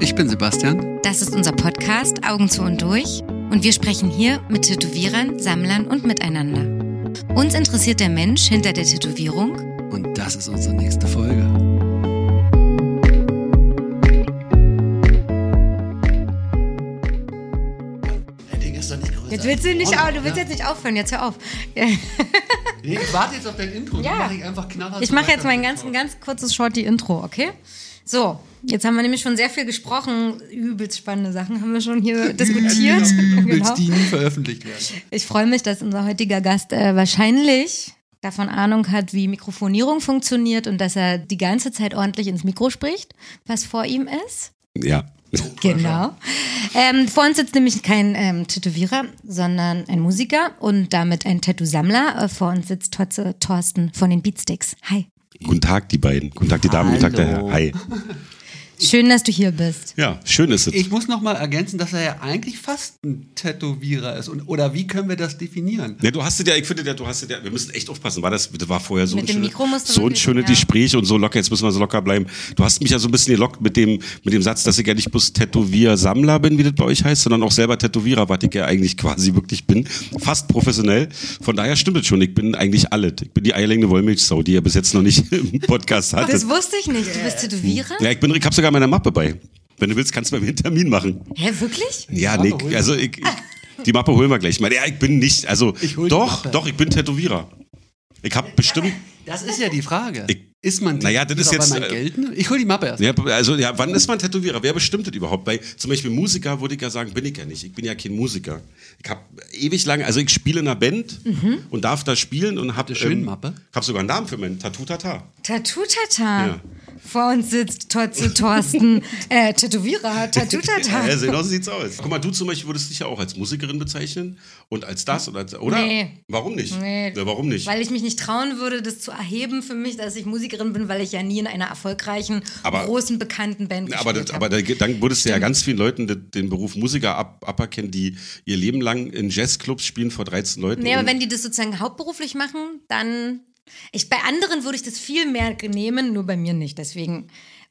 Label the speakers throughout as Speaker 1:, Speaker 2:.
Speaker 1: Ich bin Sebastian.
Speaker 2: Das ist unser Podcast Augen zu und durch und wir sprechen hier mit Tätowierern, Sammlern und miteinander. Uns interessiert der Mensch hinter der Tätowierung
Speaker 1: Und das ist unsere nächste Folge.
Speaker 3: Dein Ding ist doch nicht größer.
Speaker 2: Jetzt willst du nicht,
Speaker 3: Roller,
Speaker 2: au- du willst
Speaker 3: ja.
Speaker 2: jetzt nicht aufhören, jetzt hör auf.
Speaker 3: Nee, ich warte jetzt auf dein Intro.
Speaker 2: Ja.
Speaker 3: Ja. Mach ich einfach knaller
Speaker 2: Ich
Speaker 3: zu
Speaker 2: mache
Speaker 3: weiter.
Speaker 2: jetzt mein ganz, ein ganz kurzes Shorty-Intro, okay? So, jetzt haben wir nämlich schon sehr viel gesprochen. Übelst spannende Sachen haben wir schon hier diskutiert.
Speaker 3: Willst
Speaker 2: genau.
Speaker 3: die nie veröffentlicht werden?
Speaker 2: Ich freue mich, dass unser heutiger Gast äh, wahrscheinlich davon Ahnung hat, wie Mikrofonierung funktioniert und dass er die ganze Zeit ordentlich ins Mikro spricht, was vor ihm ist.
Speaker 4: Ja.
Speaker 2: Genau. Ähm, vor uns sitzt nämlich kein ähm, Tätowierer, sondern ein Musiker und damit ein Tattoo-Sammler. Äh, vor uns sitzt Totze Thorsten von den Beatsticks. Hi.
Speaker 4: Guten Tag, die beiden. Guten Tag, die Damen. Guten Tag, der
Speaker 1: Hallo.
Speaker 4: Herr. Hi.
Speaker 2: Schön, dass du hier bist.
Speaker 4: Ja, schön ist es.
Speaker 3: Ich muss noch mal ergänzen, dass er ja eigentlich fast ein Tätowierer ist. Und, oder wie können wir das definieren?
Speaker 4: Ja, du hast es ja, ich finde, ja, du hast es ja, wir müssen echt aufpassen. War das, das war vorher so
Speaker 2: Mit
Speaker 4: ein
Speaker 2: dem
Speaker 4: schönes,
Speaker 2: Mikro musst du
Speaker 4: so ein
Speaker 2: wirklich-
Speaker 4: schönes
Speaker 2: ja.
Speaker 4: Gespräch und so locker, jetzt müssen wir so locker bleiben. Du hast mich ja so ein bisschen gelockt mit dem, mit dem Satz, dass ich ja nicht bloß Tätowiersammler bin, wie das bei euch heißt, sondern auch selber Tätowierer, was ich ja eigentlich quasi wirklich bin. Fast professionell. Von daher stimmt es schon, ich bin eigentlich alles. Ich bin die eierlegende Wollmilchsau, die ihr bis jetzt noch nicht im Podcast hattet.
Speaker 2: Das wusste ich nicht. Du bist Tätowierer?
Speaker 4: Ja, ich bin, ich hab sogar meine Mappe bei. Wenn du willst, kannst du bei mir einen Termin machen.
Speaker 2: Hä, wirklich?
Speaker 4: Ja,
Speaker 3: Mappe
Speaker 4: nee,
Speaker 3: holen wir.
Speaker 4: also ich, ich, die Mappe holen wir gleich mal. Ja, ich bin nicht, also
Speaker 3: Ich hol die
Speaker 4: doch,
Speaker 3: Mappe.
Speaker 4: doch, ich bin Tätowierer. Ich hab bestimmt,
Speaker 3: Das ist ja die Frage.
Speaker 4: Ich-
Speaker 3: ist man
Speaker 4: Naja, das ist
Speaker 3: Tätowierer,
Speaker 4: jetzt,
Speaker 3: weil man
Speaker 4: äh,
Speaker 3: Geld nimmt? Ich hol die Mappe erst.
Speaker 4: ja, also ja, wann ist man Tätowierer? Wer bestimmt das überhaupt? Weil zum Beispiel Musiker würde ich ja sagen, bin ich ja nicht. Ich bin ja kein Musiker. Ich hab ewig lang, also ich spiele in einer Band
Speaker 2: Mhm.
Speaker 4: und darf da spielen und hab, ähm,
Speaker 3: Eine schöne Mappe.
Speaker 4: hab sogar einen Namen für meinen Tattoo Tata.
Speaker 2: Tattoo-Tata.
Speaker 4: Ja.
Speaker 2: Vor uns sitzt Totze Thorsten. äh, Tätowierer, Tattoo-Tata.
Speaker 4: Ja, so genau sieht's aus. Guck mal, du zum Beispiel würdest dich ja auch als Musikerin bezeichnen und als das und als, oder?
Speaker 2: Nee.
Speaker 4: Warum nicht?
Speaker 2: Nee.
Speaker 4: Ja, warum nicht?
Speaker 2: Weil ich mich nicht trauen würde, das zu erheben für mich, dass ich Musikerin bin, weil ich ja nie in einer erfolgreichen,
Speaker 4: Aber-
Speaker 2: großen, bekannten Band
Speaker 4: Ja, aber,
Speaker 2: gespielt
Speaker 4: das,
Speaker 2: habe.
Speaker 4: aber da, dann würdest du ja ganz vielen Leuten den, den Beruf Musiker ab, aberkennen, die ihr Leben lang in Jazzclubs spielen vor 13 Leuten.
Speaker 2: Nee, aber
Speaker 4: und-
Speaker 2: wenn die das sozusagen hauptberuflich machen, dann. Ich, bei anderen würde ich das viel mehr nehmen, nur bei mir nicht. Deswegen.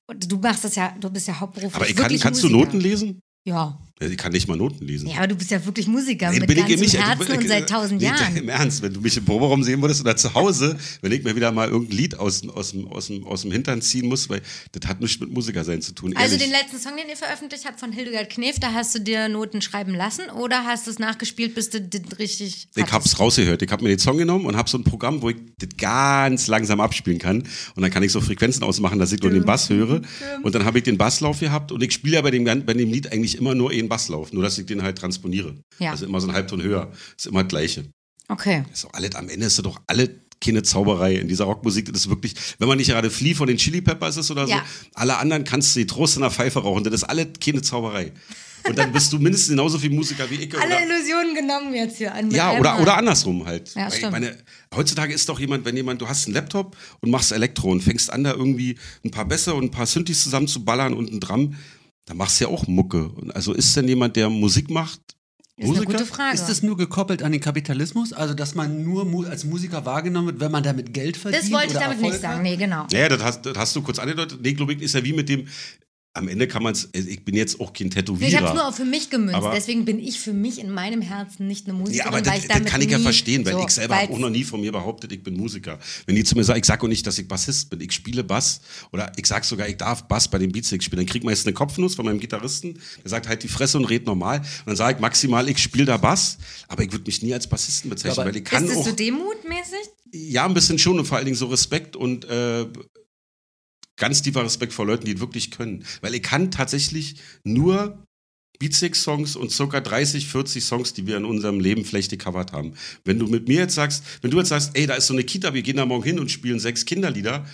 Speaker 2: Und Du machst das ja, du bist ja hauptberuflich.
Speaker 4: aber ich kann,
Speaker 2: wirklich
Speaker 4: kannst du
Speaker 2: Musiker.
Speaker 4: Noten lesen?
Speaker 2: Ja.
Speaker 4: Ja, Ich kann nicht mal Noten lesen.
Speaker 2: Ja, aber du bist ja wirklich Musiker
Speaker 4: Nee,
Speaker 2: mit
Speaker 4: bin ich
Speaker 2: ganzem
Speaker 4: eben nicht.
Speaker 2: Herzen
Speaker 4: Ich-
Speaker 2: und seit tausend
Speaker 4: Nee,
Speaker 2: Jahren.
Speaker 4: Im Ernst, wenn du mich im Proberaum sehen würdest oder zu Hause, wenn ich mir wieder mal irgendein Lied aus, dem- aus, dem- aus, dem- aus dem Hintern ziehen muss, weil das hat nichts mit Musiker sein zu tun.
Speaker 2: Also
Speaker 4: ehrlich.
Speaker 2: den letzten Song, den ihr veröffentlicht habt von Hildegard Knef, da hast du dir Noten schreiben lassen oder hast du es nachgespielt, bis du den richtig
Speaker 4: Ich hab's rausgehört. Ich hab mir den Song genommen und hab so ein Programm, wo ich das ganz langsam abspielen kann. Und dann kann ich so Frequenzen ausmachen, dass ich nur den Bass höre. Und dann habe ich den Basslauf gehabt und ich spiele ja bei dem, gan- bei dem Lied eigentlich immer nur einen Basslauf, nur dass ich den halt transponiere.
Speaker 2: Ja.
Speaker 4: Also immer so einen Halbton höher. Ist immer das Gleiche.
Speaker 2: Okay.
Speaker 4: Ist doch alles, am Ende ist das doch alle keine Zauberei in dieser Rockmusik. Das ist wirklich, wenn man nicht gerade Flea von den Chili Peppers ist oder so,
Speaker 2: Ja.
Speaker 4: alle anderen kannst du die Trost in der Pfeife rauchen. Das ist alles keine Zauberei. Und dann bist du mindestens genauso viel Musiker wie ich. oder-
Speaker 2: Alle Illusionen genommen jetzt hier an. mit
Speaker 4: ja,
Speaker 2: einmal.
Speaker 4: oder, oder andersrum halt.
Speaker 2: Ja,
Speaker 4: Weil ich
Speaker 2: stimmt.
Speaker 4: meine, heutzutage ist doch jemand, wenn jemand, du hast einen Laptop und machst Elektro und fängst an, da irgendwie ein paar Bässe und ein paar Synthes zusammen zu ballern und einen Drum, dann machst du ja auch Mucke. Und also ist denn jemand, der Musik macht,
Speaker 2: Ist eine gute Frage.
Speaker 3: Ist das nur gekoppelt an den Kapitalismus? Also, dass man nur mu als Musiker wahrgenommen wird, wenn man damit Geld verdient?
Speaker 2: Das wollte ich
Speaker 3: oder
Speaker 2: damit
Speaker 3: Erfolg
Speaker 2: nicht sagen.
Speaker 3: hat?
Speaker 2: Nee, genau.
Speaker 4: Naja, das hast, das hast du kurz angedeutet. Nee, glaube ich, ist ja wie mit dem, am Ende kann man es, ich bin jetzt auch kein Tätowierer.
Speaker 2: Ich habe es nur auf für mich gemünzt.
Speaker 4: Aber-
Speaker 2: Deswegen bin ich für mich in meinem Herzen nicht eine Musikerin,
Speaker 4: Ja, aber
Speaker 2: weil
Speaker 4: das,
Speaker 2: ich
Speaker 4: das
Speaker 2: damit
Speaker 4: kann ich ja
Speaker 2: nie-
Speaker 4: verstehen, weil
Speaker 2: so,
Speaker 4: ich selber
Speaker 2: weil-
Speaker 4: habe auch noch nie von mir behauptet, ich bin Musiker. Wenn die zu mir sagen, ich sage auch nicht, dass ich Bassist bin, ich spiele Bass oder ich sage sogar, ich darf Bass bei den Beatsteaks spielen, dann kriegt man jetzt eine Kopfnuss von meinem Gitarristen, der sagt halt die Fresse und redet normal und dann sage ich maximal, ich spiele da Bass, aber ich würde mich nie als Bassisten bezeichnen,
Speaker 3: Aber
Speaker 4: weil ich kann
Speaker 2: Ist das
Speaker 4: auch,
Speaker 2: so demutmäßig?
Speaker 4: ja ein bisschen schon und vor allen Dingen so Respekt und äh, ganz tiefer Respekt vor Leuten, die es wirklich können, weil ich kann tatsächlich nur Beatsex-Songs und circa 30, 40 Songs, die wir in unserem Leben vielleicht gecovert haben. Wenn du mit mir jetzt sagst, wenn du jetzt sagst, ey, da ist so eine Kita, wir gehen da morgen hin und spielen sechs Kinderlieder,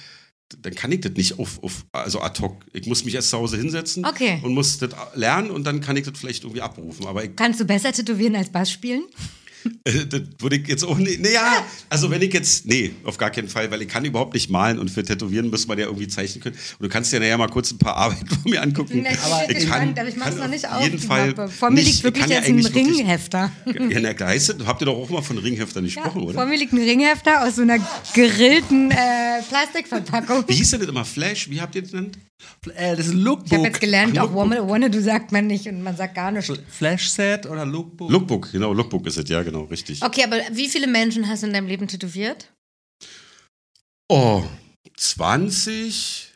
Speaker 4: d- dann kann ich das nicht auf, auf also ad hoc. Ich muss mich erst zu Hause hinsetzen
Speaker 2: Okay.
Speaker 4: und muss das lernen und dann kann ich das vielleicht irgendwie abrufen. Aber ich,
Speaker 2: Kannst du besser tätowieren als Bass spielen?
Speaker 4: äh, das würde ich jetzt auch nicht, naja, also wenn ich jetzt, nee, auf gar keinen Fall, weil ich kann überhaupt nicht malen und für Tätowieren muss man ja irgendwie zeichnen können. Und du kannst dir nachher mal kurz ein paar Arbeiten von mir angucken.
Speaker 2: bin gespannt, aber ich mach's
Speaker 4: kann
Speaker 2: noch nicht
Speaker 4: auf
Speaker 2: auf.
Speaker 4: jeden
Speaker 2: die
Speaker 4: Fall
Speaker 2: Mappe. Vor mir
Speaker 4: nicht.
Speaker 2: liegt
Speaker 4: Ich
Speaker 2: wirklich
Speaker 4: kann ja
Speaker 2: jetzt ein
Speaker 4: eigentlich wirklich-
Speaker 2: Ringhefter.
Speaker 4: Ja, na klar, heißt das, habt ihr doch auch mal von Ringheftern
Speaker 2: Ja,
Speaker 4: gesprochen,
Speaker 2: vor
Speaker 4: oder?
Speaker 2: mir liegt ein Ringhefter aus so einer gerillten äh, Plastikverpackung.
Speaker 4: Wie hieß denn das immer? Flash? Wie habt ihr das genannt?
Speaker 3: Äh, das ist
Speaker 2: Ich habe jetzt
Speaker 3: Lookbook.
Speaker 2: gelernt,
Speaker 4: Ach,
Speaker 2: auch Wanna, Wanna du sagt man nicht und man sagt gar nichts.
Speaker 3: Flashset oder Lookbook?
Speaker 4: Lookbook, genau, Lookbook ist es, ja, genau, richtig.
Speaker 2: Okay, aber wie viele Menschen hast du in deinem Leben tätowiert?
Speaker 4: Oh, 20,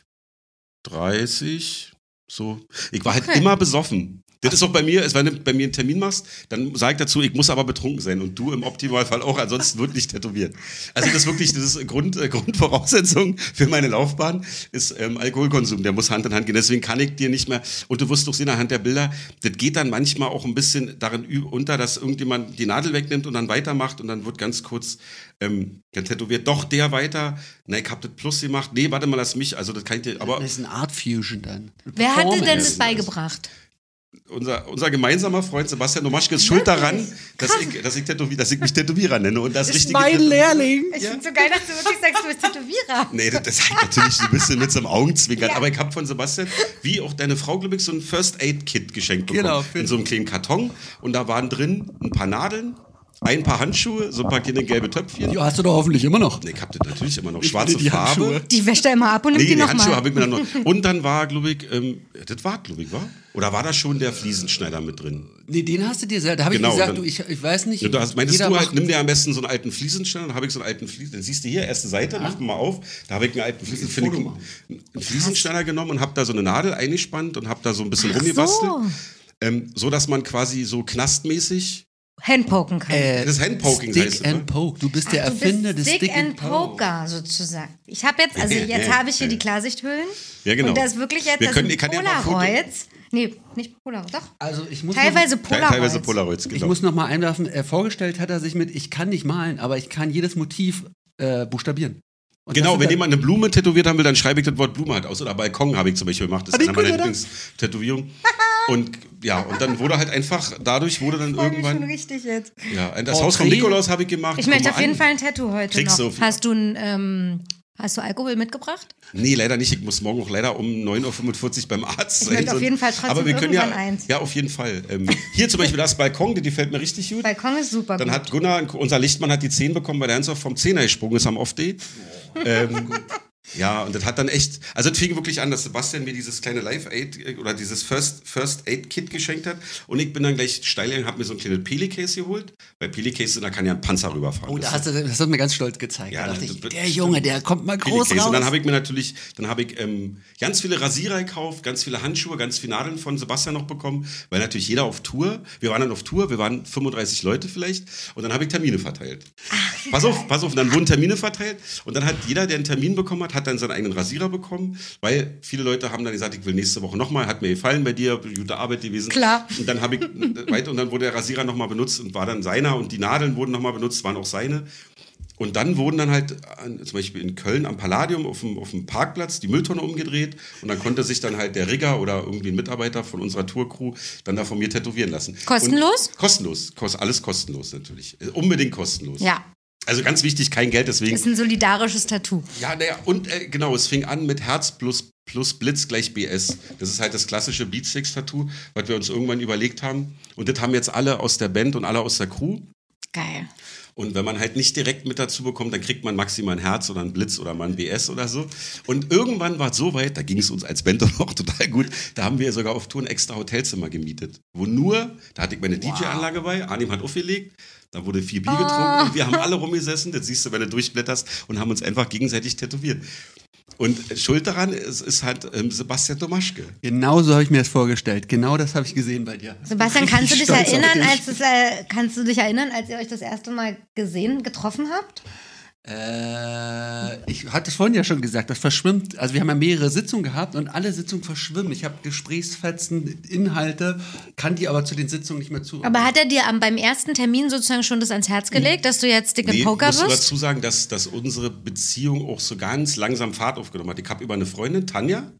Speaker 4: 30, so. Ich war halt
Speaker 2: Okay.
Speaker 4: immer besoffen. Das ist auch bei mir, ist, wenn du bei mir einen Termin machst, dann sag ich dazu, ich muss aber betrunken sein und du im Optimalfall auch, ansonsten wird nicht tätowiert. Also das ist wirklich, das ist Grund, äh, Grundvoraussetzung für meine Laufbahn, ist ähm, Alkoholkonsum, der muss Hand in Hand gehen. Deswegen kann ich dir nicht mehr, und du wirst doch sehen anhand der Bilder, das geht dann manchmal auch ein bisschen darin ü- unter, dass irgendjemand die Nadel wegnimmt und dann weitermacht und dann wird ganz kurz ähm, dann tätowiert doch der weiter, ne, ich hab das Plus gemacht, nee, warte mal, lass mich, also das kann ich dir, aber
Speaker 3: Das ist ein Art Fusion dann.
Speaker 2: Wer hat dir denn
Speaker 3: Performance.
Speaker 2: das beigebracht?
Speaker 4: unser, unser gemeinsamer Freund Sebastian Nomaschke ist schuld daran, dass ich, dass, ich tätowier, dass ich mich Tätowierer nenne und das
Speaker 3: Ist
Speaker 4: richtige
Speaker 3: mein
Speaker 4: Tätowier-
Speaker 3: Lehrling.
Speaker 2: Ich finde so geil, dass du wirklich sagst, du bist Tätowierer.
Speaker 4: Nee, das, das hat natürlich so ein bisschen mit so einem Augenzwinkern. Aber ich habe von Sebastian, wie auch deine Frau, glaube ich, so ein First-Aid-Kit geschenkt bekommen.
Speaker 3: Genau,
Speaker 4: Genau.
Speaker 3: für-
Speaker 4: In so einem kleinen Karton. Und da waren drin ein paar Nadeln, ein paar Handschuhe, so ein paar kleine gelbe Töpfchen.
Speaker 1: Die hast du doch hoffentlich immer noch.
Speaker 4: Nee, ich habe das natürlich immer noch.
Speaker 3: Ich
Speaker 4: Schwarze
Speaker 3: finde die
Speaker 4: Farbe.
Speaker 3: Handschuhe.
Speaker 2: Die wäscht er immer ab und nimmt
Speaker 4: Nee,
Speaker 2: die
Speaker 4: die Handschuhe
Speaker 2: nochmal.
Speaker 4: habe ich mir dann noch. Und dann war, glaube ich, ähm, das war, glaube ich, war? Oder war da schon der Fliesenschneider mit drin?
Speaker 1: Nee, den hast du dir selber. Da habe
Speaker 4: Genau,
Speaker 1: ich gesagt,
Speaker 4: dann-
Speaker 1: du, ich, ich weiß nicht.
Speaker 4: Ja, du hast, meintest
Speaker 1: jeder
Speaker 4: du halt,
Speaker 1: macht-
Speaker 4: nimm dir am besten so einen alten Fliesenschneider, dann habe ich so einen alten Fliesen, dann siehst du hier, erste Seite, mach mal auf, da habe ich einen alten Fliesen, finde
Speaker 3: Foto
Speaker 4: ich, einen Fliesenschneider genommen und habe da so eine Nadel eingespannt und habe da so ein bisschen rumgebastelt,
Speaker 2: so.
Speaker 4: ähm, so dass man quasi so knastmäßig
Speaker 2: Handpoken kann.
Speaker 1: Äh,
Speaker 4: das Handpoking heißt es,
Speaker 1: Stick
Speaker 4: ne?
Speaker 1: and Poke. Du bist der
Speaker 2: Du bist
Speaker 1: Erfinder des
Speaker 2: Stick, and
Speaker 1: Poke.
Speaker 2: Poker sozusagen. Ich habe jetzt, also jetzt habe ich hier die Klarsichthöhlen.
Speaker 4: Ja, genau.
Speaker 2: Und da ist wirklich jetzt
Speaker 4: Wir
Speaker 2: das
Speaker 4: können-
Speaker 2: sind
Speaker 4: ich kann dir mal ein Foto-
Speaker 2: Polaroids. Nee, nicht Polaroid, doch.
Speaker 1: Also ich muss
Speaker 2: Teilweise
Speaker 1: Noch,
Speaker 2: Polaroids.
Speaker 4: teilweise Polaroids,
Speaker 1: ich
Speaker 4: genau.
Speaker 1: muss noch mal einwerfen. Äh, vorgestellt hat er sich mit: Ich kann nicht malen, aber ich kann jedes Motiv äh, buchstabieren. Und das
Speaker 4: Genau,
Speaker 1: sind
Speaker 4: wenn
Speaker 1: dann-
Speaker 4: jemand eine Blume tätowiert haben will, dann schreibe ich das Wort Blume halt aus. Oder Balkon habe ich zum Beispiel gemacht. Das ist
Speaker 1: Ah, die
Speaker 4: eine meiner
Speaker 1: Gülle, ne?
Speaker 4: Lieblingstätowierungen. Und ja, und dann wurde halt einfach, dadurch wurde dann
Speaker 2: Freue mich schon
Speaker 4: irgendwann.
Speaker 2: richtig jetzt.
Speaker 4: Ja, das Haus von
Speaker 1: Porträt.
Speaker 4: Nikolaus habe ich gemacht.
Speaker 2: Ich
Speaker 4: Guck
Speaker 2: möchte
Speaker 4: mal
Speaker 2: auf jeden
Speaker 4: an.
Speaker 2: Fall ein Tattoo heute
Speaker 4: Kriegst
Speaker 2: noch.
Speaker 4: du-
Speaker 2: Hast du ein, ähm, hast du Alkohol mitgebracht?
Speaker 4: Nee, leider nicht. Ich muss morgen auch leider um 9.45 Uhr beim Arzt
Speaker 2: Ich
Speaker 4: sein.
Speaker 2: möchte auf
Speaker 4: So-
Speaker 2: jeden Fall trotzdem
Speaker 4: Aber wir können ja,
Speaker 2: irgendwann eins.
Speaker 4: ja, auf jeden Fall. Ähm, hier zum Beispiel das Balkon, die gefällt mir richtig gut.
Speaker 2: Balkon ist super
Speaker 4: Dann
Speaker 2: gut.
Speaker 4: hat Gunnar, unser Lichtmann, hat die 10 bekommen, weil der Hans auch vom 10er gesprungen ist am Off-Day.
Speaker 2: Oh.
Speaker 4: Ähm, ja, und das hat dann echt, also das fing wirklich an, dass Sebastian mir dieses kleine Live-Aid äh, oder dieses First, First Aid-Kit geschenkt hat. Und ich bin dann gleich steil gegangen, habe mir so ein kleines Pelicase geholt. Bei Pelicase, da kann ja ein Panzer rüberfahren.
Speaker 1: Oh,
Speaker 4: Das
Speaker 1: da
Speaker 4: ist-
Speaker 1: hast du, das hat mir ganz stolz gezeigt.
Speaker 4: Ja,
Speaker 1: da dachte
Speaker 4: das-
Speaker 1: ich,
Speaker 4: das-
Speaker 1: der Junge, der kommt mal groß
Speaker 4: Billigkäse.
Speaker 1: raus.
Speaker 4: Und dann habe ich mir natürlich, dann habe ich ähm, ganz viele Rasierer gekauft, ganz viele Handschuhe, ganz viele Nadeln von Sebastian noch bekommen, weil natürlich jeder auf Tour, wir waren dann auf Tour, wir waren 35 Leute vielleicht und dann habe ich Termine verteilt.
Speaker 1: Ah.
Speaker 4: pass auf, pass auf, und dann wurden Termine verteilt und dann hat jeder, der einen Termin bekommen hat, hat dann seinen eigenen Rasierer bekommen, weil viele Leute haben dann gesagt, ich will nächste Woche nochmal, hat mir gefallen bei dir, gute Arbeit gewesen.
Speaker 2: Klar.
Speaker 4: Und dann habe ich äh, weiter und dann wurde der Rasierer nochmal benutzt und war dann seiner und die Nadeln wurden nochmal benutzt, waren auch seine. Und dann wurden dann halt an, zum Beispiel in Köln am Palladium auf dem, auf dem Parkplatz die Mülltonne umgedreht und dann konnte sich dann halt der Rigger oder irgendwie ein Mitarbeiter von unserer Tourcrew dann da von mir tätowieren lassen.
Speaker 2: Kostenlos?
Speaker 4: Und kostenlos, kost, alles kostenlos natürlich. Äh, Unbedingt kostenlos.
Speaker 2: ja,
Speaker 4: Also ganz wichtig, kein Geld, deswegen.
Speaker 2: ist ein solidarisches Tattoo.
Speaker 4: Ja, naja, und äh, genau, es fing an mit Herz plus, plus Blitz gleich BS. Das ist halt das klassische Beatsticks-Tattoo, was wir uns irgendwann überlegt haben. Und das haben jetzt alle aus der Band und alle aus der Crew.
Speaker 2: Geil.
Speaker 4: Und wenn man halt nicht direkt mit dazu bekommt, dann kriegt man maximal ein Herz oder ein Blitz oder mal ein BS oder so. Und irgendwann war es so weit, da ging es uns als Band auch total gut, da haben wir sogar auf Tour ein extra Hotelzimmer gemietet. Wo nur, da hatte ich meine DJ-Anlage bei, Arnim hat aufgelegt, da wurde viel
Speaker 2: Ah.
Speaker 4: Bier getrunken und wir haben alle rumgesessen, das siehst du, wenn du durchblätterst, und haben uns einfach gegenseitig tätowiert. Und schuld daran ist, ist halt ähm, Sebastian Domaschke.
Speaker 1: Genau so habe ich mir das vorgestellt. Genau das habe ich gesehen bei dir.
Speaker 2: Sebastian,
Speaker 1: Richtig
Speaker 2: kannst du dich
Speaker 1: stolz auf
Speaker 2: erinnern,
Speaker 1: dich.
Speaker 2: als es, äh, kannst du dich erinnern, als ihr euch das erste Mal gesehen, getroffen habt?
Speaker 1: Äh, ich hatte es vorhin ja schon gesagt, das verschwimmt. Also wir haben ja mehrere Sitzungen gehabt und alle Sitzungen verschwimmen. Ich habe Gesprächsfetzen, Inhalte, kann die aber zu den Sitzungen nicht mehr zuordnen.
Speaker 2: Aber hat er dir am, beim ersten Termin sozusagen schon das ans Herz gelegt, dass du jetzt Dick and Poker
Speaker 4: musst du
Speaker 2: wirst?
Speaker 4: dazu sagen, dass, dass unsere Beziehung auch so ganz langsam Fahrt aufgenommen hat. Ich habe über eine Freundin, Tanja,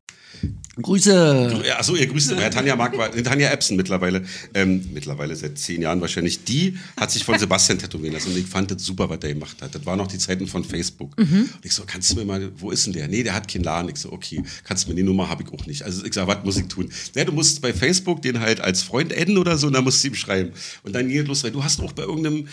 Speaker 1: Grüße.
Speaker 4: Ja, achso, ihr grüßt immer. Ja, Tanja Mark war, Tanja Epson mittlerweile, ähm, mittlerweile seit zehn Jahren wahrscheinlich, die hat sich von Sebastian tätowieren lassen und ich fand das super, was der gemacht hat. Das waren noch die Zeiten von Facebook. Und ich so, kannst du mir mal, wo ist denn der? Nee, der hat keinen Laden. Ich so, okay, kannst du mir die Nummer, habe ich auch nicht. Also ich sag, was muss ich tun? Ja, du musst bei Facebook den halt als Freund enden oder so und dann musst du ihm schreiben. Und dann geht es los, weil du hast auch bei irgendeinem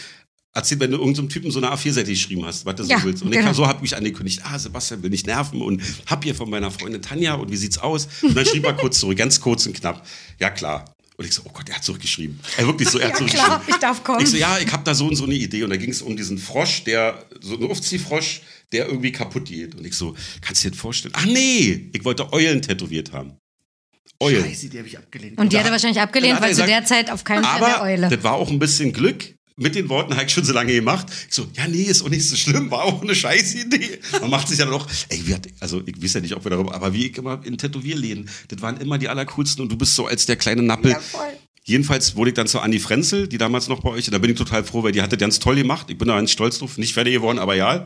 Speaker 4: erzählt, wenn du irgendeinem Typen so eine A4-Seite geschrieben hast, was du so
Speaker 2: Ja,
Speaker 4: willst. Und ich
Speaker 2: genau.
Speaker 4: hab, so habe ich mich angekündigt, ah, Sebastian will nicht nerven und hab hier von meiner Freundin Tanja und wie sieht's aus? Und dann schrieb er kurz zurück, ganz kurz und knapp, ja klar. Und ich so, oh Gott, er hat zurückgeschrieben. Er wirklich so, er hat
Speaker 2: Ja,
Speaker 4: zurückgeschrieben.
Speaker 2: klar, ich darf kommen.
Speaker 4: Ich so, ja, ich habe da so und so eine Idee. Und da ging es um diesen Frosch, der, so einen Ufzi-Frosch, der irgendwie kaputt geht. Und ich so, kannst du dir das vorstellen? Ach nee, ich wollte Eulen tätowiert haben. Eulen.
Speaker 1: Scheiße, die habe ich abgelehnt.
Speaker 2: Und die
Speaker 4: Da-
Speaker 2: hat er wahrscheinlich abgelehnt,
Speaker 4: Dann hat
Speaker 2: weil
Speaker 4: er
Speaker 2: zu der
Speaker 4: gesagt,
Speaker 2: Zeit auf keinen Fall
Speaker 4: Aber
Speaker 2: eine Eule.
Speaker 4: das war auch ein bisschen Glück. Mit den Worten habe ich schon so lange gemacht. Ich so, ja, nee, ist auch nicht so schlimm, war auch eine Scheißidee. Man macht sich ja doch, ey, wir, also ich weiß ja nicht, ob wir darüber, aber wie ich immer in Tätowierläden, das waren immer die allercoolsten und du bist so als der kleine Nappel. Jedenfalls wurde ich dann zu Andi Frenzel, die damals noch bei euch, und da bin ich total froh, weil die hatte ganz toll gemacht. Ich bin da ganz stolz drauf, nicht fertig geworden, aber ja.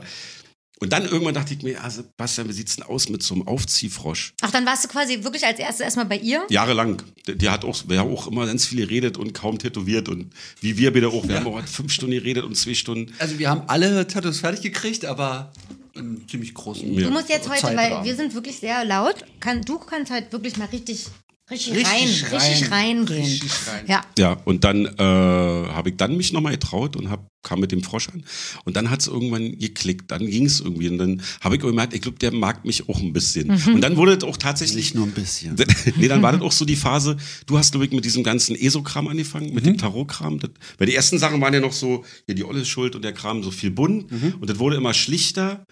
Speaker 4: Und dann irgendwann dachte ich mir, ah, Sebastian, wie sieht's denn aus mit so einem Aufziehfrosch?
Speaker 2: Ach, dann warst du quasi wirklich als erstes erstmal bei ihr?
Speaker 4: Jahrelang. Die- Die hat auch, wir haben auch immer ganz viel geredet und kaum tätowiert und wie wir wieder auch. Wir haben auch fünf Stunden geredet und zwei Stunden.
Speaker 1: Also wir haben alle Tattoos fertig gekriegt, aber einen ziemlich großen.
Speaker 4: Ja. also
Speaker 2: Du musst jetzt heute, weil
Speaker 1: Zeitrahmen.
Speaker 2: wir sind wirklich sehr laut. Kann, du kannst halt wirklich mal richtig, richtig,
Speaker 1: Richtig
Speaker 2: rein, richtig
Speaker 1: rein.
Speaker 2: reingehen.
Speaker 1: Richtig rein.
Speaker 2: Ja.
Speaker 4: Ja, und dann äh, habe ich dann mich nochmal getraut und hab, kam mit dem Frosch an. Und dann hat es irgendwann geklickt, dann ging es irgendwie. Und dann habe ich gemerkt, ich glaube, der mag mich auch ein bisschen. Und dann wurde das auch tatsächlich
Speaker 1: Nicht nur ein bisschen.
Speaker 4: nee, dann war das auch so die Phase, du hast, glaube ich, mit diesem ganzen ESO-Kram angefangen, mit dem Tarot-Kram. Das- Weil die ersten Sachen waren ja noch so, hier die Olle ist schuld und der Kram so viel bunt. Und das wurde immer schlichter.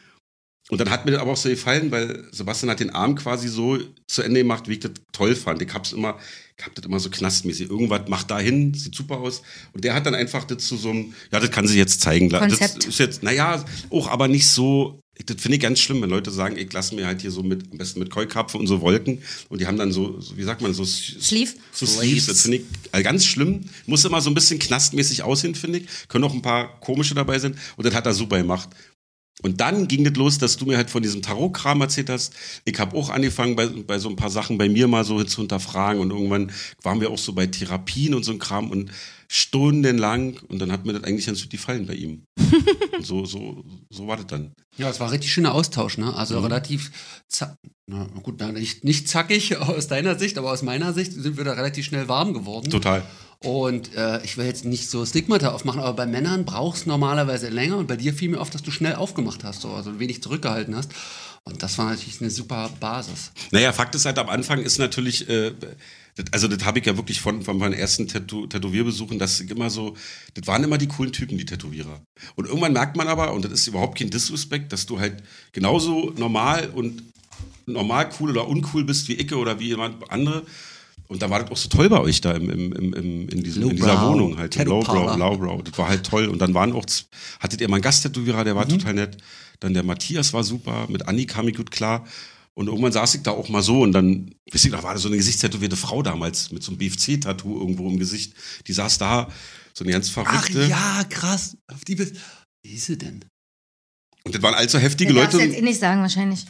Speaker 4: Und dann hat mir das aber auch so gefallen, weil Sebastian hat den Arm quasi so zu Ende gemacht, wie ich das toll fand. Ich hab's immer, ich hab das immer so knastmäßig. Irgendwas macht da hin, sieht super aus. Und der hat dann einfach das zu so einem, ja, das kann sich jetzt zeigen.
Speaker 2: Konzept.
Speaker 4: Das ist jetzt, naja, auch aber nicht so, ich- das finde ich ganz schlimm, wenn Leute sagen, ich lasse mir halt hier so mit, am besten mit Keukarpfen und so Wolken. Und die haben dann so, so wie sagt man, so
Speaker 2: Sleeve?
Speaker 4: so Sleeves, das finde ich äh, ganz schlimm. Muss immer so ein bisschen knastmäßig aussehen, finde ich. Können auch ein paar komische dabei sein. Und das hat er super gemacht. Und dann ging das los, dass du mir halt von diesem Tarot-Kram erzählt hast. Ich habe auch angefangen, bei, bei so ein paar Sachen bei mir mal so zu hinterfragen. Und irgendwann waren wir auch so bei Therapien und so ein Kram und stundenlang. Und dann hat mir das eigentlich ganz gut gefallen bei ihm. und so, so, so war das dann.
Speaker 1: Ja, es war ein richtig schöner Austausch, ne? Also relativ zack. Na gut, na, nicht, nicht zackig aus deiner Sicht, aber aus meiner Sicht sind wir da relativ schnell warm geworden.
Speaker 4: Total.
Speaker 1: Und äh, ich will jetzt nicht so Stigmata aufmachen, aber bei Männern brauchst du normalerweise länger und bei dir fiel mir auf, dass du schnell aufgemacht hast, so, also wenig zurückgehalten hast. Und das war natürlich eine super Basis.
Speaker 4: Naja, Fakt ist halt, am Anfang ist natürlich, äh, das, also das habe ich ja wirklich von, von meinen ersten Tätow Tätowierbesuchen, dass ich immer so, das waren immer die coolen Typen, die Tätowierer. Und irgendwann merkt man aber, und das ist überhaupt kein Disrespect, dass du halt genauso normal und normal cool oder uncool bist wie Icke oder wie jemand andere. Und da war das auch so toll bei euch da im, im, im, im, in, diesem, in dieser
Speaker 1: Lowbrow.
Speaker 4: Wohnung halt. im
Speaker 1: Tattoo
Speaker 4: Lowbrow,
Speaker 1: Parlor.
Speaker 4: Lowbrow. Das war halt toll. Und dann waren auch, z- hattet ihr mal einen Gasttätowierer, der war
Speaker 2: Mhm.
Speaker 4: total nett. Dann der Matthias war super, mit Anni kam ich gut klar. Und irgendwann saß ich da auch mal so und dann, wisst ihr, da war da so eine gesichtstätowierte Frau damals mit so einem BFC-Tattoo irgendwo im Gesicht. Die saß da, so eine ganz
Speaker 1: Ach
Speaker 4: verrückte.
Speaker 1: ja, krass. Auf die bist Wie ist sie denn?
Speaker 4: Und das waren allzu heftige
Speaker 2: Den darfst
Speaker 4: Leute.
Speaker 2: du jetzt eh nicht sagen, wahrscheinlich.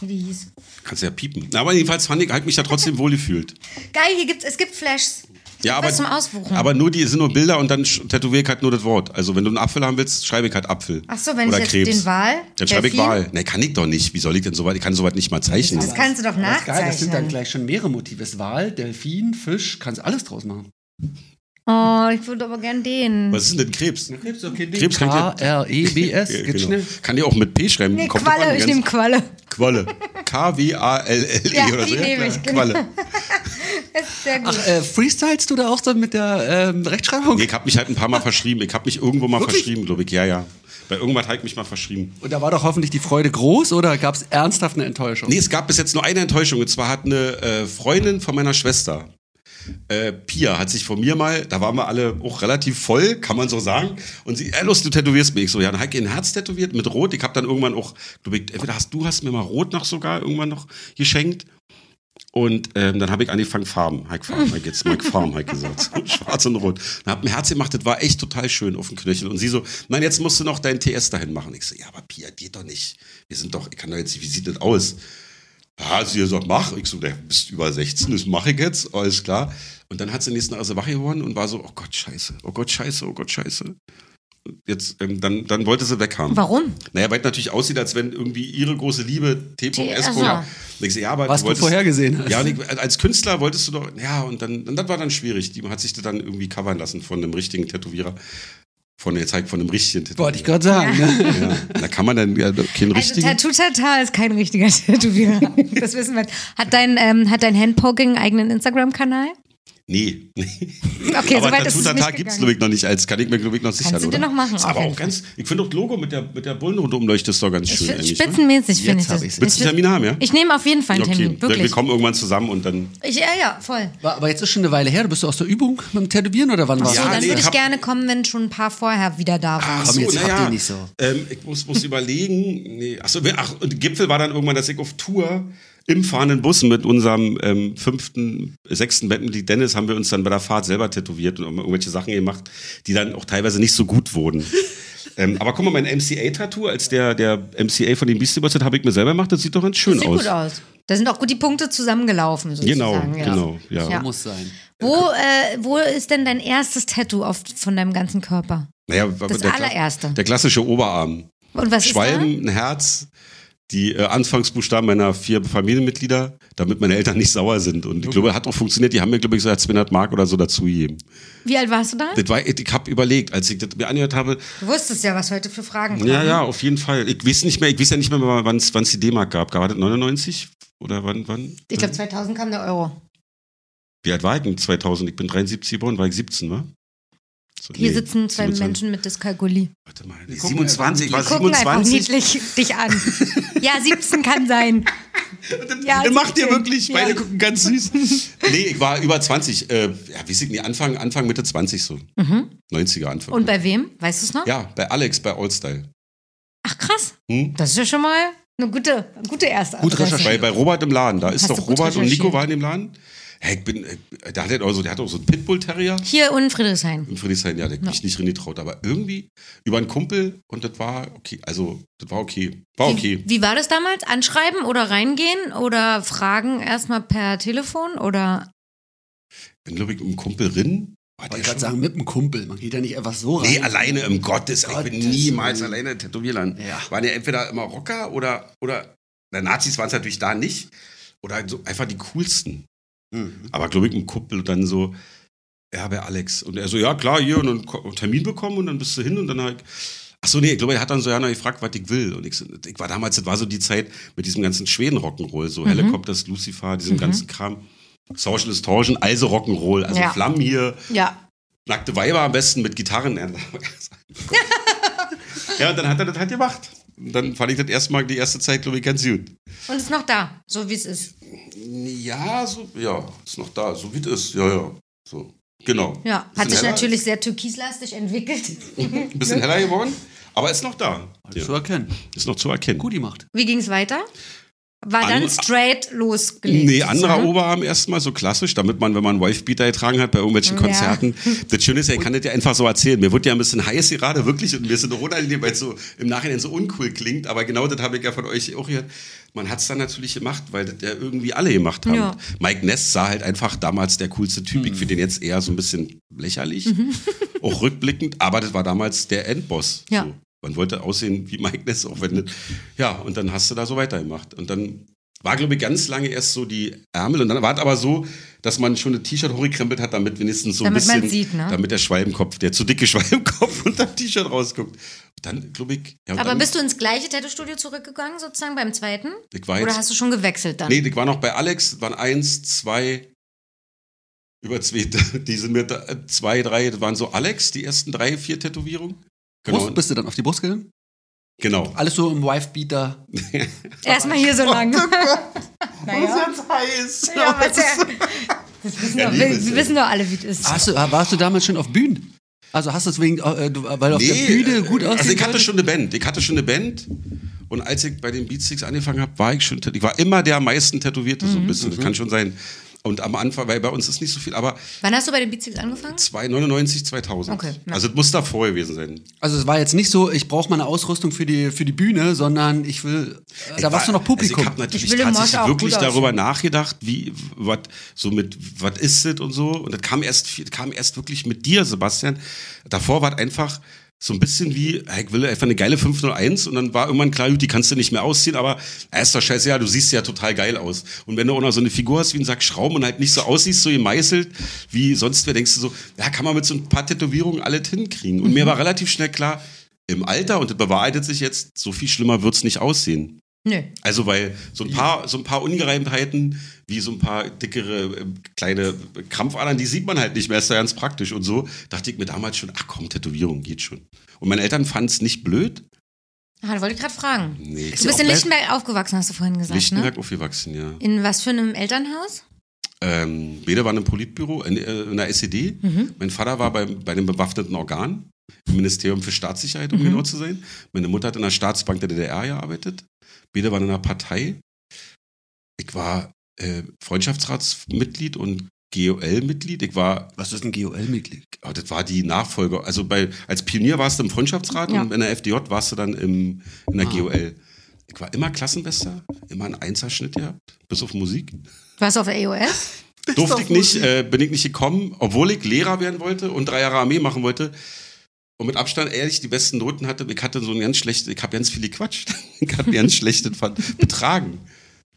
Speaker 2: Wie die hieß.
Speaker 4: Kannst ja piepen. Na, aber jedenfalls fand ich, halt mich da trotzdem wohlgefühlt.
Speaker 2: Geil, hier gibt's, es gibt Flashs.
Speaker 4: Ja,
Speaker 2: Was
Speaker 4: aber,
Speaker 2: zum Auswuchen.
Speaker 4: aber nur die sind nur Bilder und dann sch- tätowiere ich halt nur das Wort. Also wenn du einen Apfel haben willst, schreibe ich halt Apfel.
Speaker 2: Ach so, wenn
Speaker 4: Oder
Speaker 2: ich jetzt
Speaker 4: Krebs.
Speaker 2: den Wal.
Speaker 4: Dann schreibe ich
Speaker 2: Delfin,
Speaker 4: Wahl. Ne, kann ich doch nicht. Wie soll ich denn so weit? Ich kann so weit nicht mal zeichnen.
Speaker 2: Das kannst du doch
Speaker 1: Aber das ist geil, Das sind dann
Speaker 2: nachzeichnen.
Speaker 1: gleich schon mehrere Motive. Es ist Wal, Delfin, Fisch, kannst alles draus machen.
Speaker 2: Oh, ich würde aber gern den.
Speaker 4: Was ist denn denn Krebs?
Speaker 1: Krebs, E okay,
Speaker 4: Krebs kann ich ja-
Speaker 1: K-R-E-B-s.
Speaker 4: Ja,
Speaker 1: Geht schnell.
Speaker 4: Kann dir auch mit P schreiben.
Speaker 2: Nee,
Speaker 4: Kommt drauf an,
Speaker 2: Qualle, ich
Speaker 4: ganz-
Speaker 2: nehme Qualle.
Speaker 4: Qualle. K-W-A-L-L-E
Speaker 2: Ja,
Speaker 4: E oder
Speaker 2: die
Speaker 4: so.
Speaker 2: nehme
Speaker 4: klar.
Speaker 2: ich, genau.
Speaker 4: Qualle.
Speaker 2: Das ist sehr gut.
Speaker 1: Ach, äh, freestylst du da auch so mit der ähm, Rechtschreibung?
Speaker 4: Nee, ich habe mich halt ein paar Mal verschrieben. Ich habe mich irgendwo mal
Speaker 1: Wirklich?
Speaker 4: verschrieben, glaube ich. Ja, ja. Bei irgendwas habe ich mich mal verschrieben.
Speaker 1: Und da war doch hoffentlich die Freude groß oder gab es ernsthaft eine Enttäuschung?
Speaker 4: Nee, es gab bis jetzt nur eine Enttäuschung. Und zwar hat eine äh, Freundin von meiner Schwester, äh, Pia, hat sich von mir mal, da waren wir alle auch relativ voll, kann man so sagen. Und sie, ey, Lust, du tätowierst mich. Ich so, ja, dann hab ich ihr ein Herz tätowiert mit Rot. Ich habe dann irgendwann auch, glaube ich, entweder hast du hast mir mal Rot noch sogar irgendwann noch geschenkt. Und ähm, dann habe ich angefangen, Farben, Hike Farben, Hike jetzt Mike Farben, Hike gesagt, schwarz und rot. Dann hab mir Herz gemacht, das war echt total schön auf dem Knöchel. Und sie so, nein, jetzt musst du noch dein TS dahin machen. Ich so, ja, aber Pia, geht doch nicht. Wir sind doch, ich kann doch jetzt, wie sieht das aus? Ja, sie sagt, mach. Ich so, der bist über 16, das mache ich jetzt, alles klar. Und dann hat sie nächsten Tag wach geworden und war so, oh Gott, scheiße, oh Gott, scheiße, oh Gott, scheiße. Jetzt, ähm, dann, dann wollte sie weg haben.
Speaker 2: Warum?
Speaker 4: Naja, weil es natürlich aussieht, als wenn irgendwie ihre große Liebe
Speaker 2: Die-
Speaker 4: T.S.
Speaker 2: ach so.
Speaker 4: Punkt. Und Ich so, ja, aber
Speaker 1: Was du vorhergesehen hast.
Speaker 4: Ja, und ich, als Künstler wolltest du doch, ja, und dann, und das war dann schwierig. Die hat sich das dann irgendwie covern lassen von einem richtigen Tätowierer. Von der Zeit von einem richtigen Tätowierer.
Speaker 1: Wollte ich gerade sagen. Ne?
Speaker 4: Ja. Da kann man dann ja,
Speaker 2: Also
Speaker 4: keinen richtigen.
Speaker 2: Tattoo Tata ist kein richtiger Tätowierer. Das wissen wir. Hat dein, ähm, hat dein Handpoking einen eigenen Instagram-Kanal?
Speaker 4: nee. nee.
Speaker 2: Okay,
Speaker 4: aber
Speaker 2: soweit ist
Speaker 4: Tattoo
Speaker 2: es nicht
Speaker 4: Tatar
Speaker 2: gegangen.
Speaker 4: gibt es, glaube ich, noch nicht als. Kann ich mir, glaube ich, noch sichern,
Speaker 2: du dir
Speaker 4: oder?
Speaker 2: noch machen,
Speaker 4: Ist
Speaker 2: auf
Speaker 4: aber
Speaker 2: jeden
Speaker 4: auch ganz, ich finde auch das Logo mit der, mit der Bullenrunde-Umleuchte ist doch ganz
Speaker 2: Ich
Speaker 4: schön
Speaker 2: find-
Speaker 4: eigentlich. Ne?
Speaker 2: Spitzenmäßig finde ich
Speaker 1: hab
Speaker 2: das.
Speaker 1: ich's.
Speaker 4: Willst du
Speaker 2: Ich-
Speaker 4: einen Termin haben, ja?
Speaker 2: Ich nehme auf jeden Fall einen Termin,
Speaker 4: wir, wir
Speaker 2: wirklich.
Speaker 4: kommen irgendwann zusammen und dann.
Speaker 2: Ich, ja, ja, voll.
Speaker 1: Aber aber jetzt ist schon eine Weile her. Du bist aus der Übung mit dem Tätowieren oder wann warst
Speaker 2: So,
Speaker 4: Ja,
Speaker 2: dann
Speaker 4: nee,
Speaker 2: würde
Speaker 4: ich
Speaker 2: ich
Speaker 4: hab- Ah,
Speaker 2: gerne kommen, wenn schon ein paar vorher wieder da waren.
Speaker 1: Komm, jetzt habt
Speaker 4: na ja.
Speaker 1: ihr nicht so.
Speaker 4: Ähm, ich muss, muss überlegen. Nee, ach so, wir- ach, und Gipfel war dann irgendwann, dass ich auf Tour im fahrenden Bus mit unserem ähm, fünften, sechsten Bandmitglied Dennis haben wir uns dann bei der Fahrt selber tätowiert und irgendwelche Sachen gemacht, die dann auch teilweise nicht so gut wurden. ähm, aber guck mal, mein MCA-Tattoo, als der, der MCA von den Beastie Boys hat, habe ich mir selber gemacht. Das sieht doch ganz schön
Speaker 2: Sieht
Speaker 4: aus.
Speaker 2: gut aus. Da sind auch gut die Punkte zusammengelaufen.
Speaker 4: Genau,
Speaker 2: Sozusagen. ja.
Speaker 4: genau. Ja.
Speaker 2: Ja.
Speaker 1: Muss sein.
Speaker 2: Wo, äh, wo ist denn dein erstes Tattoo auf, von deinem ganzen Körper?
Speaker 4: Naja,
Speaker 2: Das
Speaker 4: der,
Speaker 2: allererste.
Speaker 4: der klassische Oberarm.
Speaker 2: Und was ist
Speaker 4: Schwalben, ein Herz, die äh, Anfangsbuchstaben meiner vier Familienmitglieder, damit meine Eltern nicht sauer sind. Und ich glaube, hat auch funktioniert. Die haben mir, glaube ich, so 200 Mark oder so dazugegeben.
Speaker 2: da? Wie alt warst du da?
Speaker 4: Das war, ich habe überlegt, als ich das mir angehört habe,
Speaker 2: Du wusstest ja, was heute für Fragen kommen.
Speaker 4: ja, ja, auf jeden Fall. Ich weiß nicht mehr, ich weiß ja nicht mehr, wann es die D-Mark gab. Gab es 99? Oder wann, wann?
Speaker 2: Ich glaube, 2000 kam der Euro.
Speaker 4: Wie alt war ich denn 2000? Ich bin 73 geboren, war ich 17, wa? So,
Speaker 2: Hier
Speaker 4: nee,
Speaker 2: sitzen zwei
Speaker 4: 27.
Speaker 2: Menschen mit Dyskalkulie.
Speaker 4: Warte mal, nee, 27, ich war
Speaker 2: Die gucken einfach
Speaker 4: 27.
Speaker 2: niedlich dich an. Ja, 17 kann sein. Ja,
Speaker 4: Ihr macht ihr
Speaker 2: 17.
Speaker 4: wirklich, beide gucken ganz süß. Also Nee, ich war über 20, äh, ja, wie sieht denn Anfang, Anfang, Mitte 20 so. 90er Anfang.
Speaker 2: Mhm. Und bei wem? Weißt du es noch?
Speaker 4: ja, bei Alex, bei Allstyle.
Speaker 2: Ach krass.
Speaker 4: Hm?
Speaker 2: Das ist ja schon mal eine gute, gute erste
Speaker 1: Gut
Speaker 2: Adresse.
Speaker 1: recherchiert.
Speaker 4: Bei, bei Robert im Laden, da ist
Speaker 2: Hast du
Speaker 4: doch
Speaker 2: gut
Speaker 4: Robert und Nico
Speaker 2: recherchiert.
Speaker 4: waren im Laden. Hey, ich bin, äh, der, hat halt auch so, der hat auch so einen Pitbull-Terrier.
Speaker 2: Hier unten in Friedrichshain.
Speaker 4: Im Friedrichshain, ja, der
Speaker 2: Ja.
Speaker 4: ja. ich nicht drin getraut, aber irgendwie über einen Kumpel und das war okay, also das war okay. War Ah, okay.
Speaker 2: Wie, wie war das damals? Anschreiben oder reingehen oder fragen erstmal per Telefon oder
Speaker 4: Dann glaube ich mit einem Kumpel rin. War
Speaker 1: Wollte
Speaker 4: der
Speaker 1: ich gerade
Speaker 4: schon?
Speaker 1: sagen, mit dem Kumpel. Man geht ja nicht einfach so rein.
Speaker 4: Nee, alleine im Gottes. Ich bin
Speaker 1: Gottes
Speaker 4: niemals
Speaker 1: Willen.
Speaker 4: alleine Tätowierland.
Speaker 1: Ja.
Speaker 4: Waren ja entweder immer Rocker oder, oder na, Nazis waren es natürlich da nicht. Oder so einfach die coolsten.
Speaker 1: Mhm.
Speaker 4: Aber glaube ich, ein Kumpel und dann so, ja, bei Alex. Und er so, ja, klar, hier, und dann ko- einen Termin bekommen und dann bist du hin und dann halt. Ach so, nee, ich glaube, er hat dann so ja noch gefragt, was ich will. Und ich, so, ich war damals, das war so die Zeit mit diesem ganzen Schweden-Rock'n'Roll, so Helicopters, Lucifer, diesem ganzen Kram. Social Distortion, also Rock'n'Roll, also
Speaker 2: Ja.
Speaker 4: Flammen hier,
Speaker 2: ja.
Speaker 4: Nackte Weiber am besten mit Gitarren. ja, und dann hat er das halt gemacht. Und dann fand ich das erstmal die erste Zeit, glaube ich, ganz gut.
Speaker 2: Und ist noch da, so wie es ist.
Speaker 4: Ja, so, ja, ist noch da, so wie es ist. Ja, ja. So. Genau.
Speaker 2: Ja, hat
Speaker 4: Bisschen
Speaker 2: sich
Speaker 4: heller-
Speaker 2: natürlich sehr türkislastig entwickelt.
Speaker 4: Ein bisschen heller geworden, aber ist noch da.
Speaker 1: Zu
Speaker 4: Ja.
Speaker 1: erkennen.
Speaker 4: Ist noch zu erkennen.
Speaker 1: Gut gemacht.
Speaker 2: Wie ging es weiter? War dann
Speaker 4: An-
Speaker 2: straight losgelegt. ne?
Speaker 4: Nee, anderer
Speaker 2: sozusagen?
Speaker 4: Oberarm erstmal, so klassisch, damit man, wenn man Wifebeater getragen hat bei irgendwelchen
Speaker 2: Ja.
Speaker 4: Konzerten. Das Schöne ist ja, ich kann das ja einfach so erzählen. Mir wird ja ein bisschen heiß gerade, wirklich, und mir ist in der Runde, weil es so im Nachhinein so uncool klingt, aber genau das habe ich ja von euch auch gehört. Man hat es dann natürlich gemacht, weil das ja irgendwie alle gemacht haben.
Speaker 2: Ja.
Speaker 4: Mike Ness sah halt einfach damals der coolste Typ.
Speaker 2: Hm.
Speaker 4: Ich finde den jetzt eher so ein bisschen lächerlich,
Speaker 2: Mhm.
Speaker 4: auch rückblickend, aber das war damals der Endboss.
Speaker 2: Ja.
Speaker 4: So. Man wollte aussehen wie Mike Ness, auch wenn. Ja, und dann hast du da so weitergemacht. Und dann war, glaube ich, ganz lange erst so die Ärmel. Und dann war es aber so, dass man schon ein T-Shirt hochgekrempelt hat, damit wenigstens so ein
Speaker 2: Damit
Speaker 4: bisschen.
Speaker 2: man sieht, ne?
Speaker 4: Damit der Schwalbenkopf, der zu dicke Schwalbenkopf unter dem T-Shirt rausguckt. Und dann, glaube ich. Ja, und
Speaker 2: Aber
Speaker 4: dann,
Speaker 2: bist du ins gleiche Tattoo-Studio zurückgegangen, sozusagen beim zweiten?
Speaker 4: ich war jetzt,
Speaker 2: Oder hast du schon gewechselt dann?
Speaker 4: Nee, ich war noch bei Alex, das waren eins, zwei, über zwei, die sind mir da, zwei, drei, das waren so Alex, die ersten drei, vier Tätowierungen. Genau.
Speaker 1: Brust, bist du dann auf die Brust gegangen?
Speaker 4: genau.
Speaker 1: Alles so im Wifebeater.
Speaker 2: Erstmal hier so
Speaker 4: Oh
Speaker 2: lang. naja.
Speaker 4: jetzt heiß.
Speaker 2: Ja, aber ist ja- das wissen,
Speaker 4: Ja,
Speaker 2: doch,
Speaker 4: Liebe
Speaker 2: wir,
Speaker 4: ist
Speaker 2: wir
Speaker 4: ja-
Speaker 2: wissen doch alle, wie es ist.
Speaker 1: Hast du, warst du damals schon auf Bühnen? Also hast du es wegen, äh, du- weil du auf der Bühne gut aussehen
Speaker 4: also ich hatte
Speaker 1: wolltest?
Speaker 4: schon eine Band. Ich hatte schon eine Band. Und als ich bei den Beatsticks angefangen habe, war ich schon, tät- ich war immer der am meisten Tätowierte,
Speaker 2: Mhm.
Speaker 4: so ein bisschen. Das kann schon sein. Und am Anfang, weil bei uns ist nicht so viel, aber
Speaker 2: Wann hast du bei den Beatseeks angefangen?
Speaker 4: 299, 2000.
Speaker 2: Okay, ja.
Speaker 4: Also das muss davor gewesen sein.
Speaker 1: Also es war jetzt nicht so, ich brauche meine Ausrüstung für die, für die Bühne, sondern ich will, äh, da warst du noch Publikum.
Speaker 4: Also ich habe natürlich
Speaker 2: Ich will im
Speaker 4: tatsächlich
Speaker 2: Mosch auch
Speaker 4: wirklich
Speaker 2: gut aussehen.
Speaker 4: darüber nachgedacht, wie, was, so mit, was ist das und so. Und das kam erst, viel- kam erst wirklich mit dir, Sebastian. Davor war es einfach, so ein bisschen wie, ey, ich will einfach eine geile 501 und dann war irgendwann klar, gut, die kannst du nicht mehr ausziehen, aber äh, ist doch scheiße, ja, du siehst ja total geil aus. Und wenn du auch noch so eine Figur hast wie ein Sack Schrauben und halt nicht so aussiehst, so gemeißelt, wie sonst wer, denkst du so, ja, kann man mit so ein paar Tätowierungen alles hinkriegen. Und
Speaker 2: Mhm.
Speaker 4: mir war relativ schnell klar, im Alter, und das bewahrheitet sich jetzt, so viel schlimmer wird's nicht aussehen.
Speaker 2: Nö.
Speaker 4: Also weil so ein paar, so ein paar Ungereimtheiten, wie so ein paar dickere äh, kleine Krampfadern, die sieht man halt nicht mehr, ist ja ganz praktisch. Und so dachte ich mir damals schon, ach komm, Tätowierung geht schon. Und meine Eltern fanden es nicht blöd.
Speaker 2: Ah, da wollte ich gerade fragen.
Speaker 4: Nee,
Speaker 2: Du bist in Lichtenberg aufgewachsen, hast du ne? vorhin gesagt,
Speaker 4: Lichtenberg aufgewachsen, ja.
Speaker 2: ne? In was für einem Elternhaus?
Speaker 4: Ähm, Bede war im Politbüro, in, äh, in der SED. Mein Vater war bei, bei dem bewaffneten Organ, im Ministerium für Staatssicherheit, um genau zu sein. Meine Mutter hat in der Staatsbank der DDR gearbeitet. Bede war in einer Partei. Ich war äh, Freundschaftsratsmitglied und GOL-Mitglied. Ich war,
Speaker 1: Was ist ein GOL-Mitglied?
Speaker 4: oh, das war die Nachfolger. Also bei, als Pionier warst du im Freundschaftsrat
Speaker 2: Ja.
Speaker 4: und in der FDJ warst du dann im, in der GOL. Ich war immer Klassenbester, immer einen Einserschnitt gehabt, bis auf Musik.
Speaker 2: Warst du auf der E EOS?
Speaker 4: Durfte ich nicht, äh, bin ich nicht gekommen, obwohl ich Lehrer werden wollte und drei Jahre Armee machen wollte. Und mit Abstand ehrlich die besten Noten hatte. Ich hatte so ein ganz schlechtes, ich habe ganz viel gequatscht. Ich habe ganz schlechtes Ver- Betragen.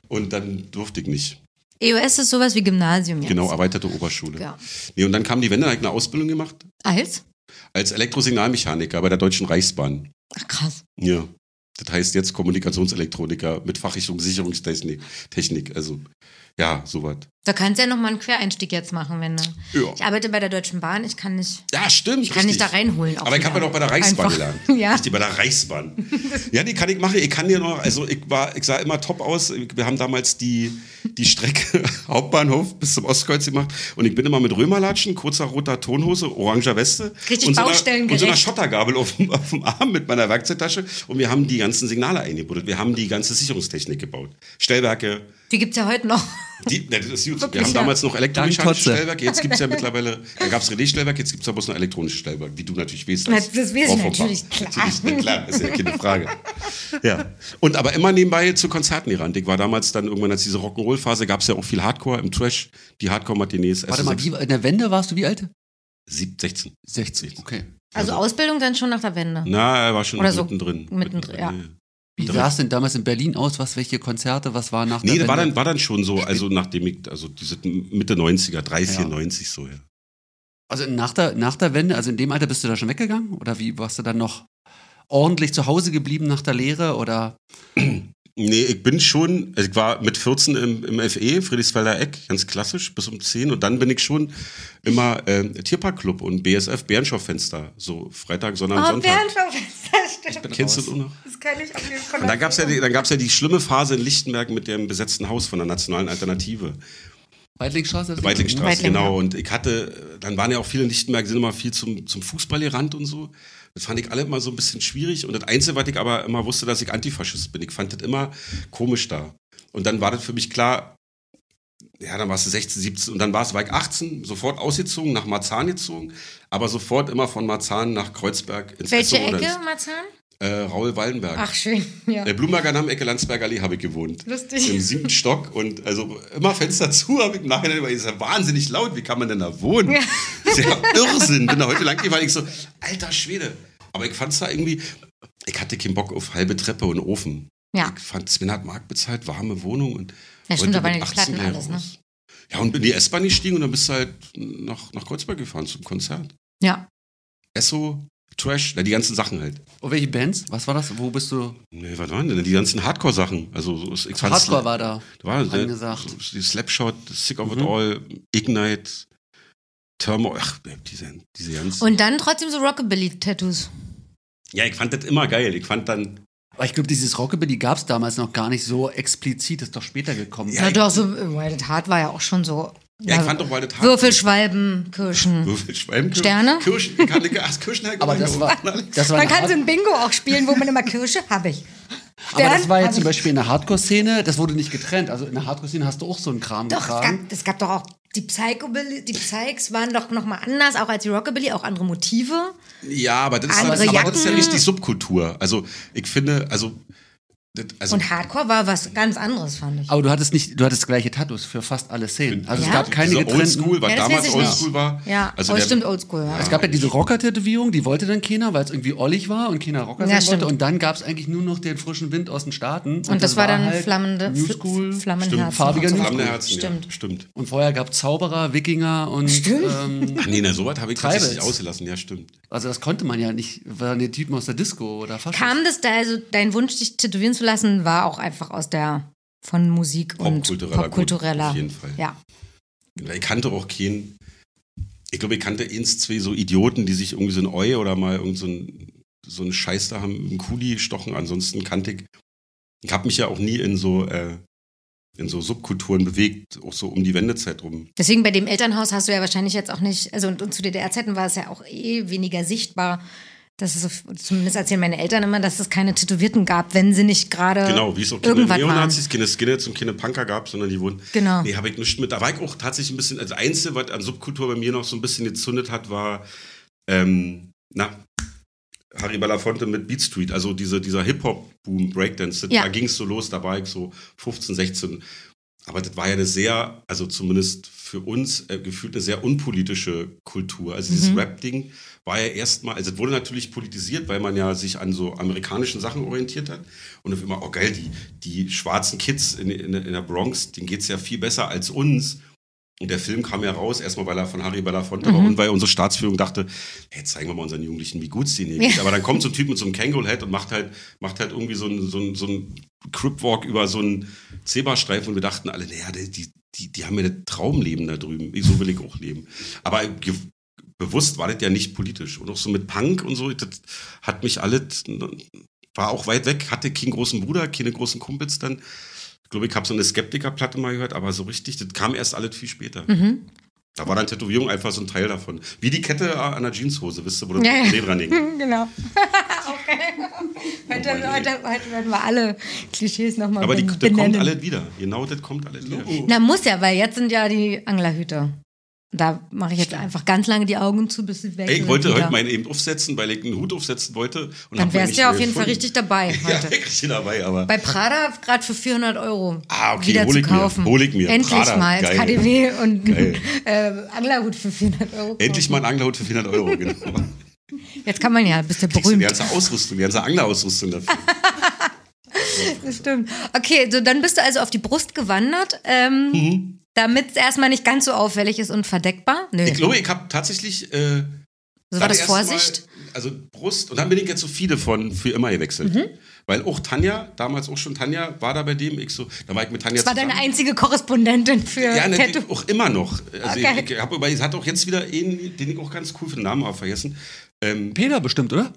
Speaker 4: Und dann durfte ich nicht.
Speaker 2: EOS E ist sowas wie Gymnasium jetzt.
Speaker 4: Genau, erweiterte Oberschule.
Speaker 2: Ja.
Speaker 4: Nee, und dann kam die Wende, da habe ich eine Ausbildung gemacht
Speaker 2: Als?
Speaker 4: als Elektrosignalmechaniker bei der Deutschen Reichsbahn.
Speaker 2: Ach, krass.
Speaker 4: Ja. Das heißt jetzt Kommunikationselektroniker mit Fachrichtung Sicherungstechnik. Technik, also ja, sowas.
Speaker 2: Da kannst du ja nochmal einen Quereinstieg jetzt machen, wenn du.
Speaker 4: Ja.
Speaker 2: Ich arbeite bei der Deutschen Bahn, ich kann nicht.
Speaker 4: Ja, stimmt.
Speaker 2: Ich kann nicht da reinholen, auch
Speaker 4: Aber ich
Speaker 2: wieder.
Speaker 4: habe ja noch bei der Reichsbahn
Speaker 2: Einfach.
Speaker 4: gelernt.
Speaker 2: Ja.
Speaker 4: Richtig, bei der Reichsbahn. ja, die kann ich machen. Ich kann dir noch, also ich, war, ich sah immer top aus. Wir haben damals die, die Strecke Hauptbahnhof bis zum Ostkreuz gemacht. Und ich bin immer mit Römerlatschen, kurzer roter Tonhose, oranger Weste.
Speaker 2: Richtig
Speaker 4: und so einer,
Speaker 2: baustellengerecht.
Speaker 4: Und so einer Schottergabel auf, dem- auf dem Arm mit meiner Werkzeugtasche. Und wir haben die ganzen Signale eingebuddelt. Wir haben die ganze Sicherungstechnik gebaut. Stellwerke,
Speaker 2: Die gibt's ja heute noch.
Speaker 4: die, na, das ist gut.
Speaker 2: Wirklich,
Speaker 4: wir haben
Speaker 2: ja.
Speaker 4: damals noch elektromechanisches
Speaker 1: Dank Totze.
Speaker 4: Stellwerk, jetzt gibt es ja mittlerweile, da gab es Relais-Stellwerk, jetzt gibt es ja bloß noch elektronisches Stellwerk, wie du natürlich weißt.
Speaker 2: Na,
Speaker 4: als
Speaker 2: das weiß ich
Speaker 4: Frau vom
Speaker 2: natürlich,
Speaker 4: Fach.
Speaker 2: klar.
Speaker 4: Natürlich, na klar, ist ja keine Frage. ja. Und aber immer nebenbei zu Konzerten gerannt. Ich war damals dann irgendwann, als diese Rock'n'Roll-Phase gab es ja auch viel Hardcore im Trash, die Hardcore-Matinees.
Speaker 1: Warte mal, wie, in der Wende warst du wie alt?
Speaker 4: 16.
Speaker 1: 60. Okay.
Speaker 2: Also Ausbildung dann schon nach der Wende.
Speaker 4: Na, er war schon
Speaker 2: Oder so.
Speaker 4: mittendrin.
Speaker 2: Mittendrin, ja.
Speaker 1: Wie
Speaker 4: Drei.
Speaker 1: sah es denn damals in Berlin aus? Was, welche Konzerte? Was war nach der
Speaker 4: Nee, das
Speaker 1: Wende?
Speaker 4: war dann, war dann schon so, also nachdem ich, also diese Mitte 90er, 3,
Speaker 1: Ja.
Speaker 4: 94 so, ja.
Speaker 1: also nach der, nach der Wende, also in dem Alter bist du da schon weggegangen? Oder wie warst du dann noch ordentlich zu Hause geblieben nach der Lehre? Oder
Speaker 4: Nee, ich bin schon, also ich war mit 14 im, im FE, Friedrichsfelder Eck, ganz klassisch, bis um 10. Und dann bin ich schon immer äh, Tierparkclub und BSF Bärenschaufenster, so Freitag, Sonntag,
Speaker 2: Oh,
Speaker 4: Sonntag.
Speaker 2: Berndorf, das stimmt.
Speaker 4: Kennst du das auch noch?
Speaker 2: Das kann ich auf jeden Fall.
Speaker 4: Und dann gab's ja die, dann gab's ja die schlimme Phase in Lichtenberg mit dem besetzten Haus von der Nationalen Alternative.
Speaker 1: Weitlingstraße? das-
Speaker 4: Weitlingstraße,
Speaker 2: Weitling,
Speaker 4: genau. Und ich hatte, dann waren ja auch viele in Lichtenberg, sind immer viel zum, zum Fußball gerannt und so. Das fand ich alle immer so ein bisschen schwierig. Und das Einzige, was ich aber immer wusste, dass ich Antifaschist bin. Ich fand das immer komisch da. Und dann war das für mich klar, ja, dann warst du 16, 17 und dann warst, war ich 18, sofort ausgezogen, nach Marzahn gezogen, aber sofort immer von Marzahn nach Kreuzberg ins
Speaker 2: Welche
Speaker 4: Esso oder
Speaker 2: Ecke, Marzahn?
Speaker 4: ins- Äh, Raul Wallenberg.
Speaker 2: Ach, schön. Ja.
Speaker 4: Der Äh, Blumberger Name, Ecke Landsbergallee, habe ich gewohnt.
Speaker 2: Lustig.
Speaker 4: Im siebten Stock und also immer Fenster zu, habe ich im Nachhinein immer, ist ja wahnsinnig laut, wie kann man denn da wohnen?
Speaker 2: Ja.
Speaker 4: Das ist ja Irrsinn. Bin da heute lang gefahren, ich so, alter Schwede. Aber ich fand es da irgendwie, ich hatte keinen Bock auf halbe Treppe und Ofen.
Speaker 2: Ja.
Speaker 4: Ich fand, Sven hat Markt bezahlt, warme Wohnung und
Speaker 2: Ja, stimmt,
Speaker 4: wollte
Speaker 2: da waren
Speaker 4: mit
Speaker 2: ja die Platten
Speaker 4: 18 gleich
Speaker 2: alles, ne?
Speaker 4: raus. Ja, und bin in die S-Bahn gestiegen und dann bist du halt nach, nach Kreuzberg gefahren zum Konzert.
Speaker 2: Ja.
Speaker 4: Esso, Trash, na, die ganzen Sachen halt.
Speaker 1: Und welche Bands? Was war das? Wo bist du?
Speaker 4: Nee, was waren denn? Die ganzen Hardcore-Sachen. Also, so- ich fand's-
Speaker 1: Hardcore war da.
Speaker 4: war ne?
Speaker 1: angesagt.
Speaker 4: So, Die Slapshot, Sick of It
Speaker 1: Mhm.
Speaker 4: All, Ignite, Thermo, ach, ne, diese, diese ganzen.
Speaker 2: Und dann trotzdem so Rockabilly-Tattoos.
Speaker 4: ja, ich fand das immer geil. Ich fand dann.
Speaker 1: Aber ich glaube, dieses Rockabilly gab es damals noch gar nicht so explizit. Ist doch später gekommen.
Speaker 4: Ja,
Speaker 2: Na
Speaker 4: ich-
Speaker 2: doch, so Wild Heart war ja auch schon so.
Speaker 4: Ja, ich
Speaker 2: na,
Speaker 4: fand doch Wild at Heart-
Speaker 2: Würfelschwalben, Kirschen.
Speaker 4: Würfelschwalben,
Speaker 2: Sterne?
Speaker 4: Kirschen, ich kann nicht- ach, Kirschen
Speaker 1: Aber das war, das war
Speaker 2: Man
Speaker 1: eine
Speaker 2: kann
Speaker 1: Hard-
Speaker 2: so ein Bingo auch spielen, wo man immer Kirsche habe ich.
Speaker 1: aber das war
Speaker 2: Stern-
Speaker 1: jetzt zum Beispiel in der Hardcore-Szene, das wurde nicht getrennt. Also in der Hardcore-Szene hast du auch so einen Kram
Speaker 2: Doch, es
Speaker 1: getragen.
Speaker 2: gab, es gab doch auch die Psychobilly, die Psychs waren doch nochmal anders, auch als die Rockabilly, auch andere Motive.
Speaker 4: Ja, aber das, ist,
Speaker 2: Andere
Speaker 4: aber das ist ja
Speaker 2: Jacken.
Speaker 4: richtig Subkultur. Also, ich finde, also Das- Also,
Speaker 2: und Hardcore war was ganz anderes, fand ich.
Speaker 1: Aber du hattest nicht, du hattest gleiche Tattoos für fast alle Szenen. Also
Speaker 2: Ja?
Speaker 1: es gab keine
Speaker 4: diese
Speaker 1: getrennten.
Speaker 4: Oldschool, was
Speaker 2: Ja, das weiß
Speaker 4: damals
Speaker 2: ich nicht.
Speaker 4: Oldschool war.
Speaker 2: ja,
Speaker 4: also
Speaker 2: oh,
Speaker 4: der,
Speaker 2: stimmt, oldschool. Ja.
Speaker 1: Es gab ja diese Rocker-Tätowierung, die wollte dann keiner, weil es irgendwie ollig war und keiner Rocker
Speaker 2: Ja,
Speaker 1: sein
Speaker 2: stimmt.
Speaker 1: wollte. Und dann gab es eigentlich nur noch den frischen Wind aus den Staaten. Und, halt
Speaker 2: das war dann flammende-
Speaker 1: New
Speaker 2: fl-
Speaker 1: School.
Speaker 2: Flammenherzen
Speaker 1: Stimmt,
Speaker 2: und
Speaker 1: farbiger
Speaker 2: so.
Speaker 1: New
Speaker 4: Flammende
Speaker 1: School.
Speaker 4: Herzen, stimmt. Ja,
Speaker 2: Stimmt.
Speaker 4: stimmt.
Speaker 1: Und vorher gab es Zauberer, Wikinger und ähm,
Speaker 4: Ach nee, na, sowas habe ich
Speaker 1: Treibels.
Speaker 4: tatsächlich ausgelassen, ja, stimmt.
Speaker 1: also das konnte man ja nicht, waren die Typen aus der Disco oder fast.
Speaker 2: Kam das da, also dein Wunsch, dich tätowieren zu lassen, war auch einfach aus der von Musik und
Speaker 4: Popkultureller Grund,
Speaker 2: popkultureller.
Speaker 4: auf jeden Fall.
Speaker 2: Ja.
Speaker 4: Weil Ich kannte auch keinen. Ich glaube, ich kannte eins, zwei so Idioten, die sich irgendwie so ein Eu oder mal irgend so ein, so einen Scheiß da haben, einen Kuli gestochen. Ansonsten kannte ich. Ich habe mich ja auch nie in so, äh, in so Subkulturen bewegt, auch so um die Wendezeit rum.
Speaker 2: Deswegen bei dem Elternhaus hast du ja wahrscheinlich jetzt auch nicht, also und, und zu DDR-Zeiten war es ja auch eh weniger sichtbar. Das ist so, zumindest erzählen meine Eltern immer, dass es keine Tätowierten gab, wenn sie nicht gerade
Speaker 4: Genau, wie es auch keine
Speaker 2: irgendwas waren.
Speaker 4: Neonazis, keine Skinheads und keine Punker gab, sondern die wurden.
Speaker 2: Genau.
Speaker 4: Nee, habe ich nichts mit. Da war ich auch tatsächlich ein bisschen. Also, Einzige, was an Subkultur bei mir noch so ein bisschen gezündet hat, war. Ähm, na. Harry Belafonte mit Beat Street, also diese, dieser Hip-Hop-Boom, Breakdance, das-
Speaker 2: Ja.
Speaker 4: da ging es so los, da war ich so 15, 16. Aber das war ja eine sehr, also zumindest für uns, äh, gefühlt eine sehr unpolitische Kultur. Also dieses Rap-Ding war ja erstmal, also es wurde natürlich politisiert, weil man ja sich an so amerikanischen Sachen orientiert hat. Und auf immer, oh geil, die, die schwarzen Kids in, in, in der Bronx, denen geht es ja viel besser als uns. Und der Film kam ja raus, erstmal weil er von Harry Belafonte war und weil unsere Staatsführung dachte, hey, jetzt zeigen wir mal unseren Jugendlichen, wie gut es denen hier geht. Aber dann kommt so ein Typ mit so einem Kangol-Head und macht halt, macht halt irgendwie so einen so ein- so ein Crip-Walk über so einen Zebrastreifen und wir dachten alle, naja, die, die, die, die haben ja das Traumleben da drüben. Ich- So will ich auch leben. Aber ge- bewusst war das ja nicht politisch. Und auch so mit Punk und so, das hat mich alles, war auch weit weg, hatte keinen großen Bruder, keine großen Kumpels dann. Ich glaube, ich habe so eine Skeptiker-Platte mal gehört, aber so richtig, das kam erst alles viel später.
Speaker 2: Mhm.
Speaker 4: Da war dann Tätowierung einfach so ein Teil davon. Wie die Kette äh, an der Jeanshose, wisst ihr, wo du
Speaker 2: Ja, ja.
Speaker 4: nee dran hängt.
Speaker 2: Genau. okay. Heute, heute, heute werden wir alle Klischees nochmal
Speaker 4: Oh Aber die,
Speaker 2: benennen.
Speaker 4: das kommt alles wieder. Genau, das kommt alles wieder.
Speaker 2: Na, muss ja, weil jetzt sind ja die Anglerhüte. Da mache ich jetzt einfach ganz lange die Augen zu, bis sie weg
Speaker 4: Ey, ich
Speaker 2: sind
Speaker 4: wollte
Speaker 2: wieder.
Speaker 4: heute meinen eben aufsetzen, weil ich einen Hut aufsetzen wollte. Und
Speaker 2: Dann
Speaker 4: hab ihn
Speaker 2: wärst
Speaker 4: nicht
Speaker 2: du ja
Speaker 4: mehr
Speaker 2: auf jeden Fall
Speaker 4: gefunden.
Speaker 2: richtig dabei heute.
Speaker 4: Ja, wirklich dabei, aber.
Speaker 2: Bei Prada gerade für 400 Euro
Speaker 4: Ah, okay,
Speaker 2: wieder
Speaker 4: hol
Speaker 2: zu
Speaker 4: ich mir,
Speaker 2: kaufen.
Speaker 4: hol ich mir.
Speaker 2: Endlich
Speaker 4: Prada,
Speaker 2: mal als
Speaker 4: geil.
Speaker 2: KDW und
Speaker 4: Geil.
Speaker 2: äh, Anglerhut für 400 Euro. kaufen.
Speaker 4: Endlich mal ein Anglerhut für 400 Euro, genau.
Speaker 2: Jetzt kann man ja, bist ja
Speaker 4: Kriegst du die
Speaker 2: berühmt.
Speaker 4: ganze Ausrüstung, die ganze Anglerausrüstung dafür.
Speaker 2: Das stimmt. Okay, so dann bist du also auf die Brust gewandert, ähm, damit es erstmal nicht ganz so auffällig ist und verdeckbar. Nö.
Speaker 4: Mhm. Ich glaube, ich habe tatsächlich. Äh,
Speaker 2: so war das
Speaker 4: erste
Speaker 2: Vorsicht?
Speaker 4: Mal, also Brust. Und dann bin ich jetzt so viele von für immer gewechselt.
Speaker 2: Mhm.
Speaker 4: Weil auch Tanja, damals auch schon Tanja, war da bei dem. Ich so, da war ich mit Tanja
Speaker 2: Das war
Speaker 4: zusammen.
Speaker 2: deine einzige Korrespondentin für
Speaker 4: ja, ne,
Speaker 2: Tattoo.
Speaker 4: die- auch immer noch. Also
Speaker 2: Okay.
Speaker 4: ich, ich hab, über- ich hatte auch jetzt wieder einen, den ich auch ganz cool für den Namen habe vergessen. Ähm,
Speaker 1: Peter bestimmt, oder?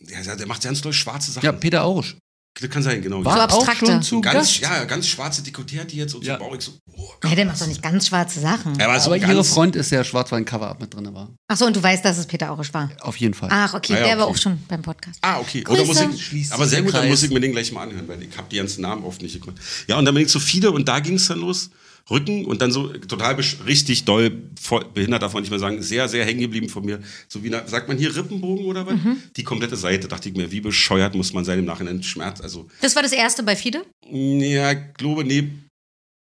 Speaker 4: der, der macht ganz doll schwarze Sachen.
Speaker 1: Ja, Peter Aurisch.
Speaker 4: Das kann sein, genau.
Speaker 1: War
Speaker 2: So
Speaker 1: auch
Speaker 2: abstrakte.
Speaker 1: schon zu
Speaker 4: ganz,
Speaker 1: Gast.
Speaker 4: ja, ganz schwarze Dekolleté hat die jetzt und
Speaker 1: Ja.
Speaker 4: so bauchig so. Oh,
Speaker 2: Ja, der macht doch nicht ganz schwarze Sachen.
Speaker 4: er war so
Speaker 1: Aber
Speaker 4: ganz,
Speaker 1: ihre Freund ist ja Schwarzwein-Cover-Up mit drin war.
Speaker 2: Achso, und du weißt, dass es Peter Aurisch war.
Speaker 1: Auf jeden Fall.
Speaker 2: Ach, okay,
Speaker 4: Ah ja,
Speaker 2: der war
Speaker 4: okay.
Speaker 2: auch schon beim Podcast.
Speaker 4: Ah, okay.
Speaker 2: Grüße.
Speaker 4: Oder muss ich,
Speaker 1: Schließt
Speaker 4: aber sehr
Speaker 1: den
Speaker 4: gut, dann
Speaker 1: Kreis.
Speaker 4: muss ich mir den gleich mal anhören, weil ich habe die ganzen Namen oft nicht gekonnt. Ja, und dann bin ich zu viele und da ging es dann los. Rücken und dann so total besch- richtig doll voll, behindert davon nicht mehr sagen, sehr, sehr hängen geblieben von mir. So wie, na- sagt man hier Rippenbogen oder was?
Speaker 1: Mhm.
Speaker 4: Die komplette Seite, dachte ich mir, wie bescheuert muss man sein im Nachhinein Schmerz. Also,
Speaker 2: Das war das erste bei Fide.
Speaker 4: ja, ich glaube, nee,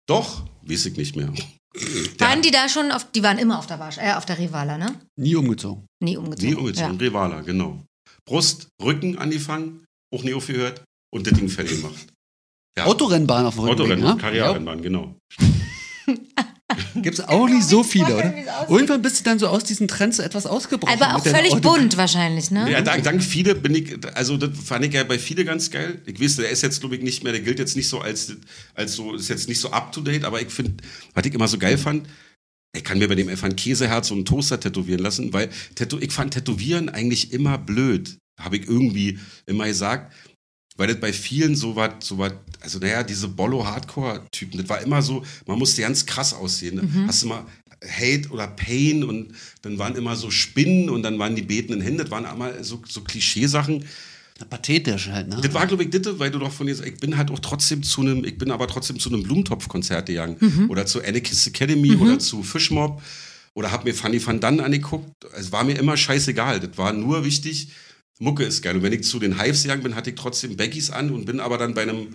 Speaker 4: doch, weiß ich nicht mehr.
Speaker 2: Waren die da schon auf, die waren immer auf der Wasch, äh, auf der Rivala, ne?
Speaker 1: Nie umgezogen.
Speaker 2: Nie umgezogen.
Speaker 4: Nee, oh, umgezogen,
Speaker 2: Ja.
Speaker 4: Rivala, genau. Brust, Rücken angefangen, auch nie aufgehört und das Ding fertig gemacht. Ja.
Speaker 1: Autorennbahn auf dem Rückweg,
Speaker 4: Autorennbahn,
Speaker 1: ne?
Speaker 4: Karriererennbahn, genau.
Speaker 1: Ja, gibt's auch nicht so viele,
Speaker 2: vorstellen,
Speaker 1: oder?
Speaker 2: wie's aussieht.
Speaker 1: Irgendwann bist du dann so aus diesen Trends etwas ausgebrochen.
Speaker 2: Aber auch
Speaker 1: mit deiner
Speaker 2: völlig
Speaker 1: Auto-
Speaker 2: bunt wahrscheinlich, ne?
Speaker 4: Ja, dank, dank viele bin ich, also das fand ich ja bei viele ganz geil. Ich weiß, der ist jetzt, glaube ich, nicht mehr, der gilt jetzt nicht so als, als so, ist jetzt nicht so up to date, aber ich finde, was ich immer so geil fand, ich kann mir bei dem einfach ein Käseherz und einen Toaster tätowieren lassen, weil Tätow ich fand Tätowieren eigentlich immer blöd, habe ich irgendwie immer gesagt. Weil das bei vielen so was, so was, also naja, diese Bollo-Hardcore-Typen, das war immer so, man musste ganz krass aussehen. Ne? Hast du mal Hate oder Pain und dann waren immer so Spinnen und dann waren die betenden Hände, das waren immer so, so Klischeesachen.
Speaker 1: Pathetisch halt, ne?
Speaker 4: Das war, glaube ich, das, weil du doch von dir ich bin halt auch trotzdem zu einem, ich bin aber trotzdem zu einem Blumentopf-Konzert gegangen. Oder zu Anarchist Academy oder zu Fischmob. Oder hab mir Fanny van Dann angeguckt. Es war mir immer scheißegal. Das war nur wichtig, Mucke ist geil. Und wenn ich zu den Hives gegangen bin, hatte ich trotzdem Baggies an und bin aber dann bei einem,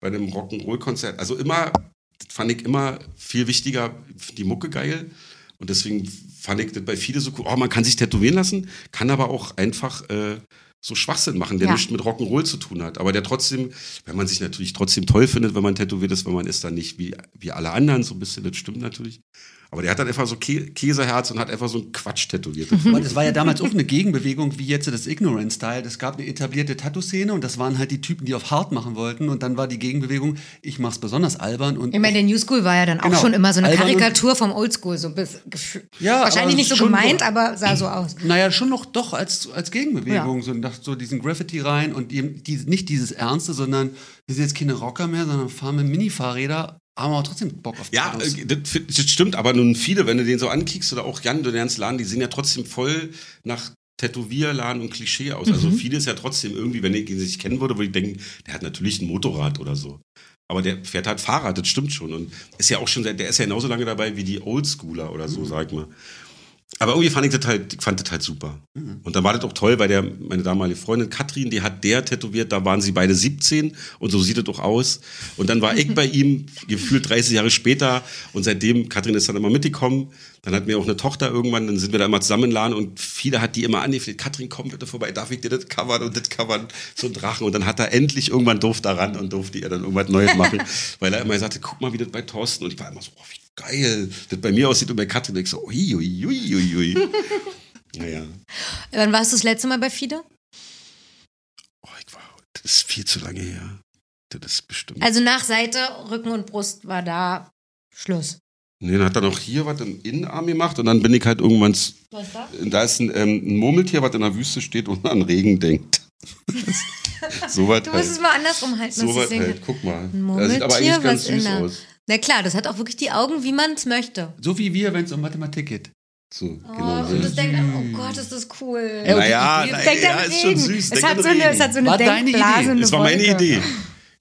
Speaker 4: bei einem Rock'n'Roll-Konzert. Also immer, das fand ich immer viel wichtiger, die Mucke geil. Und deswegen fand ich das bei viele so cool. Oh, man kann sich tätowieren lassen, kann aber auch einfach äh, so Schwachsinn machen, der
Speaker 2: Ja.
Speaker 4: nichts mit Rock'n'Roll zu tun hat. Aber der trotzdem, wenn man sich natürlich trotzdem toll findet, wenn man tätowiert ist, wenn man ist dann nicht wie, wie alle anderen, so ein bisschen, das stimmt natürlich. Aber der hat dann einfach so Kä Käseherz und hat einfach so einen Quatsch tätowiert. Das
Speaker 2: Genau.
Speaker 1: Weil es war ja damals auch eine Gegenbewegung, wie jetzt das Ignorance-Style. Es gab eine etablierte Tattoo-Szene und das waren halt die Typen, die auf hart machen wollten. Und dann war die Gegenbewegung, ich mach's besonders albern und
Speaker 2: Ich meine, der New School war ja dann auch
Speaker 1: Genau.
Speaker 2: schon immer so eine
Speaker 1: Albern und-
Speaker 2: Karikatur vom Old School, so bis, gef-
Speaker 1: Ja, aber
Speaker 2: wahrscheinlich nicht so
Speaker 1: schon
Speaker 2: gemeint,
Speaker 1: so-
Speaker 2: aber sah so aus.
Speaker 1: Naja, schon noch doch als, als Gegenbewegung, so, nach- so diesen Graffiti rein und eben die, nicht dieses Ernste, sondern wir sind jetzt keine Rocker mehr, sondern fahren mit Mini-Fahrräder, haben aber trotzdem Bock auf
Speaker 4: Ja,
Speaker 1: Autos.
Speaker 4: äh, das, fi- das stimmt, aber nun viele, wenn du den so ankickst oder auch Jan, du lernst Laden, die sehen ja trotzdem voll nach Tätowierladen und Klischee aus. Also viele ist ja trotzdem irgendwie, wenn ich ihn nicht kennen würde, würde ich denken, der hat natürlich ein Motorrad oder so. Aber der fährt halt Fahrrad, das stimmt schon. Und ist ja auch schon, seit- der ist ja genauso lange dabei wie die Oldschooler oder so, sag ich mal. Aber irgendwie fand ich das halt, ich fand das halt super. Und dann war das auch toll, weil der, meine damalige Freundin Katrin, die hat der tätowiert, da waren sie beide 17 und so sieht es doch aus. Und dann war ich bei ihm, gefühlt 30 Jahre später und seitdem, Katrin ist dann immer mitgekommen, dann hatten wir auch eine Tochter irgendwann, dann sind wir da immer zusammen in den Laden und viele hat die immer angefleht, Katrin, komm bitte vorbei, darf ich dir das covern und das covern, so ein Drachen. Und dann hat er endlich irgendwann durfte er ran und durfte er dann irgendwas Neues machen, weil er immer sagte, guck mal, wie das bei Thorsten und ich war immer so, oh, wie geil, das bei mir aussieht und bei Katrin, ich so, ui, ui, ui, ui, ui. Naja.
Speaker 2: Wann warst du das letzte Mal bei Fide?
Speaker 4: Oh, ich war, das ist viel zu lange her. Das ist bestimmt.
Speaker 2: Also nach Seite, Rücken und Brust war da Schluss.
Speaker 4: nee, dann hat er noch hier was im Innenarm gemacht und dann bin ich halt irgendwann. s-
Speaker 2: Was da?
Speaker 4: Da ist ein, ähm, ein Murmeltier, was in der Wüste steht und an Regen denkt. so weit
Speaker 2: Du musst es
Speaker 4: halt.
Speaker 2: mal andersrum halten.
Speaker 4: So
Speaker 2: was das
Speaker 4: weit
Speaker 2: Ding-
Speaker 4: halt. Guck mal.
Speaker 2: Ein
Speaker 4: Das sieht aber
Speaker 2: Murmeltier,
Speaker 4: eigentlich ganz
Speaker 2: was in
Speaker 4: süß
Speaker 2: der-
Speaker 4: aus.
Speaker 2: Na klar, das hat auch wirklich die Augen, wie man es möchte.
Speaker 1: So wie wir, wenn es um Mathematik geht.
Speaker 4: So,
Speaker 2: Oh,
Speaker 4: genau. so.
Speaker 2: und das denkt, oh Gott, ist das cool.
Speaker 4: Naja,
Speaker 2: Es
Speaker 4: naja,
Speaker 2: denkt an
Speaker 4: ja, ist
Speaker 2: Regen.
Speaker 4: schon süß.
Speaker 2: Es
Speaker 4: Denkt
Speaker 2: hat,
Speaker 4: an
Speaker 2: so eine, es
Speaker 4: Regen.
Speaker 2: hat so eine
Speaker 1: War deine
Speaker 2: Denkblase.
Speaker 1: Idee.
Speaker 2: und eine
Speaker 4: Das war meine
Speaker 2: Wolke.
Speaker 4: Idee.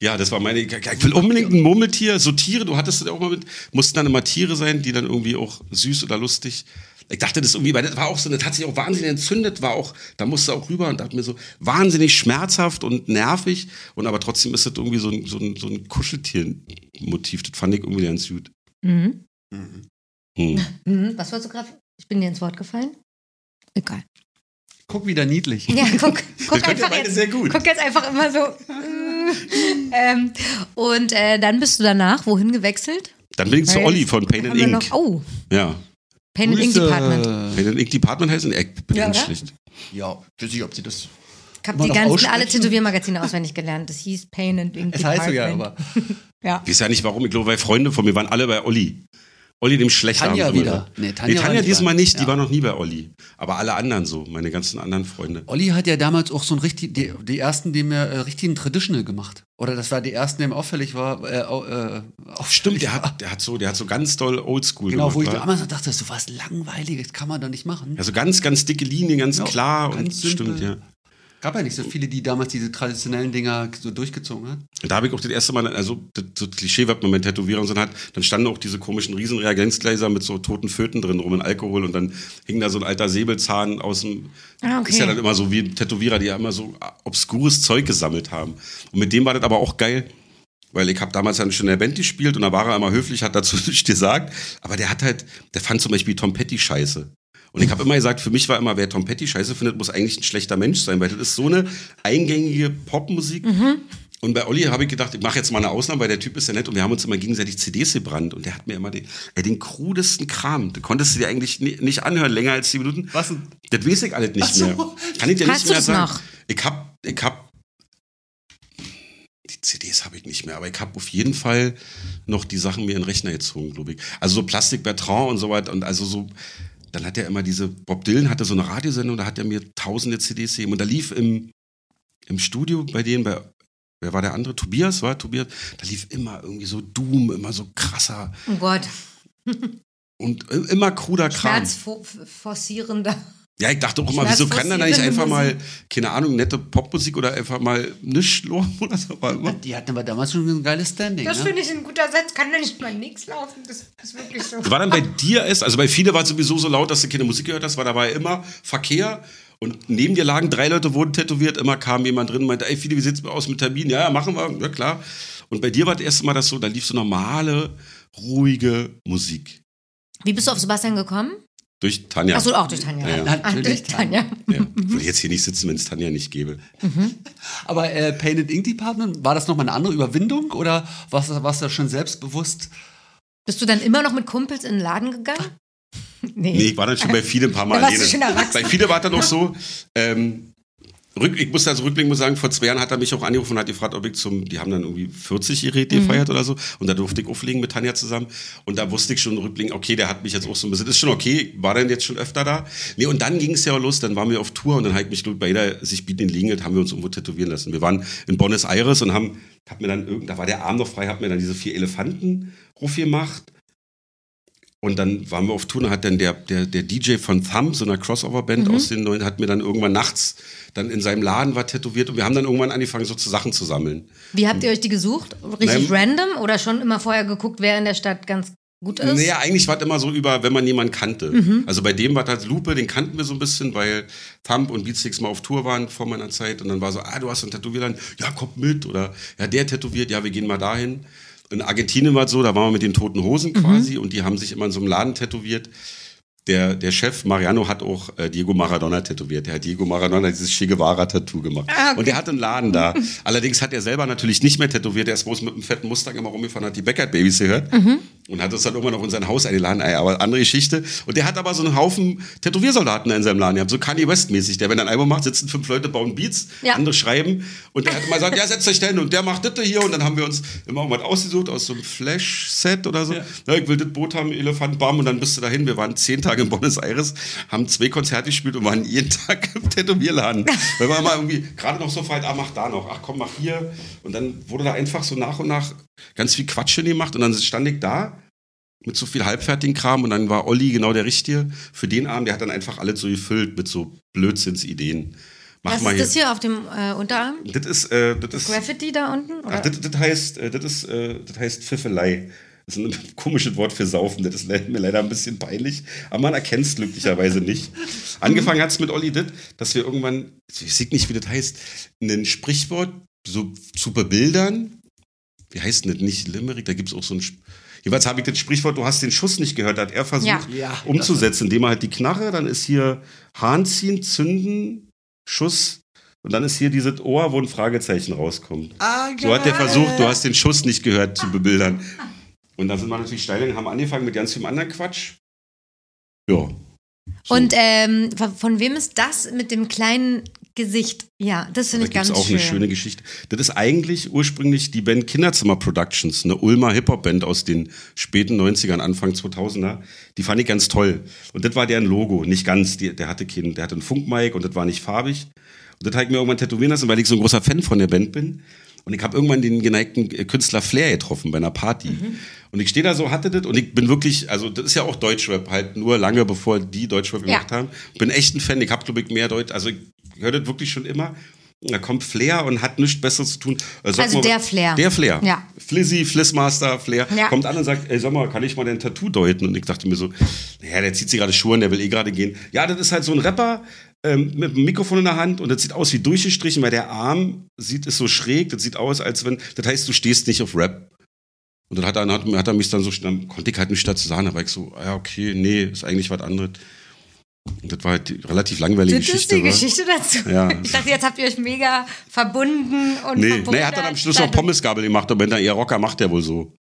Speaker 4: Ja, das war meine. Ich ich will unbedingt ein Murmeltier, so Tiere, du hattest das auch mal mit, mussten dann immer Tiere sein, die dann irgendwie auch süß oder lustig. Ich dachte, das irgendwie, weil das war auch so, das hat sich auch wahnsinnig entzündet, war auch, da musste auch rüber und dachte mir so, wahnsinnig schmerzhaft und nervig. Und aber trotzdem ist das irgendwie so ein, so ein, so ein Kuscheltier-Motiv. Das fand ich irgendwie ganz gut.
Speaker 2: Mhm.
Speaker 4: Hm.
Speaker 2: Mhm. Was wolltest du gerade? Ich bin dir ins Wort gefallen. Egal.
Speaker 1: Guck wieder niedlich.
Speaker 2: Ja, guck, guck
Speaker 4: könnt ihr
Speaker 2: einfach
Speaker 4: beide
Speaker 2: jetzt.
Speaker 4: sehr gut.
Speaker 2: Guck jetzt einfach immer so. ähm, und äh, dann bist du danach wohin gewechselt?
Speaker 4: Dann bin ich zu
Speaker 2: Weil
Speaker 4: Olli von Pain
Speaker 2: Haben
Speaker 4: and
Speaker 2: wir
Speaker 4: Ink.
Speaker 2: noch, oh,
Speaker 4: Ja.
Speaker 2: Pain and Ink Department.
Speaker 4: Pain and Ink Department heißt ein Eck, bin
Speaker 2: Ja,
Speaker 4: ganz
Speaker 2: oder?
Speaker 4: schlecht.
Speaker 1: Ja, weiß ich, ob sie das.
Speaker 2: Ich habe
Speaker 1: Wollen
Speaker 2: die
Speaker 1: wir noch
Speaker 2: ganzen,
Speaker 1: aussprechen?
Speaker 2: alle Tätowiermagazine auswendig gelernt. Das hieß Pain and Ink
Speaker 1: Es heißt
Speaker 2: Department.
Speaker 1: so ja, aber.
Speaker 2: Ja.
Speaker 4: Ich weiß ja nicht warum, ich glaube, weil Freunde von mir waren alle bei Olli. Olli dem Schlechter.
Speaker 1: Tanja
Speaker 4: haben sie
Speaker 1: wieder.
Speaker 4: immer gesagt.
Speaker 1: Nee,
Speaker 4: Nee,
Speaker 1: Tanja
Speaker 4: Tanja,
Speaker 1: war nicht
Speaker 4: diesmal
Speaker 1: bei.
Speaker 4: nicht, die
Speaker 1: Ja.
Speaker 4: war noch nie bei Olli. Aber alle anderen so, meine ganzen anderen Freunde.
Speaker 1: Olli hat ja damals auch so ein richtig, die, die ersten, die mir äh, richtigen Traditional gemacht. Oder das war die ersten, dem auffällig war. Äh, au- äh, auffällig
Speaker 4: Stimmt, der
Speaker 1: war.
Speaker 4: hat, der hat so, der hat so ganz doll Oldschool
Speaker 1: Genau,
Speaker 4: gemacht.
Speaker 1: wo ich
Speaker 4: wa?
Speaker 1: damals dachte, so was Langweiliges kann man doch nicht machen.
Speaker 4: also ganz, ganz dicke Linien, ganz
Speaker 1: Ja,
Speaker 4: klar
Speaker 1: Genau, ganz
Speaker 4: und
Speaker 1: simpel.
Speaker 4: stimmt, ja.
Speaker 1: Gab ja nicht so viele, die damals diese traditionellen Dinger so durchgezogen hat.
Speaker 4: Und da habe ich auch das erste Mal, also das, so das Klischee, was man mit Tätowierern so hat, dann standen auch diese komischen Riesenreagenzgläser mit so toten Föten drin rum in Alkohol und dann hing da so ein alter Säbelzahn aus dem.
Speaker 2: Ah, okay.
Speaker 4: Ist ja dann immer so wie Tätowierer, die ja immer so obskures Zeug gesammelt haben. Und mit dem war das aber auch geil. Weil ich habe damals dann schon in der Band gespielt und da war er immer höflich, hat dazu nicht gesagt. Aber der hat halt, der fand zum Beispiel Tom Petty scheiße. Und ich habe immer gesagt, für mich war immer, wer Tom Petty scheiße findet, muss eigentlich ein schlechter Mensch sein, weil das ist so eine eingängige Popmusik. Und bei Olli habe ich gedacht, ich mache jetzt mal eine Ausnahme, weil der Typ ist ja nett und wir haben uns immer gegenseitig CDs gebrannt und der hat mir immer den, ey, den krudesten Kram. Du konntest du dir eigentlich ni- nicht anhören, länger als zehn Minuten.
Speaker 1: Was denn?
Speaker 4: Das weiß ich alles nicht
Speaker 1: so.
Speaker 4: mehr. Kann ich dir
Speaker 2: Hast
Speaker 4: nicht
Speaker 2: du
Speaker 4: mehr
Speaker 2: das
Speaker 4: sagen.
Speaker 2: noch?
Speaker 4: Ich hab, ich hab die CDs habe ich nicht mehr, aber ich habe auf jeden Fall noch die Sachen mir in den Rechner gezogen, glaube ich. Also so Plastik Bertrand und so weiter und also so. Dann hat er immer diese, Bob Dylan hatte so eine Radiosendung, da hat er mir tausende CDs gegeben und da lief im, im Studio bei denen, bei, wer war der andere? Tobias, war Tobias? Da lief immer irgendwie so Doom, immer so krasser
Speaker 2: Oh Gott.
Speaker 4: und i- immer kruder Kram.
Speaker 2: Schmerzforcierender.
Speaker 4: Ja, ich dachte auch immer, wieso kann er da nicht einfach mal, keine Ahnung, nette Popmusik oder einfach mal nichts loben oder so? Aber immer
Speaker 1: Die hatten aber damals schon ein geiles Standing.
Speaker 2: Das
Speaker 1: ne?
Speaker 2: finde ich ein guter Satz. Kann da nicht mal nichts laufen? Das ist wirklich so.
Speaker 4: War dann bei dir es, also bei viele war es sowieso so laut, dass du keine Musik gehört hast, war dabei immer Verkehr Und neben dir lagen drei Leute, wurden tätowiert, immer kam jemand drin und meinte, ey, viele, wie sieht's aus mit Termin? Ja, machen wir, ja klar. Und bei dir war das erste Mal das so, da lief so normale, ruhige Musik.
Speaker 2: Wie bist du auf Sebastian gekommen?
Speaker 4: Durch Tanja.
Speaker 2: Achso, auch durch Tanja.
Speaker 4: Ja, ja.
Speaker 2: Ah, durch
Speaker 1: Natürlich
Speaker 2: Tanja.
Speaker 4: Ja. Würde jetzt hier nicht sitzen, wenn es Tanja nicht gäbe.
Speaker 1: Aber äh, Painted Ink Department, war das nochmal eine andere Überwindung oder warst, du- warst du schon selbstbewusst?
Speaker 2: Bist du dann immer noch mit Kumpels in den Laden gegangen?
Speaker 4: Nee, ich war dann schon bei vielen ein paar Mal
Speaker 2: Da warst du schon erwachsen.
Speaker 4: Bei vielen war dann noch so, ähm, rück, ich muss also rückblickend muss sagen, vor zwei Jahren hat er mich auch angerufen und hat gefragt, ob ich zum, die haben dann irgendwie 40-Jährige
Speaker 2: Mhm.
Speaker 4: gefeiert oder so und da durfte ich auflegen mit Tanja zusammen und da wusste ich schon rückblickend, okay, der hat mich jetzt auch so ein bisschen, ist schon okay, ich war dann jetzt schon öfter da. Nee, und dann ging es ja auch los, dann waren wir auf Tour und dann hat mich glaub ich, bei jeder sich bietenden Gelegenheit haben wir uns irgendwo tätowieren lassen. Wir waren in Buenos Aires und haben, hab mir dann irgend, da war der Arm noch frei, hab mir dann diese vier Elefanten gemacht und dann waren wir auf Tour, und hat dann der, der, der DJ von Thumb, so einer Crossover-Band aus den neuen, hat mir dann irgendwann nachts dann in seinem Laden war tätowiert und wir haben dann irgendwann angefangen, so zu Sachen zu sammeln.
Speaker 2: Wie habt ihr euch die gesucht? Richtig random oder schon immer vorher geguckt, wer in der Stadt ganz gut ist?
Speaker 4: Naja, eigentlich war es immer so über, wenn man jemanden kannte. Also bei dem war das Lupe, den kannten wir so ein bisschen, weil Thumb und Beatsticks mal auf Tour waren vor meiner Zeit und dann war so, ah, du hast einen Tätowierer, ja, komm mit oder ja, der tätowiert, ja, wir gehen mal dahin. In Argentinien war es so, da waren wir mit den toten Hosen quasi und die haben sich immer in so einem Laden tätowiert. Der, der Chef Mariano hat auch äh, Diego Maradona tätowiert. Der hat Diego Maradona dieses Che Guevara-Tattoo gemacht. Und der hat einen Laden da. Allerdings hat er selber natürlich nicht mehr tätowiert. Er ist bloß mit einem fetten Mustang immer rumgefahren, hat die Beckert-Babys gehört und hat uns dann irgendwann auch in sein Haus eingeladen. Ey, Aber andere Geschichte. Und der hat aber so einen Haufen Tätowiersoldaten in seinem Laden. Die haben so Kanye West-mäßig. Der, wenn er ein Album macht, sitzen fünf Leute, bauen Beats,
Speaker 2: Ja.
Speaker 4: andere schreiben. Und der hat immer gesagt, ja, setzt euch dahin und der macht das hier. Und dann haben wir uns immer irgendwas ausgesucht aus so einem Flash-Set oder so. Na, ich will das Boot haben, Elefant, bam. Und dann bist du dahin. Wir waren zehn Tage in Buenos Aires, haben zwei Konzerte gespielt und waren jeden Tag im Tätowierladen. Weil wir immer irgendwie gerade noch so weit, ah, mach da noch, ach komm, mach hier. Und dann wurde da einfach so nach und nach ganz viel Quatsch gemacht. Und dann stand ich da mit so viel halbfertigen Kram und dann war Olli genau der Richtige für den Abend. Der hat dann einfach alles so gefüllt mit so Blödsinnsideen. Mach
Speaker 2: Was
Speaker 4: mal
Speaker 2: ist das hier auf dem äh, Unterarm?
Speaker 4: Das ist, äh, das ist,
Speaker 2: Graffiti da unten? Oder?
Speaker 4: ach, das, das heißt, äh, das ist, äh, das heißt Pfiffelei. Das ist ein komisches Wort für Saufen. Das ist le- mir leider ein bisschen peinlich. Aber man erkennt es glücklicherweise nicht. Angefangen hat es mit Olli Ditt, dass wir irgendwann, ich sehe nicht, wie das heißt, ein Sprichwort so zu bebildern. Wie heißt denn das? Nicht Limerick, da gibt es auch so ein. Sp- Jeweils habe ich das Sprichwort, du hast den Schuss nicht gehört, hat er versucht
Speaker 2: Ja.
Speaker 1: Ja,
Speaker 4: umzusetzen, indem er halt die Knarre, dann ist hier Hahn ziehen, zünden, Schuss und dann ist hier dieses Ohr, wo ein Fragezeichen rauskommt.
Speaker 1: Ah,
Speaker 4: So hat er versucht, du hast den Schuss nicht gehört, zu bebildern. Und dann sind wir natürlich steil und haben angefangen mit ganz vielem anderen Quatsch. Ja. So.
Speaker 2: Und ähm, von- von wem ist das mit dem kleinen Gesicht? Ja, das finde
Speaker 4: da
Speaker 2: ich
Speaker 4: gibt es
Speaker 2: ganz
Speaker 4: auch
Speaker 2: schön.
Speaker 4: eine schöne Geschichte. Das ist eigentlich ursprünglich die Band Kinderzimmer Productions, eine Ulmer Hip-Hop-Band aus den späten 90ern, Anfang 2000er. Die fand ich ganz toll. Und das war deren Logo, nicht ganz. Die, der hatte keinen, der hatte einen Funkmic und das war nicht farbig. Und das habe ich mir irgendwann tätowieren lassen, weil ich so ein großer Fan von der Band bin. Und ich habe irgendwann den geneigten äh, Künstler Flair getroffen bei einer Party.
Speaker 2: Mhm.
Speaker 4: Und ich stehe da so, hatte das und ich bin wirklich, also das ist ja auch Deutschrap, halt nur lange bevor die Deutschrap
Speaker 2: Ja.
Speaker 4: gemacht haben. Bin echt ein Fan, ich habe glaube ich mehr Deutsch, also ich höre das wirklich schon immer. Und Da kommt Flair und hat nichts Besseres zu tun. Äh, sag
Speaker 2: Also der Flair.
Speaker 4: Der Flair.
Speaker 2: Ja.
Speaker 4: Flizzy, Flissmaster, Flair.
Speaker 2: Ja.
Speaker 4: Kommt an und sagt, ey, sag mal, kann ich mal dein Tattoo deuten? Und ich dachte mir so, naja, der zieht sich gerade Schuhe an, der will eh gerade gehen. Ja, das ist halt so ein Rapper ähm, mit einem Mikrofon in der Hand und das sieht aus wie durchgestrichen, weil der Arm sieht, ist so schräg, das sieht aus, als wenn, das heißt, du stehst nicht auf Rap. Und dann hat er, hat, hat er mich dann so, dann konnte ich halt nicht dazu sagen, da war ich so, ah, ja, okay, nee, ist eigentlich was anderes. Und das war halt die relativ langweilige
Speaker 2: das ist
Speaker 4: Geschichte.
Speaker 2: die
Speaker 4: wa?
Speaker 2: Geschichte dazu.
Speaker 4: Ja.
Speaker 2: Ich dachte, jetzt habt ihr euch mega verbunden und
Speaker 4: Nee,
Speaker 2: verbunden.
Speaker 4: nee, er hat dann am Schluss noch Pommesgabel gemacht, aber wenn er eher Rocker macht, der wohl so.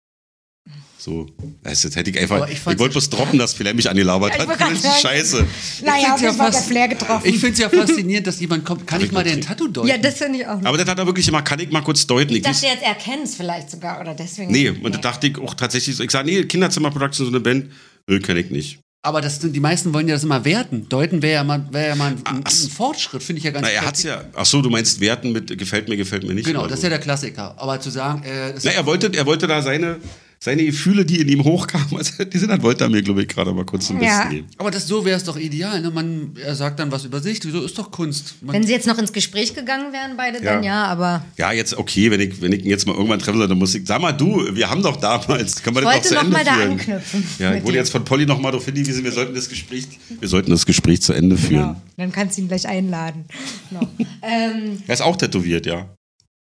Speaker 4: So. Das das hätte ich einfach.
Speaker 1: Aber
Speaker 4: Ich,
Speaker 1: ich fand's-
Speaker 4: wollte bloß droppen, dass Flair mich angelabert
Speaker 2: Ja, ich
Speaker 4: hat.
Speaker 2: wollte
Speaker 4: Das
Speaker 2: grad
Speaker 4: ist
Speaker 2: sagen.
Speaker 4: scheiße.
Speaker 2: Naja, auf
Speaker 1: Ich find's ja
Speaker 2: jeden Fall hat der
Speaker 1: fast-
Speaker 2: Flair getroffen.
Speaker 1: Ich finde es ja faszinierend, dass jemand kommt, kann ich mal den Tattoo deuten?
Speaker 2: ja, das finde ich auch.
Speaker 4: Aber das hat er wirklich immer, kann ich mal kurz deuten. Ich
Speaker 2: ich dachte,
Speaker 4: wüs-
Speaker 2: jetzt erkennt es vielleicht sogar oder deswegen.
Speaker 4: nee, und da dachte ich auch tatsächlich so. Ich sage, nee, Kinderzimmer Production, so eine Band, äh, kenne ich nicht.
Speaker 1: Aber das, sind- die meisten wollen ja das immer werten. Deuten wäre ja mal, wär ja mal ein, ein, ein Fortschritt, finde ich ja ganz
Speaker 4: Ah, Na, er hat's ja. Ach so, du meinst Werten mit äh, gefällt mir, gefällt mir nicht.
Speaker 1: Genau,
Speaker 4: oder
Speaker 1: das ist
Speaker 4: so.
Speaker 1: ja der Klassiker. Aber zu sagen, äh, das
Speaker 4: Na, er wollte, er wollte da seine seine Gefühle, die in ihm hochkamen, also, die sind an Voltamir, glaube ich, gerade mal kurz ein
Speaker 2: Ja.
Speaker 4: bisschen. eben.
Speaker 1: Aber das, so wäre es doch ideal. Ne? Man, er sagt dann was über sich. So ist doch Kunst. Man,
Speaker 2: Wenn sie jetzt noch ins Gespräch gegangen wären, beide, dann ja,
Speaker 4: Ja.
Speaker 2: aber
Speaker 4: Ja, jetzt, okay, wenn ich, wenn ich ihn jetzt mal irgendwann treffen soll, dann muss ich, sag mal du, wir haben doch damals, können wir das noch
Speaker 2: wollte
Speaker 4: zu
Speaker 2: noch
Speaker 4: Ende
Speaker 2: mal da
Speaker 4: führen?
Speaker 2: anknüpfen
Speaker 4: Ja, ich
Speaker 2: mit
Speaker 4: wurde
Speaker 2: dir.
Speaker 4: jetzt von Polly nochmal darauf hingewiesen, wir sollten das Gespräch, wir sollten das Gespräch zu Ende führen.
Speaker 2: ja, Genau. dann kannst du ihn gleich einladen. Genau. ähm,
Speaker 4: Er ist auch tätowiert, ja.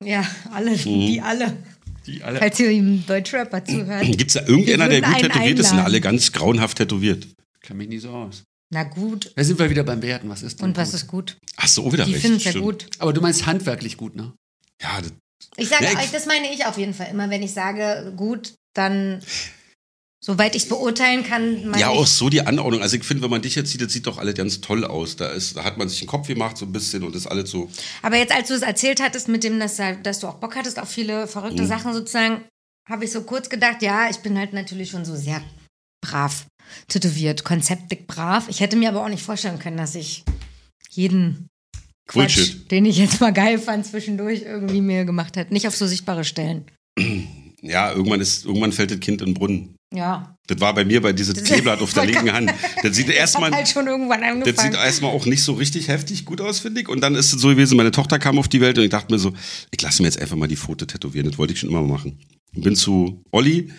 Speaker 2: ja, alle,
Speaker 4: Mhm.
Speaker 2: die alle.
Speaker 1: die alle
Speaker 2: Falls ihr ihm Deutschrapper zuhört.
Speaker 4: Gibt es da irgendeiner,
Speaker 2: Wir
Speaker 4: der
Speaker 2: würden
Speaker 4: gut
Speaker 2: einen
Speaker 4: tätowiert ist? Sind
Speaker 2: einladen.
Speaker 4: alle ganz grauenhaft tätowiert.
Speaker 1: kenne mich nie so aus.
Speaker 2: Na gut.
Speaker 1: Da sind wir wieder beim Werten. Was ist denn
Speaker 2: Und was
Speaker 1: gut?
Speaker 2: ist gut?
Speaker 4: Hast du auch wieder
Speaker 2: Die
Speaker 4: recht.
Speaker 2: finden es ja
Speaker 4: stimmt.
Speaker 2: gut.
Speaker 1: Aber du meinst handwerklich gut, ne?
Speaker 4: Ja, das,
Speaker 2: Ich sage
Speaker 4: Ja, ich-
Speaker 2: euch, das meine ich auf jeden Fall. Immer wenn ich sage gut, dann, soweit ich beurteilen kann, meine
Speaker 4: ja,
Speaker 2: ich,
Speaker 4: auch so die Anordnung. Also ich finde, wenn man dich jetzt sieht, das sieht doch alles ganz toll aus. Da, ist, da hat man sich den Kopf gemacht so ein bisschen und ist alles so.
Speaker 2: Aber jetzt, als du es erzählt hattest, mit dem, dass, dass du auch Bock hattest auf viele verrückte
Speaker 4: Mhm.
Speaker 2: Sachen sozusagen, habe ich so kurz gedacht, ja, ich bin halt natürlich schon so sehr brav tätowiert, konzeptig brav. Ich hätte mir aber auch nicht vorstellen können, dass ich jeden Quatsch,
Speaker 4: Bullshit.
Speaker 2: den ich jetzt mal geil fand, zwischendurch irgendwie mir gemacht hätte. Nicht auf so sichtbare Stellen.
Speaker 4: Ja, irgendwann, ist, irgendwann fällt das Kind in den Brunnen.
Speaker 2: Ja.
Speaker 4: Das war bei mir bei diesem Kleeblatt auf der linken Hand. Das sieht erstmal.
Speaker 2: Hat halt schon irgendwann
Speaker 4: Das sieht
Speaker 2: angefangen.
Speaker 4: erstmal auch nicht so richtig heftig gut aus, finde ich. Und dann ist es so gewesen, meine Tochter kam auf die Welt und ich dachte mir so, ich lasse mir jetzt einfach mal die Pfote tätowieren. Das wollte ich schon immer mal machen. Und bin zu Olli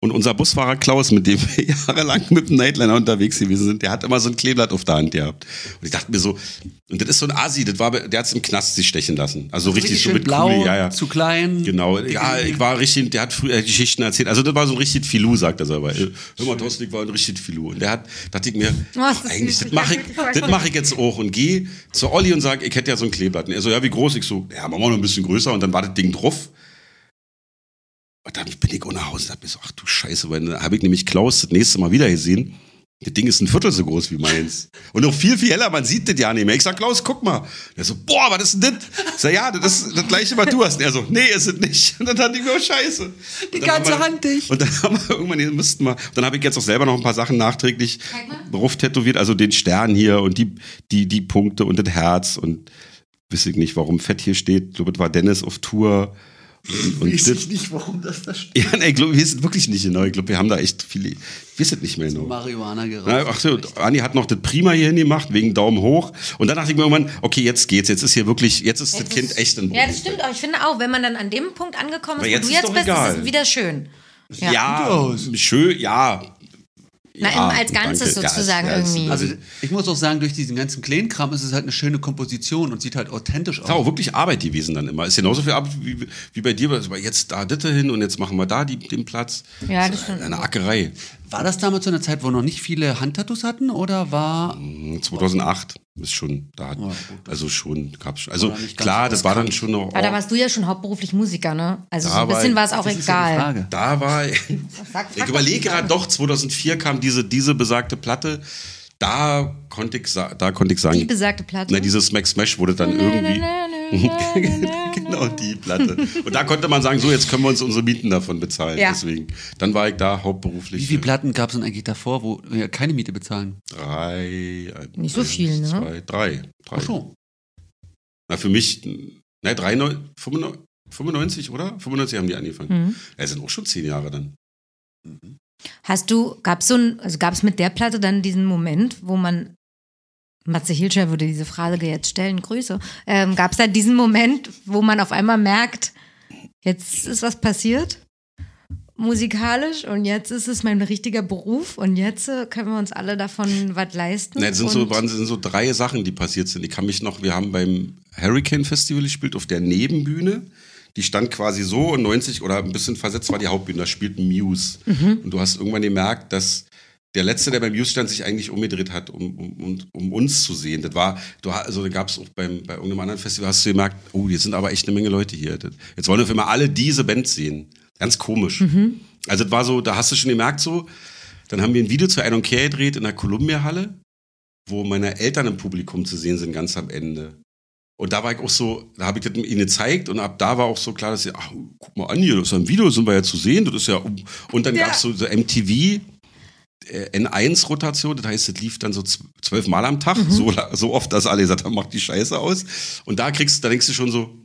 Speaker 4: und unser Busfahrer Klaus, mit dem wir jahrelang mit dem Nightliner unterwegs gewesen sind, der hat immer so ein Kleeblatt auf der Hand gehabt. Und ich dachte mir so, und das ist so ein Asi, das war, bei- der hat es im Knast sich stechen lassen. Also richtig, so
Speaker 1: schön
Speaker 4: mit
Speaker 1: blau,
Speaker 4: Kuli, ja, ja.
Speaker 1: zu klein.
Speaker 4: Genau, ja, ich war richtig, der hat früher Geschichten erzählt. Also das war so ein richtig Filou, sagt er selber. Hör mal, Thorsten, ich war ein richtig Filou. Und der hat, dachte ich mir,
Speaker 2: das ist
Speaker 4: eigentlich,
Speaker 2: süß.
Speaker 4: das mache ich,
Speaker 2: Ich weiß
Speaker 4: das
Speaker 2: nicht.
Speaker 4: mache ich jetzt auch. Und gehe zu Olli und sage, ich hätte ja so ein Kleeblatt. Und er so, ja, wie groß? Ich so, ja, machen wir noch ein bisschen größer. Und dann war das Ding drauf. Und dann bin ich ohne Haus und hab mir so, ach du Scheiße, weil dann habe ich nämlich Klaus das nächste Mal wieder gesehen. Das Ding ist ein Viertel so groß wie meins. Und noch viel, viel heller, man sieht das ja nicht mehr. Ich sag, Klaus, guck mal. Und er so, boah, was ist denn das? Ich sag, ja, das ist das gleiche, was du hast. Und er so, nee, ist es nicht. Und dann hatte ich mir, oh, Scheiße.
Speaker 1: Die
Speaker 4: Und dann haben
Speaker 1: ganze
Speaker 4: wir-
Speaker 1: Hand dicht.
Speaker 4: Und dann haben wir irgendwann, den müssten wir. Dann habe ich jetzt auch selber noch ein paar Sachen nachträglich drauf tätowiert. Also den Stern hier und die, die, die Punkte und das Herz und weiß ich nicht, warum Fett hier steht. Ich glaube, das war Dennis auf Tour. Und, und
Speaker 1: Weiß
Speaker 4: das-
Speaker 1: ich nicht, warum das da steht.
Speaker 4: ja, nee, ich glaube, wir sind wirklich nicht genau. Ich glaube, wir haben da echt viele. Ich weiß es nicht mehr genau.
Speaker 1: Marihuana geraucht.
Speaker 4: Na, ach so, Ani hat noch das Prima hier hingemacht, wegen Daumen hoch. Und dann dachte ich mir irgendwann, okay, jetzt geht's. Jetzt ist hier wirklich, jetzt ist das Kind echt in
Speaker 2: Ja, das stimmt auch. Ich finde auch, wenn man dann an dem Punkt angekommen ist,
Speaker 4: Aber
Speaker 2: wo
Speaker 4: jetzt
Speaker 2: du
Speaker 4: ist
Speaker 2: jetzt
Speaker 4: doch
Speaker 2: bist, ist es
Speaker 4: egal.
Speaker 2: wieder schön.
Speaker 4: Ja, schön, ja.
Speaker 2: Na,
Speaker 4: Ja,
Speaker 2: im, als Ganzes
Speaker 4: danke. Ja,
Speaker 2: sozusagen
Speaker 4: ja, es-
Speaker 2: irgendwie.
Speaker 4: also-
Speaker 1: Also ich muss auch sagen, durch diesen ganzen Kleinkram ist es halt eine schöne Komposition und sieht halt authentisch
Speaker 4: Ist auch
Speaker 1: aus.
Speaker 4: wirklich Arbeit gewesen dann immer. Ist genauso viel Arbeit wie, wie bei dir. Also Jetzt da Ditte hin und jetzt machen wir da die, den Platz.
Speaker 2: Ja, das
Speaker 4: Ist
Speaker 2: stimmt.
Speaker 4: Eine Ackerei.
Speaker 1: War das damals so eine Zeit, wo noch nicht viele Handtattoos hatten oder war
Speaker 4: 2008 Hm, ist schon da. hat- Also schon, gab's schon. Also
Speaker 1: War nicht ganz
Speaker 4: klar,
Speaker 1: so
Speaker 4: das war dann schon noch.
Speaker 2: Aber Ah, da warst du ja schon hauptberuflich Musiker, ne? Also so ein
Speaker 4: Aber
Speaker 2: bisschen war es auch
Speaker 1: Das ist ja die
Speaker 2: egal.
Speaker 1: Frage.
Speaker 4: Da war.
Speaker 2: Sag- frag
Speaker 4: ich
Speaker 2: doch
Speaker 4: überlege
Speaker 2: die Frage.
Speaker 4: gerade doch, 2004 kam diese, diese besagte Platte. Da konnte ich, sa- da konnte ich sagen. ne,
Speaker 2: Die besagte Platte?
Speaker 4: Na, diese Smack Smash wurde dann irgendwie. genau die Platte. Und da konnte man sagen, so, jetzt können wir uns unsere Mieten davon bezahlen.
Speaker 2: Ja.
Speaker 4: Deswegen. Dann war ich da hauptberuflich.
Speaker 1: Wie viele Platten gab es denn eigentlich davor, wo wir keine Miete bezahlen?
Speaker 4: Drei. ein-
Speaker 2: Nicht so
Speaker 4: eins,
Speaker 2: viel, ne?
Speaker 4: Zwei, drei. drei.
Speaker 1: Ach so.
Speaker 4: Na, für mich, ne, drei, neun, 95, 95, oder? 95 haben die angefangen.
Speaker 2: Mhm.
Speaker 4: Das sind auch schon zehn Jahre dann.
Speaker 2: Hast du, gab's so ein, also gab's mit der Platte dann diesen Moment, wo man, Matze Hilscher würde diese Frage jetzt stellen, Grüße, ähm, gab's da diesen Moment, wo man auf einmal merkt, jetzt ist was passiert? Musikalisch und jetzt ist es mein richtiger Beruf und jetzt äh, können wir uns alle davon was leisten.
Speaker 4: Ne, das sind so,
Speaker 2: und-
Speaker 4: waren, sind so drei Sachen, die passiert sind. Ich kann mich noch, wir haben beim Hurricane Festival gespielt auf der Nebenbühne. Die stand quasi so und 90 oder ein bisschen versetzt war die Hauptbühne. Da spielten Muse. Und du hast irgendwann gemerkt, dass der Letzte, der beim Muse stand, sich eigentlich umgedreht hat, um, um, um, um uns zu sehen. Das war, du, ha- also da gab es auch beim, bei irgendeinem anderen Festival, hast du gemerkt, oh, jetzt sind aber echt eine Menge Leute hier. Das- Jetzt wollen wir für immer alle diese Band sehen. Ganz komisch. Also das war so, da hast du schon gemerkt so, dann haben wir ein Video zu I Don't Care gedreht in der Columbia-Halle wo meine Eltern im Publikum zu sehen sind, ganz am Ende. Und da war ich auch so, da habe ich das ihnen gezeigt und ab da war auch so klar, dass sie, ach, guck mal an hier, das ist ja ein Video, sind wir ja zu sehen, das ist ja. Und dann
Speaker 2: Ja.
Speaker 4: gab es so, so MTV. äh, N1-Rotation, das heißt, das lief dann so zw- zwölfmal am Tag, so, la- so oft, dass alle gesagt haben, macht die Scheiße aus. Und da kriegst du, da denkst du schon so,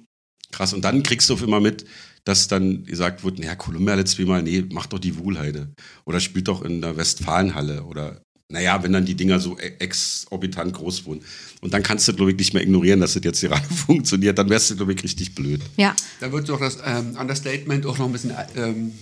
Speaker 4: Krass. Und dann kriegst du auf immer mit, dass dann gesagt wird, naja, Columbia letztes Mal, nee, mach doch die Wuhlheide. Oder spielt doch in der Westfalenhalle. Oder, naja, wenn dann die Dinger so e- exorbitant groß wurden. Und dann kannst du, glaube ich, nicht mehr ignorieren, dass das jetzt hier gerade funktioniert. Dann wärst du, glaube ich, richtig blöd.
Speaker 2: Ja,
Speaker 1: Da wird doch das ähm, Understatement auch noch ein bisschen ähm,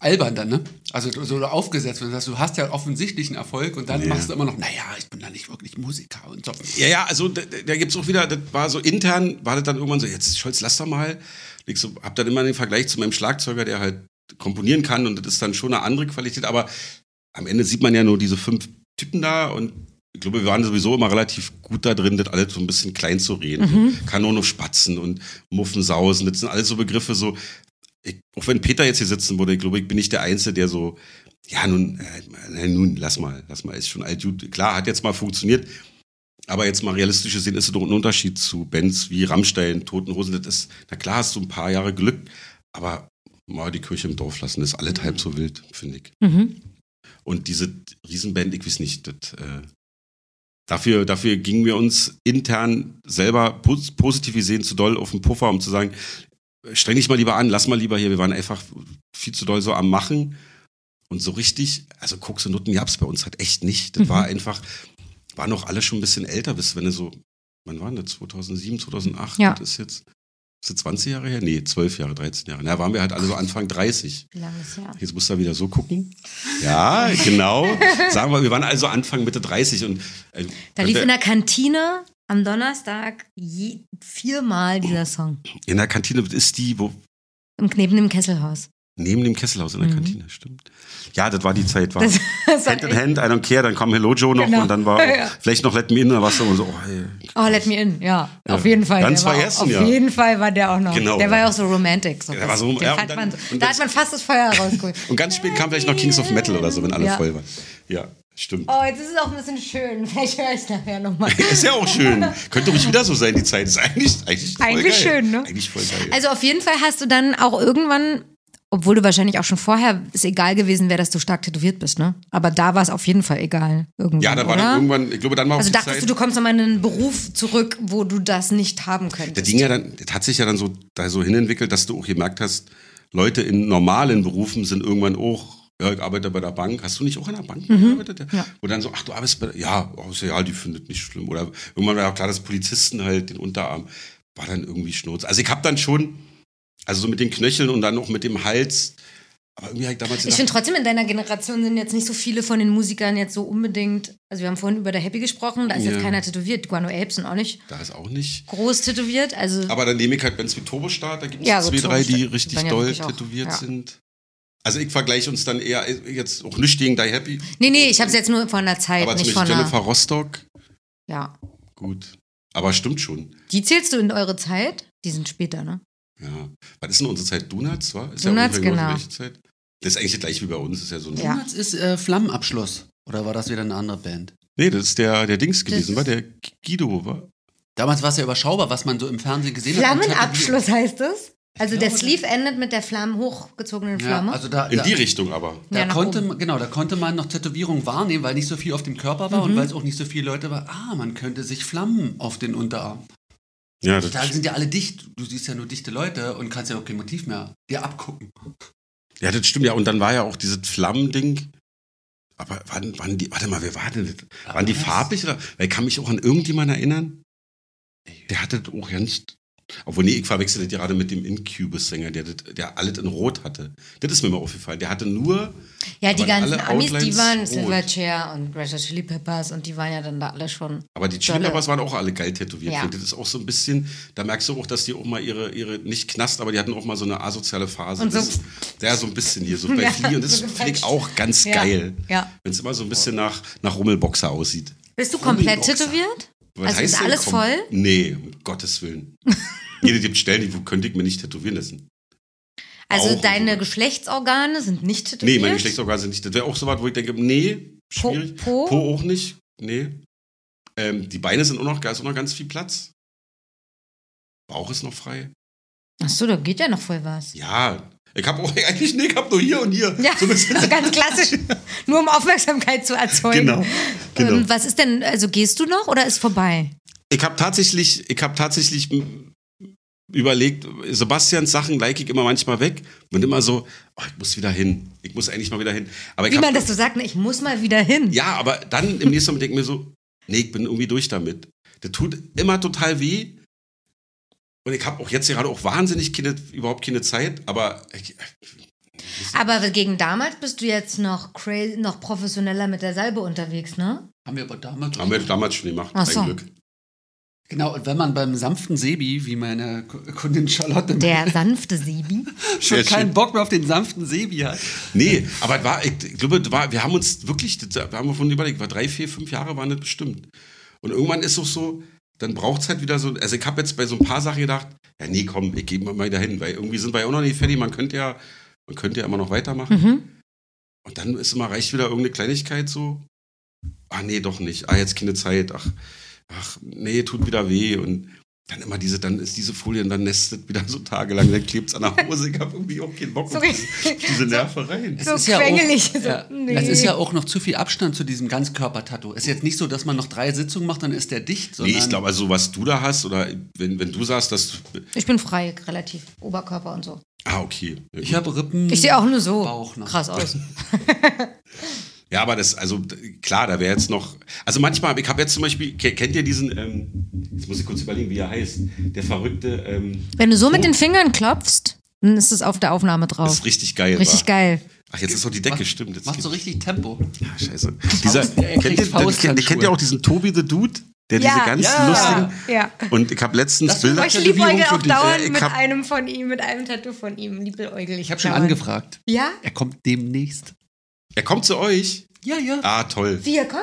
Speaker 1: albern dann, ne? Also so aufgesetzt, wenn du sagst, du hast ja offensichtlich einen Erfolg und dann
Speaker 4: Ja.
Speaker 1: machst du immer noch, naja, ich bin da nicht wirklich Musiker und so.
Speaker 4: Ja, ja, also da, da gibt es auch wieder, das war so intern, war das dann irgendwann so, jetzt Scholz, lass doch mal. Ich so, hab dann immer den Vergleich zu meinem Schlagzeuger, der halt komponieren kann und das ist dann schon eine andere Qualität, aber am Ende sieht man ja nur diese fünf Typen da und ich glaube, wir waren sowieso immer relativ gut da drin, das alles so ein bisschen klein zu reden. So Kanone spatzen und Muffensausen, das sind alles so Begriffe, so, ich, auch wenn Peter jetzt hier sitzen würde, ich glaube, ich bin nicht der Einzige, der so, ja, nun, äh, na, nun, lass mal, lass mal, ist schon alt, gut. klar, hat jetzt mal funktioniert, aber jetzt mal realistisch gesehen ist es doch ein Unterschied zu Bands wie Rammstein, Toten Hosen. Das ist, na klar, hast du ein paar Jahre Glück, aber mal die Kirche im Dorf lassen, das ist alles halb so wild, finde ich.
Speaker 2: mhm.
Speaker 4: Und diese Riesenband, ich weiß nicht, das, äh, dafür, dafür gingen wir uns intern selber pos positiv gesehen zu doll auf den Puffer, um zu sagen, streng dich mal lieber an, lass mal lieber hier, wir waren einfach viel zu doll so am Machen. Und so richtig, also Koks und Nutten gab's bei uns halt echt nicht. Das
Speaker 2: Mhm.
Speaker 4: war einfach, waren noch alle schon ein bisschen älter, bis wenn du so, wann waren das, 2007, 2008?
Speaker 2: Ja.
Speaker 4: Das ist jetzt, ist das 20 Jahre her? Nee, 12 Jahre, 13 Jahre. Na, waren wir halt alle so Anfang 30.
Speaker 2: wie lange ist ja.
Speaker 4: Jetzt muss er wieder so gucken. Ja, genau. Sagen wir, wir waren also Anfang Mitte 30 und äh,
Speaker 2: Da lief
Speaker 4: könnte-
Speaker 2: in der Kantine am Donnerstag je, viermal dieser Song.
Speaker 4: in der Kantine ist die, wo
Speaker 2: Im, neben dem Kesselhaus.
Speaker 4: neben dem Kesselhaus in der
Speaker 2: Mhm.
Speaker 4: Kantine, stimmt. Ja, das war die Zeit, war
Speaker 2: Das, das war
Speaker 4: Hand in
Speaker 2: echt,
Speaker 4: Hand, I don't care, dann kam Hello Joe noch
Speaker 2: Genau.
Speaker 4: und dann war auch,
Speaker 2: Ja.
Speaker 4: vielleicht noch Let Me In oder was und so. Oh, hey.
Speaker 2: oh, let me in. Ja,
Speaker 4: Ja.
Speaker 2: auf jeden Fall.
Speaker 4: Ganz
Speaker 2: der war
Speaker 4: vergessen,
Speaker 2: auch,
Speaker 4: ja.
Speaker 2: Auf jeden Fall war der auch noch.
Speaker 4: Genau.
Speaker 2: Der war ja auch so romantic. So
Speaker 4: Der war so-
Speaker 2: Den
Speaker 4: ja, und
Speaker 2: fand
Speaker 4: dann-
Speaker 2: man so-
Speaker 4: und
Speaker 2: da
Speaker 4: das-
Speaker 2: hat man fast das Feuer rausgeholt.
Speaker 4: Und ganz spät kam vielleicht noch Kings of Metal oder so, wenn alle
Speaker 2: Ja.
Speaker 4: voll waren. Ja, stimmt.
Speaker 2: Oh, jetzt ist es auch ein bisschen schön. Vielleicht höre ich es nachher nochmal.
Speaker 4: Ist ja auch schön. Könnte ruhig wieder so sein, die Zeit. Ist eigentlich, eigentlich, voll
Speaker 2: Eigentlich
Speaker 4: geil.
Speaker 2: schön, ne?
Speaker 4: Eigentlich voll geil.
Speaker 2: Also auf jeden Fall hast du dann auch irgendwann, obwohl du wahrscheinlich auch schon vorher, ist egal gewesen wäre, dass du stark tätowiert bist, ne? Aber da war es auf jeden Fall egal. Irgendwann,
Speaker 4: ja, da war
Speaker 2: oder?
Speaker 4: dann irgendwann, ich glaube, dann war auch
Speaker 2: Also
Speaker 4: die
Speaker 2: dachtest
Speaker 4: Zeit,
Speaker 2: du, du kommst nochmal in einen Beruf zurück, wo du das nicht haben
Speaker 4: Das
Speaker 2: könntest.
Speaker 4: ging ja dann, das hat sich ja dann so da so hinentwickelt, dass du auch gemerkt hast, Leute in normalen Berufen sind irgendwann auch, ja, ich arbeite bei der Bank. Hast du nicht auch an der Bank gearbeitet?
Speaker 2: Mhm. ja.
Speaker 4: Und dann so, ach, du arbeitest bei der, ja, oh, ist ja, egal, die findet nicht schlimm. Oder irgendwann war ja auch klar, dass Polizisten halt den Unterarm, war dann irgendwie Schnurz. Also ich habe dann schon, also so mit den Knöcheln und dann auch mit dem Hals, aber irgendwie habe ich damals
Speaker 2: Ich
Speaker 4: gedacht,
Speaker 2: finde trotzdem, in deiner Generation sind jetzt nicht so viele von den Musikern jetzt so unbedingt. Also, wir haben vorhin über der Happy gesprochen, da ist
Speaker 4: Ja.
Speaker 2: jetzt keiner tätowiert. Guano Apes sind auch nicht
Speaker 4: da ist auch nicht.
Speaker 2: groß tätowiert. Also,
Speaker 4: Aber dann nehme ich halt, wenn es wie Turbostart, da gibt es
Speaker 2: Ja, so
Speaker 4: zwei, drei, die
Speaker 2: Turbostart.
Speaker 4: richtig
Speaker 2: Dann ja
Speaker 4: doll
Speaker 2: wirklich auch,
Speaker 4: tätowiert
Speaker 2: ja.
Speaker 4: sind. Also ich vergleiche uns dann eher jetzt auch nicht gegen Die Happy,
Speaker 2: nee, nee, ich habe es jetzt nur von der Zeit,
Speaker 4: aber zum
Speaker 2: nicht
Speaker 4: Beispiel
Speaker 2: von äh, der.
Speaker 4: Jennifer Rostock,
Speaker 2: Ja.
Speaker 4: gut. Aber stimmt schon.
Speaker 2: Die zählst du in eure Zeit? Die sind später, ne?
Speaker 4: Ja. Was ist denn unsere Zeit? Donuts, war? Ist
Speaker 2: Donuts,
Speaker 4: ungefähr
Speaker 2: genau.
Speaker 4: gleiche Zeit. Das ist eigentlich gleich wie bei uns. Ist ja so ein
Speaker 2: Ja.
Speaker 1: Donuts ist äh, Flammenabschluss. Oder war das wieder eine andere Band?
Speaker 4: Nee, das ist der, der Dings gewesen,
Speaker 2: ist-
Speaker 4: war der Guido, war?
Speaker 1: Damals war es ja überschaubar, was man so im Fernsehen gesehen hat.
Speaker 2: Flammenabschluss heißt es. Also
Speaker 1: Ich
Speaker 2: der
Speaker 1: glaube,
Speaker 2: Sleeve endet mit der Flammen hochgezogenen
Speaker 1: Ja,
Speaker 2: Flamme.
Speaker 1: also da,
Speaker 4: In
Speaker 1: da,
Speaker 4: die Richtung aber.
Speaker 1: Da
Speaker 2: Ja, nach
Speaker 1: konnte
Speaker 2: oben.
Speaker 1: man, genau, da konnte man noch Tätowierungen wahrnehmen, weil nicht so viel auf dem Körper war
Speaker 2: Mhm.
Speaker 1: und weil es auch nicht so viele Leute war. Ah, man könnte sich Flammen auf den Unterarm. Also
Speaker 4: Ja,
Speaker 1: Da
Speaker 4: das,
Speaker 1: sind ja alle dicht. Du siehst ja nur dichte Leute und kannst ja auch kein Motiv mehr dir abgucken.
Speaker 4: ja, das stimmt ja. Und dann war ja auch dieses Flammending. Aber wann, wann die, warte mal, wer war denn das? Waren die
Speaker 1: was?
Speaker 4: farblich oder? Weil ich kann mich auch an irgendjemanden erinnern. Der hatte das auch ganz. Obwohl, nee, ich verwechselte das gerade mit dem Incubus-Sänger, der, das- der alles in Rot hatte. Das ist mir mal aufgefallen. Der hatte nur.
Speaker 2: ja, die
Speaker 4: waren
Speaker 2: ganzen
Speaker 4: alle
Speaker 2: Amis, die
Speaker 4: Outlines
Speaker 2: waren
Speaker 4: rot.
Speaker 2: Silverchair und Red Hot Chili Peppers und die waren ja dann da alle schon.
Speaker 4: Aber die Chili
Speaker 2: Dolle.
Speaker 4: Peppers waren auch alle geil tätowiert.
Speaker 2: Ja.
Speaker 4: Und das ist auch so ein bisschen, da merkst du auch, dass die auch mal ihre, ihre nicht Knast, aber die hatten auch mal so eine asoziale Phase.
Speaker 2: Und so-
Speaker 4: das ist, ja, so ein bisschen hier, so bei
Speaker 2: Ja,
Speaker 4: Flea. Und das
Speaker 2: so
Speaker 4: finde ich
Speaker 2: gefälscht.
Speaker 4: auch ganz geil.
Speaker 2: Ja.
Speaker 4: Wenn es immer so ein bisschen nach, nach Rummelboxer aussieht.
Speaker 2: Bist du komplett
Speaker 1: Boxer.
Speaker 2: tätowiert?
Speaker 4: Was
Speaker 2: also ist
Speaker 4: denn
Speaker 2: alles
Speaker 4: kom-
Speaker 2: voll?
Speaker 4: Nee, um Gottes Willen. Jede gibt Stellen, die könnte ich mir nicht tätowieren lassen.
Speaker 2: Also
Speaker 4: Auch
Speaker 2: deine
Speaker 4: so.
Speaker 2: Geschlechtsorgane sind nicht tätowiert?
Speaker 4: Nee, meine Geschlechtsorgane sind nicht. Das wäre auch so was, wo ich denke, nee,
Speaker 2: Po,
Speaker 4: schwierig.
Speaker 2: po,
Speaker 4: Po auch nicht. Nee. Ähm, die Beine sind auch noch, da ist auch noch ganz viel Platz. Bauch ist noch frei.
Speaker 2: Achso, da geht ja noch voll was.
Speaker 4: Ja, ich habe auch eigentlich, nee, ich habe nur hier und hier.
Speaker 2: Ja,
Speaker 4: So ein bisschen.
Speaker 2: also ganz klassisch. Nur um Aufmerksamkeit zu erzeugen.
Speaker 4: Genau, genau.
Speaker 2: Ähm, was ist denn, also gehst du noch oder ist vorbei?
Speaker 4: Ich habe tatsächlich, ich habe tatsächlich m- überlegt, Sebastians Sachen like ich immer manchmal weg und immer so, oh, ich muss wieder hin, ich muss eigentlich mal wieder hin. Aber ich
Speaker 2: Wie
Speaker 4: hab-
Speaker 2: man das so sagt, ne, ich muss mal wieder hin.
Speaker 4: ja, aber dann im nächsten Moment denke ich mir so, nee, ich bin irgendwie durch damit. Das tut immer total weh. Und ich habe auch jetzt gerade auch wahnsinnig keine, überhaupt keine Zeit, aber ich,
Speaker 2: Aber gegen damals bist du jetzt noch crazy, noch professioneller mit der Salbe unterwegs, ne?
Speaker 1: Haben wir aber damals.
Speaker 4: haben wir damals schon gemacht,
Speaker 2: Ach
Speaker 4: ein
Speaker 2: so.
Speaker 4: Glück.
Speaker 1: Genau, und wenn man beim sanften Sebi, wie meine K- Kundin Charlotte,
Speaker 2: Der sanfte Siebi.
Speaker 1: schon
Speaker 4: Sehr
Speaker 1: keinen
Speaker 4: schön.
Speaker 1: Bock mehr auf den sanften Sebi hat.
Speaker 4: Nee, aber es war, ich, ich glaube, es war, wir haben uns wirklich, das, wir haben vorhin überlegt, war drei, vier, fünf Jahre waren das bestimmt. Und irgendwann ist es auch so, dann braucht es halt wieder so, also ich habe jetzt bei so ein paar Sachen gedacht, ja nee, komm, ich gehe mal mal dahin, weil irgendwie sind wir ja auch noch nicht fertig, man könnte ja, man könnte ja immer noch weitermachen.
Speaker 2: Mhm.
Speaker 4: Und dann ist immer reicht wieder irgendeine Kleinigkeit so. Ah nee, doch nicht. Ah, jetzt keine Zeit. Ach, ach nee, tut wieder weh. Und dann immer diese, dann ist diese Folie und dann nestet wieder so tagelang, dann klebt es an der Hose. Ich habe irgendwie auch keinen Bock auf
Speaker 2: Sorry.
Speaker 4: diese, diese Nervereien.
Speaker 2: So quengelig.
Speaker 1: Ja auch,
Speaker 2: So,
Speaker 1: ja,
Speaker 2: nee.
Speaker 1: Es ist ja auch noch zu viel Abstand zu diesem Ganzkörper-Tattoo. Es ist jetzt nicht so, dass man noch drei Sitzungen macht, dann ist der dicht.
Speaker 4: Nee,
Speaker 1: Sondern
Speaker 4: ich glaube, also was du da hast, oder wenn, wenn du sagst, dass.
Speaker 2: Ich bin frei, relativ. Oberkörper und so.
Speaker 4: Ah, okay.
Speaker 1: ich habe Rippen.
Speaker 2: Ich sehe auch nur so
Speaker 1: Bauch noch.
Speaker 2: krass aus.
Speaker 4: Ja, aber das, also d- klar, da wäre jetzt noch. Also manchmal, ich habe jetzt zum Beispiel, ke- kennt ihr diesen, ähm, jetzt muss ich kurz überlegen, wie er heißt, der verrückte, ähm,
Speaker 2: Wenn du so mit den Fingern klopfst, dann ist es auf der Aufnahme drauf.
Speaker 4: ist richtig geil.
Speaker 2: Richtig
Speaker 4: wa?
Speaker 2: geil.
Speaker 4: Ach, jetzt ist doch die Decke, stimmt. Jetzt
Speaker 1: Machst du
Speaker 4: geht-
Speaker 1: richtig Tempo.
Speaker 4: Ah, scheiße. Dieser,
Speaker 1: er kriegt
Speaker 4: kennt, ihr,
Speaker 1: Faust
Speaker 4: kennt,
Speaker 1: an
Speaker 4: kennt ihr
Speaker 1: Schuhe.
Speaker 4: auch diesen Tobi the Dude? Der diese
Speaker 2: Ja.
Speaker 4: ganz
Speaker 1: Ja.
Speaker 4: lustigen.
Speaker 2: Ja.
Speaker 4: Und ich habe letztens
Speaker 1: Das-
Speaker 4: Bilder.
Speaker 1: Ich liebäugel auch
Speaker 4: dauernd Äh, ich mit hab-
Speaker 2: einem von ihm, mit einem Tattoo von ihm. Liebäugel.
Speaker 1: Ich habe schon angefragt.
Speaker 2: Ja?
Speaker 1: Er kommt demnächst.
Speaker 4: Er kommt zu euch.
Speaker 1: Ja, ja.
Speaker 4: Ah, toll.
Speaker 2: Wie er kommt.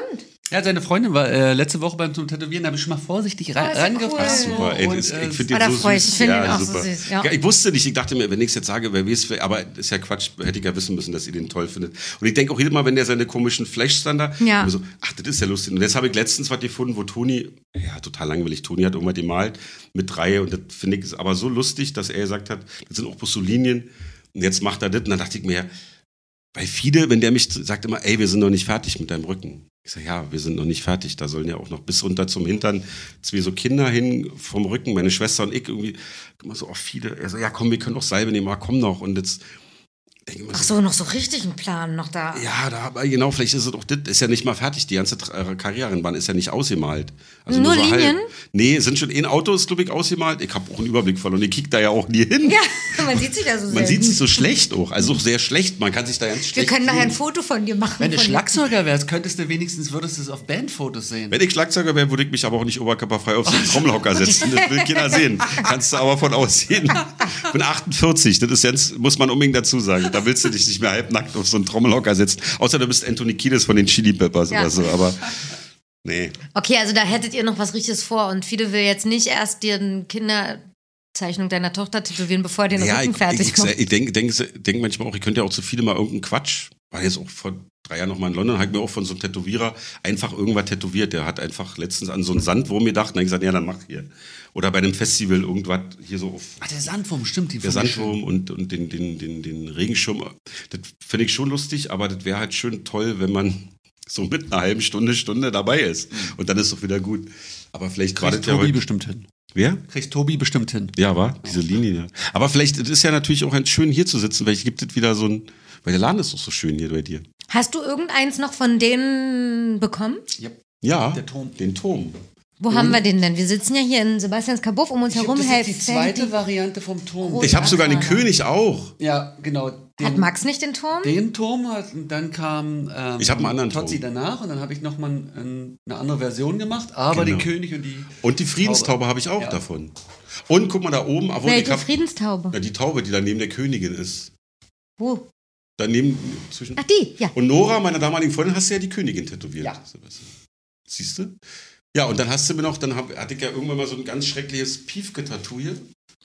Speaker 1: Ja, seine Freundin war äh, letzte Woche beim zum Tätowieren, da habe ich schon mal vorsichtig rein,
Speaker 2: Oh, ist ja
Speaker 1: reingefragt.
Speaker 2: cool.
Speaker 4: Ach, Ah, super. Ey,
Speaker 1: Und,
Speaker 4: das-
Speaker 1: äh,
Speaker 4: ich finde
Speaker 2: Ah, da
Speaker 4: den so
Speaker 2: freu ich-
Speaker 4: süß.
Speaker 2: ich find
Speaker 4: ja,
Speaker 2: den auch so
Speaker 4: super.
Speaker 2: süß, ja.
Speaker 4: Ich wusste nicht, ich dachte mir, wenn ich es jetzt sage, wer weiß, wer- aber ist ja Quatsch, hätte ich ja wissen müssen, dass ihr den toll findet. Und ich denke auch jedes Mal, wenn der seine komischen Flash-Stander,
Speaker 2: Ja.
Speaker 4: immer so, ach, das ist ja lustig. Und jetzt habe ich letztens was gefunden, wo Toni, ja, total langweilig, Toni hat irgendwann gemalt mit Reihe und das finde ich ist aber so lustig, dass er gesagt hat, das sind auch bloß so Linien und jetzt macht er das und dann dachte ich mir, ja, weil viele, wenn der mich sagt immer, ey, wir sind noch nicht fertig mit deinem Rücken. Ich sage, ja, wir sind noch nicht fertig. Da sollen ja auch noch bis runter zum Hintern zwei so Kinder hin vom Rücken. Meine Schwester und ich irgendwie immer so, oh, viele. Er so, ja, komm, wir können doch Salbe nehmen, ah, komm noch. Und jetzt denke ich immer
Speaker 2: Ach
Speaker 4: so,
Speaker 2: so, noch so richtig einen Plan noch da.
Speaker 4: ja, da, aber genau, vielleicht ist es auch das, ist ja nicht mal fertig. Die ganze Tra- äh, Karrierenbahn ist ja nicht ausgemalt. Also
Speaker 2: Nur Linien?
Speaker 4: Halb. Nee, sind schon in Autos, glaube ich, ausgemalt. Ich habe auch einen Überblick verloren. Ich kick da ja auch nie hin.
Speaker 2: Ja, man sieht sich ja so
Speaker 4: Man sieht
Speaker 2: selten.
Speaker 4: sich so schlecht auch. Also auch sehr schlecht. Man kann sich da ganz
Speaker 2: Wir
Speaker 4: schlecht
Speaker 2: können nachher ein
Speaker 4: sehen.
Speaker 2: Foto von dir machen.
Speaker 1: wenn du
Speaker 2: von
Speaker 1: Schlagzeuger wärst, könntest du wenigstens, würdest du es auf Bandfotos sehen.
Speaker 4: Wenn ich Schlagzeuger wäre, würde ich mich aber auch nicht oberkörperfrei auf so einen Trommelhocker setzen. Das will keiner sehen. Kannst du aber von ausgehen. Ich bin 48, das ist jetzt, muss man unbedingt dazu sagen. Da willst du dich nicht mehr halbnackt auf so einen Trommelhocker setzen. Außer du bist Anthony Kiedis von den Chili Peppers
Speaker 2: Ja.
Speaker 4: oder so. Aber nee.
Speaker 2: Okay, also da hättet ihr noch was Richtiges vor und Fide will jetzt nicht erst dir eine Kinderzeichnung deiner Tochter tätowieren, bevor ihr den Rücken fertig ne?
Speaker 4: ich,
Speaker 2: macht.
Speaker 4: ich, ich denke denk, denk manchmal auch, ich könnte ja auch zu viele mal irgendeinen Quatsch, war jetzt auch vor drei Jahren nochmal in London, habe ich mir auch von so einem Tätowierer einfach irgendwas tätowiert. Der hat einfach letztens an so einen Sandwurm gedacht und dann gesagt, ja, dann mach hier. Oder bei einem Festival irgendwas hier so auf
Speaker 1: Ach, Ah, der Sandwurm, stimmt. Die
Speaker 4: der
Speaker 1: fand ich
Speaker 4: Sandwurm und, und den, den, den, den Regenschirm. Das finde ich schon lustig, aber das wäre halt schön toll, wenn man so mit einer halben Stunde, Stunde dabei ist. Und dann ist doch wieder gut. Aber vielleicht
Speaker 1: schön.
Speaker 4: gerade
Speaker 1: Kriegt
Speaker 4: der
Speaker 1: Tobi
Speaker 4: heute.
Speaker 1: bestimmt hin.
Speaker 4: Wer?
Speaker 1: Kriegt Tobi bestimmt hin.
Speaker 4: Ja, war diese Linie. ja. Aber vielleicht es ist ja natürlich auch ein schön hier zu sitzen, weil ich gibt es wieder so ein, weil der Laden ist doch so schön hier bei dir.
Speaker 2: Hast du irgendeins noch von denen bekommen?
Speaker 4: Ja.
Speaker 1: Der Turm.
Speaker 4: Den Turm.
Speaker 2: Wo haben wir den denn? Wir sitzen ja hier in Sebastians Kabuff um uns
Speaker 1: Ich glaub,
Speaker 2: herum.
Speaker 1: das
Speaker 2: hält
Speaker 1: ist die
Speaker 2: Sandy.
Speaker 1: zweite Variante vom Turm.
Speaker 2: Oh,
Speaker 4: Ich habe sogar den
Speaker 2: ja.
Speaker 1: ne?
Speaker 4: König auch.
Speaker 1: Ja, genau. Den,
Speaker 2: Hat Max nicht den Turm?
Speaker 1: den Turm hat, und dann kam ähm,
Speaker 4: Ich hab einen anderen
Speaker 1: Totzi
Speaker 4: Turm.
Speaker 1: danach und dann habe ich nochmal ein, eine andere Version gemacht, aber
Speaker 4: Genau.
Speaker 1: den König und die.
Speaker 4: Und die Friedenstaube habe ich auch
Speaker 1: Ja.
Speaker 4: davon. Und guck mal da oben, aber
Speaker 2: Welche
Speaker 4: die,
Speaker 2: Friedenstaube?
Speaker 4: ja, die Taube, die da neben der Königin ist.
Speaker 2: Wo?
Speaker 4: Daneben zwischen.
Speaker 2: Ach, die, ja.
Speaker 4: Und Nora, meiner damaligen Freundin, hast du ja die Königin tätowiert.
Speaker 1: Ja.
Speaker 4: Siehst du? Ja, und dann hast du mir noch, dann hab, hatte ich ja irgendwann mal so ein ganz schreckliches Piefke hier.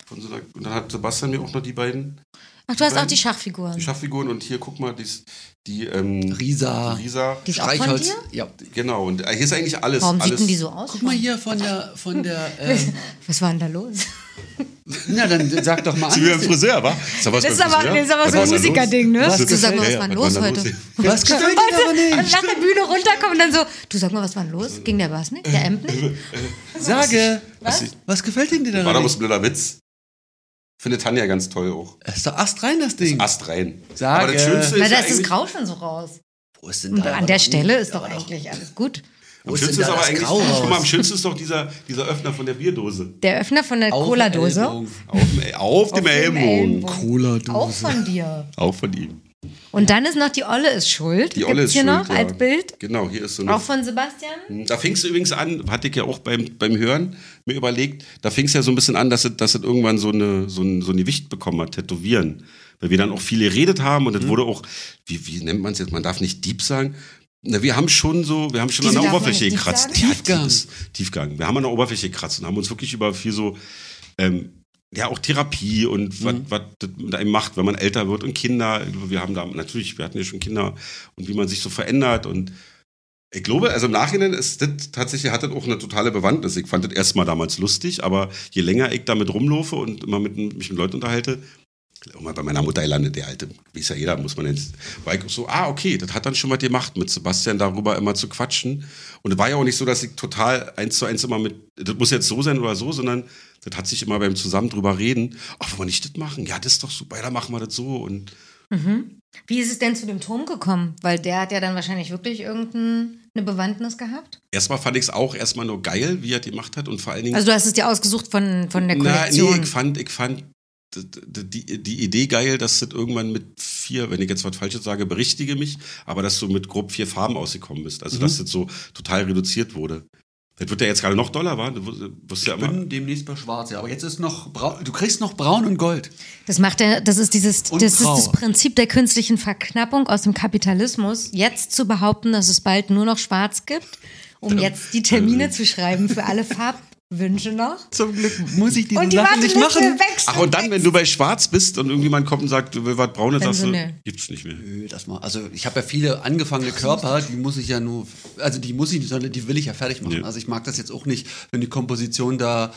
Speaker 4: Von so einer, und dann hat Sebastian mir auch noch die beiden
Speaker 2: Ach, du hast auch
Speaker 4: Nein.
Speaker 2: die Schachfiguren.
Speaker 4: die Schachfiguren und hier guck mal, dies, die ähm,
Speaker 1: Risa.
Speaker 4: die Risa.
Speaker 2: Die ist auch von dir?
Speaker 1: Ja.
Speaker 4: Genau, und hier ist eigentlich alles.
Speaker 2: Warum
Speaker 4: alles,
Speaker 2: sieht denn die so aus?
Speaker 1: Guck mal hier von der. Von der ähm,
Speaker 2: Was war denn da los?
Speaker 1: na, dann sag doch mal
Speaker 4: Sind wir beim
Speaker 1: an.
Speaker 4: Friseur, wa? Ist da was
Speaker 2: Das
Speaker 4: beim
Speaker 2: ist aber-
Speaker 4: Friseur?
Speaker 2: das ist aber so ein
Speaker 4: Was war da los?
Speaker 2: Musikerding, ne?
Speaker 4: Was ist
Speaker 2: Du, sag mal, was
Speaker 4: Ja, ja,
Speaker 2: war denn
Speaker 4: was
Speaker 2: los
Speaker 4: war denn
Speaker 2: heute?
Speaker 1: Was gefällt dir aber nicht?
Speaker 2: Nach der Bühne runterkommen und dann so, du sag mal, was war denn los? Ging der was nicht? Der Emp nicht?
Speaker 1: Sage,
Speaker 4: Was?
Speaker 1: was gefällt Ihnen denn
Speaker 4: War da
Speaker 1: da
Speaker 4: bloß ein blöder Witz? Findet Tanja ganz toll auch.
Speaker 1: Es ist doch astrein, das
Speaker 4: Das
Speaker 1: Ding.
Speaker 4: Ast rein.
Speaker 1: Sage.
Speaker 4: Aber das Schönste
Speaker 2: Weil da
Speaker 4: ist, ja
Speaker 2: ist das
Speaker 4: eigentlich,
Speaker 2: Grau schon so raus.
Speaker 1: Wo ist denn
Speaker 2: Und an der
Speaker 1: aber
Speaker 2: Stelle
Speaker 1: doch-
Speaker 2: ist doch
Speaker 1: aber
Speaker 2: eigentlich alles gut.
Speaker 1: Wo
Speaker 4: am
Speaker 1: ist denn
Speaker 4: schönsten ist
Speaker 1: da
Speaker 4: aber
Speaker 1: das
Speaker 4: eigentlich,
Speaker 1: Grau raus?
Speaker 4: guck mal, am schönsten ist doch dieser, dieser Öffner von der Bierdose.
Speaker 2: Der Öffner von der
Speaker 1: Auf dem
Speaker 2: Cola-Dose.
Speaker 1: Ellbogen.
Speaker 4: Auf, dem- auf dem
Speaker 2: dem
Speaker 4: Ellenbogen.
Speaker 2: Ellenbogen.
Speaker 1: Cola-Dose.
Speaker 2: Auch von dir.
Speaker 4: Auch von ihm.
Speaker 2: Und dann ist noch die Olle ist schuld.
Speaker 4: Die Olle
Speaker 2: Gibt's hier
Speaker 4: ist
Speaker 2: noch
Speaker 4: schuld, ja.
Speaker 2: als Bild.
Speaker 4: Genau, hier ist so eine
Speaker 2: Auch von Sebastian.
Speaker 4: Mhm. Da fing es übrigens an, hatte ich ja auch beim, beim Hören mir überlegt, da fing es ja so ein bisschen an, dass es, dass es irgendwann so eine, so, ein, so eine Wicht bekommen hat, Tätowieren. Weil wir dann auch viel geredet haben
Speaker 2: Mhm.
Speaker 4: und es wurde auch, wie, wie nennt man es jetzt, man darf nicht Dieb sagen. Na, wir haben schon so, wir haben schon
Speaker 2: Wieso
Speaker 4: an der
Speaker 2: darf man
Speaker 4: Oberfläche
Speaker 2: nicht Dieb
Speaker 4: gekratzt.
Speaker 2: sagen?
Speaker 4: Ja,
Speaker 1: Tiefgang.
Speaker 4: Dieb ist- Tiefgang. Wir haben an der Oberfläche gekratzt und haben uns wirklich über viel so, ähm, ja, auch Therapie und
Speaker 2: Mhm.
Speaker 4: was was das mit einem macht, wenn man älter wird und Kinder. Ich glaube, Wir haben da natürlich, wir hatten ja schon Kinder und wie man sich so verändert und ich glaube, also im Nachhinein ist das tatsächlich hat das auch eine totale Bewandtnis. Ich fand das erstmal damals lustig, aber je länger ich damit rumlaufe und immer mit, mich mit Leuten unterhalte, immer bei meiner Mutter landet der alte, wie ist ja jeder, muss man jetzt, war ich auch so, ah, okay, das hat dann schon was gemacht, mit Sebastian darüber immer zu quatschen. Und es war ja auch nicht so, dass ich total eins zu eins immer mit, das muss jetzt so sein oder so, sondern das hat sich immer beim Zusammen drüber reden, ach, wollen wir nicht das machen? Ja, das ist doch super, ja, dann machen wir das so. Und
Speaker 2: Wie ist es denn zu dem Turm gekommen? Weil der hat ja dann wahrscheinlich wirklich irgendeine Bewandtnis gehabt.
Speaker 4: erstmal fand ich es auch erstmal nur geil, wie er das gemacht hat und vor allen Dingen.
Speaker 2: Also du hast es dir ausgesucht von, von der
Speaker 4: Na,
Speaker 2: Kollektion.
Speaker 4: nee, ich fand, ich fand d- d- die, die Idee geil, dass das irgendwann mit vier, wenn ich jetzt was Falsches sage, berichtige mich, aber dass du mit grob vier Farben ausgekommen bist. Also,
Speaker 1: Mhm.
Speaker 4: dass das so total reduziert wurde. Das wird ja jetzt gerade noch doller, war? Du wus- wusstest ja
Speaker 1: Ich
Speaker 4: immer.
Speaker 1: bin demnächst bei Schwarz, ja. Aber jetzt ist noch braun. Du kriegst noch braun und gold.
Speaker 2: das macht der, das ist dieses,
Speaker 1: Und
Speaker 2: das ist das
Speaker 1: grau.
Speaker 2: Prinzip der künstlichen Verknappung aus dem Kapitalismus. Jetzt zu behaupten, dass es bald nur noch Schwarz gibt, um jetzt die Termine zu schreiben für alle Farbwünsche noch.
Speaker 1: Zum Glück muss ich diese
Speaker 2: Und die
Speaker 1: Sachen nicht
Speaker 2: Warteliste
Speaker 1: machen.
Speaker 2: wächst.
Speaker 4: Ach, und dann, wenn du bei Schwarz bist und irgendjemand kommt und sagt, du willst was Braunes,
Speaker 2: Dann
Speaker 4: sagst
Speaker 2: so,
Speaker 4: du,
Speaker 1: ne.
Speaker 2: nee.
Speaker 4: gibt's nicht mehr.
Speaker 1: Nö, das mal. Also ich habe ja viele angefangene Körper, die muss ich ja nur, also die muss ich nicht, sondern die will ich ja fertig machen.
Speaker 4: Ja.
Speaker 1: Also ich mag das jetzt auch nicht, wenn die Komposition da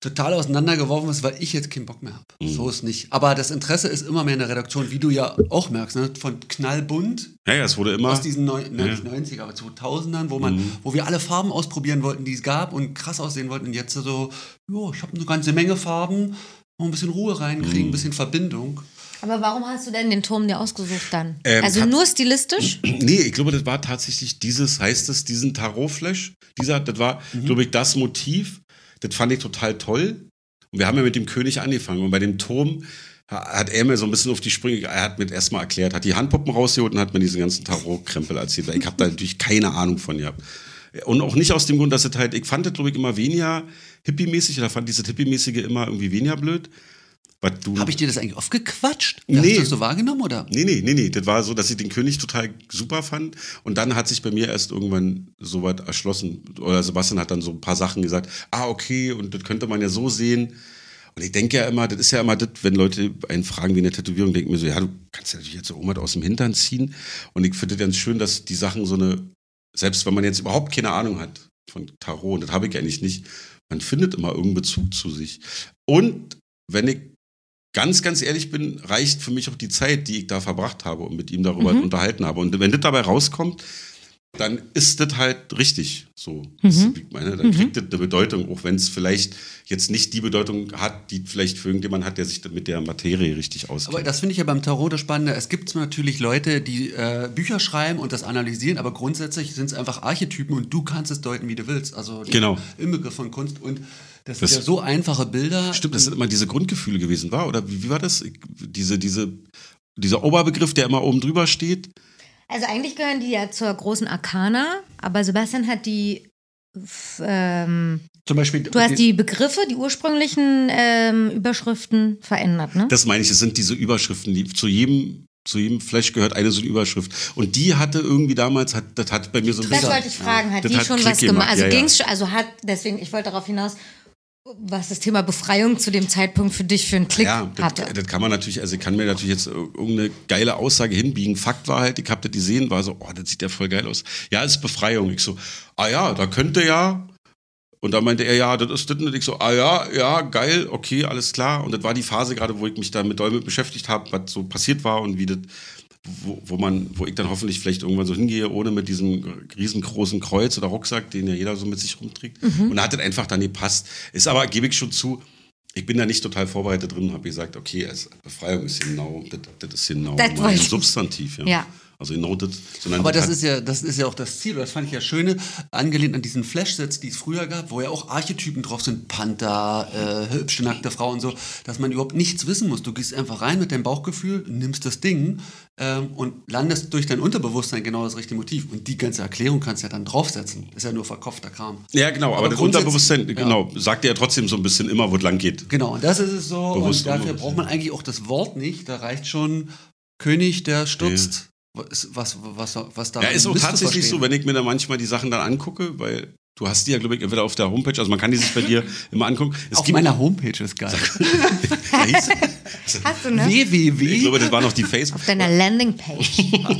Speaker 1: total auseinandergeworfen ist, weil ich jetzt keinen Bock mehr habe.
Speaker 4: Mhm.
Speaker 1: So ist nicht. Aber das Interesse ist immer mehr in der Redaktion, wie du ja auch merkst, ne? von knallbunt
Speaker 4: Ja, ja, Mhm. es wurde immer.
Speaker 1: aus diesen neun- nicht 90er, aber 2000ern, wo, man, wo wir alle Farben ausprobieren wollten, die es gab und krass aussehen wollten. Und jetzt so, jo, ich habe eine ganze Menge Farben, mal ein bisschen Ruhe
Speaker 4: Mhm.
Speaker 1: reinkriegen, ein bisschen Verbindung.
Speaker 2: Aber warum hast du denn den Turm dir ausgesucht dann?
Speaker 4: Ähm,
Speaker 2: also
Speaker 4: hat-
Speaker 2: nur stilistisch?
Speaker 4: Nee, ich glaube, das war tatsächlich dieses, heißt es, diesen Tarotflash. Dieser, das war, glaube ich, das Motiv. Das fand ich total toll. Und wir haben ja mit dem König angefangen. Und bei dem Turm ha- hat er mir so ein bisschen auf die Sprünge, ge- er hat mir das erstmal erklärt, hat die Handpuppen rausgeholt und hat mir diesen ganzen Tarotkrempel erzählt. Weil ich habe da natürlich keine Ahnung von gehabt. Und auch nicht aus dem Grund, dass das halt, ich fand das, glaube ich, immer weniger hippie-mäßig oder fand dieses hippie-mäßige immer irgendwie weniger blöd. Was du
Speaker 1: Habe ich dir das eigentlich oft gequatscht?
Speaker 4: Nee.
Speaker 1: Hast du das so wahrgenommen, oder?
Speaker 4: Nee, nee, nee, nee. Das war so, dass ich den König total super fand. Und dann hat sich bei mir erst irgendwann so was erschlossen. Oder Sebastian hat dann so ein paar Sachen gesagt. Ah, okay, und das könnte man ja so sehen. Und ich denke ja immer, das ist ja immer das, wenn Leute einen fragen wie eine Tätowierung, denken mir so, ja, du kannst ja natürlich jetzt so irgendwas aus dem Hintern ziehen. Und ich finde das ganz schön, dass die Sachen so eine, selbst wenn man jetzt überhaupt keine Ahnung hat von Tarot, und das habe ich eigentlich nicht, man findet immer irgendeinen Bezug zu sich. Und wenn ich ganz, ganz ehrlich bin, reicht für mich auch die Zeit, die ich da verbracht habe und mit ihm darüber unterhalten habe. Und wenn das dabei rauskommt, dann ist das halt richtig so. Das ist, wie ich meine, dann kriegt das eine Bedeutung, auch wenn es vielleicht jetzt nicht die Bedeutung hat, die vielleicht für irgendjemand hat, der sich mit der Materie richtig auskennt.
Speaker 1: Aber das finde ich ja beim Tarot das Spannende. Es gibt natürlich Leute, die äh, Bücher schreiben und das analysieren, aber grundsätzlich sind es einfach Archetypen und du kannst es deuten, wie du willst. Also die-
Speaker 4: Genau.
Speaker 1: im Begriff von Kunst. Und das,
Speaker 4: Das-
Speaker 1: sind ja so einfache Bilder.
Speaker 4: Stimmt, das sind immer diese Grundgefühle gewesen, war? Oder wie, wie war das? Ich- Diese, diese, dieser Oberbegriff, der immer oben drüber steht.
Speaker 2: Also eigentlich gehören die ja zur großen Arkana, aber Sebastian hat die. f- Ähm,
Speaker 1: Zum Beispiel,
Speaker 2: du hast die Begriffe, die ursprünglichen ähm, Überschriften verändert, ne?
Speaker 4: Das meine ich, es sind diese Überschriften, die zu jedem, zu jedem Flash gehört eine so eine Überschrift. Und die hatte irgendwie damals, hat, das hat bei mir so ein
Speaker 2: Das
Speaker 4: bisschen.
Speaker 2: wollte ich fragen, hat
Speaker 4: Das
Speaker 2: die
Speaker 4: hat
Speaker 2: schon
Speaker 4: Klick
Speaker 2: was gemacht?
Speaker 4: gemacht,
Speaker 2: Also
Speaker 4: ja, ja.
Speaker 2: ging's schon, also hat, deswegen, ich wollte darauf hinaus, was das Thema Befreiung zu dem Zeitpunkt für dich für einen Klick
Speaker 4: ja, das,
Speaker 2: hatte.
Speaker 4: das kann man natürlich, also ich kann mir natürlich jetzt irgendeine geile Aussage hinbiegen. Fakt war halt, ich hab das gesehen, war so, oh, das sieht ja voll geil aus. Ja, ist Befreiung. Ich so, ah ja, da könnte ja. Und da meinte er, ja, das ist das. Und ich so, ah ja, ja, geil, okay, alles klar. Und das war die Phase gerade, wo ich mich damit doll mit beschäftigt habe, was so passiert war und wie das, wo, wo man, wo ich dann hoffentlich vielleicht irgendwann so hingehe, ohne mit diesem riesengroßen Kreuz
Speaker 1: Mhm.
Speaker 4: oder Rucksack, den ja jeder so mit sich rumträgt. Und da hat das einfach dann gepasst. Ist aber, gebe ich schon zu, Ich bin da nicht total vorbereitet drin und habe gesagt, okay, als Befreiung ist genau, das, das ist genau
Speaker 2: Das
Speaker 4: mein
Speaker 2: wollte ich-
Speaker 4: Substantiv. Ja.
Speaker 2: Ja.
Speaker 4: Also genau das. sondern
Speaker 1: Aber das
Speaker 4: hat-
Speaker 1: ist ja, das ist ja auch das Ziel. Das fand ich ja schöne, angelehnt an diesen Flash-Sets, die es früher gab, wo ja auch Archetypen drauf sind, Panther, äh, hübsche nackte Frau und so, dass man überhaupt nichts wissen muss. Du gehst einfach rein mit deinem Bauchgefühl, nimmst das Ding ähm, und landest durch dein Unterbewusstsein genau das richtige Motiv. Und die ganze Erklärung kannst du ja dann draufsetzen. Ist ja nur verkopfter Kram.
Speaker 4: Ja, genau, aber,
Speaker 1: Aber
Speaker 4: das
Speaker 1: grundsätzlich-
Speaker 4: Unterbewusstsein,
Speaker 1: ja.
Speaker 4: genau, sagt dir ja trotzdem so ein bisschen immer, wo es lang geht.
Speaker 1: Genau, und das ist es so. und
Speaker 4: Bewusst
Speaker 1: dafür
Speaker 4: unbewusst,
Speaker 1: braucht man eigentlich auch das Wort nicht. Da reicht schon König, der stutzt. Was, was, was, was da
Speaker 4: Ja, ist auch
Speaker 1: Mist zu
Speaker 4: tatsächlich so,
Speaker 1: Also verstehen.
Speaker 4: wenn ich mir da manchmal die Sachen dann angucke, weil du hast die ja, glaube ich, entweder auf der Homepage, also man kann die sich bei dir immer angucken. Es
Speaker 1: Auf meiner Homepage ist geil.
Speaker 4: da hieß,
Speaker 2: Hast du, ne?
Speaker 4: ich
Speaker 1: www.
Speaker 4: glaube, das war noch die Facebook.
Speaker 2: Auf deiner Landingpage.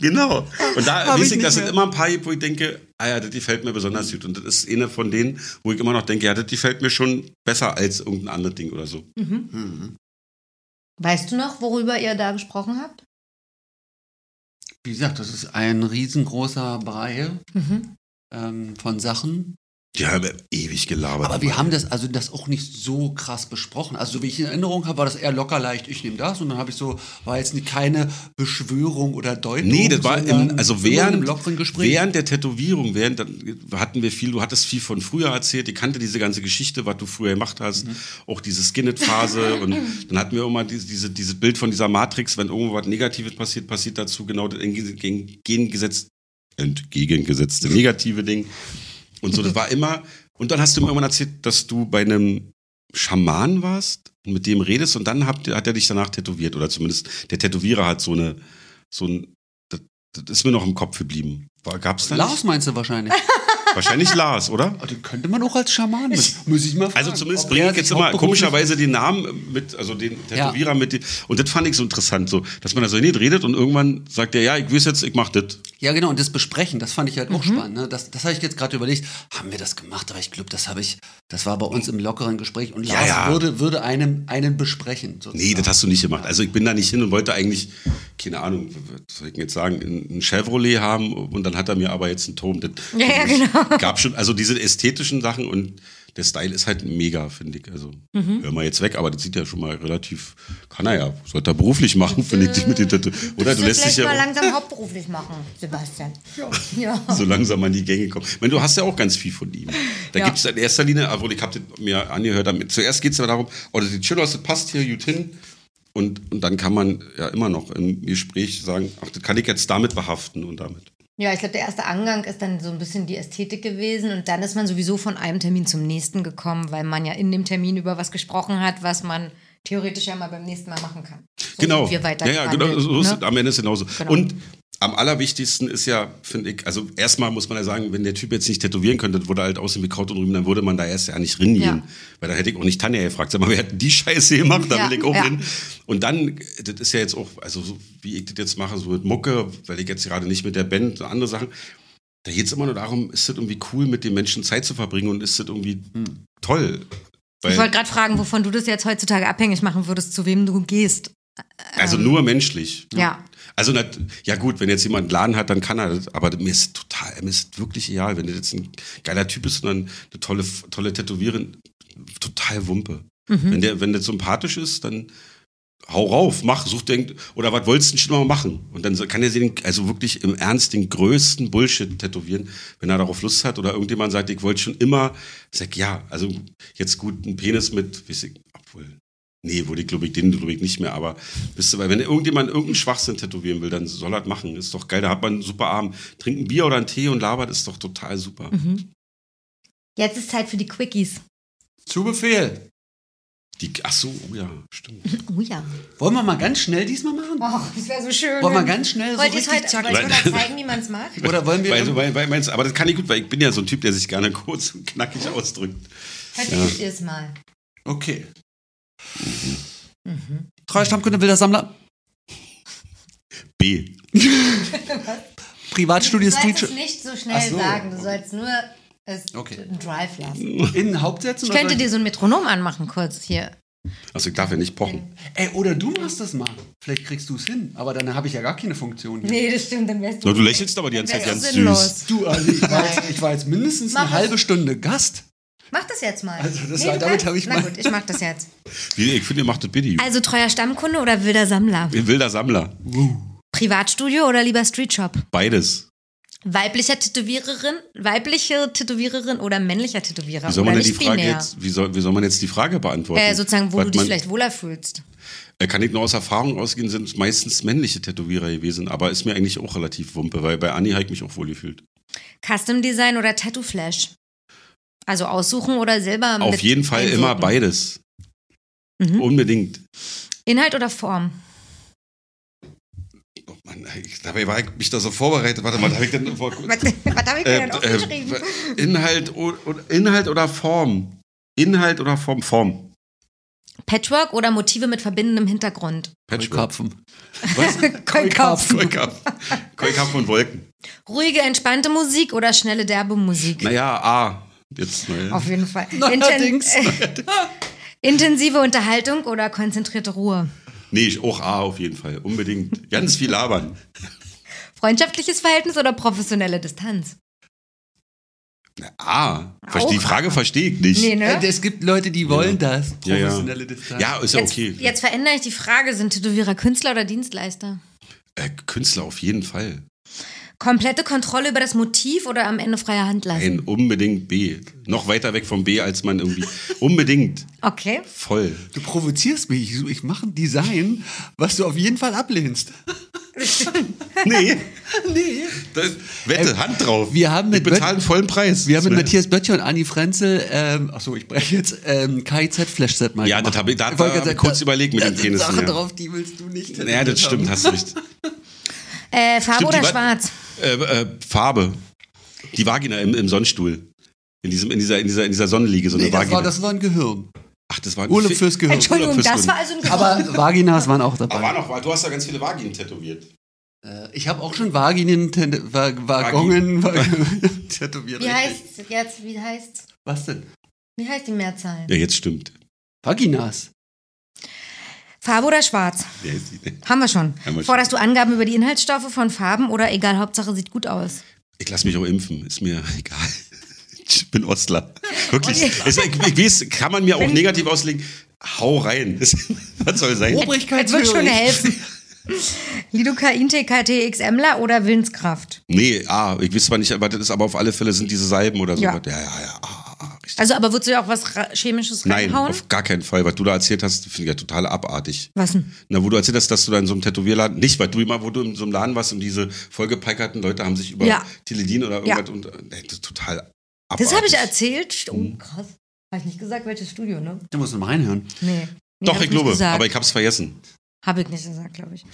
Speaker 4: Genau. Und da
Speaker 1: Hab
Speaker 4: weiß
Speaker 1: ich
Speaker 4: ich,
Speaker 1: nicht
Speaker 4: das sind
Speaker 1: mehr.
Speaker 4: immer ein paar, wo ich denke, ah ja, das gefällt mir besonders gut. Und das ist eine von denen, wo ich immer noch denke, ja, das gefällt mir schon besser als irgendein anderes Ding oder so.
Speaker 2: Weißt du noch, worüber ihr da gesprochen habt?
Speaker 1: Wie gesagt, das ist ein riesengroßer Brei
Speaker 2: Mhm.
Speaker 1: ähm, von Sachen.
Speaker 4: Die haben ewig gelabert.
Speaker 1: Aber wir haben das also das auch nicht so krass besprochen. Also, so wie ich in Erinnerung habe, war das eher locker leicht, ich nehme das und dann habe ich so, war jetzt nicht keine Beschwörung oder Deutung.
Speaker 4: Nee, das war im,
Speaker 1: sondern
Speaker 4: also
Speaker 1: immer in einem
Speaker 4: während,
Speaker 1: lockeren Gespräch.
Speaker 4: während der Tätowierung, während dann hatten wir viel, du hattest viel von früher erzählt, ich kannte diese ganze Geschichte, was du früher gemacht hast, auch diese Skinhead-Phase und dann hatten wir immer diese, diese, dieses Bild von dieser Matrix, wenn irgendwo was Negatives passiert, passiert dazu genau das entge- gegen- gegengesetzt, entgegengesetzte negative Ding und so, das war immer, und dann hast du mir irgendwann erzählt, dass du bei einem Schaman warst und mit dem redest und dann habt, ihr- hat er dich danach tätowiert oder zumindest der Tätowierer hat so eine, so ein, das, das ist mir noch im Kopf geblieben. War, gab's da
Speaker 1: Lars meinst du wahrscheinlich.
Speaker 4: Nicht? Wahrscheinlich Lars, oder?
Speaker 1: Aber den könnte man auch als Schaman. Muss, muss ich mal fragen.
Speaker 4: Also zumindest
Speaker 1: ob
Speaker 4: bringe
Speaker 1: er
Speaker 4: ich jetzt
Speaker 1: sich
Speaker 4: immer
Speaker 1: hauptberuflich-
Speaker 4: komischerweise den Namen mit, also den Tätowierer mit dem, und das fand ich so interessant, so, dass man da so nicht redet und irgendwann sagt er, ja, ich weiß jetzt, ich mach das.
Speaker 1: Ja, genau, und das Besprechen, das fand ich halt
Speaker 2: Mhm.
Speaker 1: auch spannend. Ne? Das, das habe ich jetzt gerade überlegt, haben wir das gemacht? Aber ich glaube, das habe ich, das war bei uns im lockeren Gespräch und
Speaker 4: Ja,
Speaker 1: Lars
Speaker 4: ja.
Speaker 1: Würde, würde einem einen besprechen. Sozusagen.
Speaker 4: Nee, das hast du nicht gemacht. Also ich bin da nicht hin und wollte eigentlich, keine Ahnung, was soll ich denn jetzt sagen, ein Chevrolet haben und dann hat er mir aber jetzt einen Turm. Das
Speaker 2: Ja, ja, genau.
Speaker 4: gab schon, also diese ästhetischen Sachen und der Style ist halt mega, finde ich. Also
Speaker 2: Mhm.
Speaker 4: hör mal jetzt weg, aber das sieht ja schon mal relativ, kann er ja, sollte er beruflich machen, finde ich, dich mit den Tattoo. Oder du lässt dich
Speaker 2: vielleicht mal
Speaker 4: ja um-
Speaker 2: langsam hauptberuflich machen, Sebastian. Ja.
Speaker 4: auch so langsam an die Gänge kommen. Ich meine, du hast ja auch ganz viel von ihm. Da
Speaker 2: Ja.
Speaker 4: gibt es in erster Linie, obwohl ich habe mir angehört, damit- zuerst geht es ja darum, oder die Chillos, das passt hier gut hin. Und, und dann kann man ja immer noch im Gespräch sagen, ach, das kann ich jetzt damit behaften und damit.
Speaker 2: Ja, ich glaube, der erste Angang ist dann so ein bisschen die Ästhetik gewesen und dann ist man sowieso von einem Termin zum nächsten gekommen, weil man ja in dem Termin über was gesprochen hat, was man theoretisch ja mal beim nächsten Mal machen kann. So
Speaker 4: genau.
Speaker 2: sind Wir weiter
Speaker 4: ja, ja, genau. So ist,
Speaker 2: ne?
Speaker 4: es. Am Ende ist es genauso.
Speaker 2: Genau.
Speaker 4: Und am allerwichtigsten ist ja, finde ich, also erstmal muss man ja sagen, wenn der Typ jetzt nicht tätowieren könnte, das würde halt aussehen wie Kraut und Rüben, dann würde man da erst ja nicht ringehen.
Speaker 2: Ja.
Speaker 4: Weil da hätte ich auch nicht Tanja gefragt, sag mal, wer hat denn die Scheiße gemacht, da
Speaker 2: Ja,
Speaker 4: will ich auch
Speaker 2: ja.
Speaker 4: hin. Und dann, das ist ja jetzt auch, also so, wie ich das jetzt mache, so mit Mucke, weil ich jetzt gerade nicht mit der Band, so andere Sachen, da geht es immer nur darum, ist das irgendwie cool, mit den Menschen Zeit zu verbringen und ist das irgendwie toll.
Speaker 2: Hm. Ich
Speaker 4: Weil-
Speaker 2: wollte gerade fragen, wovon du das jetzt heutzutage abhängig machen würdest, zu wem du gehst.
Speaker 4: Also
Speaker 2: ähm,
Speaker 4: nur menschlich.
Speaker 2: Ja.
Speaker 4: Also nat- ja gut, wenn jetzt jemand einen Laden hat, dann kann er das. Aber mir ist total, mir ist wirklich egal, wenn das jetzt ein geiler Typ ist und dann eine tolle, tolle Tätowierin, total Wumpe. Wenn der, wenn der sympathisch ist, dann hau rauf, mach, such den, oder was wolltest du denn schon mal machen? Und dann so- kann er sich den, also wirklich im Ernst den größten Bullshit tätowieren, wenn er darauf Lust hat oder irgendjemand sagt, ich wollte schon immer, sag ja, also jetzt gut, ein Penis mit, weiß ich, obwohl, nee, wurde ich, glaube ich, den glaube ich nicht mehr, aber wisst ihr, weil wenn irgendjemand irgendeinen Schwachsinn tätowieren will, dann soll er das machen, ist doch geil, da hat man einen super Abend, trinkt ein Bier oder einen Tee und labert, ist doch total super.
Speaker 2: Jetzt ist Zeit für die Quickies.
Speaker 1: Zu Befehl.
Speaker 4: Die, ach so, oh ja, stimmt.
Speaker 2: Oh ja.
Speaker 1: Wollen wir mal ganz schnell diesmal machen?
Speaker 2: Oh, das wäre so schön.
Speaker 1: Wollen wir ganz schnell so
Speaker 2: Wollt ihr's
Speaker 1: richtig
Speaker 2: heute,
Speaker 1: zack-
Speaker 2: wollt ihr mal zeigen, wie man es macht?
Speaker 1: Oder wollen wir.
Speaker 4: Weil, du- weil, weil meinst, aber das kann ich gut, weil ich bin ja so ein Typ, der sich gerne kurz und knackig ausdrückt.
Speaker 2: Heute übt ihr es mal.
Speaker 1: okay.
Speaker 2: Mhm.
Speaker 1: Treuer Stammkunde, wilder Sammler,
Speaker 4: B.
Speaker 2: Du
Speaker 1: Privatstudio
Speaker 2: sollst es
Speaker 1: Street
Speaker 2: nicht so schnell
Speaker 1: Ach so.
Speaker 2: sagen. Du sollst nur es
Speaker 1: Okay.
Speaker 2: einen Drive lassen.
Speaker 1: in Hauptsätzen.
Speaker 2: Ich
Speaker 1: oder
Speaker 2: könnte
Speaker 1: soll
Speaker 2: dir so ein Metronom anmachen kurz hier.
Speaker 4: Also ich darf ja nicht pochen.
Speaker 1: Ey, oder du machst das mal. Vielleicht kriegst du es hin. Aber dann habe ich ja gar keine Funktion. Hier.
Speaker 2: Nee, das stimmt, dann wärst
Speaker 4: Na, du lächelst aber die ganze Zeit
Speaker 2: Das
Speaker 4: ganz
Speaker 2: ist sinnlos.
Speaker 4: süß.
Speaker 1: Du, also ich war, jetzt, ich war jetzt mindestens
Speaker 2: Mach
Speaker 1: eine
Speaker 2: es.
Speaker 1: halbe Stunde Gast.
Speaker 2: Mach das jetzt mal.
Speaker 1: Also das
Speaker 2: Nee,
Speaker 1: war-
Speaker 2: du
Speaker 1: damit
Speaker 2: kannst-
Speaker 1: hab ich
Speaker 2: Na
Speaker 1: mal-
Speaker 2: gut, ich mach das jetzt.
Speaker 4: Wie, Ich finde, ihr macht das Biddy.
Speaker 2: Also treuer Stammkunde oder wilder Sammler?
Speaker 4: Ihr wilder Sammler.
Speaker 2: Privatstudio oder lieber Streetshop?
Speaker 4: Beides.
Speaker 2: Weiblicher Tätowiererin, weibliche Tätowiererin oder männlicher Tätowierer?
Speaker 4: Wie soll man
Speaker 2: oder
Speaker 4: denn die
Speaker 2: nicht
Speaker 4: Frage
Speaker 2: binär?
Speaker 4: jetzt, wie soll, wie soll man jetzt die Frage beantworten?
Speaker 2: Äh, sozusagen, wo
Speaker 4: Was
Speaker 2: du dich
Speaker 4: man-
Speaker 2: vielleicht wohler fühlst.
Speaker 4: Äh, Kann ich nur aus Erfahrung ausgehen, sind es meistens männliche Tätowierer gewesen, aber ist mir eigentlich auch relativ wumpe, weil bei Anni habe ich mich auch wohl gefühlt.
Speaker 2: Custom Design oder Tattoo Flash? Also aussuchen oder selber
Speaker 4: Auf
Speaker 2: mit
Speaker 4: jeden Fall immer
Speaker 2: einwirken?
Speaker 4: beides.
Speaker 2: Mhm.
Speaker 4: Unbedingt.
Speaker 2: Inhalt oder Form?
Speaker 4: Oh Mann, ey, ich, dabei war ich mich da so vorbereitet. Warte mal, da habe ich denn vor
Speaker 2: Was, was habe ich mir
Speaker 4: äh,
Speaker 2: denn aufgeschrieben?
Speaker 4: äh, Inhalt, o- oder- Inhalt oder Form? Inhalt oder Form? Form.
Speaker 2: Patchwork oder Motive mit verbindendem Hintergrund?
Speaker 4: Patchwork.
Speaker 1: Kopfen.
Speaker 4: Was?
Speaker 2: Keukopf.
Speaker 4: Keukampf. Keukampf und Wolken.
Speaker 2: Ruhige, entspannte Musik oder schnelle, derbe Musik?
Speaker 4: Naja, A. Jetzt mal.
Speaker 2: Auf jeden Fall.
Speaker 1: Neuerdings.
Speaker 2: Inten Intensive Unterhaltung oder konzentrierte Ruhe?
Speaker 4: Nee, ich auch A auf jeden Fall. Unbedingt. Ganz viel labern.
Speaker 2: Freundschaftliches Verhältnis oder professionelle Distanz?
Speaker 4: Na, A. Verste-
Speaker 2: Auch
Speaker 4: die Frage verstehe ich nicht.
Speaker 2: Nee, ne?
Speaker 1: Äh, es gibt Leute, die wollen das.
Speaker 4: Ja, ja.
Speaker 1: Professionelle Distanz.
Speaker 4: Ja, ist ja
Speaker 2: Jetzt,
Speaker 4: okay.
Speaker 2: jetzt verändere ich die Frage, sind Tätowierer Künstler oder Dienstleister?
Speaker 4: Äh, Künstler auf jeden Fall.
Speaker 2: Komplette Kontrolle über das Motiv oder am Ende freie Hand lassen?
Speaker 4: Ein unbedingt B. Noch weiter weg vom B, als man irgendwie. unbedingt.
Speaker 2: Okay.
Speaker 4: Voll.
Speaker 1: Du provozierst mich. Ich, ich mache ein Design, was du auf jeden Fall ablehnst.
Speaker 4: Nee.
Speaker 1: Nee.
Speaker 4: Das, Wette, Hand drauf.
Speaker 1: wir haben mit
Speaker 4: ich bezahlen vollen Preis.
Speaker 1: Wir haben mit
Speaker 4: Das-
Speaker 1: Matthias Böttcher und Anni Frenzel, ähm, achso, ich breche jetzt, ähm, KIZ Flashset mal
Speaker 4: Ja,
Speaker 1: gemacht.
Speaker 4: das habe ich, da,
Speaker 1: wollte
Speaker 4: da
Speaker 1: gerade
Speaker 4: habe ich
Speaker 1: sagen,
Speaker 4: kurz überlegt mit
Speaker 1: da
Speaker 4: den
Speaker 1: sind
Speaker 4: Penissen.
Speaker 1: Sachen
Speaker 4: Ja.
Speaker 1: drauf, die willst du nicht.
Speaker 4: ja, das stimmt, hast recht.
Speaker 2: Äh, Farbe
Speaker 4: Stimmt, die
Speaker 2: oder
Speaker 4: war-
Speaker 2: Schwarz?
Speaker 4: Äh, äh, Farbe. Die Vagina im, im Sonnenstuhl. In, diesem, in, dieser, in, dieser, in dieser Sonnenliege, so eine
Speaker 1: Nee, das,
Speaker 4: Vagina.
Speaker 1: war, das war ein Gehirn.
Speaker 4: Ach, das war ein
Speaker 1: Urlaub
Speaker 4: Fi-
Speaker 1: fürs Gehirn.
Speaker 2: Entschuldigung,
Speaker 4: Oder
Speaker 2: das
Speaker 4: Küssen.
Speaker 2: war also ein Ge-
Speaker 1: Aber Vaginas waren auch dabei.
Speaker 4: Aber Ah, war noch, weil du hast ja ganz viele Vaginen tätowiert.
Speaker 1: Äh, ich habe auch schon Vaginen, Tende- Va Vagonen, Vag- tätowiert.
Speaker 2: Wie
Speaker 1: richtig.
Speaker 2: heißt jetzt? Wie heißt?
Speaker 1: Was denn?
Speaker 2: Wie heißt die Mehrzahl?
Speaker 4: Ja, jetzt stimmt.
Speaker 1: Vaginas.
Speaker 2: Farbe oder Schwarz?
Speaker 4: Ja, jetzt-
Speaker 2: Haben wir schon.
Speaker 4: wir schon.
Speaker 2: Forderst du Angaben über die Inhaltsstoffe von Farben oder egal, Hauptsache sieht gut aus?
Speaker 4: Ich lasse mich auch impfen, ist mir egal. Ich bin Ostler. Wirklich. Ist, ich, ich weiß, kann man mir auch negativ auslegen. Hau rein. Das, was soll sein?
Speaker 2: Es wird schon
Speaker 1: Obrigkeitshörig.
Speaker 2: helfen. Lidocain, TKT, XMler oder Willenskraft?
Speaker 4: Nee, ah, ich weiß zwar nicht, was das ist, aber auf alle Fälle sind diese Salben oder so.
Speaker 2: Ja.
Speaker 4: Ja, ja, ja. Ah, ah, richtig.
Speaker 2: Also, aber würdest du ja auch was ra- Chemisches
Speaker 4: Nein,
Speaker 2: reinhauen?
Speaker 4: auf gar keinen Fall. Was du da erzählt hast, finde ich ja total abartig.
Speaker 2: Was denn?
Speaker 4: Na, wo du erzählt hast, dass du da in so einem Tätowierladen, nicht, weil du immer, wo du in so einem Laden warst und diese vollgepeikerten Leute haben sich über
Speaker 2: Ja.
Speaker 4: Teledin oder
Speaker 2: Ja.
Speaker 4: irgendwas und äh, nee, das ist total abartig.
Speaker 2: Das habe ich erzählt.
Speaker 4: Hm.
Speaker 2: Oh, krass. Habe ich nicht gesagt, welches Studio, ne?
Speaker 1: Da muss man reinhören.
Speaker 2: Nee. nee
Speaker 4: Doch,
Speaker 2: hab
Speaker 4: ich glaube,
Speaker 2: nicht gesagt.
Speaker 4: aber ich hab's vergessen.
Speaker 2: Habe ich nicht gesagt, glaube ich.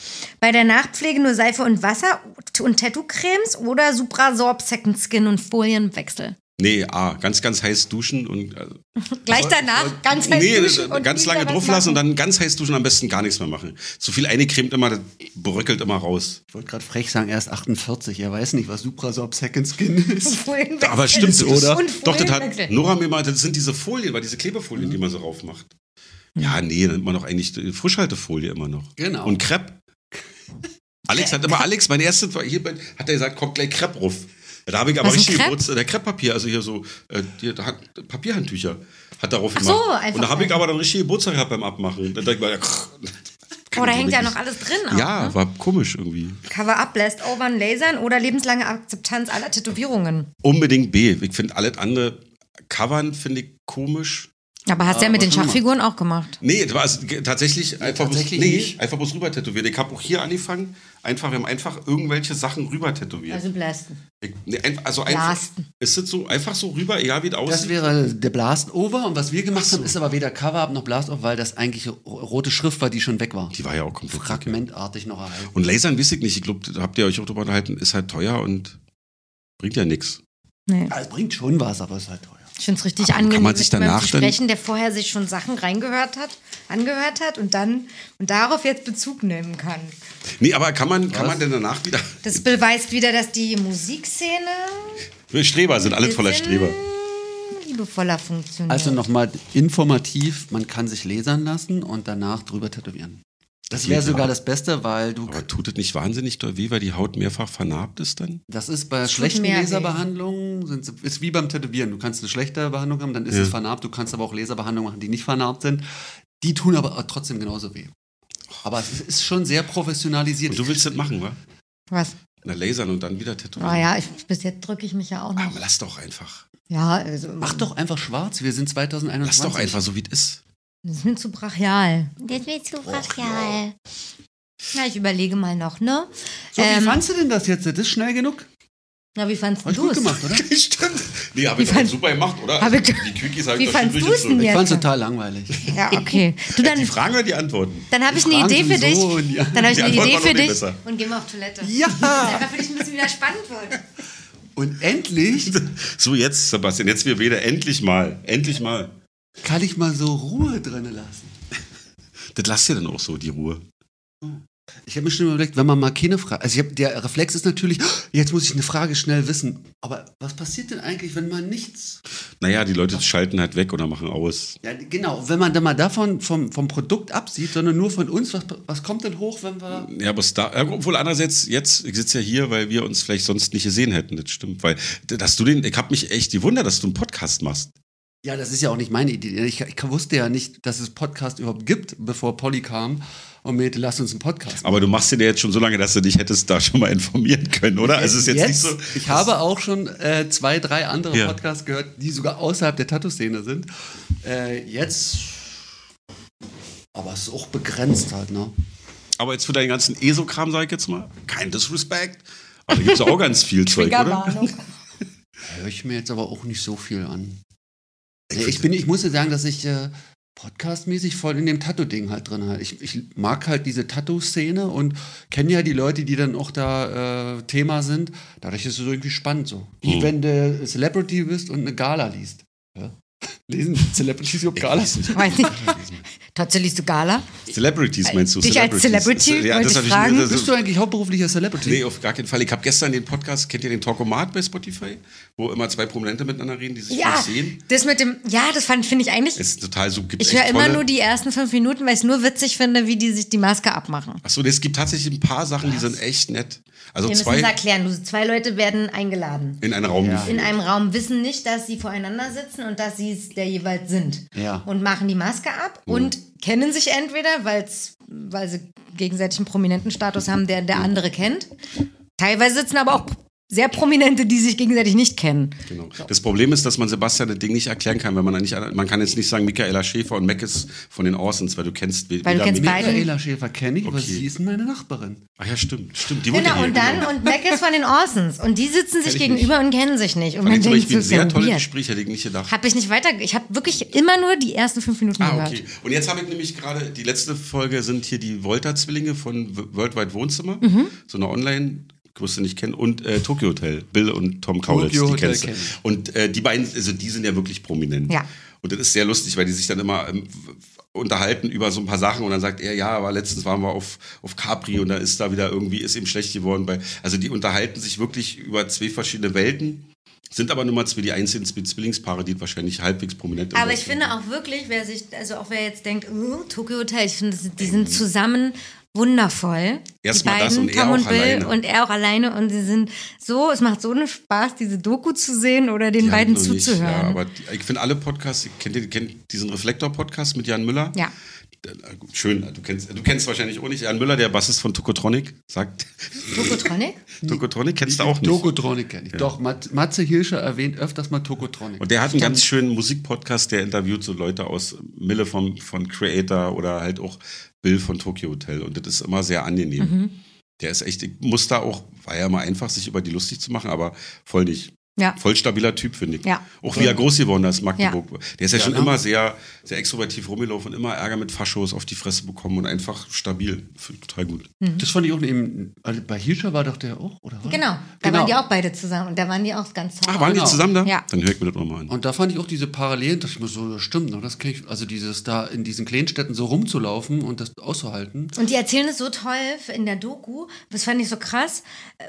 Speaker 2: Bei der Nachpflege nur Seife und Wasser und Tattoo-Cremes oder Suprasorb, Second Skin und Folienwechsel?
Speaker 4: Nee, ah, ganz, ganz heiß duschen und. äh,
Speaker 2: Gleich
Speaker 4: soll-
Speaker 2: danach
Speaker 4: soll-
Speaker 2: ganz heiß
Speaker 4: nee,
Speaker 2: duschen
Speaker 4: das-
Speaker 2: und
Speaker 4: ganz
Speaker 2: nie
Speaker 4: lange
Speaker 2: wieder was
Speaker 4: drauf lassen und
Speaker 2: machen.
Speaker 4: dann ganz heiß duschen am besten gar nichts mehr machen. Zu viel eine cremt immer, das bröckelt immer raus.
Speaker 1: Ich wollte gerade frech sagen, er ist 48. Er weiß nicht, was Suprasorb Second Skin ist.
Speaker 2: Folienwechsel
Speaker 4: Aber stimmt, das ist,
Speaker 2: Und
Speaker 4: Doch, das
Speaker 2: Folienwechsel.
Speaker 4: hat Hm? Nora mir mal, das sind diese Folien, weil diese Klebefolien, die man so raufmacht. Ja, nee, dann hat man noch eigentlich die Frischhaltefolie immer noch.
Speaker 1: Genau.
Speaker 4: Und Crepe. Alex hat immer, Alex, mein erstes, war hier bei- hat er gesagt, kommt gleich Crepe ruf. Da habe ich aber
Speaker 2: Was ist
Speaker 4: richtig
Speaker 2: Crepe?
Speaker 4: Geburtstag, der Crepe-Papier, also hier so, äh, die, da hat, Papierhandtücher hat darauf
Speaker 2: Ach
Speaker 4: gemacht.
Speaker 2: so, einfach
Speaker 4: Und da habe ich
Speaker 2: so.
Speaker 4: aber dann richtig Geburtstag gehabt beim Abmachen. Da dachte ich mir, ja, krr,
Speaker 2: Oh, da hängt ja noch
Speaker 4: nicht.
Speaker 2: alles drin. Auch,
Speaker 4: Ja,
Speaker 2: Ne?
Speaker 4: war komisch irgendwie.
Speaker 2: Cover-up, lässt overn Lasern oder lebenslange Akzeptanz aller Tätowierungen.
Speaker 4: Unbedingt B. Ich finde alles andere, Covern finde ich komisch.
Speaker 2: Aber hast du
Speaker 4: Ah,
Speaker 2: ja
Speaker 1: Aber
Speaker 2: mit den
Speaker 1: was will man?
Speaker 2: Schachfiguren auch gemacht.
Speaker 4: Nee, das war es g- tatsächlich einfach
Speaker 1: tatsächlich
Speaker 4: bloß, nee,
Speaker 1: nicht.
Speaker 4: einfach bloß rüber tätowiert. Ich habe auch hier angefangen, einfach, wir haben einfach irgendwelche Sachen rüber tätowiert. Also,
Speaker 2: Blasten.
Speaker 4: ich, nee, ein, also einfach,
Speaker 2: Blasten.
Speaker 4: ist das so, einfach so rüber, egal wie es
Speaker 1: Das
Speaker 4: aussieht.
Speaker 1: wäre der Blast Over und was wir gemacht haben, ist aber weder Cover-Up noch Blast Over, weil das eigentlich ro- rote Schrift war, die schon weg war.
Speaker 4: Die war ja auch komplett. weg, ja.
Speaker 1: Fragmentartig noch erhalten.
Speaker 4: Und Lasern weiß ich nicht, ich glaube, da habt ihr euch auch drüber unterhalten, ist halt teuer und bringt ja nichts.
Speaker 2: Nee.
Speaker 1: Ja, es bringt schon was, aber es ist halt teuer.
Speaker 2: Ich finde es richtig
Speaker 4: Aber kann
Speaker 2: angenehm,
Speaker 4: man sich
Speaker 2: mit jemandem
Speaker 4: danach
Speaker 2: zu
Speaker 4: dann-
Speaker 2: sprechen, der vorher sich schon Sachen reingehört hat, angehört hat und dann und darauf jetzt Bezug nehmen kann.
Speaker 4: Nee, aber kann man, kann man denn danach wieder.
Speaker 2: Das beweist wieder, dass die Musikszene
Speaker 4: Wir Streber sind alle
Speaker 2: bisschen
Speaker 4: voller Streber.
Speaker 2: liebevoller funktioniert.
Speaker 1: Also nochmal informativ, man kann sich lasern lassen und danach drüber tätowieren. Das wäre sogar das Beste, weil du.
Speaker 4: Aber tut es nicht wahnsinnig doll weh, weil die Haut mehrfach vernarbt ist dann?
Speaker 1: Das ist bei
Speaker 2: Das tut
Speaker 1: schlechten
Speaker 2: mehr weh.
Speaker 1: Laserbehandlungen, sind, sie- ist wie beim Tätowieren. Du kannst eine schlechte Behandlung haben, dann ist
Speaker 4: Ja.
Speaker 1: es vernarbt. Du kannst aber auch Laserbehandlungen machen, die nicht vernarbt sind. Die tun aber trotzdem genauso weh. Aber es ist schon sehr professionalisiert.
Speaker 4: Und du willst das machen, wa?
Speaker 2: Was?
Speaker 4: Na, lasern und dann wieder tätowieren. Ah,
Speaker 2: Ah ja, ich, bis jetzt drücke ich mich ja auch noch.
Speaker 4: Aber lass doch einfach.
Speaker 2: Ja, also,
Speaker 1: Mach doch einfach schwarz. Wir sind 2021.
Speaker 4: Lass doch einfach so, wie es ist.
Speaker 2: Das ist mir zu brachial.
Speaker 5: Das wird zu brachial.
Speaker 2: Na, ich überlege mal noch, ne?
Speaker 1: So,
Speaker 2: Ähm,
Speaker 1: wie fandst du denn das jetzt? Das ist schnell genug.
Speaker 2: Na, wie fandst
Speaker 1: Hab ich
Speaker 2: du
Speaker 1: gut
Speaker 2: es?
Speaker 1: gemacht, oder?
Speaker 4: Stimmt. Nee, hab ich
Speaker 2: Wie
Speaker 4: doch
Speaker 2: fand-
Speaker 4: super gemacht, oder? Also
Speaker 2: Hab ich-
Speaker 4: die Quickies habe
Speaker 2: Wie
Speaker 4: ich doch schon
Speaker 2: fandst du's denn
Speaker 4: durchgezogen.
Speaker 1: Ich
Speaker 2: jetzt?
Speaker 1: fand's total langweilig.
Speaker 2: Ja, okay. Du,
Speaker 4: Die
Speaker 2: dann,
Speaker 4: Fragen oder die Antworten?
Speaker 2: dann habe ich eine
Speaker 1: Fragen
Speaker 2: Idee für
Speaker 1: sind
Speaker 2: dich.
Speaker 1: so und die-
Speaker 2: Dann habe ich
Speaker 4: die
Speaker 2: eine
Speaker 4: Antwort
Speaker 2: Idee
Speaker 4: war noch
Speaker 2: für
Speaker 4: viel
Speaker 2: dich.
Speaker 4: besser.
Speaker 2: Und gehen wir auf Toilette.
Speaker 1: Ja!
Speaker 2: Einfach für dich ein bisschen wieder spannend wird.
Speaker 1: Und endlich
Speaker 4: So, jetzt, Sebastian, jetzt wir wieder. Endlich mal. Endlich mal.
Speaker 1: kann ich mal so Ruhe drin lassen.
Speaker 4: Das lasst ihr dann auch so, die Ruhe.
Speaker 1: Ich habe mir schon überlegt, wenn man mal keine Frage. Also ich hab, der Reflex ist natürlich, jetzt muss ich eine Frage schnell wissen. Aber was passiert denn eigentlich, wenn man nichts.
Speaker 4: Naja, die Leute schalten halt weg oder machen aus.
Speaker 1: Ja, genau, wenn man dann mal davon vom, vom Produkt absieht, sondern nur von uns, was, was kommt denn hoch, wenn wir.
Speaker 4: Ja, aber Star, ja, obwohl andererseits, jetzt, ich sitze ja hier, weil wir uns vielleicht sonst nicht gesehen hätten. Das stimmt, weil, dass du den, ich habe mich echt gewundert, dass du einen Podcast machst.
Speaker 1: Ja, das ist ja auch nicht meine Idee. Ich, ich wusste ja nicht, dass es Podcast überhaupt gibt, bevor Polly kam und mir hätte, lass uns einen Podcast
Speaker 4: Aber du machst den ja jetzt schon so lange, dass du dich hättest da schon mal informieren können, oder? Also es ist jetzt, nicht so.
Speaker 1: Ich habe auch schon äh, zwei, drei andere
Speaker 4: Ja.
Speaker 1: Podcasts gehört, die sogar außerhalb der Tattoo-Szene sind. Äh, jetzt. Aber es ist auch begrenzt halt, ne?
Speaker 4: Aber jetzt für deinen ganzen ESO-Kram, sag ich jetzt mal, kein Disrespect. Aber da gibt's ja auch ganz viel Zeug, oder?
Speaker 2: ne?
Speaker 1: Höre ich mir jetzt aber auch nicht so viel an.
Speaker 4: Also
Speaker 1: Nee, Ich, bin, ich muss ja sagen, dass ich äh, podcastmäßig voll in dem Tattoo-Ding halt drin halt. Ich, ich mag halt diese Tattoo-Szene und kenne ja die Leute, die dann auch da äh, Thema sind. Dadurch ist es irgendwie spannend so. Wie
Speaker 4: Hm.
Speaker 1: wenn du Celebrity bist und eine Gala liest. Ja? Lesen Celebrities überhaupt Galas?
Speaker 2: Weiß nicht. Trotzdem liest du Gala.
Speaker 4: Celebrities meinst du?
Speaker 2: Dich als
Speaker 4: Celebrities.
Speaker 2: Celebrity wollte ich
Speaker 4: hab
Speaker 2: fragen.
Speaker 4: das-
Speaker 1: Bist du eigentlich hauptberuflicher Celebrity?
Speaker 4: Also Nee, auf gar keinen Fall. Ich habe gestern den Podcast, kennt ihr den Talkomat bei Spotify, wo immer zwei Prominente miteinander reden, die sich
Speaker 2: Ja,
Speaker 4: nicht sehen?
Speaker 2: das mit dem, ja, das fand- finde ich eigentlich.
Speaker 4: Ist total so, gibt
Speaker 2: Ich
Speaker 4: echt
Speaker 2: höre immer
Speaker 4: tolle-
Speaker 2: nur die ersten fünf Minuten, weil ich es nur witzig finde, wie die sich die Maske abmachen.
Speaker 4: Achso, es gibt tatsächlich ein paar Sachen, die sind echt nett. Also
Speaker 2: Wir müssen es
Speaker 4: zwei
Speaker 2: erklären. Du, zwei Leute werden eingeladen.
Speaker 4: in einen Raum
Speaker 2: In
Speaker 4: geführt.
Speaker 2: einem Raum wissen nicht, dass sie voreinander sitzen und dass sie es der jeweils sind.
Speaker 1: Ja.
Speaker 2: Und machen die Maske ab
Speaker 4: Mhm.
Speaker 2: und kennen sich entweder, weil's, weil sie gegenseitig einen prominenten Status haben, der
Speaker 4: Mhm.
Speaker 2: der andere kennt. Teilweise sitzen aber auch sehr prominente, die sich gegenseitig nicht kennen.
Speaker 4: Genau. Das Problem ist, dass man Sebastian das Ding nicht erklären kann, weil man da nicht, man kann jetzt nicht sagen, Michaela Schäfer und Meckes von den Orsons, weil du kennst we-
Speaker 2: Weil du
Speaker 4: weder
Speaker 2: kennst
Speaker 4: Mick-
Speaker 2: beide.
Speaker 1: Michaela Schäfer kenne ich, aber
Speaker 4: Okay.
Speaker 1: sie ist meine Nachbarin.
Speaker 4: Ach ja, stimmt, stimmt. Die wohnt ja
Speaker 2: Genau,
Speaker 4: hier,
Speaker 2: und dann, und Mac ist von den Orsons. Und die sitzen sich
Speaker 4: ich
Speaker 2: gegenüber und kennen sich nicht. Und
Speaker 4: Fand
Speaker 2: man
Speaker 4: ich zum
Speaker 2: denkt,
Speaker 4: Beispiel
Speaker 2: so
Speaker 4: ein sehr
Speaker 2: sehr
Speaker 4: tolles
Speaker 2: weird.
Speaker 4: Gespräch, hätte ich nicht gedacht.
Speaker 2: Hab ich nicht weiter, ich habe wirklich immer nur die ersten fünf Minuten
Speaker 4: Ah,
Speaker 2: gehört.
Speaker 4: okay. Und jetzt habe ich nämlich gerade, die letzte Folge sind hier die Volta-Zwillinge von W- Worldwide Wohnzimmer,
Speaker 2: Mhm.
Speaker 4: so eine Online- ich wusste nicht kennen und äh, Tokyo Hotel, Bill und Tom Kaulitz, die
Speaker 1: Hotel
Speaker 4: kennst du.
Speaker 1: kenn ich.
Speaker 4: Und äh, die beiden, also die sind ja wirklich prominent.
Speaker 2: Ja.
Speaker 4: Und das ist sehr lustig, weil die sich dann immer ähm, w- unterhalten über so ein paar Sachen und dann sagt er, ja, aber letztens waren wir auf, auf Capri und da ist da wieder irgendwie, ist ihm schlecht geworden. Bei, also die unterhalten sich wirklich über zwei verschiedene Welten, sind aber nur mal zwei, die einzigen Zwi- Zwillingspaare, die wahrscheinlich halbwegs prominent in
Speaker 2: Aber ich
Speaker 4: Deutschland
Speaker 2: finde auch wirklich, wer sich, also auch wer jetzt denkt, oh, Tokyo Hotel, ich finde, das- die sind zusammen wundervoll. die
Speaker 4: Erstmal Mhm. das
Speaker 2: beiden,
Speaker 4: und er
Speaker 2: Tom
Speaker 4: auch
Speaker 2: und Bill
Speaker 4: alleine.
Speaker 2: und er auch alleine. Und sie sind so, es macht so einen Spaß, diese Doku zu sehen oder den
Speaker 4: Die
Speaker 2: beiden
Speaker 4: Handlung nicht,
Speaker 2: zuzuhören.
Speaker 4: Ja, aber die, ich finde alle Podcasts, kennt ihr kennt diesen Reflektor-Podcast mit Jan Müller?
Speaker 2: Ja.
Speaker 4: Äh, gut, Schön, du kennst du kennst wahrscheinlich auch nicht Jan Müller, der Bassist von Tokotronic, sagt
Speaker 2: Tokotronic?
Speaker 4: Tokotronic kennst du auch nicht.
Speaker 1: Tokotronic kenne ich. Doch, Mat Matze Hirscher erwähnt öfters mal Tokotronic.
Speaker 4: Und der hat einen ganz schönen Musikpodcast, der interviewt so Leute aus Mille vom, von Creator oder halt auch Bill von Tokyo Hotel. Und das ist immer sehr angenehm.
Speaker 2: Mhm.
Speaker 4: Der ist echt, ich muss da auch, war ja immer einfach, sich über die lustig zu machen, aber voll nicht.
Speaker 2: Ja.
Speaker 4: Voll stabiler Typ, finde ich.
Speaker 2: Ja.
Speaker 4: Auch wie er groß geworden ist, Magdeburg. Der ist ja, schon
Speaker 1: ne?
Speaker 4: immer sehr, sehr extrovertiv rumgelaufen, immer Ärger mit Faschos auf die Fresse bekommen und einfach stabil. Finde ich Total gut.
Speaker 1: Das fand ich auch eben. Also bei Hirscher war doch der auch, oder? was?
Speaker 2: Mhm. Genau, da waren die auch beide zusammen und da waren die auch ganz toll.
Speaker 4: Ach, Ah, waren
Speaker 1: Genau.
Speaker 4: die zusammen da?
Speaker 2: Ja.
Speaker 4: Dann höre ich mir das nochmal an.
Speaker 1: Und da fand ich auch diese Parallelen, dass ich mir so, das stimmt, ne, das kenn ich, also dieses da in diesen kleinen Städten so rumzulaufen und das auszuhalten.
Speaker 2: Und die erzählen es so toll in der Doku. Das fand ich so krass,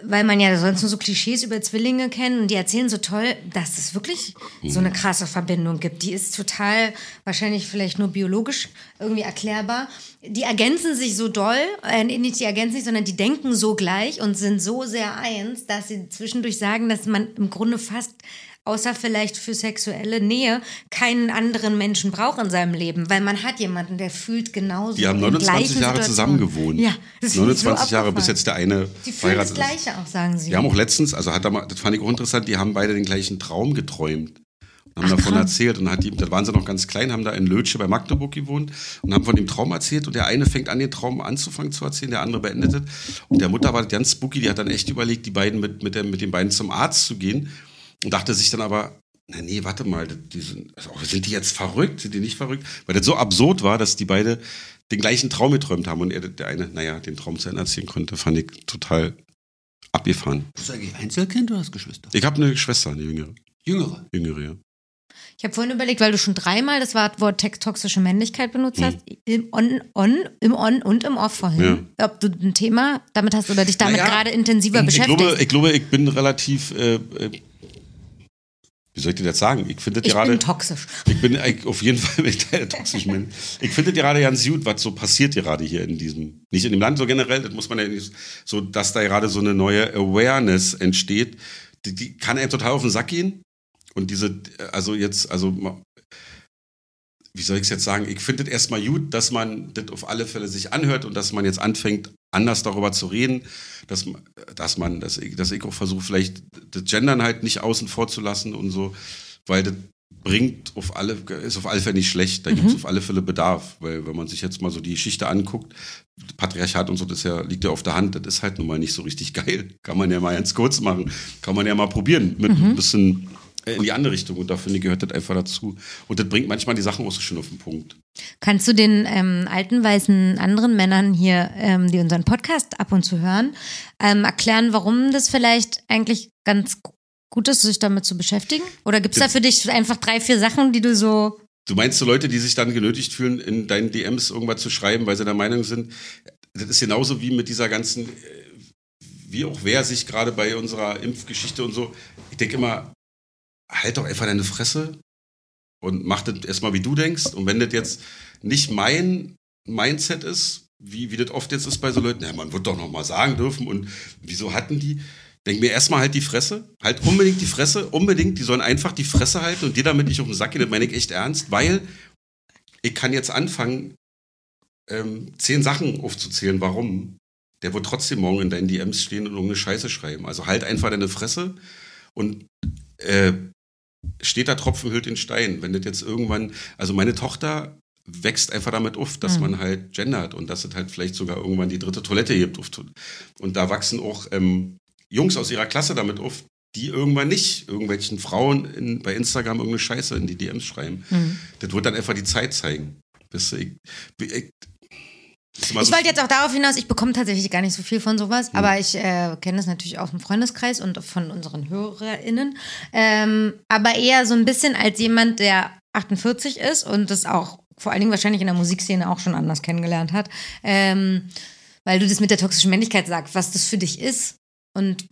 Speaker 2: weil man ja sonst nur so Klischees über Zwillinge kennt. Und die erzählen erzählen so toll, dass es wirklich so eine krasse Verbindung gibt. Die ist total wahrscheinlich vielleicht nur biologisch irgendwie erklärbar. Die ergänzen sich so doll, äh, nicht die ergänzen sich, sondern die denken so gleich und sind so sehr eins, dass sie zwischendurch sagen, dass man im Grunde fast außer vielleicht für sexuelle Nähe keinen anderen Menschen braucht in seinem Leben, weil man hat jemanden, der fühlt genauso.
Speaker 4: Die haben
Speaker 2: in gleichen
Speaker 4: 29 Jahre
Speaker 2: Situationen.
Speaker 4: zusammen gewohnt.
Speaker 2: Ja, das finde ich so
Speaker 4: 29 Jahre, bis
Speaker 2: abgefahren.
Speaker 4: jetzt der eine
Speaker 2: Die fühlen das
Speaker 4: verheiratet ist.
Speaker 2: Gleiche auch, sagen sie.
Speaker 4: Die haben auch letztens, also hat er mal, das fand ich auch interessant, die haben beide den gleichen Traum geträumt. Und haben davon erzählt und hat die, da waren sie noch ganz klein, haben da in Lötsche bei Magdeburg gewohnt und haben von dem Traum erzählt und der eine fängt an, den Traum anzufangen zu erzählen, der andere beendet es. Und der Mutter war das ganz spooky, die hat dann echt überlegt, die beiden mit, mit, der, mit den beiden zum Arzt zu gehen und dachte sich dann aber, na nee, warte mal, das- die sind, also, sind die jetzt verrückt, sind die nicht verrückt? Weil das so absurd war, dass die beide den gleichen Traum geträumt haben und er, der eine, naja, den Traum zu Ende erzählen konnte, fand ich total abgefahren.
Speaker 1: Bist du eigentlich Einzelkind oder hast du Geschwister?
Speaker 4: Ich habe eine Schwester, eine jüngere.
Speaker 1: Jüngere.
Speaker 4: jüngere ja.
Speaker 2: Ich habe vorhin überlegt, weil du schon dreimal das Wort text- toxische Männlichkeit benutzt hast,
Speaker 4: Mhm.
Speaker 2: im On, on, im On und im Off vorhin. Ob du ein Thema damit hast oder dich damit
Speaker 4: Naja,
Speaker 2: gerade intensiver
Speaker 4: ich,
Speaker 2: beschäftigst.
Speaker 4: glaube, ich glaube, ich bin relativ. Äh, äh, wie soll ich dir das sagen? Ich finde das
Speaker 2: ich
Speaker 4: gerade.
Speaker 2: bin toxisch.
Speaker 4: Ich bin eigentlich auf jeden Fall mit der toxischen Mensch. Ich finde das gerade ganz gut, was so passiert gerade hier in diesem, nicht in dem Land, so generell, das muss man ja nicht, so, dass da gerade so eine neue Awareness entsteht, die, die kann einem total auf den Sack gehen. Und diese, also jetzt, also, ma- wie soll ich es jetzt sagen? Ich finde das erstmal gut, dass man das auf alle Fälle sich anhört und dass man jetzt anfängt, anders darüber zu reden, dass, ma- dass man, dass ich, dass ich auch versuche, vielleicht das Gendern halt nicht außen vor zu lassen und so, weil das bringt auf alle, ist auf alle Fälle nicht schlecht, da gibt es auf alle Fälle Bedarf, weil wenn man sich jetzt mal so die Geschichte anguckt, Patriarchat und so, das ja, liegt ja auf der Hand, das ist halt nun mal nicht so richtig geil. Kann man ja mal ganz kurz machen, kann man ja mal probieren mit ein bisschen äh, in die andere Richtung und da finde ich, gehört das einfach dazu. Und das bringt manchmal die Sachen auch so schön auf den Punkt.
Speaker 2: Kannst du den ähm, alten, weißen, anderen Männern hier, ähm, die unseren Podcast ab und zu hören, ähm, erklären, warum das vielleicht eigentlich ganz gu- gut ist, sich damit zu beschäftigen? Oder gibt es da für dich einfach drei, vier Sachen, die du so...
Speaker 4: Du meinst so Leute, die sich dann genötigt fühlen, in deinen DMs irgendwas zu schreiben, weil sie der Meinung sind, das ist genauso wie mit dieser ganzen, äh, wie auch wer sich gerade bei unserer Impfgeschichte und so, ich denke immer, halt doch einfach deine Fresse und mach das erstmal, wie du denkst. Und wenn das jetzt nicht mein Mindset ist, wie, wie das oft jetzt ist bei so Leuten, ja, man wird doch noch mal sagen dürfen und wieso hatten die? Denk mir erstmal halt die Fresse, halt unbedingt die Fresse, unbedingt, die sollen einfach die Fresse halten und dir damit nicht auf den Sack gehen, das meine ich echt ernst, weil ich kann jetzt anfangen, ähm, zehn Sachen aufzuzählen, warum. Der wird trotzdem morgen in deinen DMs stehen und irgendeine Scheiße schreiben. Also halt einfach deine Fresse und äh, steht da Tropfen hüllt den Stein. Wenn das jetzt irgendwann, also meine Tochter wächst einfach damit auf, dass
Speaker 2: Mhm.
Speaker 4: man halt gendert und dass es halt vielleicht sogar irgendwann die dritte Toilette hebt. auf Toil- Und da wachsen auch ähm, Jungs aus ihrer Klasse damit auf, die irgendwann nicht irgendwelchen Frauen in, bei Instagram irgendeine Scheiße in die DMs schreiben.
Speaker 2: Mhm.
Speaker 4: Das wird dann einfach die Zeit zeigen. Wisst ihr, ich, ich, ist immer
Speaker 2: Ich
Speaker 4: so-
Speaker 2: wollte jetzt auch darauf hinaus, ich bekomme tatsächlich gar nicht so viel von
Speaker 4: Hm.
Speaker 2: sowas, aber ich äh, kenne das natürlich auch im Freundeskreis und von unseren HörerInnen. Ähm, aber eher so ein bisschen als jemand, der 48 ist und das auch vor allen Dingen wahrscheinlich in der Musikszene auch schon anders kennengelernt hat. Ähm, weil du das mit der toxischen Männlichkeit sagst, was das für dich ist und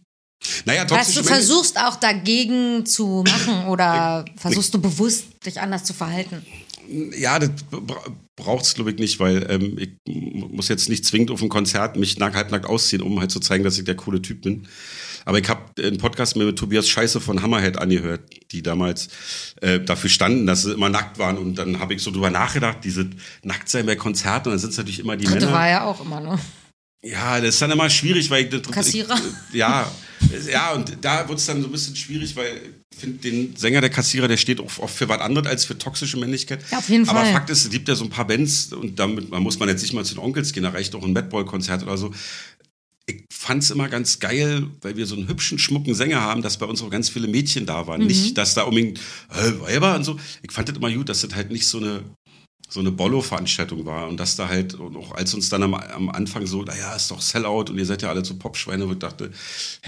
Speaker 4: naja,
Speaker 2: was
Speaker 4: toxische
Speaker 2: du
Speaker 4: Männlich-
Speaker 2: versuchst auch dagegen zu machen oder versuchst du bewusst dich anders zu verhalten.
Speaker 4: Ja, das braucht es, glaube ich, nicht, weil ähm, ich m- muss jetzt nicht zwingend auf ein Konzert mich nack, halbnackt ausziehen, um halt zu zeigen, dass ich der coole Typ bin. Aber ich habe einen Podcast mir mit Tobias Scheiße von Hammerhead angehört, die damals äh, dafür standen, dass sie immer nackt waren. Und dann habe ich so drüber nachgedacht, diese Nacktsein bei Konzerten, und dann sind es natürlich immer die
Speaker 2: Dritte
Speaker 4: Männer.
Speaker 2: war ja auch immer, ne?
Speaker 4: Ja, das ist dann immer schwierig, weil ich,
Speaker 2: Kassierer.
Speaker 4: Ich, ja, ja, und da wird es dann so ein bisschen schwierig, weil ich finde, den Sänger, der Kassierer, der steht oft, oft für was anderes als für toxische Männlichkeit.
Speaker 2: Ja, auf jeden
Speaker 4: Aber
Speaker 2: Fall.
Speaker 4: Fakt ist, es gibt ja so ein paar Bands und damit man muss man jetzt nicht mal zu den Onkels gehen, da reicht auch ein Madball-Konzert oder so. Ich fand es immer ganz geil, weil wir so einen hübschen, schmucken Sänger haben, dass bei uns auch ganz viele Mädchen da waren.
Speaker 2: Mhm.
Speaker 4: Nicht, dass da unbedingt äh, Weiber und so. Ich fand das immer gut, dass das halt nicht so eine so eine Bollo-Veranstaltung war und dass da halt, und auch als uns dann am, am Anfang so, naja, ist doch Sellout und ihr seid ja alle zu Popschweine, wo ich dachte,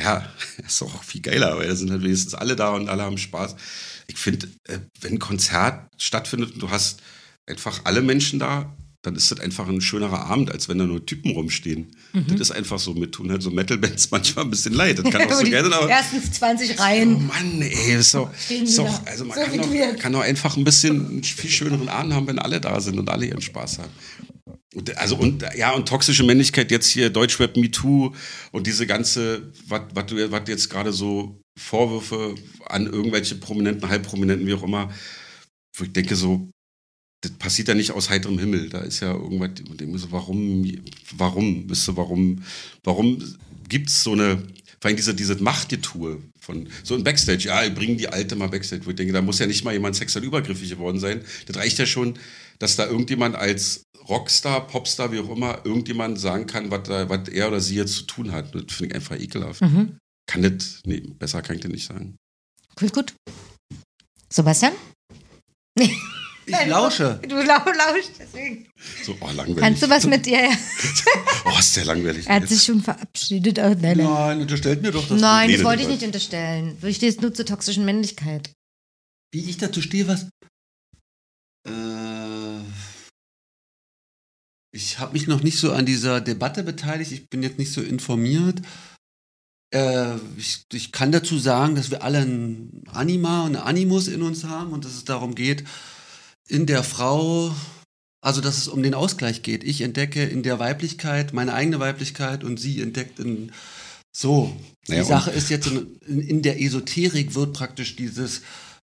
Speaker 4: ja, ist doch auch viel geiler, weil da sind halt wenigstens alle da und alle haben Spaß. Ich finde, äh, wenn ein Konzert stattfindet und du hast einfach alle Menschen da, dann ist das einfach ein schönerer Abend, als wenn da nur Typen rumstehen. Das ist einfach so, mit tun halt so Metal-Bands manchmal ein bisschen leid. Das kann auch so
Speaker 2: Die
Speaker 4: gerne, aber.
Speaker 2: ersten 20
Speaker 4: Oh
Speaker 2: Reihen.
Speaker 4: Mann, ey, ist doch,
Speaker 2: Stehen
Speaker 4: ist
Speaker 2: wieder.
Speaker 4: doch also man
Speaker 2: So
Speaker 4: kann,
Speaker 2: wie du
Speaker 4: doch,
Speaker 2: jetzt.
Speaker 4: kann doch einfach ein bisschen einen viel schöneren Abend haben, wenn alle da sind und alle ihren Spaß haben. Und, also und ja, und toxische Männlichkeit jetzt hier, Deutschrap Me Too und diese ganze, was du wat jetzt gerade so Vorwürfe an irgendwelche Prominenten, Halbprominenten, wie auch immer, wo ich denke so, das passiert ja nicht aus heiterem Himmel. Da ist ja irgendwas, und ich denke mir so, warum, warum, wisst ihr, warum, warum gibt es so eine, vor allem diese, diese Machtgetue von, so ein Backstage, ja, bringen die Alte mal Backstage, wo ich denke, da muss ja nicht mal jemand sexuell übergriffig geworden sein. Das reicht ja schon, dass da irgendjemand als Rockstar, Popstar, wie auch immer, irgendjemand sagen kann, was da- was er oder sie jetzt zu tun hat. Das finde ich einfach ekelhaft.
Speaker 2: Mhm.
Speaker 4: Kann das, nee, besser kann ich das nicht sagen.
Speaker 2: Gut, gut. Sebastian?
Speaker 1: Ich lausche.
Speaker 2: Du lau lauschst, deswegen.
Speaker 4: So, oh, langweilig.
Speaker 2: Kannst du was mit ihr? Ja.
Speaker 4: Oh, ist der langweilig.
Speaker 2: Er hat sich schon verabschiedet. Oh, nein, nein.
Speaker 1: Nein, unterstellt mir doch das.
Speaker 2: Nein, das
Speaker 4: Nee,
Speaker 2: wollte
Speaker 4: das
Speaker 2: ich nicht unterstellen. Ich stehe jetzt nur zur toxischen Männlichkeit.
Speaker 1: Wie ich dazu stehe, was. Äh, ich habe mich noch nicht so an dieser Debatte beteiligt. Ich bin jetzt nicht so informiert. Äh, ich, ich kann dazu sagen, dass wir alle ein Anima und ein Animus in uns haben und dass es darum geht, in der Frau, also dass es um den Ausgleich geht. Ich entdecke in der Weiblichkeit meine eigene Weiblichkeit und sie entdeckt in so. die
Speaker 4: Naja, und-
Speaker 1: Sache ist jetzt in, in, in der Esoterik wird praktisch dieses,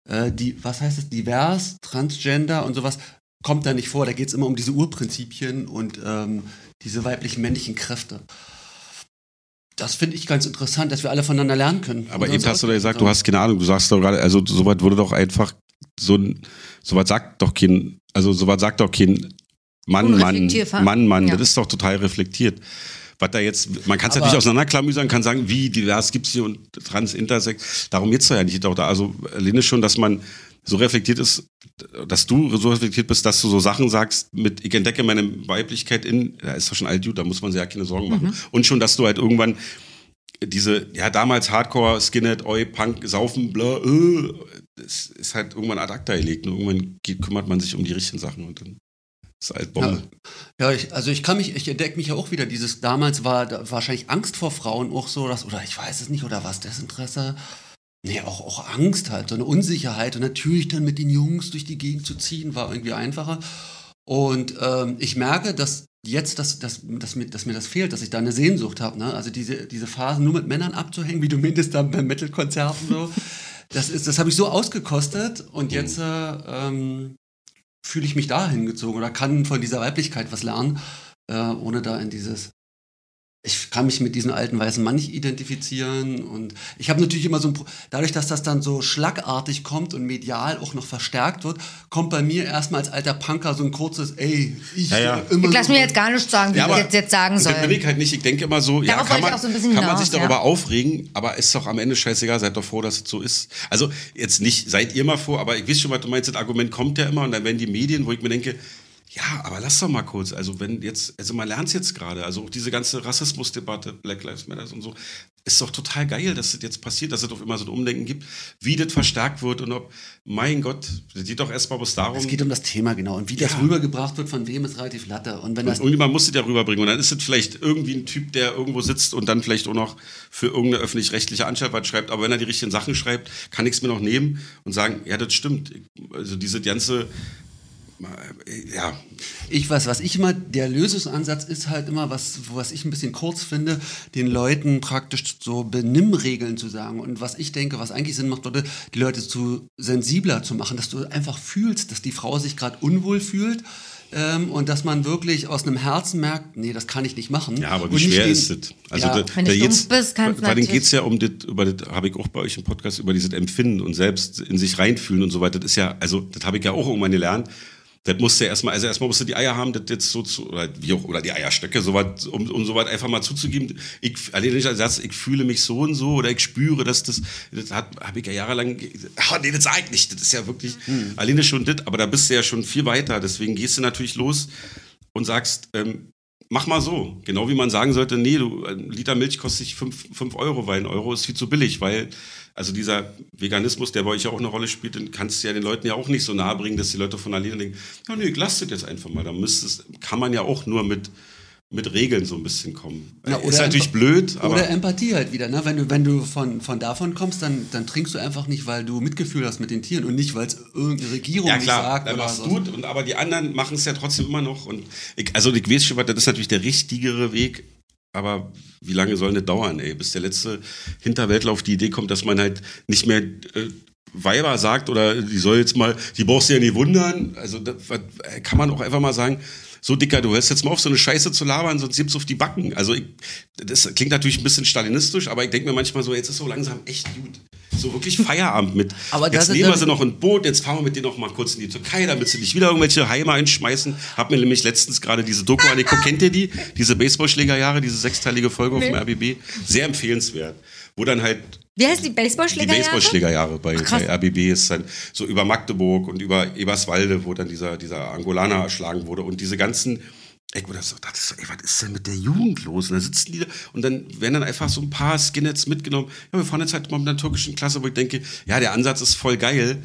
Speaker 1: äh, die, was heißt es, divers, transgender und sowas, kommt da nicht vor. Da geht es immer um diese Urprinzipien und ähm, diese weiblichen-männlichen Kräfte. Das finde ich ganz interessant, dass wir alle voneinander lernen können.
Speaker 4: Aber
Speaker 1: Und
Speaker 4: eben
Speaker 1: uns
Speaker 4: hast du da gesagt, du
Speaker 1: ausgleichen
Speaker 4: hast keine Ahnung, du sagst doch gerade, also sowas würde doch einfach, so ein, sowas sagt doch kein, also sowas sagt doch kein Mann, Mann,
Speaker 2: Unreflektierter.
Speaker 4: Mann, Mann,
Speaker 2: Ja.
Speaker 4: das ist doch total reflektiert. Was da jetzt, man kann es
Speaker 1: Aber-
Speaker 4: natürlich auseinanderklamüsern, kann sagen, wie divers gibt's hier und trans, intersex, darum geht's doch ja nicht. Doch da, also alleine schon, dass man so reflektiert ist, dass du so reflektiert bist, dass du so Sachen sagst mit, ich entdecke meine Weiblichkeit in, da ist doch schon alt, gut, da muss man sich ja keine Sorgen machen. Und schon, dass du halt irgendwann diese, ja, damals Hardcore, Skinhead, Oi, Punk, Saufen, bla, äh, das ist halt irgendwann ad acta gelegt. Und irgendwann geht, kümmert man sich um die richtigen Sachen und dann ist halt Bombe.
Speaker 1: Ja, ich, also ich kann mich, ich entdecke mich ja auch wieder. Dieses damals war da, wahrscheinlich Angst vor Frauen auch so, dass, oder ich weiß es nicht, oder was Desinteresse. Nee, auch, auch Angst halt, so eine Unsicherheit. Und natürlich dann mit den Jungs durch die Gegend zu ziehen, war irgendwie einfacher. Und ähm, ich merke, dass jetzt, dass, dass, dass, mir, dass mir das fehlt, dass ich da eine Sehnsucht habe. Ne? Also diese, diese Phasen nur mit Männern abzuhängen, wie du meintest, dann beim Metal-Konzerten so. Das, ist- das habe ich so ausgekostet und jetzt äh, ähm, fühle ich mich da hingezogen oder kann von dieser Weiblichkeit was lernen, äh, ohne da in dieses. Ich kann mich mit diesem alten weißen Mann nicht identifizieren und ich habe natürlich immer so ein, Pro- dadurch, dass das dann so schlagartig kommt und medial auch noch verstärkt wird, kommt bei mir erstmal als alter Punker so ein kurzes, ey, ich
Speaker 4: Ja, ja.
Speaker 1: immer
Speaker 2: Ich lass
Speaker 1: so-
Speaker 2: mir jetzt gar nicht sagen, wie
Speaker 4: Ja,
Speaker 2: wir
Speaker 4: aber-
Speaker 2: jetzt, jetzt sagen
Speaker 4: Und dann bin
Speaker 2: sollen.
Speaker 4: ich halt nicht, ich denke immer so, ja,
Speaker 2: Darauf wollte ich
Speaker 4: kann, man,
Speaker 2: auch so ein bisschen
Speaker 4: kann man sich
Speaker 2: hinaus,
Speaker 4: darüber
Speaker 2: ja.
Speaker 4: aufregen, aber ist doch am Ende scheißegal, seid doch froh, dass es so ist. Also jetzt nicht, seid ihr mal froh, aber ich weiß schon, was du meinst, das Argument kommt ja immer und dann werden die Medien, wo ich mir denke, ja, aber lass doch mal kurz, also wenn jetzt, also man lernt es jetzt gerade, also auch diese ganze Rassismusdebatte, Black Lives Matter und so, ist doch total geil, dass das jetzt passiert, dass es auf immer so ein Umdenken gibt, wie das verstärkt wird und ob, mein Gott, das geht doch erstmal bloß darum.
Speaker 1: Es geht um das Thema genau und wie das
Speaker 4: Ja.
Speaker 1: rübergebracht wird von wem ist relativ latte und wenn das
Speaker 4: Und irgendjemand muss es ja rüberbringen. Und dann ist es vielleicht irgendwie ein Typ, der irgendwo sitzt und dann vielleicht auch noch für irgendeine öffentlich-rechtliche Anstalt was schreibt. Aber wenn er die richtigen Sachen schreibt, kann ich es mir noch nehmen und sagen, ja, das stimmt. Also diese ganze, ja,
Speaker 1: Ich weiß, was ich immer, der Lösungsansatz ist halt immer, was, was ich ein bisschen kurz finde, den Leuten praktisch so Benimmregeln zu sagen. Und was ich denke, was eigentlich Sinn macht, würde, die Leute zu sensibler zu machen, dass du einfach fühlst, dass die Frau sich gerade unwohl fühlt. Ähm, und dass man wirklich aus einem Herzen merkt, nee, das kann ich nicht machen.
Speaker 4: Ja, aber
Speaker 1: Mhm. Und
Speaker 4: wie
Speaker 1: nicht
Speaker 4: schwer
Speaker 1: den-
Speaker 4: ist das? Also
Speaker 1: Ja.
Speaker 4: da,
Speaker 2: Wenn
Speaker 4: da
Speaker 2: du
Speaker 4: geht's,
Speaker 2: dumm bist, kannst du
Speaker 4: bei denen
Speaker 2: natürlich-
Speaker 4: geht es ja um das, über das habe ich auch bei euch im Podcast, über dieses Empfinden und selbst in sich reinfühlen und so weiter. Das ist ja, also das habe ich ja auch irgendwann gelernt. Das musst du ja erstmal, also erstmal musst du die Eier haben, das jetzt so zu, oder wie auch, oder die Eierstöcke, so weit, um, um so weit einfach mal zuzugeben. Ich, allein der Satz, ich fühle mich so und so, oder ich spüre, dass das, das hat, habe ich ja jahrelang, ge- ah, nee, das sagt nicht, das ist ja wirklich,
Speaker 1: Hm.
Speaker 4: alleine schon das, aber da bist du ja schon viel weiter, deswegen gehst du natürlich los und sagst, ähm, Mach mal so. Genau wie man sagen sollte, nee, du, ein Liter Milch kostet sich 5 Euro, weil ein Euro ist viel zu billig, weil, also dieser Veganismus, der bei euch ja auch eine Rolle spielt, den kannst du ja den Leuten ja auch nicht so nahe bringen, dass die Leute von alleine denken, ja nee, lasst das jetzt einfach mal. Da müsstest, kann man ja auch nur mit, mit Regeln so ein bisschen kommen. Äh,
Speaker 1: Na,
Speaker 4: ist
Speaker 1: oder
Speaker 4: natürlich
Speaker 1: Emp-
Speaker 4: blöd, aber
Speaker 1: Oder Empathie halt wieder, ne? Wenn du, wenn du von, von davon kommst, dann, dann trinkst du einfach nicht, weil du Mitgefühl hast mit den Tieren und nicht, weil es irgendeine Regierung
Speaker 4: ja
Speaker 1: nicht
Speaker 4: klar,
Speaker 1: sagt.
Speaker 4: dann
Speaker 1: oder
Speaker 4: machst
Speaker 1: so.
Speaker 4: du es, und aber die anderen machen es ja trotzdem immer noch. Und ich, also ich weiß schon, was, das ist natürlich der richtigere Weg, aber wie lange soll das dauern, ey? Bis der letzte Hinterwäldler auf die Idee kommt, dass man halt nicht mehr äh, Weiber sagt oder die soll jetzt mal, die brauchst du ja nicht wundern. Also das, was, äh, kann man auch einfach mal sagen, so Dicker, du hörst jetzt mal auf, so eine Scheiße zu labern, sonst gibt's auf die Backen. Also ich, das klingt natürlich ein bisschen stalinistisch, aber ich denke mir manchmal so, jetzt ist so langsam echt gut. So wirklich Feierabend mit.
Speaker 1: Aber das
Speaker 4: jetzt
Speaker 1: ist
Speaker 4: nehmen wir
Speaker 1: dann-
Speaker 4: sie noch ein Boot, jetzt fahren wir mit denen noch mal kurz in die Türkei, damit sie nicht wieder irgendwelche Heime einschmeißen. Hab mir nämlich letztens gerade diese Doku angeguckt. Kennt ihr die? Diese Baseballschlägerjahre, diese sechsteilige Folge auf dem RBB. Sehr empfehlenswert. Wo dann halt
Speaker 2: Wie heißt die
Speaker 4: die
Speaker 2: Baseballschlägerjahre?
Speaker 4: Baseballschlägerjahre bei,
Speaker 2: krass.
Speaker 4: bei RBB ist dann so über Magdeburg und über Eberswalde, wo dann dieser, dieser Angolaner erschlagen wurde und diese ganzen. Ey, wo das so, das ist so, ey, was ist denn mit der Jugend los? Und da sitzen die da und dann werden dann einfach so ein paar Skinheads mitgenommen. Ja, wir fahren jetzt halt mal mit einer türkischen Klasse, wo ich denke, ja, der Ansatz ist voll geil.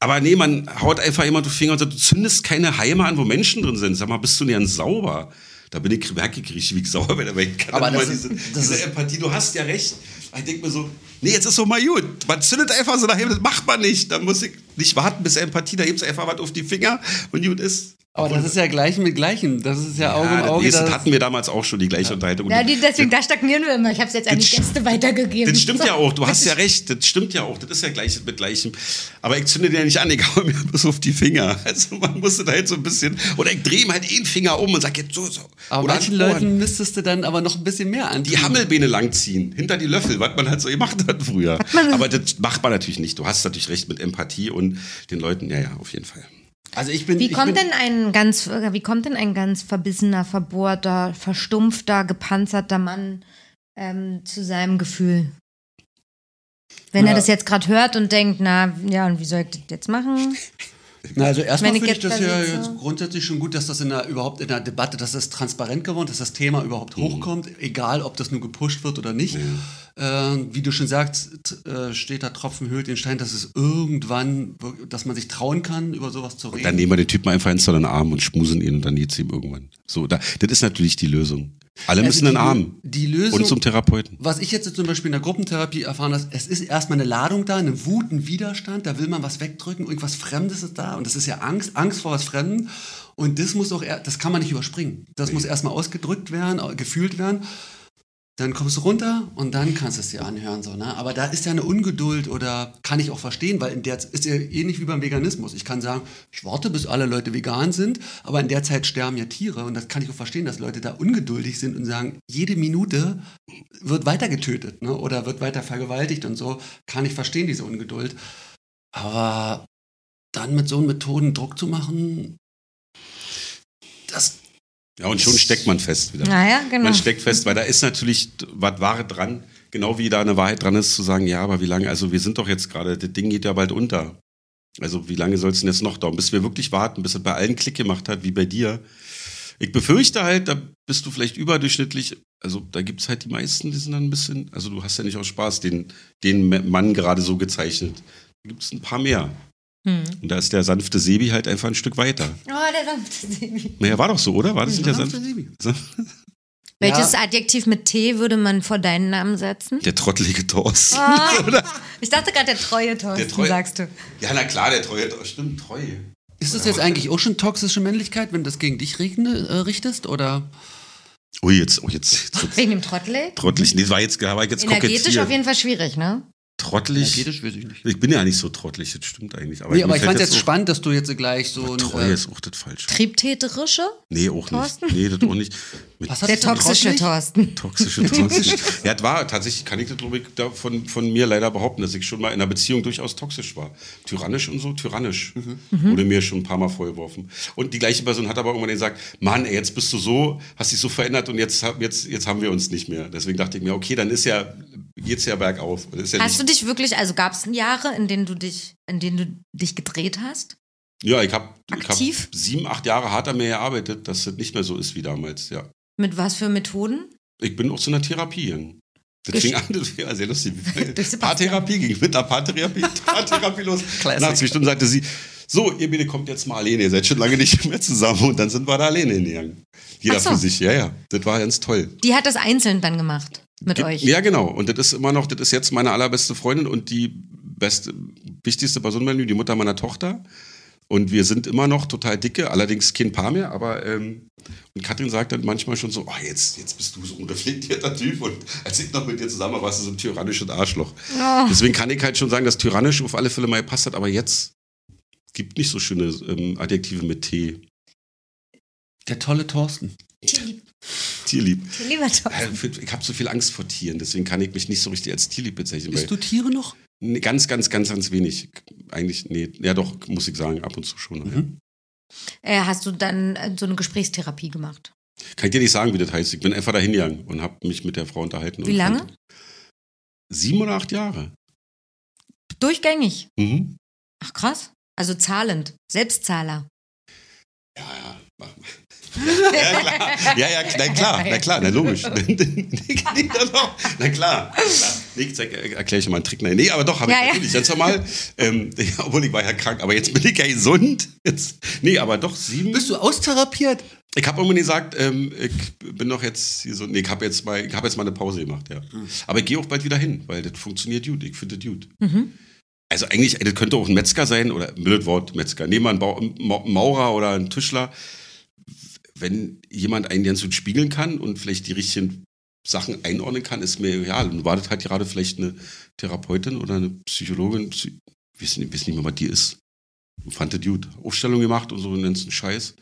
Speaker 4: Aber nee, man haut einfach immer die Finger und sagt, du zündest keine Heime an, wo Menschen drin sind. Sag mal, bist du nicht ein sauber? Da bin ich merke ich richtig, wie ich sauer bin. Aber ich kann
Speaker 1: Aber
Speaker 4: dann
Speaker 1: das
Speaker 4: immer
Speaker 1: ist-
Speaker 4: diese,
Speaker 1: das
Speaker 4: diese
Speaker 1: ist-
Speaker 4: Empathie, du hast ja recht. Ich denke mir so, nee, jetzt ist doch mal gut. Man zündet einfach so daheim, das macht man nicht. Da muss ich nicht warten bis Empathie, da gibt's einfach was auf die Finger und gut ist.
Speaker 1: Aber das ist ja gleich mit Gleichem. Das ist ja Auge
Speaker 4: Ja,
Speaker 1: um Auge.
Speaker 4: das,
Speaker 1: Das,
Speaker 4: hatten wir damals auch schon die gleiche Unterhaltung. Und
Speaker 2: Ja,
Speaker 4: die-
Speaker 2: die, deswegen, da stagnieren wir immer. Ich habe es jetzt an die
Speaker 4: st-
Speaker 2: Gäste weitergegeben.
Speaker 4: Das stimmt
Speaker 2: So.
Speaker 4: ja auch, du hast ja recht, das stimmt ja auch, das ist ja gleiches mit gleichem. Aber ich zünde den ja nicht an, ich hau mir halt bloß auf die Finger. Also man musste da halt so ein bisschen, oder ich drehe ihm halt eh den Finger um und sag jetzt so, so.
Speaker 1: aber
Speaker 4: oder
Speaker 1: manchen
Speaker 4: an Ohren.
Speaker 1: Leuten müsstest du dann aber noch ein bisschen mehr an.
Speaker 4: die Hammelbeine langziehen, hinter die Löffel, was man halt so gemacht hat früher. Aber das macht man natürlich nicht. Du hast natürlich recht mit Empathie und den Leuten, ja, ja, auf jeden Fall.
Speaker 1: Also ich bin.
Speaker 2: Wie
Speaker 1: ich
Speaker 2: kommt
Speaker 1: bin,
Speaker 2: denn ein ganz, wie kommt denn ein ganz verbissener, verbohrter, verstumpfter, gepanzerter Mann ähm, zu seinem Gefühl? Wenn er
Speaker 1: Na.
Speaker 2: das jetzt gerade hört und denkt, na ja, und wie soll ich das jetzt machen?
Speaker 1: Na, also erstmal
Speaker 2: Wenn ich
Speaker 1: finde ich
Speaker 2: jetzt
Speaker 1: das
Speaker 2: da
Speaker 1: ja
Speaker 2: sitze-
Speaker 1: jetzt grundsätzlich schon gut, dass das in der, überhaupt in der Debatte, dass das transparent geworden ist, dass das Thema
Speaker 4: Mhm.
Speaker 1: überhaupt hochkommt, egal ob das nur gepusht wird oder nicht. Ähm, wie du schon sagst, t- äh, steht da Tropfen höhlt den Stein, dass es irgendwann, wir- dass man sich trauen kann, über sowas zu reden.
Speaker 4: Dann nehmen wir den Typen einfach hinter den Arm und schmusen ihn und dann geht's ihm irgendwann. So, da, das ist natürlich die Lösung. Alle
Speaker 1: Also
Speaker 4: müssen in den
Speaker 1: die-
Speaker 4: Arm.
Speaker 1: die Lösung-
Speaker 4: Und zum Therapeuten.
Speaker 1: Was ich jetzt zum Beispiel in der Gruppentherapie erfahren habe, es ist erstmal eine Ladung da, eine Wut, ein Widerstand, da will man was wegdrücken, irgendwas Fremdes ist da und das ist ja Angst, Angst vor was Fremden und das muss auch, er- das kann man nicht überspringen. Das muss erstmal ausgedrückt werden, au- gefühlt werden. Dann kommst du runter und dann kannst du es dir anhören. So, ne? Aber da ist ja eine Ungeduld oder kann ich auch verstehen, weil in der Z- ist ja ähnlich wie beim Veganismus. Ich kann sagen, ich warte, bis alle Leute vegan sind, aber in der Zeit sterben ja Tiere und das kann ich auch verstehen, dass Leute da ungeduldig sind und sagen, jede Minute wird weiter getötet ne? oder wird weiter vergewaltigt und so. Kann ich verstehen, diese Ungeduld. Aber dann mit so einen Methoden Druck zu machen, das
Speaker 4: Ja, und schon steckt man fest wieder.
Speaker 2: Naja, genau.
Speaker 4: Man steckt fest, weil da ist natürlich was Wahre dran. Genau wie da eine Wahrheit dran ist, zu sagen, ja, aber wie lange, also wir sind doch jetzt gerade, das Ding geht ja bald unter. Also wie lange soll es denn jetzt noch dauern, bis wir wirklich warten, bis es bei allen Klick gemacht hat, wie bei dir. Ich befürchte halt, da bist du vielleicht überdurchschnittlich, also da gibt es halt die meisten, die sind dann ein bisschen, also du hast ja nicht aus Spaß den, den Mann gerade so gezeichnet. Da gibt es ein paar mehr.
Speaker 2: Hm.
Speaker 4: Und da ist der sanfte Sebi halt einfach ein Stück weiter.
Speaker 2: Oh, der sanfte Sebi.
Speaker 4: Naja, war doch so, oder? Hm, War das nicht der
Speaker 1: Sanfte
Speaker 4: sanfte
Speaker 1: Sebi.
Speaker 2: Welches Adjektiv mit T würde man vor deinen Namen setzen?
Speaker 4: Der trottelige Thorsten.
Speaker 2: Oh, ich dachte gerade der treue Thorsten,
Speaker 4: Der treue-
Speaker 2: sagst du.
Speaker 4: Ja, na klar, der Treue. Stimmt, Treue.
Speaker 1: Ist das jetzt eigentlich auch schon toxische Männlichkeit, wenn das gegen dich regne, äh, richtest? Oder?
Speaker 4: Ui, jetzt, oh, jetzt, jetzt wird's
Speaker 2: Wegen dem Trottelig?
Speaker 4: trottelig. Nee, das war jetzt, da war ich jetzt
Speaker 2: Energetisch auf
Speaker 4: kokettiert.
Speaker 2: jeden Fall schwierig, ne?
Speaker 4: Trottelig.
Speaker 1: weiß ich nicht.
Speaker 4: Ich bin ja nicht so trottelig, das stimmt eigentlich. Aber
Speaker 1: Nee, aber ich
Speaker 4: fällt
Speaker 1: fand jetzt
Speaker 4: auch-
Speaker 1: spannend, dass du jetzt gleich so ein.
Speaker 4: Treue
Speaker 1: äh,
Speaker 4: ist auch das Falsche.
Speaker 2: Triebtäterische?
Speaker 4: Nee, auch nicht.
Speaker 2: Thorsten?
Speaker 4: Nee, das auch nicht. Mit
Speaker 1: Was hast
Speaker 2: Der
Speaker 1: du denn
Speaker 2: toxische
Speaker 1: trottelig?
Speaker 2: Thorsten.
Speaker 4: toxische, toxische. ja, das war tatsächlich, kann ich das, glaube ich, da von, von mir leider behaupten, dass ich schon mal in einer Beziehung durchaus toxisch war. Tyrannisch und so, tyrannisch.
Speaker 2: Mhm.
Speaker 4: Wurde mir schon ein paar Mal vorgeworfen. Und die gleiche Person hat aber irgendwann gesagt, Mann, ey, jetzt bist du so, hast dich so verändert und jetzt, hab- jetzt, jetzt haben wir uns nicht mehr. Deswegen dachte ich mir, okay, dann ist ja, geht's ja bergauf. Das ist ja
Speaker 2: Hast du
Speaker 4: nicht,
Speaker 2: dich wirklich, also gab es Jahre, in denen du dich, in denen du dich gedreht hast?
Speaker 4: Ja, ich habe hab
Speaker 2: Aktiv?
Speaker 4: sieben, acht Jahre hart an mir gearbeitet, dass das nicht mehr so ist wie damals, ja.
Speaker 2: Mit was für Methoden?
Speaker 4: Ich bin auch zu einer Therapie hin. Das
Speaker 2: Gesch-
Speaker 4: fing an, das war sehr lustig.
Speaker 2: Durch Sebastian.
Speaker 4: Paartherapie ging ich mit der Paartherapie, Paartherapie los.
Speaker 1: Classic.
Speaker 4: Nach zwei Stunden sagte sie, so, ihr beide kommt jetzt mal alleine, ihr seid schon lange nicht mehr zusammen und dann sind wir da alleine hingegangen. Jeder
Speaker 2: Ach so.
Speaker 4: für sich, ja, ja. Das war ganz toll.
Speaker 2: Die hat das einzeln dann gemacht mit
Speaker 4: Ge-
Speaker 2: euch.
Speaker 4: Ja, genau. Und das ist immer noch, das ist jetzt meine allerbeste Freundin und die beste, wichtigste Person in meinem Leben, die Mutter meiner Tochter. Und wir sind immer noch total dicke, allerdings kein Paar mehr, aber ähm, und Katrin sagt dann manchmal schon so, oh, jetzt, jetzt bist du so ein unreflektierter Typ und als ich noch mit dir zusammen war, warst du so ein tyrannisches Arschloch.
Speaker 2: Ah.
Speaker 4: Deswegen kann ich halt schon sagen, dass tyrannisch auf alle Fälle mal gepasst hat, aber jetzt gibt nicht so schöne ähm, Adjektive mit T.
Speaker 1: Der tolle Thorsten.
Speaker 2: Tierlieb-
Speaker 4: Tierlieb.
Speaker 2: Tierlieber Tom.
Speaker 4: Ich habe so viel Angst vor Tieren, deswegen kann ich mich nicht so richtig als Tierlieb bezeichnen. weil-
Speaker 1: Bist du Tiere noch?
Speaker 4: Nee, ganz, ganz, ganz, ganz wenig. Eigentlich, nee, ja doch, muss ich sagen, ab und zu schon.
Speaker 2: Äh, hast du dann äh, so eine Gesprächstherapie gemacht?
Speaker 4: Ja. Kann ich dir nicht sagen, wie das heißt. Ich bin einfach dahin gegangen und habe mich mit der Frau unterhalten.
Speaker 2: Wie
Speaker 4: und
Speaker 2: lange?
Speaker 4: fand- Sieben oder acht Jahre.
Speaker 2: Durchgängig.
Speaker 4: Mhm.
Speaker 2: Ach krass. Also zahlend. Selbstzahler.
Speaker 4: Ja, ja. Ja, klar. Ja, ja, na klar, na klar, na logisch. nee, na, doch. na klar. na klar. Nee, ich zeig- erkläre ich dir mal einen Trick. Nein, nee, aber doch, habe
Speaker 2: Ja,
Speaker 4: ich
Speaker 2: ja.
Speaker 4: natürlich. Ganz normal. Ähm, ja, obwohl ich war ja krank, aber jetzt bin ich ja gesund. Jetzt, nee, aber doch, sieben.
Speaker 1: Bist du austherapiert?
Speaker 4: Ich habe irgendwie gesagt, ähm, ich bin doch jetzt hier so, nee, ich habe jetzt mal, ich habe jetzt mal eine Pause gemacht, ja. Aber ich gehe auch bald wieder hin, weil das funktioniert gut. Ich finde das gut.
Speaker 2: Mhm.
Speaker 4: Also eigentlich, ey, das könnte auch ein Metzger sein oder blöd Wort Metzger. Nehmen wir einen, Bau, einen Ma- Maurer oder einen Tischler. Wenn jemand einen ganz gut spiegeln kann und vielleicht die richtigen Sachen einordnen kann, ist mir egal. Nun war das halt gerade vielleicht eine Therapeutin oder eine Psychologin. Psy wissen, wissen nicht mehr, was die ist. Fand das gut. Aufstellung gemacht und so einen ganzen Scheiß.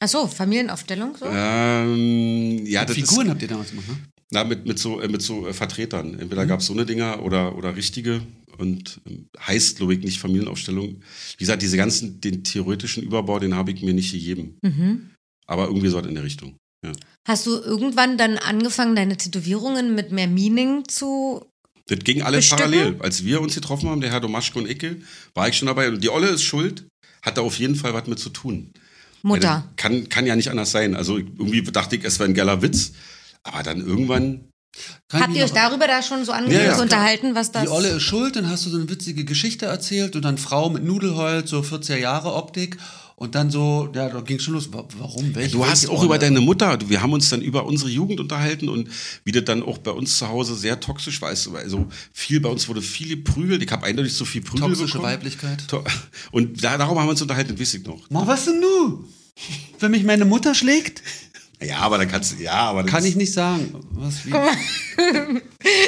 Speaker 2: Ach so, Familienaufstellung so?
Speaker 4: Ähm, ja, das ist,
Speaker 1: Figuren habt ihr damals gemacht, ne?
Speaker 4: na, mit, mit so, äh, mit so äh, Vertretern. Entweder
Speaker 2: Mhm.
Speaker 4: gab es so eine Dinger oder, oder richtige. Und ähm, heißt Logik nicht Familienaufstellung. Wie gesagt, diese ganzen, den theoretischen Überbau, den habe ich mir nicht gegeben.
Speaker 2: Mhm.
Speaker 4: Aber irgendwie so in der Richtung. Ja.
Speaker 2: Hast du irgendwann dann angefangen, deine Tätowierungen mit mehr Meaning zu.
Speaker 4: Das ging alles
Speaker 2: Bestücke?
Speaker 4: parallel. Als wir uns getroffen haben, der Herr Domaschke und Icke, war ich schon dabei. Und die Olle ist schuld, hat da auf jeden Fall was mit zu tun. Weil
Speaker 2: Mutter?
Speaker 4: das Kann, kann ja nicht anders sein. Also ich- irgendwie dachte ich, es wäre ein geiler Witz. Aber dann irgendwann
Speaker 1: Kann ich
Speaker 2: Habt
Speaker 1: mich
Speaker 2: ihr euch
Speaker 1: noch-
Speaker 2: darüber da schon so angefangen
Speaker 4: Ja, ja.
Speaker 2: zu unterhalten, was das.
Speaker 1: Die Olle ist schuld, dann hast du so eine witzige Geschichte erzählt und dann Frau mit Nudelholz, so 40er Jahre Optik und dann so, ja, da ging schon los. Wa- Warum? Welche,
Speaker 4: Du hast
Speaker 1: welche
Speaker 4: auch
Speaker 1: Olle?
Speaker 4: über deine Mutter, du- wir haben uns dann über unsere Jugend unterhalten und wie das dann auch bei uns zu Hause sehr toxisch war. Also, Also viel, bei uns wurde viel geprügelt. Ich habe eindeutig so viel Prügel
Speaker 1: Toxische
Speaker 4: bekommen.
Speaker 1: Weiblichkeit.
Speaker 4: To und da, darum haben wir uns unterhalten, das weiß ich noch.
Speaker 1: Ma, was denn du? Wenn mich meine Mutter schlägt?
Speaker 4: Ja, aber dann kannst du, ja, aber das
Speaker 1: Kann
Speaker 4: ist-
Speaker 1: ich nicht sagen. Was, wie?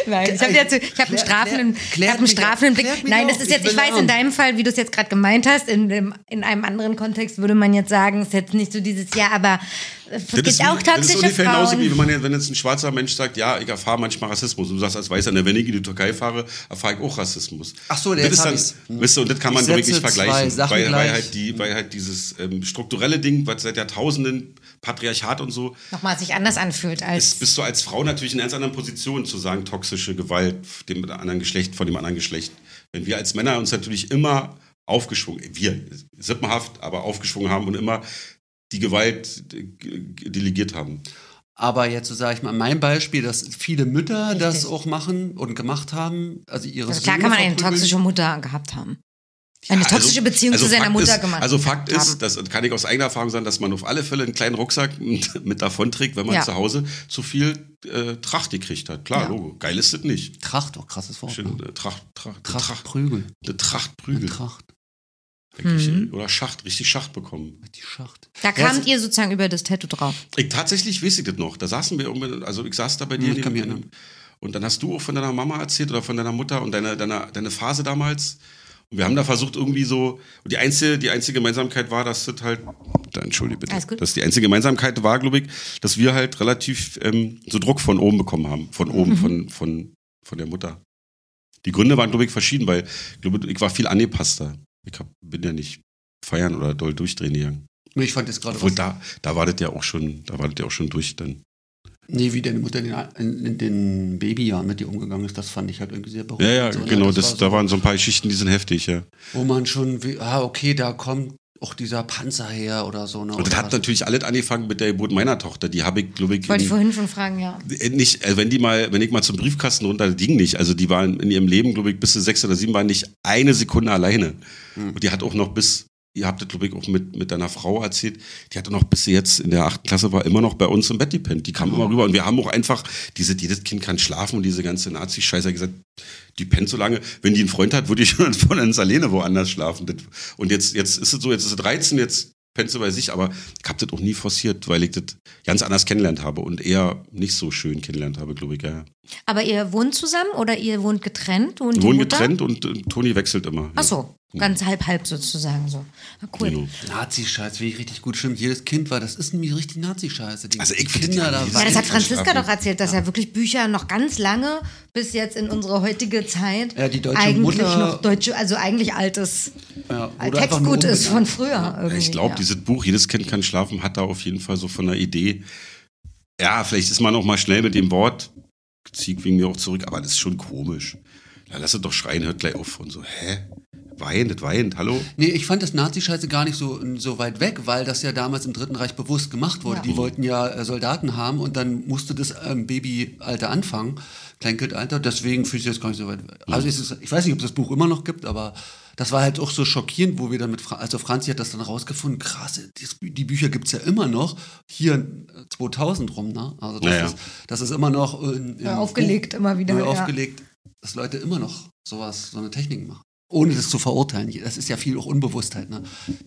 Speaker 2: Nein, ich habe jetzt, ich habe einen
Speaker 1: Klär-
Speaker 2: strafenden,
Speaker 1: klär-
Speaker 2: ich
Speaker 1: klärt
Speaker 2: hab einen
Speaker 1: mich
Speaker 2: strafenden
Speaker 1: auf,
Speaker 2: Blick.
Speaker 1: klärt mich
Speaker 2: Nein,
Speaker 1: auf,
Speaker 2: das ist
Speaker 1: ich
Speaker 2: jetzt,
Speaker 1: will
Speaker 2: ich weiß in
Speaker 1: lernen.
Speaker 2: deinem Fall, wie du es jetzt gerade gemeint hast, in, dem, in einem anderen Kontext würde man jetzt sagen, es ist jetzt nicht so dieses Jahr, aber es
Speaker 4: Das
Speaker 2: gibt
Speaker 4: ist,
Speaker 2: auch
Speaker 4: das ist
Speaker 2: toxische
Speaker 4: ungefähr genauso wie
Speaker 2: Frauen.
Speaker 4: wenn, man, jetzt- wenn jetzt ein schwarzer Mensch sagt, ja, ich erfahre manchmal Rassismus. Und du sagst als Weißer, na, wenn ich in die Türkei fahre, erfahre ich auch Rassismus.
Speaker 1: Ach so,
Speaker 4: das
Speaker 1: jetzt
Speaker 4: ist
Speaker 1: hab
Speaker 4: dann,
Speaker 1: ich's. Hm.
Speaker 4: weißt du, und das kann man
Speaker 1: Ich
Speaker 4: wirklich
Speaker 1: setze
Speaker 4: nicht
Speaker 1: zwei
Speaker 4: vergleichen.
Speaker 1: Sachen
Speaker 4: Weil, weil,
Speaker 1: gleich.
Speaker 4: halt die, weil halt dieses ähm, strukturelle Ding, was seit Jahrtausenden Patriarchat und so,
Speaker 2: Nochmal sich anders anfühlt
Speaker 4: ist,
Speaker 2: als.
Speaker 4: bist du als Frau natürlich in einer ganz anderen Position zu sagen, toxische Gewalt dem anderen Geschlecht, von dem anderen Geschlecht. Wenn wir als Männer uns natürlich immer aufgeschwungen, wir sippenhaft, aber aufgeschwungen haben und immer die Gewalt äh, g- delegiert haben.
Speaker 1: Aber jetzt so sage ich mal an meinem Beispiel, dass viele Mütter das
Speaker 2: Richtig.
Speaker 1: auch machen und gemacht haben. Also ihre
Speaker 2: Also klar
Speaker 1: Söhne
Speaker 2: kann man eine
Speaker 1: verprügeln.
Speaker 2: toxische Mutter gehabt haben. Eine
Speaker 4: Ja,
Speaker 2: toxische
Speaker 4: also-
Speaker 2: Beziehung
Speaker 4: also
Speaker 2: zu seiner
Speaker 4: Fakt
Speaker 2: Mutter
Speaker 4: ist,
Speaker 2: gemacht.
Speaker 4: Also Fakt
Speaker 2: haben.
Speaker 4: ist, das kann ich aus eigener Erfahrung sagen, dass man auf alle Fälle einen kleinen Rucksack mit, mit davonträgt, wenn man
Speaker 2: Ja.
Speaker 4: zu Hause zu viel äh, Tracht gekriegt hat. Klar,
Speaker 2: Ja.
Speaker 4: Logo. Geil ist das nicht.
Speaker 1: Tracht, doch krasses Wort.
Speaker 4: Schön,
Speaker 1: Ne?
Speaker 4: äh, Tracht, Tracht,
Speaker 1: Tracht,
Speaker 4: Tracht,
Speaker 1: Prügel.
Speaker 4: eine Trachtprügel.
Speaker 1: Tracht,
Speaker 4: Wirklich,
Speaker 2: Mhm.
Speaker 4: äh, Oder Schacht, richtig Schacht bekommen.
Speaker 1: die Schacht.
Speaker 2: da kamt
Speaker 4: also-
Speaker 2: ihr sozusagen über das Tattoo drauf.
Speaker 4: Ich, tatsächlich weiß ich das noch. Da saßen wir irgendwann, also ich saß da bei dir. ne?
Speaker 1: ich kann mich erinnern.
Speaker 4: und dann hast du auch von deiner Mama erzählt oder von deiner Mutter und deiner, deiner, deine Phase damals. Und wir haben da versucht, irgendwie so. Und die einzige, die einzige Gemeinsamkeit war, dass das halt. Da, entschuldige bitte.
Speaker 2: Alles gut.
Speaker 4: Dass die einzige Gemeinsamkeit war, glaube ich, dass wir halt relativ ähm, so Druck von oben bekommen haben. Von
Speaker 2: Mhm.
Speaker 4: oben, von, von, von der Mutter. Die Gründe waren, glaube ich, verschieden, weil ich, glaube, ich war viel angepasster. Ich hab, bin ja nicht feiern oder doll durchdrehen gegangen.
Speaker 1: Nee, Ich fand das gerade
Speaker 4: Obwohl,
Speaker 1: was.
Speaker 4: da, da war das ja auch schon, da war das ja auch schon durch dann.
Speaker 1: Nee, wie deine Mutter in den, in, in den Babyjahren mit dir umgegangen ist, das fand ich halt irgendwie sehr berührend.
Speaker 4: Ja, ja,
Speaker 1: So, ne?
Speaker 4: genau, das,
Speaker 1: war so,
Speaker 4: da waren so ein paar Geschichten, die sind heftig, ja.
Speaker 1: Wo man schon, wie, ah, okay, da kommt auch dieser Panzerheer oder so. Ne,
Speaker 4: Und das
Speaker 1: oder
Speaker 4: hat
Speaker 1: was.
Speaker 4: natürlich alles angefangen mit der Geburt meiner Tochter. Die habe ich, glaube ich,
Speaker 2: Wollte ich
Speaker 4: in-
Speaker 2: vorhin schon fragen, ja.
Speaker 4: nicht, äh, wenn die mal, wenn ich mal zum Briefkasten runter, das ging nicht. Also die waren in ihrem Leben, glaube ich, bis sie sechs oder sieben waren nicht eine Sekunde alleine. Und die hat auch noch bis, ihr habt das, glaube ich, auch mit, mit deiner Frau erzählt, die hat auch noch bis sie jetzt in der achten Klasse war, immer noch bei uns im Bett gepennt. Die kam immer rüber und wir haben auch einfach, diese, jedes Kind kann schlafen und diese ganze Nazi-Scheiße hat gesagt, die pennt so lange. Wenn die einen Freund hat, würde ich schon von uns alleine woanders schlafen. Das- Und jetzt, jetzt ist es so, jetzt ist es 13, jetzt pennt sie bei sich, aber ich habe das auch nie forciert, weil ich das ganz anders kennengelernt habe und eher nicht so schön kennengelernt habe, glaube ich. Ja.
Speaker 2: Aber ihr wohnt zusammen oder ihr wohnt getrennt? Wohnt
Speaker 4: Wir
Speaker 2: die
Speaker 4: wurden
Speaker 2: Mutter?
Speaker 4: getrennt Mhm. und äh, Toni wechselt immer.
Speaker 2: Ach so, ganz halb halb sozusagen so. Ah,
Speaker 4: Ja.
Speaker 2: cool.
Speaker 4: Genau.
Speaker 1: Nazi-Scheiß, wie ich richtig gut stimmt. Jedes Kind war, das ist nämlich richtig Nazi-Scheiße. Die
Speaker 4: Also ich finde, die
Speaker 1: Kinder
Speaker 4: haben
Speaker 1: da
Speaker 4: jedes
Speaker 2: Ja, das
Speaker 4: Kind
Speaker 2: hat Franziska
Speaker 4: Schlafen.
Speaker 2: doch erzählt, dass ja wirklich Bücher noch ganz lange bis jetzt in unsere heutige Zeit
Speaker 1: Ja, die deutsche
Speaker 2: eigentlich
Speaker 1: Mutter-
Speaker 2: noch deutsche, also eigentlich altes
Speaker 1: Ja, oder einfach nur
Speaker 2: Textgut ist von
Speaker 1: unbekannt.
Speaker 2: früher. Irgendwie,
Speaker 4: Ich glaube,
Speaker 2: ja.
Speaker 4: dieses Buch, jedes Kind kann schlafen, hat da auf jeden Fall so von der Idee. Ja, vielleicht ist man auch mal schnell mit dem Wort, zieht wegen mir auch zurück, aber das ist schon komisch. Na, lass es doch schreien, hört gleich auf und so, hä? Weint, das weint, hallo?
Speaker 1: Nee, ich fand das Nazi-Scheiße gar nicht so, so weit weg, weil das ja damals im Dritten Reich bewusst gemacht wurde. Die wollten ja äh, Soldaten haben und dann musste das ähm, Babyalter anfangen, Kleinkindalter. Deswegen fühle ich das gar nicht so weit weg. Also es ist, ich weiß nicht, ob es das Buch immer noch gibt, aber das war halt auch so schockierend, wo wir dann mit, Fra also Franzi hat das dann rausgefunden, krass, das, Bü- die Bücher gibt's ja immer noch, hier äh, 2000 rum, ne? Also das,
Speaker 4: Naja.
Speaker 1: ist, das ist immer noch... äh, in-
Speaker 2: Ja,
Speaker 1: im
Speaker 2: aufgelegt
Speaker 1: Buch-
Speaker 2: immer wieder,
Speaker 1: Neu
Speaker 2: ja.
Speaker 1: aufgelegt, dass Leute immer noch sowas, so eine Technik machen. Ohne das zu verurteilen. Das ist ja viel auch Unbewusstheit. Ne?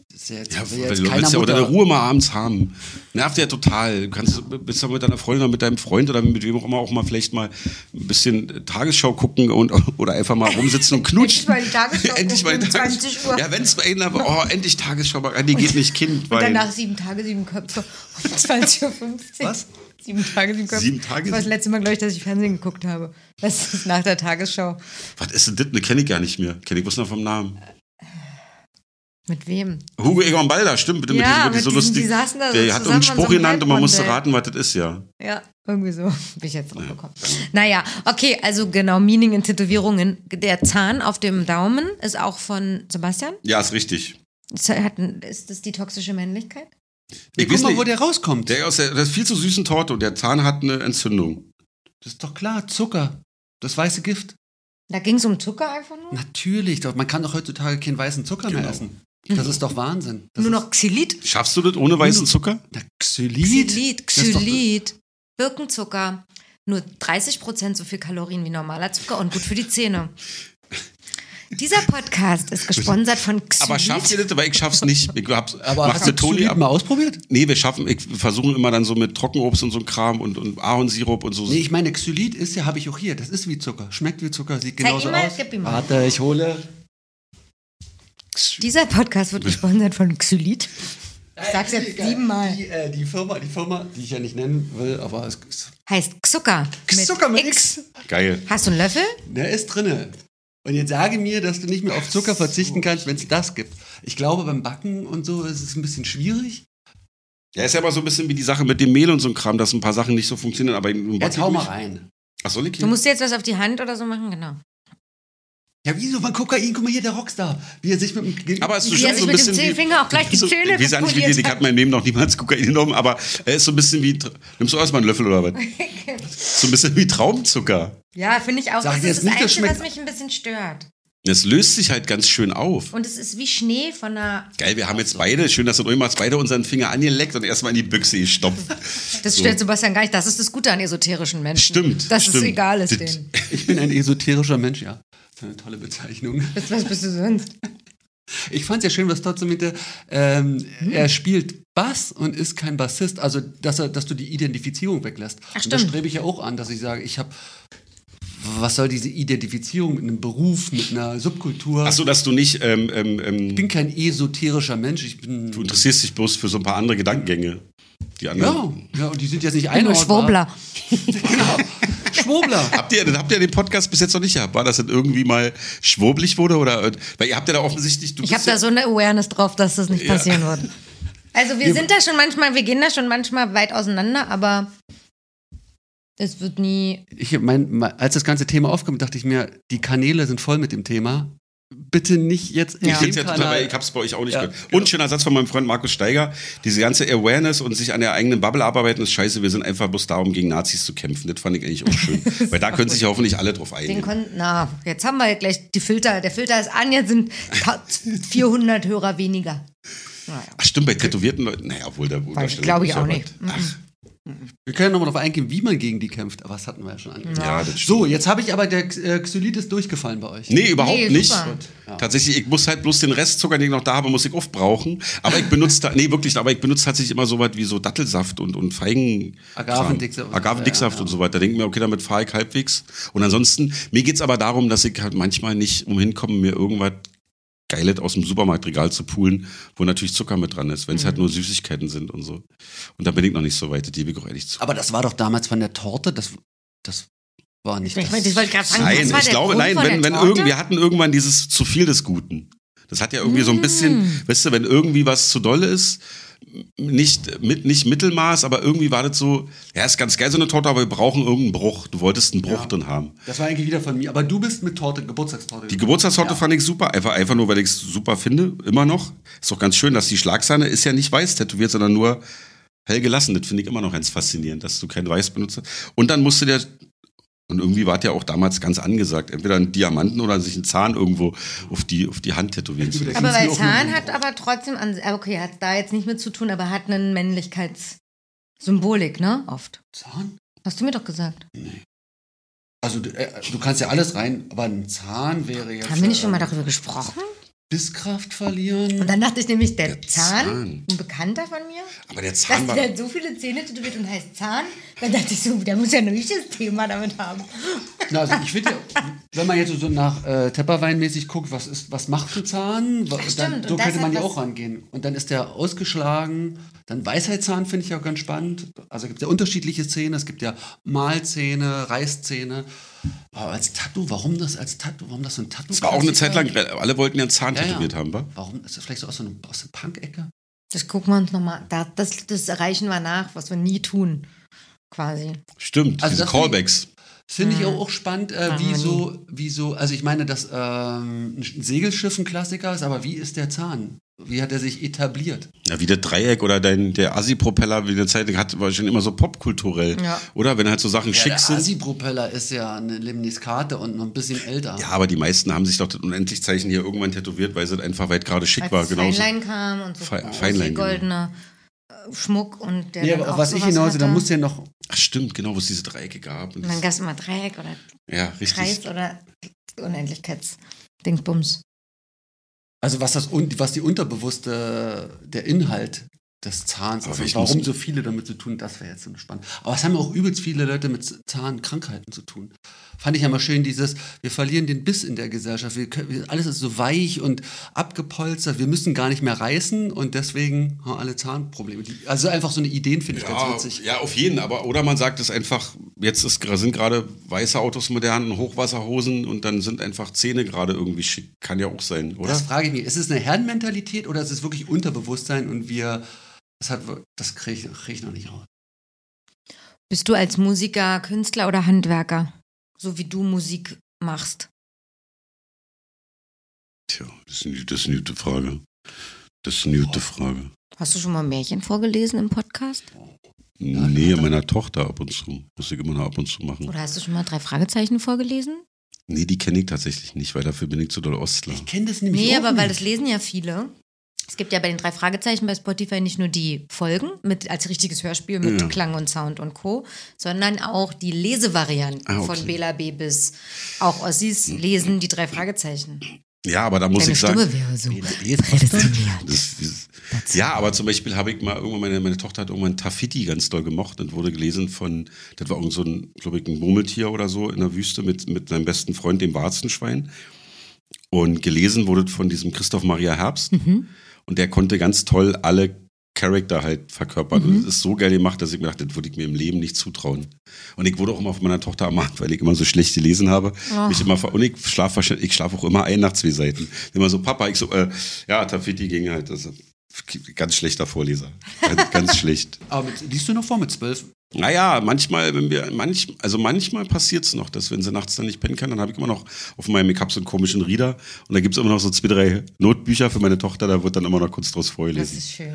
Speaker 1: Das ist ja jetzt,
Speaker 4: Ja,
Speaker 1: will
Speaker 4: weil
Speaker 1: ja
Speaker 4: du
Speaker 1: jetzt keiner
Speaker 4: willst ja auch
Speaker 1: Mutter,
Speaker 4: deine Ruhe mal abends haben. Nervt ja total. Du kannst, bist ja mit deiner Freundin oder mit deinem Freund oder mit wem auch immer auch mal vielleicht mal ein bisschen Tagesschau gucken und, oder einfach mal rumsitzen und knutschen.
Speaker 2: Endlich mal die Tagesschau
Speaker 4: endlich mal die
Speaker 2: gucken um
Speaker 4: Tagesschau.
Speaker 2: 20 Uhr.
Speaker 4: Ja, wenn es bei Ihnen aber, oh, endlich Tagesschau mal rein, die geht nicht Kind.
Speaker 2: Und
Speaker 4: weil-
Speaker 2: danach sieben Tage, sieben Köpfe um 20.50 Uhr.
Speaker 4: Was?
Speaker 2: Sieben Tage, sieben Köpfe.
Speaker 4: Sieben
Speaker 2: Das
Speaker 4: Tage,
Speaker 2: war das
Speaker 4: sieben-
Speaker 2: letzte Mal, glaube ich, dass ich Fernsehen geguckt habe. Das ist nach der Tagesschau.
Speaker 4: Was ist denn das? Ne, kenne ich gar nicht mehr. Kenne ich bloß noch vom Namen.
Speaker 2: Mit wem?
Speaker 4: Hugo Egon Balder, stimmt, bitte
Speaker 2: Ja,
Speaker 4: mit diesem, mit
Speaker 2: mit
Speaker 4: so
Speaker 2: diesem,
Speaker 4: lustig.
Speaker 2: die saßen da so
Speaker 4: der hat
Speaker 2: zusammen an
Speaker 4: einen
Speaker 2: so
Speaker 4: Spruch
Speaker 2: einem
Speaker 4: genannt und man musste
Speaker 2: Halbmodell.
Speaker 4: raten, was das ist, ja.
Speaker 2: Ja, irgendwie so bin ich jetzt drauf gekommen. Naja, okay, also genau, Meaning in Tätowierungen. Der Zahn auf dem Daumen ist auch von Sebastian.
Speaker 4: Ja, ist richtig.
Speaker 2: Ist, hat, ein- ist das die toxische Männlichkeit?
Speaker 1: ich
Speaker 4: Ich
Speaker 1: guck
Speaker 4: weiß
Speaker 1: mal, wo
Speaker 4: nicht,
Speaker 1: der rauskommt.
Speaker 4: der aus der, der viel zu süßen Torte und der Zahn hat eine Entzündung.
Speaker 1: das ist doch klar, Zucker. Das weiße Gift.
Speaker 2: Da ging es um Zucker einfach nur?
Speaker 1: Natürlich. Doch, man kann doch heutzutage keinen weißen Zucker mehr
Speaker 4: Genau.
Speaker 1: essen. Das ist doch Wahnsinn. Das
Speaker 2: nur
Speaker 1: ist-
Speaker 2: noch Xylit?
Speaker 4: Schaffst du das ohne
Speaker 2: Hm.
Speaker 4: weißen Zucker?
Speaker 1: Na, Xylit.
Speaker 2: Xylit,
Speaker 1: Das ist doch-
Speaker 2: Xylit. Birkenzucker. Nur 30% so viel Kalorien wie normaler Zucker und gut für die Zähne. Dieser Podcast ist gesponsert von Xylit.
Speaker 4: Aber schafft ihr das? Weil ich schaff's nicht. Ich hab's,
Speaker 1: Aber
Speaker 4: mach's
Speaker 1: hast du
Speaker 4: mit Toni
Speaker 1: Xylit
Speaker 4: ab.
Speaker 1: mal ausprobiert?
Speaker 4: Nee, wir schaffen, ich versuche immer dann so mit Trockenobst und so ein Kram und, und Ahornsirup und so.
Speaker 1: Nee, ich meine, Xylit ist ja, habe ich auch hier. Das ist wie Zucker. Schmeckt wie Zucker, sieht
Speaker 2: Zeig
Speaker 1: genauso
Speaker 2: ihm mal,
Speaker 1: aus.
Speaker 2: gib ihm mal.
Speaker 1: Warte, ich hole.
Speaker 2: Dieser Podcast wird gesponsert von Xylit. Ich sag's jetzt
Speaker 1: Egal.
Speaker 2: siebenmal.
Speaker 1: Die, äh, die Firma, die Firma, die ich ja nicht nennen will, aber es ist
Speaker 2: Heißt Zucker.
Speaker 1: Zucker mit X.
Speaker 4: Geil.
Speaker 2: Hast du einen Löffel?
Speaker 1: Der ist drinne. Und jetzt sage mir, dass du nicht mehr auf Zucker verzichten kannst, wenn es das gibt. Ich glaube, beim Backen und so ist es ein bisschen schwierig.
Speaker 4: Ja, ist ja immer so ein bisschen wie die Sache mit dem Mehl und so ein Kram, dass ein paar Sachen nicht so funktionieren. Aber
Speaker 1: Jetzt hau mal rein.
Speaker 4: Ach so,
Speaker 2: Du
Speaker 4: Niki.
Speaker 2: musst dir jetzt was auf die Hand oder so machen, genau.
Speaker 1: Ja, wieso? Man Kokain, guck mal hier, der Rockstar. Wie er sich mit dem. Ge-
Speaker 4: Aber es ist
Speaker 2: Wie er
Speaker 4: schon
Speaker 2: sich
Speaker 4: so ein
Speaker 2: mit dem
Speaker 4: bisschen wie-
Speaker 2: Zehfinger auch gleich die
Speaker 4: so,
Speaker 2: Zähne
Speaker 4: Wie sage ich, wie
Speaker 2: poliert
Speaker 4: die, ich
Speaker 2: hat.
Speaker 4: habe mein Leben noch niemals Kokain genommen, aber er ist so ein bisschen wie. Nimmst du erstmal einen Löffel oder was? So ein bisschen wie Traumzucker.
Speaker 2: Ja, finde ich auch.
Speaker 1: Sag
Speaker 2: das
Speaker 1: jetzt
Speaker 2: ist
Speaker 1: nicht,
Speaker 2: das
Speaker 1: das
Speaker 2: Einzige, was
Speaker 1: schmeckt-
Speaker 2: mich ein bisschen stört.
Speaker 4: Das löst sich halt ganz schön auf.
Speaker 2: Und es ist wie Schnee von einer.
Speaker 4: Geil, wir haben jetzt beide, schön, dass du euch mal beide unseren Finger angeleckt und erstmal in die Büchse gestopft.
Speaker 2: Das
Speaker 4: So.
Speaker 2: stört Sebastian gar nicht. Das ist das Gute an esoterischen Menschen.
Speaker 4: Stimmt,
Speaker 2: Dass es
Speaker 4: stimmt.
Speaker 2: egal ist
Speaker 4: Das-
Speaker 2: denen.
Speaker 1: Ich bin ein esoterischer Mensch, ja. Das ist eine tolle Bezeichnung.
Speaker 2: Bist, was bist du sonst?
Speaker 1: Ich fand's ja schön, was Totze meinte. Ähm, Er spielt Bass und ist kein Bassist. Also, dass, er, dass du die Identifizierung weglässt.
Speaker 2: Ach,
Speaker 1: und das
Speaker 2: stimmt.
Speaker 1: strebe ich ja auch an, dass ich sage, ich habe. Was soll diese Identifizierung mit einem Beruf, mit einer Subkultur?
Speaker 4: Achso, dass du nicht, ähm, ähm, ähm,
Speaker 1: Ich bin kein esoterischer Mensch. Ich bin.
Speaker 4: du interessierst dich bloß für so ein paar andere Gedankengänge. Die anderen.
Speaker 1: Ja, ja, und die sind jetzt nicht
Speaker 2: Nur
Speaker 1: einordbar.
Speaker 2: Schwurbler.
Speaker 1: Genau. Schwurbler.
Speaker 4: Habt ihr, habt ihr den Podcast bis jetzt noch nicht gehabt? War das denn irgendwie mal schwurbelig wurde? Oder, weil ihr habt ja da offensichtlich. Du
Speaker 2: Ich
Speaker 4: bist
Speaker 2: habe da
Speaker 4: ja-
Speaker 2: so eine Awareness drauf, dass das nicht passieren wird. Also wir sind da schon manchmal, wir gehen da schon manchmal weit auseinander, aber es wird nie.
Speaker 1: Ich mein, mein, als das ganze Thema aufkam, dachte ich mir, die Kanäle sind voll mit dem Thema.
Speaker 3: bitte nicht jetzt in
Speaker 4: Ich
Speaker 3: dem
Speaker 4: sitze ja total
Speaker 3: Kanal.
Speaker 4: bei, ich hab's bei euch auch nicht
Speaker 3: Ja,
Speaker 4: gehört. Und
Speaker 3: genau.
Speaker 4: schöner Satz von meinem Freund Markus Steiger. Diese ganze Awareness und sich an der eigenen Bubble abarbeiten ist scheiße. Wir sind einfach bloß darum, gegen Nazis zu kämpfen. Das fand ich eigentlich auch schön. Weil da können sich ja hoffentlich alle drauf
Speaker 2: Den
Speaker 4: einigen.
Speaker 2: konnten, na, jetzt haben wir ja gleich die Filter. Der Filter ist an, jetzt sind 400 Hörer weniger.
Speaker 4: Ach stimmt, bei tätowierten Leuten, naja, obwohl da
Speaker 2: Weiß ich, glaub ich auch nicht. Mhm.
Speaker 4: Ach,
Speaker 1: Wir können nochmal darauf eingehen, wie man gegen die kämpft, aber das hatten wir ja schon angesprochen.
Speaker 4: ja, das stimmt.
Speaker 1: So, jetzt habe ich aber der äh, Xylit ist durchgefallen bei euch.
Speaker 4: Nee, überhaupt
Speaker 2: Nee,
Speaker 4: nicht.
Speaker 2: super.
Speaker 4: Tatsächlich, ich muss halt bloß den Restzucker, den ich noch da habe, muss ich aufbrauchen. Aber ich benutze, da, nee, wirklich, aber ich benutze tatsächlich immer so was wie so Dattelsaft und, und Feigen.
Speaker 1: Agavendicksaft.
Speaker 4: Agavendicksaft
Speaker 1: Ja, ja.
Speaker 4: und so weiter. Da denke ich mir, okay, damit fahre ich halbwegs. Und ansonsten, mir geht es aber darum, dass ich halt manchmal nicht umhin komme, mir irgendwas Geiles aus dem Supermarktregal zu poolen, wo natürlich Zucker mit dran ist, wenn es halt nur Süßigkeiten sind und so. Und da bin ich noch nicht so weit, das gebe ich auch ehrlich zu.
Speaker 1: Aber das war doch damals von der Torte, das, das war nicht
Speaker 2: Ich meine,
Speaker 1: das.
Speaker 2: das wollte ich gerade sagen.
Speaker 4: Nein,
Speaker 2: was war
Speaker 4: ich
Speaker 2: der
Speaker 4: glaube,
Speaker 2: Grund
Speaker 4: nein,
Speaker 2: von
Speaker 4: wenn,
Speaker 2: der
Speaker 4: wenn
Speaker 2: Torte?
Speaker 4: irgendwie, wir hatten irgendwann dieses zu viel des Guten. Das hat ja irgendwie so ein
Speaker 2: Hm.
Speaker 4: bisschen, weißt du, wenn irgendwie was zu dolle ist, nicht, mit, nicht Mittelmaß, aber irgendwie war das so, ja, ist ganz geil so eine Torte, aber wir brauchen irgendeinen Bruch. Du wolltest einen Bruch drin haben.
Speaker 1: Das war eigentlich wieder von mir. Aber du bist mit Torte, Geburtstagstorte.
Speaker 4: Die Geburtstagstorte fand ich super, einfach, einfach nur, weil ich es super finde, immer noch. Ist doch ganz schön, dass die Schlagsahne ist ja nicht weiß tätowiert, sondern nur hell gelassen. Das finde ich immer noch ganz faszinierend, dass du kein Weiß benutzt. hast. Und dann musste der, und irgendwie war der auch damals ganz angesagt, entweder einen Diamanten oder sich einen Zahn irgendwo auf die, auf die Hand tätowieren zu lassen.
Speaker 2: Aber
Speaker 1: Ging's
Speaker 2: weil
Speaker 1: mir auch nur
Speaker 2: Zahn
Speaker 1: um-
Speaker 2: hat aber trotzdem, an, ah, okay, hat da jetzt nicht mit zu tun, aber hat eine Männlichkeitssymbolik, ne? Oft.
Speaker 1: Zahn?
Speaker 2: Hast du mir doch gesagt.
Speaker 1: Also du, äh, du kannst ja alles rein, aber ein Zahn wäre jetzt.
Speaker 2: Haben wir nicht schon mal
Speaker 1: äh,
Speaker 2: darüber gesprochen?
Speaker 1: Bisskraft verlieren.
Speaker 2: Und dann dachte ich nämlich, der,
Speaker 4: Der
Speaker 2: Zahn,
Speaker 4: Zahn.
Speaker 2: ein Bekannter von mir,
Speaker 4: Aber der
Speaker 2: dass
Speaker 4: Zahn war,
Speaker 2: der hat so viele Zähne tätowiert und heißt Zahn, dann dachte ich so, der muss ja ein richtiges Thema damit haben.
Speaker 1: Na, also ich finde, ja, wenn man jetzt so- so nach äh, Tepperwein-mäßig guckt, was, ist, was macht ein Zahn? Wa-
Speaker 2: stimmt,
Speaker 1: dann,
Speaker 2: und
Speaker 1: so
Speaker 2: das
Speaker 1: könnte
Speaker 2: hat
Speaker 1: man ja
Speaker 2: was-
Speaker 1: auch rangehen. Und dann ist der ausgeschlagen. Dann Weisheitszahn finde ich auch ganz spannend. Also gibt es ja unterschiedliche Zähne. Es gibt ja Mahlzähne, Reißzähne. Aber als Tattoo, warum das als Tattoo? Warum das so ein Tattoo?
Speaker 4: das war auch eine Zeit lang, alle wollten ja einen Zahn
Speaker 1: Ja, ja.
Speaker 4: tätowiert haben, wa?
Speaker 1: Warum ist das vielleicht so aus, so einem, aus der Punk-Ecke?
Speaker 2: Das gucken wir uns nochmal. Das, das, das erreichen wir nach, was wir nie tun. Quasi.
Speaker 4: Stimmt,
Speaker 1: Also
Speaker 4: diese
Speaker 1: das finde ich-
Speaker 4: Callbacks.
Speaker 1: Finde ich auch, auch spannend, äh,
Speaker 2: Hm. wir
Speaker 1: wie,
Speaker 2: nie.
Speaker 1: so, wie so, also ich meine, dass ähm, ein Segelschiff ein Klassiker ist, aber wie ist der Zahn? Wie hat er sich etabliert?
Speaker 4: Ja, wie der Dreieck oder dein, der Assi-Propeller, wie eine Zeit lang hatte, war schon immer so popkulturell.
Speaker 2: Ja.
Speaker 4: Oder wenn halt so Sachen
Speaker 1: Ja,
Speaker 4: schick
Speaker 1: der
Speaker 4: sind.
Speaker 1: Asi-Propeller ist ja eine Lemniskate und noch ein bisschen älter.
Speaker 4: Ja, aber die meisten haben sich doch das Unendlichzeichen hier irgendwann tätowiert, weil sie das einfach weit gerade schick
Speaker 2: Als
Speaker 4: war.
Speaker 2: das
Speaker 4: Genauso.
Speaker 2: Feinlein kam und so.
Speaker 4: Fe-
Speaker 2: große
Speaker 4: Feinlein, genau.
Speaker 2: goldener äh, Schmuck und der.
Speaker 1: Nee,
Speaker 2: dann
Speaker 1: aber auf
Speaker 2: auch
Speaker 1: was ich
Speaker 2: sowas
Speaker 1: hinaus, da
Speaker 2: hatte.
Speaker 1: muss ja noch.
Speaker 4: Ach stimmt, genau, wo es diese Dreiecke gab. Und
Speaker 2: Und dann
Speaker 4: das,
Speaker 2: gab es immer Dreieck oder
Speaker 4: ja, richtig.
Speaker 2: Kreis oder Unendlichkeits-Dingsbums.
Speaker 1: Also was das un- was die unterbewusste, der Inhalt des Zahns
Speaker 4: Aber
Speaker 1: ist und
Speaker 4: ich
Speaker 1: warum
Speaker 4: muss-
Speaker 1: so viele damit zu tun, das wäre jetzt so spannend. Aber es haben auch übelst viele Leute mit Zahnkrankheiten zu tun. Fand ich ja mal schön, dieses, wir verlieren den Biss in der Gesellschaft. Wir können, wir- alles ist so weich und abgepolstert, wir müssen gar nicht mehr reißen und deswegen haben alle Zahnprobleme. Die, also einfach so eine Ideen finde ich
Speaker 4: Ja,
Speaker 1: ganz witzig.
Speaker 4: Ah, ja, auf jeden, aber oder man sagt es einfach, jetzt ist, sind gerade weiße Autos modern, Hochwasserhosen und dann sind einfach Zähne gerade irgendwie schick. Kann ja auch sein, oder?
Speaker 1: Das frage ich mich. Ist es eine Herrenmentalität oder ist es wirklich Unterbewusstsein und wir, das, hat wir- das kriege ich, krieg ich noch nicht raus.
Speaker 2: Bist du als Musiker, Künstler oder Handwerker? So wie du Musik machst.
Speaker 4: Tja, das ist, eine, das ist eine gute Frage. Das ist eine gute Frage.
Speaker 2: Hast du schon mal Märchen vorgelesen im Podcast?
Speaker 4: Nee, meiner Tochter ab und zu. Muss ich immer noch ab und zu machen.
Speaker 2: Oder hast du schon mal drei Fragezeichen vorgelesen?
Speaker 4: Nee, die kenne ich tatsächlich nicht, weil dafür bin ich zu doll Ostler.
Speaker 1: Ich kenne das nämlich
Speaker 2: Nee,
Speaker 1: auch
Speaker 2: aber weil
Speaker 1: nicht.
Speaker 2: das lesen ja viele. Es gibt ja bei den drei Fragezeichen bei Spotify nicht nur die Folgen mit, als richtiges Hörspiel mit
Speaker 4: Ja.
Speaker 2: Klang und Sound und Co., sondern auch die Lesevarianten
Speaker 4: Ah, okay. Hm.
Speaker 2: von Bela B. bis auch Ossis lesen die drei Fragezeichen.
Speaker 4: Ja, aber da muss
Speaker 2: Deine
Speaker 4: ich sagen.
Speaker 2: Stimme wäre so prädestiniert.
Speaker 4: Das, das, ja, aber zum Beispiel habe ich mal irgendwann, meine, meine Tochter hat irgendwann Tafiti ganz doll gemocht und wurde gelesen von, das war irgend so ein, glaube ich, ein Murmeltier oder so in der Wüste mit, mit seinem besten Freund, dem Warzenschwein. Und gelesen wurde von diesem Christoph Maria Herbst. Und der konnte ganz toll alle Charakter halt verkörpern. Und das ist so geil gemacht, dass ich mir dachte, das würde ich mir im Leben nicht zutrauen. Und ich wurde auch immer von meiner Tochter ermahnt, weil ich immer so schlecht gelesen habe. Mich immer ver und ich schlafe ich schlaf auch immer ein nach zwei Seiten. Immer so, Papa, ich so, äh, ja, Tafiti ging halt. Also, ganz schlechter Vorleser. Ganz, ganz schlecht.
Speaker 1: Aber mit, liest du noch vor mit zwölf?
Speaker 4: Naja, manchmal, wenn wir, manch, also manchmal passiert es noch, dass wenn sie nachts dann nicht pennen kann, dann habe ich immer noch auf meinem, ich habe so einen komischen Reader und da gibt es immer noch so zwei, drei Notbücher für meine Tochter, da wird dann immer noch kurz draus
Speaker 2: Das
Speaker 4: vorgelesen.
Speaker 2: ist schön.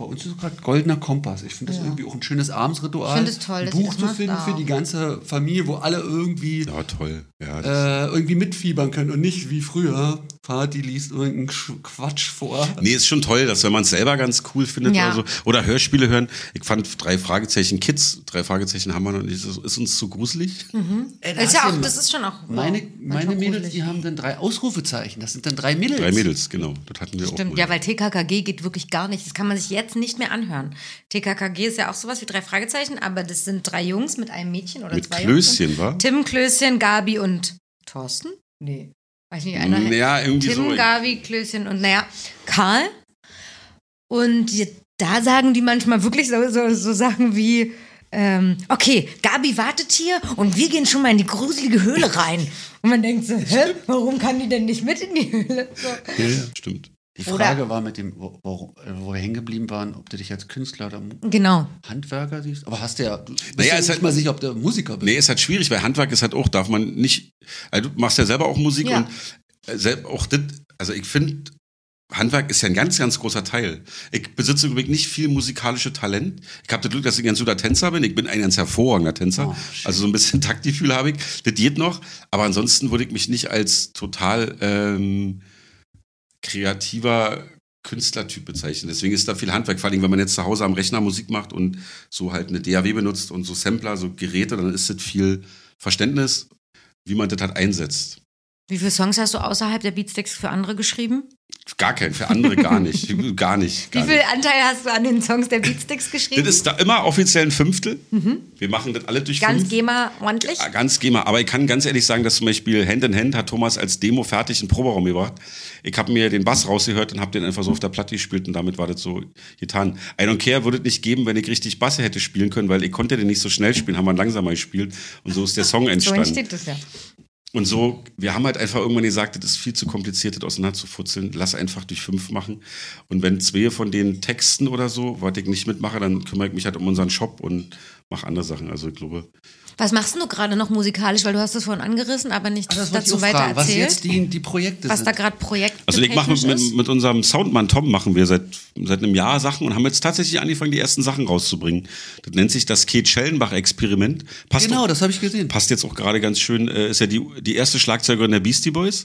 Speaker 1: Bei uns ist gerade goldener Kompass. Ich finde das
Speaker 2: Ja.
Speaker 1: irgendwie auch ein schönes Abendsritual.
Speaker 2: Ich finde es toll,
Speaker 1: ein
Speaker 2: dass
Speaker 1: Buch
Speaker 2: ihr das
Speaker 1: zu
Speaker 2: macht
Speaker 1: finden für
Speaker 2: auch.
Speaker 1: die ganze Familie, wo alle irgendwie
Speaker 4: Ja, toll. Ja, das
Speaker 1: äh, irgendwie mitfiebern können und nicht wie früher. Party liest irgendeinen Sch- Quatsch vor.
Speaker 4: Nee, ist schon toll, dass wenn man es selber ganz cool findet
Speaker 2: Ja.
Speaker 4: oder so. Oder Hörspiele hören. Ich fand drei Fragezeichen Kids, drei Fragezeichen haben wir noch nicht. Ist, ist uns zu gruselig?
Speaker 2: Mhm.
Speaker 1: Ey, Äh, da
Speaker 2: Das ist
Speaker 1: hast
Speaker 2: ja
Speaker 1: du
Speaker 2: auch,
Speaker 1: mal-
Speaker 2: das ist schon auch.
Speaker 1: Meine,
Speaker 2: manchmal
Speaker 1: meine Mädels,
Speaker 2: gruselig.
Speaker 1: die haben dann drei Ausrufezeichen. Das sind dann drei Mädels.
Speaker 4: Drei Mädels, genau. Das hatten wir auch.
Speaker 2: Stimmt,
Speaker 4: mal.
Speaker 2: ja, weil TKKG geht wirklich gar nicht. Das kann man sich jetzt nicht mehr anhören. TKKG ist ja auch sowas wie drei Fragezeichen, aber das sind drei Jungs mit einem Mädchen oder
Speaker 4: Mit
Speaker 2: zwei
Speaker 4: Klößchen,
Speaker 2: Jungs.
Speaker 4: wa?
Speaker 2: Tim Klößchen, Gabi und Thorsten? Nee. Weiß nicht, einer.
Speaker 4: ja, irgendwie
Speaker 2: Tim,
Speaker 4: so.
Speaker 2: Gabi, Klößchen und naja, Karl. Und je- da sagen die manchmal wirklich so, so, so Sachen wie, ähm, okay, Gabi wartet hier und wir gehen schon mal in die gruselige Höhle rein. Und man denkt so, hä, warum kann die denn nicht mit in die Höhle? So.
Speaker 4: Ja, ja, stimmt.
Speaker 1: Die
Speaker 2: Oder-
Speaker 1: Frage war mit dem, wo, wo, wo wir hängen geblieben waren, ob du dich als Künstler oder Mu-
Speaker 2: Genau.
Speaker 1: Handwerker siehst. Aber hast du ja. Du bist
Speaker 4: Naja,
Speaker 1: ja
Speaker 4: es
Speaker 1: nicht
Speaker 4: hat-
Speaker 1: mal sicher, ob du Musiker bist.
Speaker 4: Nee, ist halt schwierig, weil Handwerk ist halt auch, darf man nicht. Also du machst ja selber auch Musik
Speaker 2: Ja.
Speaker 4: und äh, selb, auch das, also ich finde, Handwerk ist ja ein ganz, ganz großer Teil. Ich besitze im Übrigen nicht viel musikalisches Talent. Ich habe das Glück, dass ich ein ganz guter Tänzer bin. Ich bin ein ganz hervorragender Tänzer.
Speaker 1: Oh, schön.
Speaker 4: also so ein bisschen Taktgefühl habe ich. Das geht noch. Aber ansonsten würde ich mich nicht als total ähm, kreativer Künstlertyp bezeichnen. Deswegen ist da viel Handwerk. Vor allem, wenn man jetzt zu Hause am Rechner Musik macht und so halt eine DAW benutzt und so Sampler, so Geräte, dann ist das viel Verständnis, wie man das halt einsetzt.
Speaker 2: Wie viele Songs hast du außerhalb der Beatsteaks für andere geschrieben?
Speaker 4: Gar kein, für andere gar nicht. Gar nicht. Gar
Speaker 2: Wie viel
Speaker 4: nicht.
Speaker 2: Anteil hast du an den Songs der Beatsteaks geschrieben?
Speaker 4: Das ist da immer offiziell ein Fünftel. Wir machen das alle durch
Speaker 2: Mhm. Ganz
Speaker 4: fünf.
Speaker 2: GEMA ordentlich?
Speaker 4: Ja, Ganz GEMA. Aber ich kann ganz ehrlich sagen, dass zum Beispiel Hand in Hand hat Thomas als Demo fertig einen Proberaum gebracht. Ich habe mir den Bass rausgehört und habe den einfach so auf der Platte gespielt und damit war das so getan. I don't care würde es nicht geben, wenn ich richtig Bass hätte spielen können, weil ich konnte den nicht so schnell spielen, haben wir langsamer gespielt und so ist der Song
Speaker 2: So
Speaker 4: entstanden.
Speaker 2: entsteht das ja.
Speaker 4: Und so, wir haben halt einfach irgendwann gesagt, das ist viel zu kompliziert, das auseinanderzufutzeln. Lass einfach durch fünf machen. Und wenn zwei von den Texten oder so, was ich nicht mitmache, dann kümmere ich mich halt um unseren Shop und mache andere Sachen. Also ich glaube,
Speaker 2: Was machst denn du gerade noch musikalisch? Weil du hast es vorhin angerissen, aber nicht
Speaker 1: Ah, das wollte ich
Speaker 2: dazu
Speaker 1: auch
Speaker 2: weiter
Speaker 1: fragen, was
Speaker 2: erzählt.
Speaker 1: jetzt die, die Projekte
Speaker 2: was
Speaker 1: sind.
Speaker 2: da gerade Projekt
Speaker 4: Also ich mache mit,
Speaker 2: ist.
Speaker 4: mit, mit unserem Soundmann Tom machen wir seit, seit einem Jahr Sachen und haben jetzt tatsächlich angefangen, die ersten Sachen rauszubringen. Das nennt sich das Kate-Schellenbach-Experiment. Passt
Speaker 1: genau,
Speaker 4: auch-
Speaker 1: das habe ich gesehen.
Speaker 4: passt jetzt auch gerade ganz schön, äh, ist ja die, die erste Schlagzeugerin der Beastie Boys,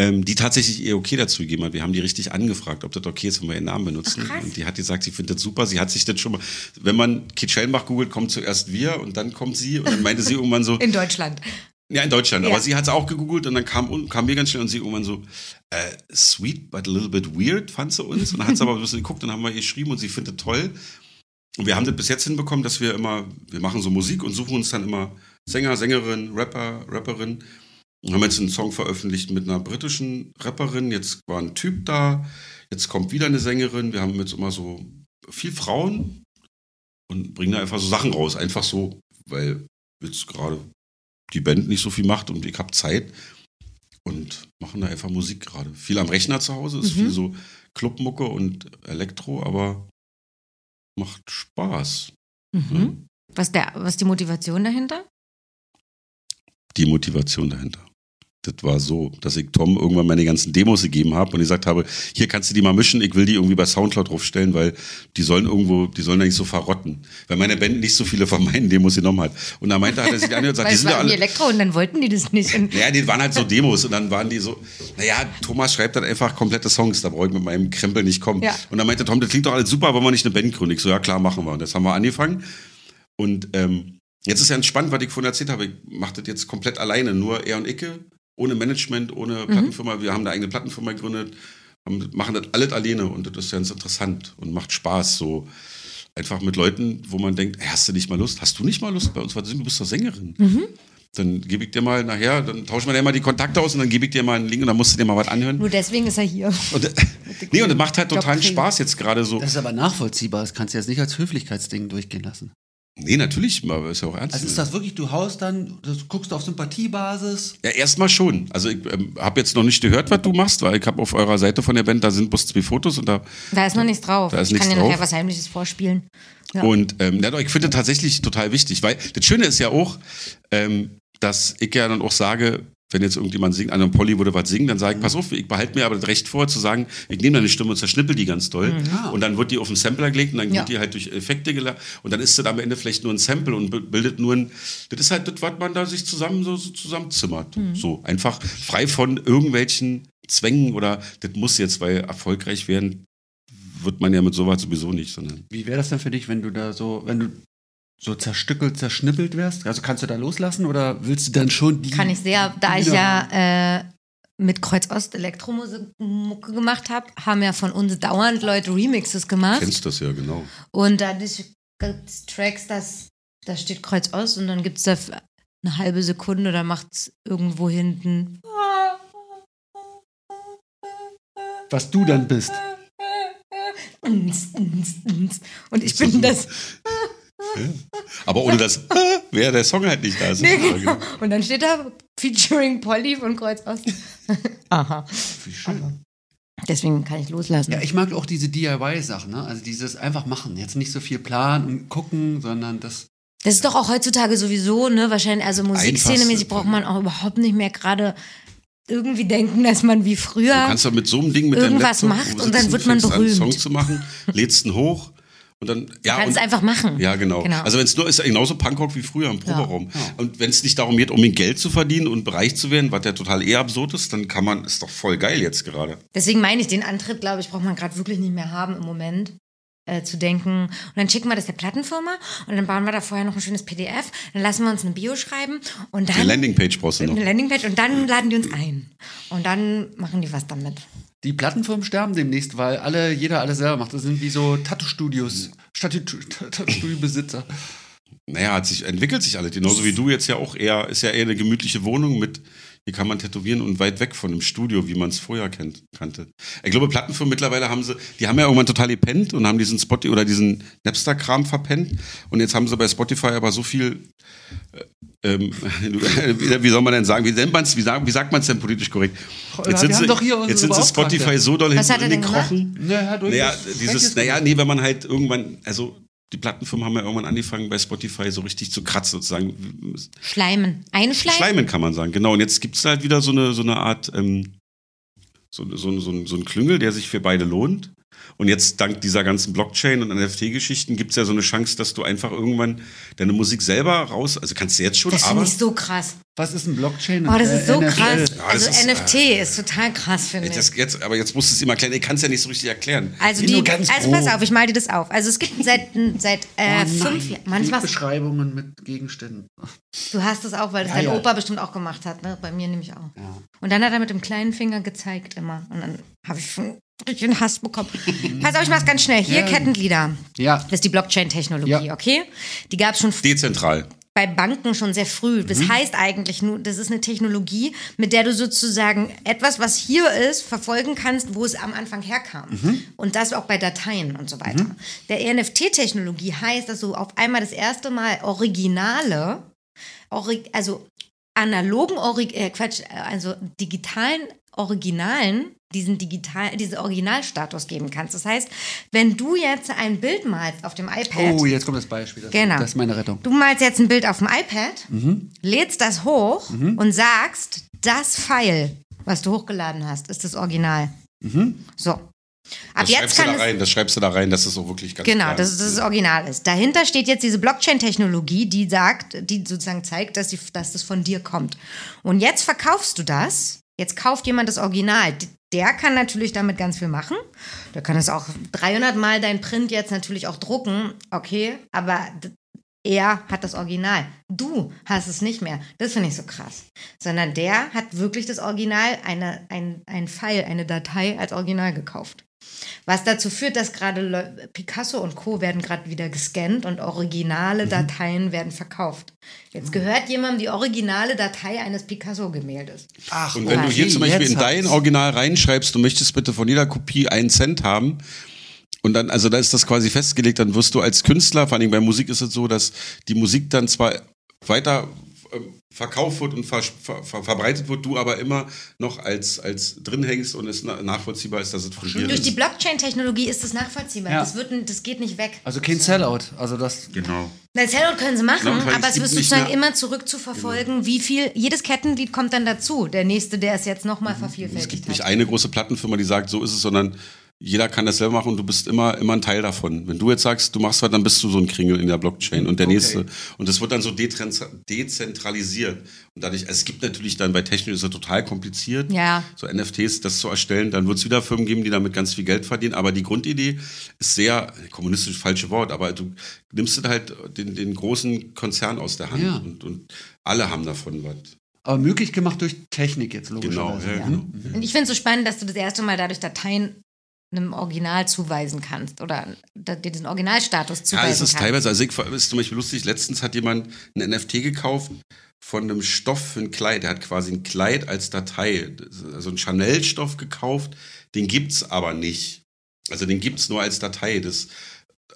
Speaker 4: ähm, die tatsächlich ihr okay dazu gegeben hat. Wir haben die richtig angefragt, ob das okay ist, wenn wir ihren Namen benutzen. und die hat gesagt, sie findet das super, sie hat sich das schon mal, wenn man Kit Schellenbach googelt, kommt zuerst wir und dann kommt sie und dann meinte sie irgendwann so,
Speaker 2: In Deutschland.
Speaker 4: ja, in Deutschland.
Speaker 2: Ja.
Speaker 4: Aber sie hat es auch gegoogelt und dann kam, kam mir ganz schnell und sie irgendwann so, äh, sweet but a little bit weird, fand sie uns. Und dann hat sie aber ein bisschen geguckt und haben wir ihr geschrieben und sie findet toll. Und wir haben das bis jetzt hinbekommen, dass wir immer, wir machen so Musik und suchen uns dann immer Sänger, Sängerin, Rapper, Rapperin. Und haben jetzt einen Song veröffentlicht mit einer britischen Rapperin. Jetzt war ein Typ da. Jetzt kommt wieder eine Sängerin. Wir haben jetzt immer so viel Frauen und bringen da einfach so Sachen raus. Einfach so, weil jetzt gerade die Band nicht so viel macht und ich habe Zeit und machen da einfach Musik gerade. Viel am Rechner zu Hause, ist
Speaker 2: Mhm.
Speaker 4: viel so Clubmucke und Elektro, aber macht Spaß. ne?
Speaker 2: Mhm. Was, der, was die Motivation dahinter?
Speaker 4: die Motivation dahinter. Das war so, dass ich Tom irgendwann meine ganzen Demos gegeben habe und gesagt habe, hier kannst du die mal mischen, ich will die irgendwie bei Soundcloud draufstellen, weil die sollen irgendwo, die sollen da nicht so verrotten. Weil meine Band nicht so viele von meinen Demos genommen hat. Und da meinte hat er sich angehört und gesagt,
Speaker 2: Weil
Speaker 4: die
Speaker 2: es
Speaker 4: sind ja
Speaker 2: war irgendwie
Speaker 4: alle.
Speaker 2: Elektro und dann wollten die das nicht. Und
Speaker 4: Naja, die waren halt so Demos und dann waren die so, naja, Thomas schreibt dann einfach komplette Songs, da brauche ich mit meinem Krempel nicht kommen.
Speaker 2: Ja.
Speaker 4: Und dann meinte Tom, das klingt doch alles super, wollen wir nicht eine Band gründen? Ich so, ja klar, machen wir. Und das haben wir angefangen. Und ähm, jetzt ist ja entspannt, was ich vorhin erzählt habe. Ich mache das jetzt komplett alleine, nur er und Icke, ohne Management, ohne Plattenfirma. Wir haben eine eigene Plattenfirma gegründet, haben, machen das alles alleine und das ist ganz interessant und macht Spaß, so einfach mit Leuten, wo man denkt, "Ey, hast du nicht mal Lust? Hast du nicht mal Lust bei uns? was zu singen? Du bist doch Sängerin.
Speaker 1: Mhm.
Speaker 4: Dann gebe ich dir mal nachher, dann tauschen wir dir mal die Kontakte aus und dann gebe ich dir mal einen Link und dann musst du dir mal was anhören.
Speaker 2: nur deswegen ist er hier.
Speaker 4: Und, äh, nee, und das macht halt totalen
Speaker 2: Jobkrise.
Speaker 4: Spaß jetzt gerade so.
Speaker 1: Das ist aber nachvollziehbar. Das kannst du jetzt nicht als Höflichkeitsding durchgehen lassen.
Speaker 4: Nee, natürlich, aber ist ja auch ernst.
Speaker 1: Also
Speaker 4: zu
Speaker 1: ist das wirklich, du haust dann, das guckst du auf Sympathiebasis?
Speaker 4: Ja, erstmal schon. Also ich ähm, habe jetzt noch nicht gehört, was du machst, weil ich habe auf eurer Seite von der Band, da sind bloß zwei Fotos und da
Speaker 2: Da ist noch nichts drauf.
Speaker 4: Da ist
Speaker 2: ich kann
Speaker 4: nichts
Speaker 2: dir nachher
Speaker 4: drauf.
Speaker 2: was Heimliches vorspielen. Ja.
Speaker 4: und ähm, ja, doch, ich finde das tatsächlich total wichtig, weil das Schöne ist ja auch, ähm, dass ich ja dann auch sage, wenn jetzt irgendjemand singt, an einem Polly würde was singen, dann
Speaker 2: Mhm.
Speaker 4: sage ich, pass auf, ich behalte mir aber das Recht vor zu sagen, ich nehme deine Stimme und zerschnippel die ganz doll und dann wird die auf den Sampler gelegt und dann
Speaker 2: Mhm. Ja.
Speaker 4: wird die halt durch Effekte gelegt und dann ist das am Ende vielleicht nur ein Sample und bi- bildet nur ein, das ist halt das, was man da sich zusammen so, so zusammenzimmert.
Speaker 2: Mhm.
Speaker 4: So einfach frei von irgendwelchen Zwängen oder das muss jetzt, weil erfolgreich werden, wird man ja mit sowas sowieso nicht, sondern
Speaker 1: Wie wäre das denn für dich, wenn du da so, wenn du so zerstückelt, zerschnippelt wärst? Also kannst du da loslassen oder willst du dann schon die. Genau.
Speaker 2: Kann ich sehr, da ich
Speaker 1: Ja.
Speaker 2: ja äh, mit Kreuz Ost Elektromusik Mucke gemacht habe, haben ja von uns dauernd Leute Remixes gemacht.
Speaker 4: kennst das ja genau.
Speaker 2: Und dadurch gibt es Tracks, das, da steht Kreuz Ost und dann gibt es da f- eine halbe Sekunde oder macht es irgendwo hinten.
Speaker 1: Was du dann bist.
Speaker 2: uns, uns, uns. Und ich bin das.
Speaker 4: Aber ohne das wäre der Song halt nicht da.
Speaker 2: Nee, genau. Und dann steht da featuring Polly von Kreuz Ost. Aha.
Speaker 1: Wie schön.
Speaker 2: Deswegen kann ich loslassen.
Speaker 1: Ja, ich mag auch diese DIY-Sachen, ne? Also dieses einfach machen. Jetzt nicht so viel planen und gucken, sondern das.
Speaker 2: Das ist doch auch heutzutage sowieso, ne? Wahrscheinlich, also musikszenemäßig
Speaker 4: Einfachste.
Speaker 2: braucht man auch überhaupt nicht mehr gerade irgendwie denken, dass man wie
Speaker 4: Du
Speaker 2: früher.
Speaker 4: kannst doch mit so einem Ding mit
Speaker 2: Irgendwas
Speaker 4: deinem Laptop
Speaker 2: macht
Speaker 4: wo du
Speaker 2: und dann
Speaker 4: sitzt
Speaker 2: wird man
Speaker 4: fängst an,
Speaker 2: berühmt.
Speaker 4: Einen Song zu machen, lädst ihn hoch und dann ja
Speaker 2: kannst
Speaker 4: und,
Speaker 2: einfach machen.
Speaker 4: Ja, genau.
Speaker 2: Genau.
Speaker 4: Also wenn es nur ist, ja genauso Punkrock wie früher im Proberaum. Und wenn es nicht darum geht, um ihn Geld zu verdienen und reich zu werden, was ja total eher absurd ist, dann kann man, ist doch voll geil jetzt gerade.
Speaker 2: Deswegen meine ich, den Antritt, glaube ich, braucht man gerade wirklich nicht mehr haben im Moment. Äh, zu denken. Und dann schicken wir das der Plattenfirma und dann bauen wir da vorher noch ein schönes PDF. Dann lassen wir uns eine Bio schreiben und
Speaker 4: Eine
Speaker 2: dann
Speaker 4: Landingpage brauchst du
Speaker 2: eine
Speaker 4: noch.
Speaker 2: Landingpage und dann laden die uns ein. Und dann machen die was damit.
Speaker 1: Die Plattenfirmen sterben demnächst, weil alle, jeder alles selber macht. Das sind wie so Tattoo-Studios, Tattoo-Studio-Besitzer.
Speaker 4: Naja, hat sich, entwickelt sich alles. Genauso wie du jetzt ja auch eher, ist ja eher eine gemütliche Wohnung mit, hier kann man tätowieren und weit weg von dem Studio, wie man es vorher kennt, kannte. Ich glaube, Plattenfirmen mittlerweile haben sie, die haben ja irgendwann total gepennt und haben diesen Spotify oder diesen Napster-Kram verpennt. Und jetzt haben sie bei Spotify aber so viel, äh, ähm, wie wie soll man denn sagen, wie, nennt man's, wie, sagen, wie sagt man es denn politisch korrekt?
Speaker 1: wir
Speaker 4: Jetzt sind
Speaker 1: haben
Speaker 4: sie,
Speaker 1: doch hier unsere
Speaker 4: jetzt sind sie
Speaker 1: Beauftragte.
Speaker 4: Spotify so doll
Speaker 2: Was hat er denn
Speaker 4: hingekrochen.
Speaker 1: Naja, durch
Speaker 4: Naja,
Speaker 1: das
Speaker 4: dieses,
Speaker 1: Schlechtes-
Speaker 4: naja, nee, wenn man halt irgendwann, also die Plattenfirmen haben ja irgendwann angefangen, bei Spotify so richtig zu kratzen, sozusagen.
Speaker 2: Schleimen. Einschleimen?
Speaker 4: Schleimen kann man sagen, genau. Und jetzt gibt es halt wieder so eine, so eine Art, ähm, so, so, so, so ein Klüngel, der sich für beide lohnt. Und jetzt dank dieser ganzen Blockchain und NFT-Geschichten gibt es ja so eine Chance, dass du einfach irgendwann deine Musik selber raus, also kannst du jetzt schon,
Speaker 2: Das finde
Speaker 4: aber
Speaker 2: ich so krass.
Speaker 1: Was ist ein Blockchain?
Speaker 2: Oh, das ist so
Speaker 1: NFL?
Speaker 2: krass.
Speaker 4: Ja, das
Speaker 2: Also
Speaker 4: ist, äh,
Speaker 2: NFT ist total krass, finde ich.
Speaker 4: jetzt, jetzt, aber jetzt musst du es ihm erklären, ich kann es ja nicht so richtig erklären.
Speaker 2: Also,
Speaker 4: Nur
Speaker 2: die,
Speaker 4: ganz
Speaker 2: also
Speaker 4: grob.
Speaker 2: pass auf, ich mal dir das auf. Also es gibt seit, seit
Speaker 1: Oh
Speaker 2: äh, fünf Jahren, manchmal,
Speaker 1: Beschreibungen mit Gegenständen.
Speaker 2: du hast das auch, weil das
Speaker 1: Ja,
Speaker 2: dein
Speaker 1: ja.
Speaker 2: Opa bestimmt auch gemacht hat, ne? bei mir nämlich auch. Und dann hat er mit dem kleinen Finger gezeigt immer. Und dann habe ich schon richtig einen Hass bekommen. pass auf, ich mach's ganz schnell. Hier Kettenglieder.
Speaker 1: Ja.
Speaker 2: Das ist die Blockchain-Technologie,
Speaker 1: Ja.
Speaker 2: okay? Die gab es schon
Speaker 4: Dezentral.
Speaker 2: bei Banken schon sehr früh. Das heißt eigentlich nur, das ist eine Technologie, mit der du sozusagen etwas, was hier ist, verfolgen kannst, wo es am Anfang herkam. Und das auch bei Dateien und so weiter. Der NFT-Technologie heißt, dass du auf einmal das erste Mal Originale, ori also analogen, Ori äh, Quatsch, äh, also digitalen Originalen diesen digital, diesen Originalstatus geben kannst. Das heißt, wenn du jetzt ein Bild malst auf dem iPad,
Speaker 1: Oh, jetzt kommt das Beispiel. Das,
Speaker 2: Genau.
Speaker 1: das ist meine Rettung. Mhm.
Speaker 2: Du malst jetzt ein Bild auf dem iPad, lädst das hoch und sagst, das File, was du hochgeladen hast, ist das Original.
Speaker 1: Mhm.
Speaker 2: So. Ab
Speaker 4: Das
Speaker 2: jetzt
Speaker 4: schreibst du da
Speaker 2: kann es.
Speaker 4: rein, das schreibst du da rein, dass es auch wirklich ganz
Speaker 2: Genau,
Speaker 4: klar Mhm.
Speaker 2: dass
Speaker 4: ist.
Speaker 2: es das Original ist. Dahinter steht jetzt diese Blockchain-Technologie, die sagt, die sozusagen zeigt, dass, die, dass das von dir kommt. Und jetzt verkaufst du das. Jetzt kauft jemand das Original. D- Der kann natürlich damit ganz viel machen. Der kann es auch 300 Mal dein Print jetzt natürlich auch drucken. Okay, aber d- er hat das Original. Du hast es nicht mehr. Das finde ich so krass. Sondern der hat wirklich das Original, eine, ein, ein File, eine Datei als Original gekauft. Was dazu führt, dass gerade Leu- Picasso und Co. werden gerade wieder gescannt und originale
Speaker 4: Mhm.
Speaker 2: Dateien werden verkauft. Jetzt gehört jemandem die originale Datei eines Picasso-Gemäldes.
Speaker 1: Ach, oh,
Speaker 4: Und wenn du hier zum Beispiel in dein
Speaker 1: Augen.
Speaker 4: Original reinschreibst, du möchtest bitte von jeder Kopie einen Cent haben, Und dann, also da ist das quasi festgelegt, dann wirst du als Künstler, vor allem bei Musik ist es so, dass die Musik dann zwar weiter äh, verkauft wird und ver ver ver verbreitet wird, du aber immer noch als, als drin hängst und es na nachvollziehbar ist, dass es von dir
Speaker 2: Durch die
Speaker 4: ist.
Speaker 2: Blockchain-Technologie ist das nachvollziehbar.
Speaker 1: Ja.
Speaker 2: Das, wird, n- das geht nicht weg.
Speaker 1: Also kein Sellout. Also das.
Speaker 4: Genau.
Speaker 2: Na, Sellout können sie machen,
Speaker 4: Genau, weil
Speaker 2: aber
Speaker 4: es
Speaker 2: es
Speaker 4: gibt
Speaker 2: wirst
Speaker 4: nicht
Speaker 2: sozusagen
Speaker 4: mehr- Genau.
Speaker 2: immer zurück zu verfolgen, wie viel. Jedes Kettenglied kommt dann dazu. Der nächste, der es jetzt nochmal
Speaker 4: Mhm. Es gibt
Speaker 2: vervielfältigt
Speaker 4: nicht
Speaker 2: hat.
Speaker 4: eine große Plattenfirma, die sagt, so ist es, sondern jeder kann das selber machen und du bist immer, immer ein Teil davon. Wenn du jetzt sagst, du machst was, dann bist du so ein Kringel in der Blockchain und der nächste. Und das wird dann so detrenz- dezentralisiert. Und dadurch, also es gibt natürlich dann bei Technik ist es total kompliziert,
Speaker 2: Ja.
Speaker 4: so NFTs das zu erstellen. Dann wird es wieder Firmen geben, die damit ganz viel Geld verdienen. Aber die Grundidee ist sehr, kommunistisch falsche Wort, aber du nimmst dann halt den, den großen Konzern aus der Hand
Speaker 1: Ja.
Speaker 4: und, und alle haben davon was.
Speaker 1: Aber möglich gemacht durch Technik jetzt
Speaker 4: Genau,
Speaker 1: logischerweise.
Speaker 4: ja, genau.
Speaker 2: Und ich finde es so spannend, dass du das erste Mal dadurch Dateien einem Original zuweisen kannst oder da- dir diesen Originalstatus zuweisen
Speaker 4: Ja, es ist
Speaker 2: kannst.
Speaker 4: teilweise, also ich, ist zum Beispiel lustig, letztens hat jemand ein NFT gekauft von einem Stoff für ein Kleid. Er hat quasi ein Kleid als Datei, also einen Chanel-Stoff gekauft, den gibt's aber nicht. Also den gibt's nur als Datei. Das,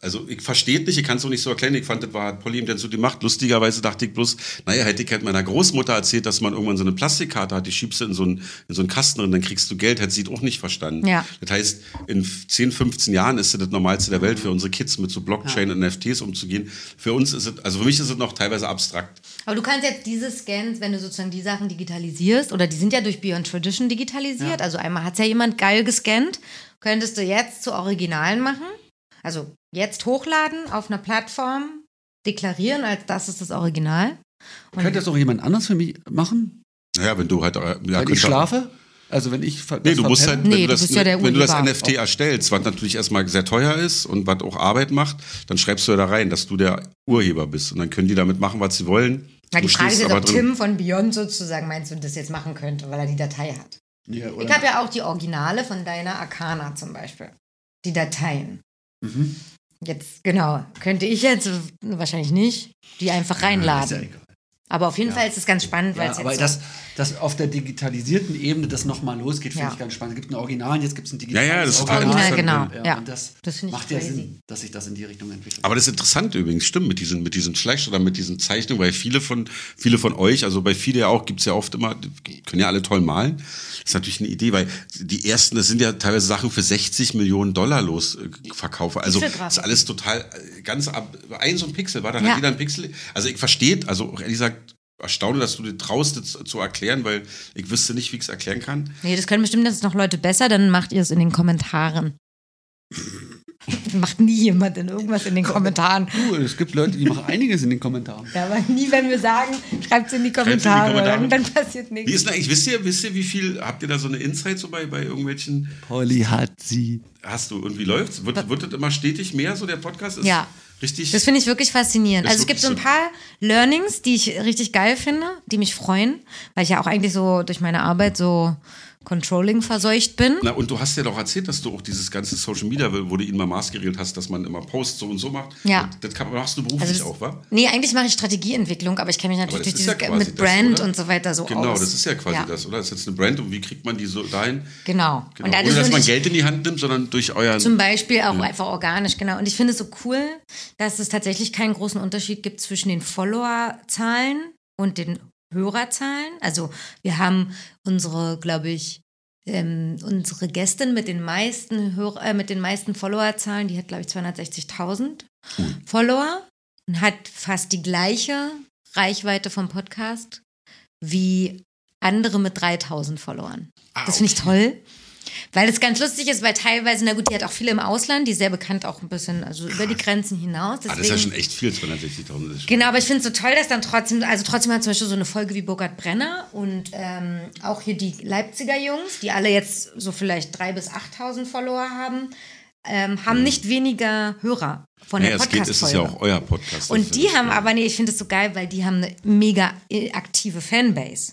Speaker 4: also ich verstehe nicht, ich kann es auch nicht so erklären. Ich fand, das war, hat Polly ihm dann so gemacht. Lustigerweise dachte ich bloß, naja, hätte ich halt meiner Großmutter erzählt, dass man irgendwann so eine Plastikkarte hat, die schiebst du in so einen, in so einen Kasten und dann kriegst du Geld, hätte sie das auch nicht verstanden.
Speaker 2: Ja.
Speaker 4: Das heißt, in 10, 15 Jahren ist das das Normalste der Welt für unsere Kids, mit so Blockchain und NFTs umzugehen. Für uns ist es, also für mich ist es noch teilweise abstrakt.
Speaker 2: Aber du kannst jetzt diese Scans, wenn du sozusagen die Sachen digitalisierst, oder die sind ja durch Beyond Tradition digitalisiert, also einmal hat es ja jemand geil gescannt, könntest du jetzt zu Originalen machen, also jetzt hochladen auf einer Plattform, deklarieren, als das ist das Original.
Speaker 1: Könnte das auch jemand anders für mich machen?
Speaker 4: Naja, wenn du halt, äh, ja,
Speaker 1: wenn
Speaker 4: könnte-
Speaker 1: ich schlafe? Also wenn ich. ver-
Speaker 4: Nee,
Speaker 1: das
Speaker 4: du musst
Speaker 1: verpenne?
Speaker 4: halt,
Speaker 2: Nee,
Speaker 4: wenn, du
Speaker 2: du
Speaker 4: das,
Speaker 2: bist ja der
Speaker 4: wenn du das
Speaker 2: Urheber.
Speaker 4: NFT erstellst, was natürlich erstmal sehr teuer ist und was auch Arbeit macht, dann schreibst du ja da rein, dass du der Urheber bist. Und dann können die damit machen, was sie wollen.
Speaker 2: Na, die
Speaker 4: Du
Speaker 2: Frage ist
Speaker 4: stehst
Speaker 2: jetzt,
Speaker 4: aber
Speaker 2: ob Tim von Beyond sozusagen meinst du das jetzt machen könnte, weil er die Datei hat.
Speaker 4: halt-
Speaker 1: Ja, oder-
Speaker 2: Ich habe ja auch die Originale von deiner Arcana zum Beispiel. Die Dateien.
Speaker 1: Mhm.
Speaker 2: Jetzt, genau. Könnte ich jetzt äh, wahrscheinlich nicht die einfach
Speaker 1: Ist ja
Speaker 2: reinladen.
Speaker 1: egal.
Speaker 2: Aber auf jeden Fall ist es ganz spannend, weil
Speaker 1: Ja,
Speaker 2: es
Speaker 1: aber
Speaker 2: jetzt
Speaker 1: dass das auf der digitalisierten Ebene das nochmal losgeht, finde
Speaker 2: Ja.
Speaker 1: ich ganz spannend. Es gibt ein Original, jetzt gibt es ein digitales
Speaker 4: Ja, ja, das ist total
Speaker 1: Original.
Speaker 4: interessant. Original,
Speaker 2: genau, ja.
Speaker 1: Und das,
Speaker 2: Das finde ich
Speaker 1: macht ja
Speaker 2: crazy.
Speaker 1: Sinn, dass sich das in die Richtung entwickelt.
Speaker 4: Aber das ist interessant übrigens, stimmt, mit diesen, mit diesen Fleisch oder mit diesen Zeichnungen, weil viele von, viele von euch, also bei viele ja auch, gibt's ja oft immer, die können ja alle toll malen. Das ist natürlich eine Idee, weil die ersten, das sind ja teilweise Sachen für 60 Millionen Dollar los äh, verkaufe. Also
Speaker 2: Pixelgrafik.
Speaker 4: ist alles total äh, ganz ab, ein so ein Pixel, war dann
Speaker 2: Ja.
Speaker 4: hat jeder ein Pixel. Also ich verstehe, also auch ehrlich gesagt, erstaune, dass du dir traust, das zu erklären, weil ich wüsste nicht, wie ich es erklären kann.
Speaker 2: Nee, das können bestimmt jetzt noch Leute besser, dann macht ihr es in den Kommentaren. macht nie jemand denn irgendwas in den Kommentaren.
Speaker 1: Du, es gibt Leute, die machen einiges in den Kommentaren.
Speaker 2: Ja, aber nie, wenn wir sagen, schreibt es in die
Speaker 4: in die
Speaker 2: Kommentare,
Speaker 4: Kommentare.
Speaker 2: Dann, dann passiert
Speaker 4: Wie
Speaker 2: nichts.
Speaker 4: ist denn eigentlich, wisst ihr, wisst ihr, wie viel, habt ihr da so eine Insight so bei, bei irgendwelchen
Speaker 1: Polly hat sie.
Speaker 4: Hast du, und wie läuft's? Wird, wird das immer stetig mehr, so der Podcast? Ist
Speaker 2: Ja.
Speaker 4: Richtig?
Speaker 2: Das finde ich wirklich faszinierend.
Speaker 4: Ist
Speaker 2: Also es gibt so ein
Speaker 4: wirklich
Speaker 2: paar Learnings, die ich richtig geil finde, die mich freuen, weil ich ja auch eigentlich so durch meine Arbeit so Controlling verseucht bin.
Speaker 4: Na, und du hast ja doch erzählt, dass du auch dieses ganze Social Media, wo du ihn mal maßgeregelt hast, dass man immer Posts so und so macht.
Speaker 2: Ja.
Speaker 4: Das kann, machst du beruflich
Speaker 2: Also das-
Speaker 4: auch, wa?
Speaker 2: Nee, eigentlich mache ich Strategieentwicklung, aber ich kenne mich natürlich durch
Speaker 4: das ist
Speaker 2: dieses
Speaker 4: ja quasi
Speaker 2: mit
Speaker 4: das,
Speaker 2: Brand
Speaker 4: oder?
Speaker 2: und so weiter so
Speaker 4: Genau,
Speaker 2: aus.
Speaker 4: das ist ja quasi das, oder? Das ist jetzt eine Brand und wie kriegt man die so dahin?
Speaker 2: Genau.
Speaker 4: Genau.
Speaker 2: Und dann
Speaker 4: Ohne,
Speaker 2: ist
Speaker 4: dass
Speaker 2: nur
Speaker 4: man
Speaker 2: nicht-
Speaker 4: Geld in die Hand nimmt, sondern durch euren.
Speaker 2: Zum Beispiel auch einfach organisch, genau. Und ich finde es so cool, dass es tatsächlich keinen großen Unterschied gibt zwischen den Follower-Zahlen und den Hörerzahlen. Also wir haben unsere, glaube ich, ähm, unsere Gästin mit den meisten Hörer, äh, mit den meisten Followerzahlen, die hat, glaube ich, 260.000 Follower und hat fast die gleiche Reichweite vom Podcast wie andere mit 3000 Followern.
Speaker 4: Ah,
Speaker 2: das finde ich toll. Weil es ganz lustig ist, weil teilweise, na gut, die hat auch viele im Ausland, die ist sehr bekannt auch ein bisschen, also über die Grenzen hinaus.
Speaker 4: ah,
Speaker 2: Deswegen,
Speaker 4: das ist ja schon echt viel, 260.000. ist schon-
Speaker 2: Genau, aber ich finde es so toll, dass dann trotzdem, also trotzdem hat zum Beispiel so eine Folge wie Burkhard Brenner und ähm, auch hier die Leipziger Jungs, die alle jetzt so vielleicht 3.000 bis 8.000 Follower haben, ähm, haben nicht weniger Hörer von
Speaker 4: Hm. Naja,
Speaker 2: der
Speaker 4: es geht, es ist ja
Speaker 2: Podcast-Folge.
Speaker 4: auch euer Podcast. Das
Speaker 2: Und
Speaker 4: ist
Speaker 2: die
Speaker 4: ja-
Speaker 2: haben aber, nee, ich finde es so geil, weil die haben eine mega äh, aktive Fanbase.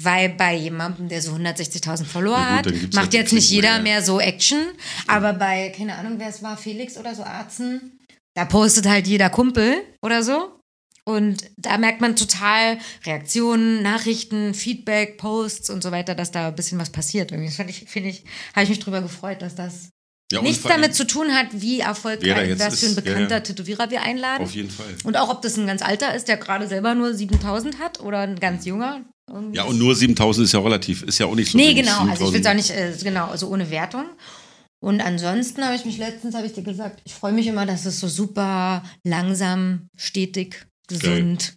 Speaker 2: Weil bei jemandem, der so 160.000 Follower
Speaker 4: Na gut,
Speaker 2: hat,
Speaker 4: dann gibt's
Speaker 2: macht
Speaker 4: halt die
Speaker 2: jetzt nicht
Speaker 4: Klicken
Speaker 2: jeder
Speaker 4: mehr.
Speaker 2: mehr so Action. Aber bei, keine Ahnung, wer es war, Felix oder so, Arzen, da postet halt jeder Kumpel oder so. Und da merkt man total Reaktionen, Nachrichten, Feedback, Posts und so weiter, dass da ein bisschen was passiert. Irgendwie das fand ich, finde ich, habe ich mich drüber gefreut, dass das
Speaker 4: Ja, und
Speaker 2: nichts
Speaker 4: vor allem-
Speaker 2: damit zu tun hat, wie
Speaker 4: Wer da
Speaker 2: erfolgreich,
Speaker 4: jetzt
Speaker 2: was für ein
Speaker 4: ist, ja,
Speaker 2: bekannter
Speaker 4: ja.
Speaker 2: Tätowierer wir einladen.
Speaker 4: Auf jeden Fall.
Speaker 2: Und auch, ob das ein ganz alter ist, der gerade selber nur 7000 hat oder ein ganz junger. Irgendwie
Speaker 4: Ja, und nur 7000 ist ja relativ, ist ja auch nicht so
Speaker 2: nee,
Speaker 4: wenig,
Speaker 2: genau. Also ich will
Speaker 4: 7000.
Speaker 2: es auch nicht, äh, genau, also ohne Wertung. Und ansonsten habe ich mich letztens, habe ich dir gesagt, ich freue mich immer, dass es so super langsam, stetig, gesund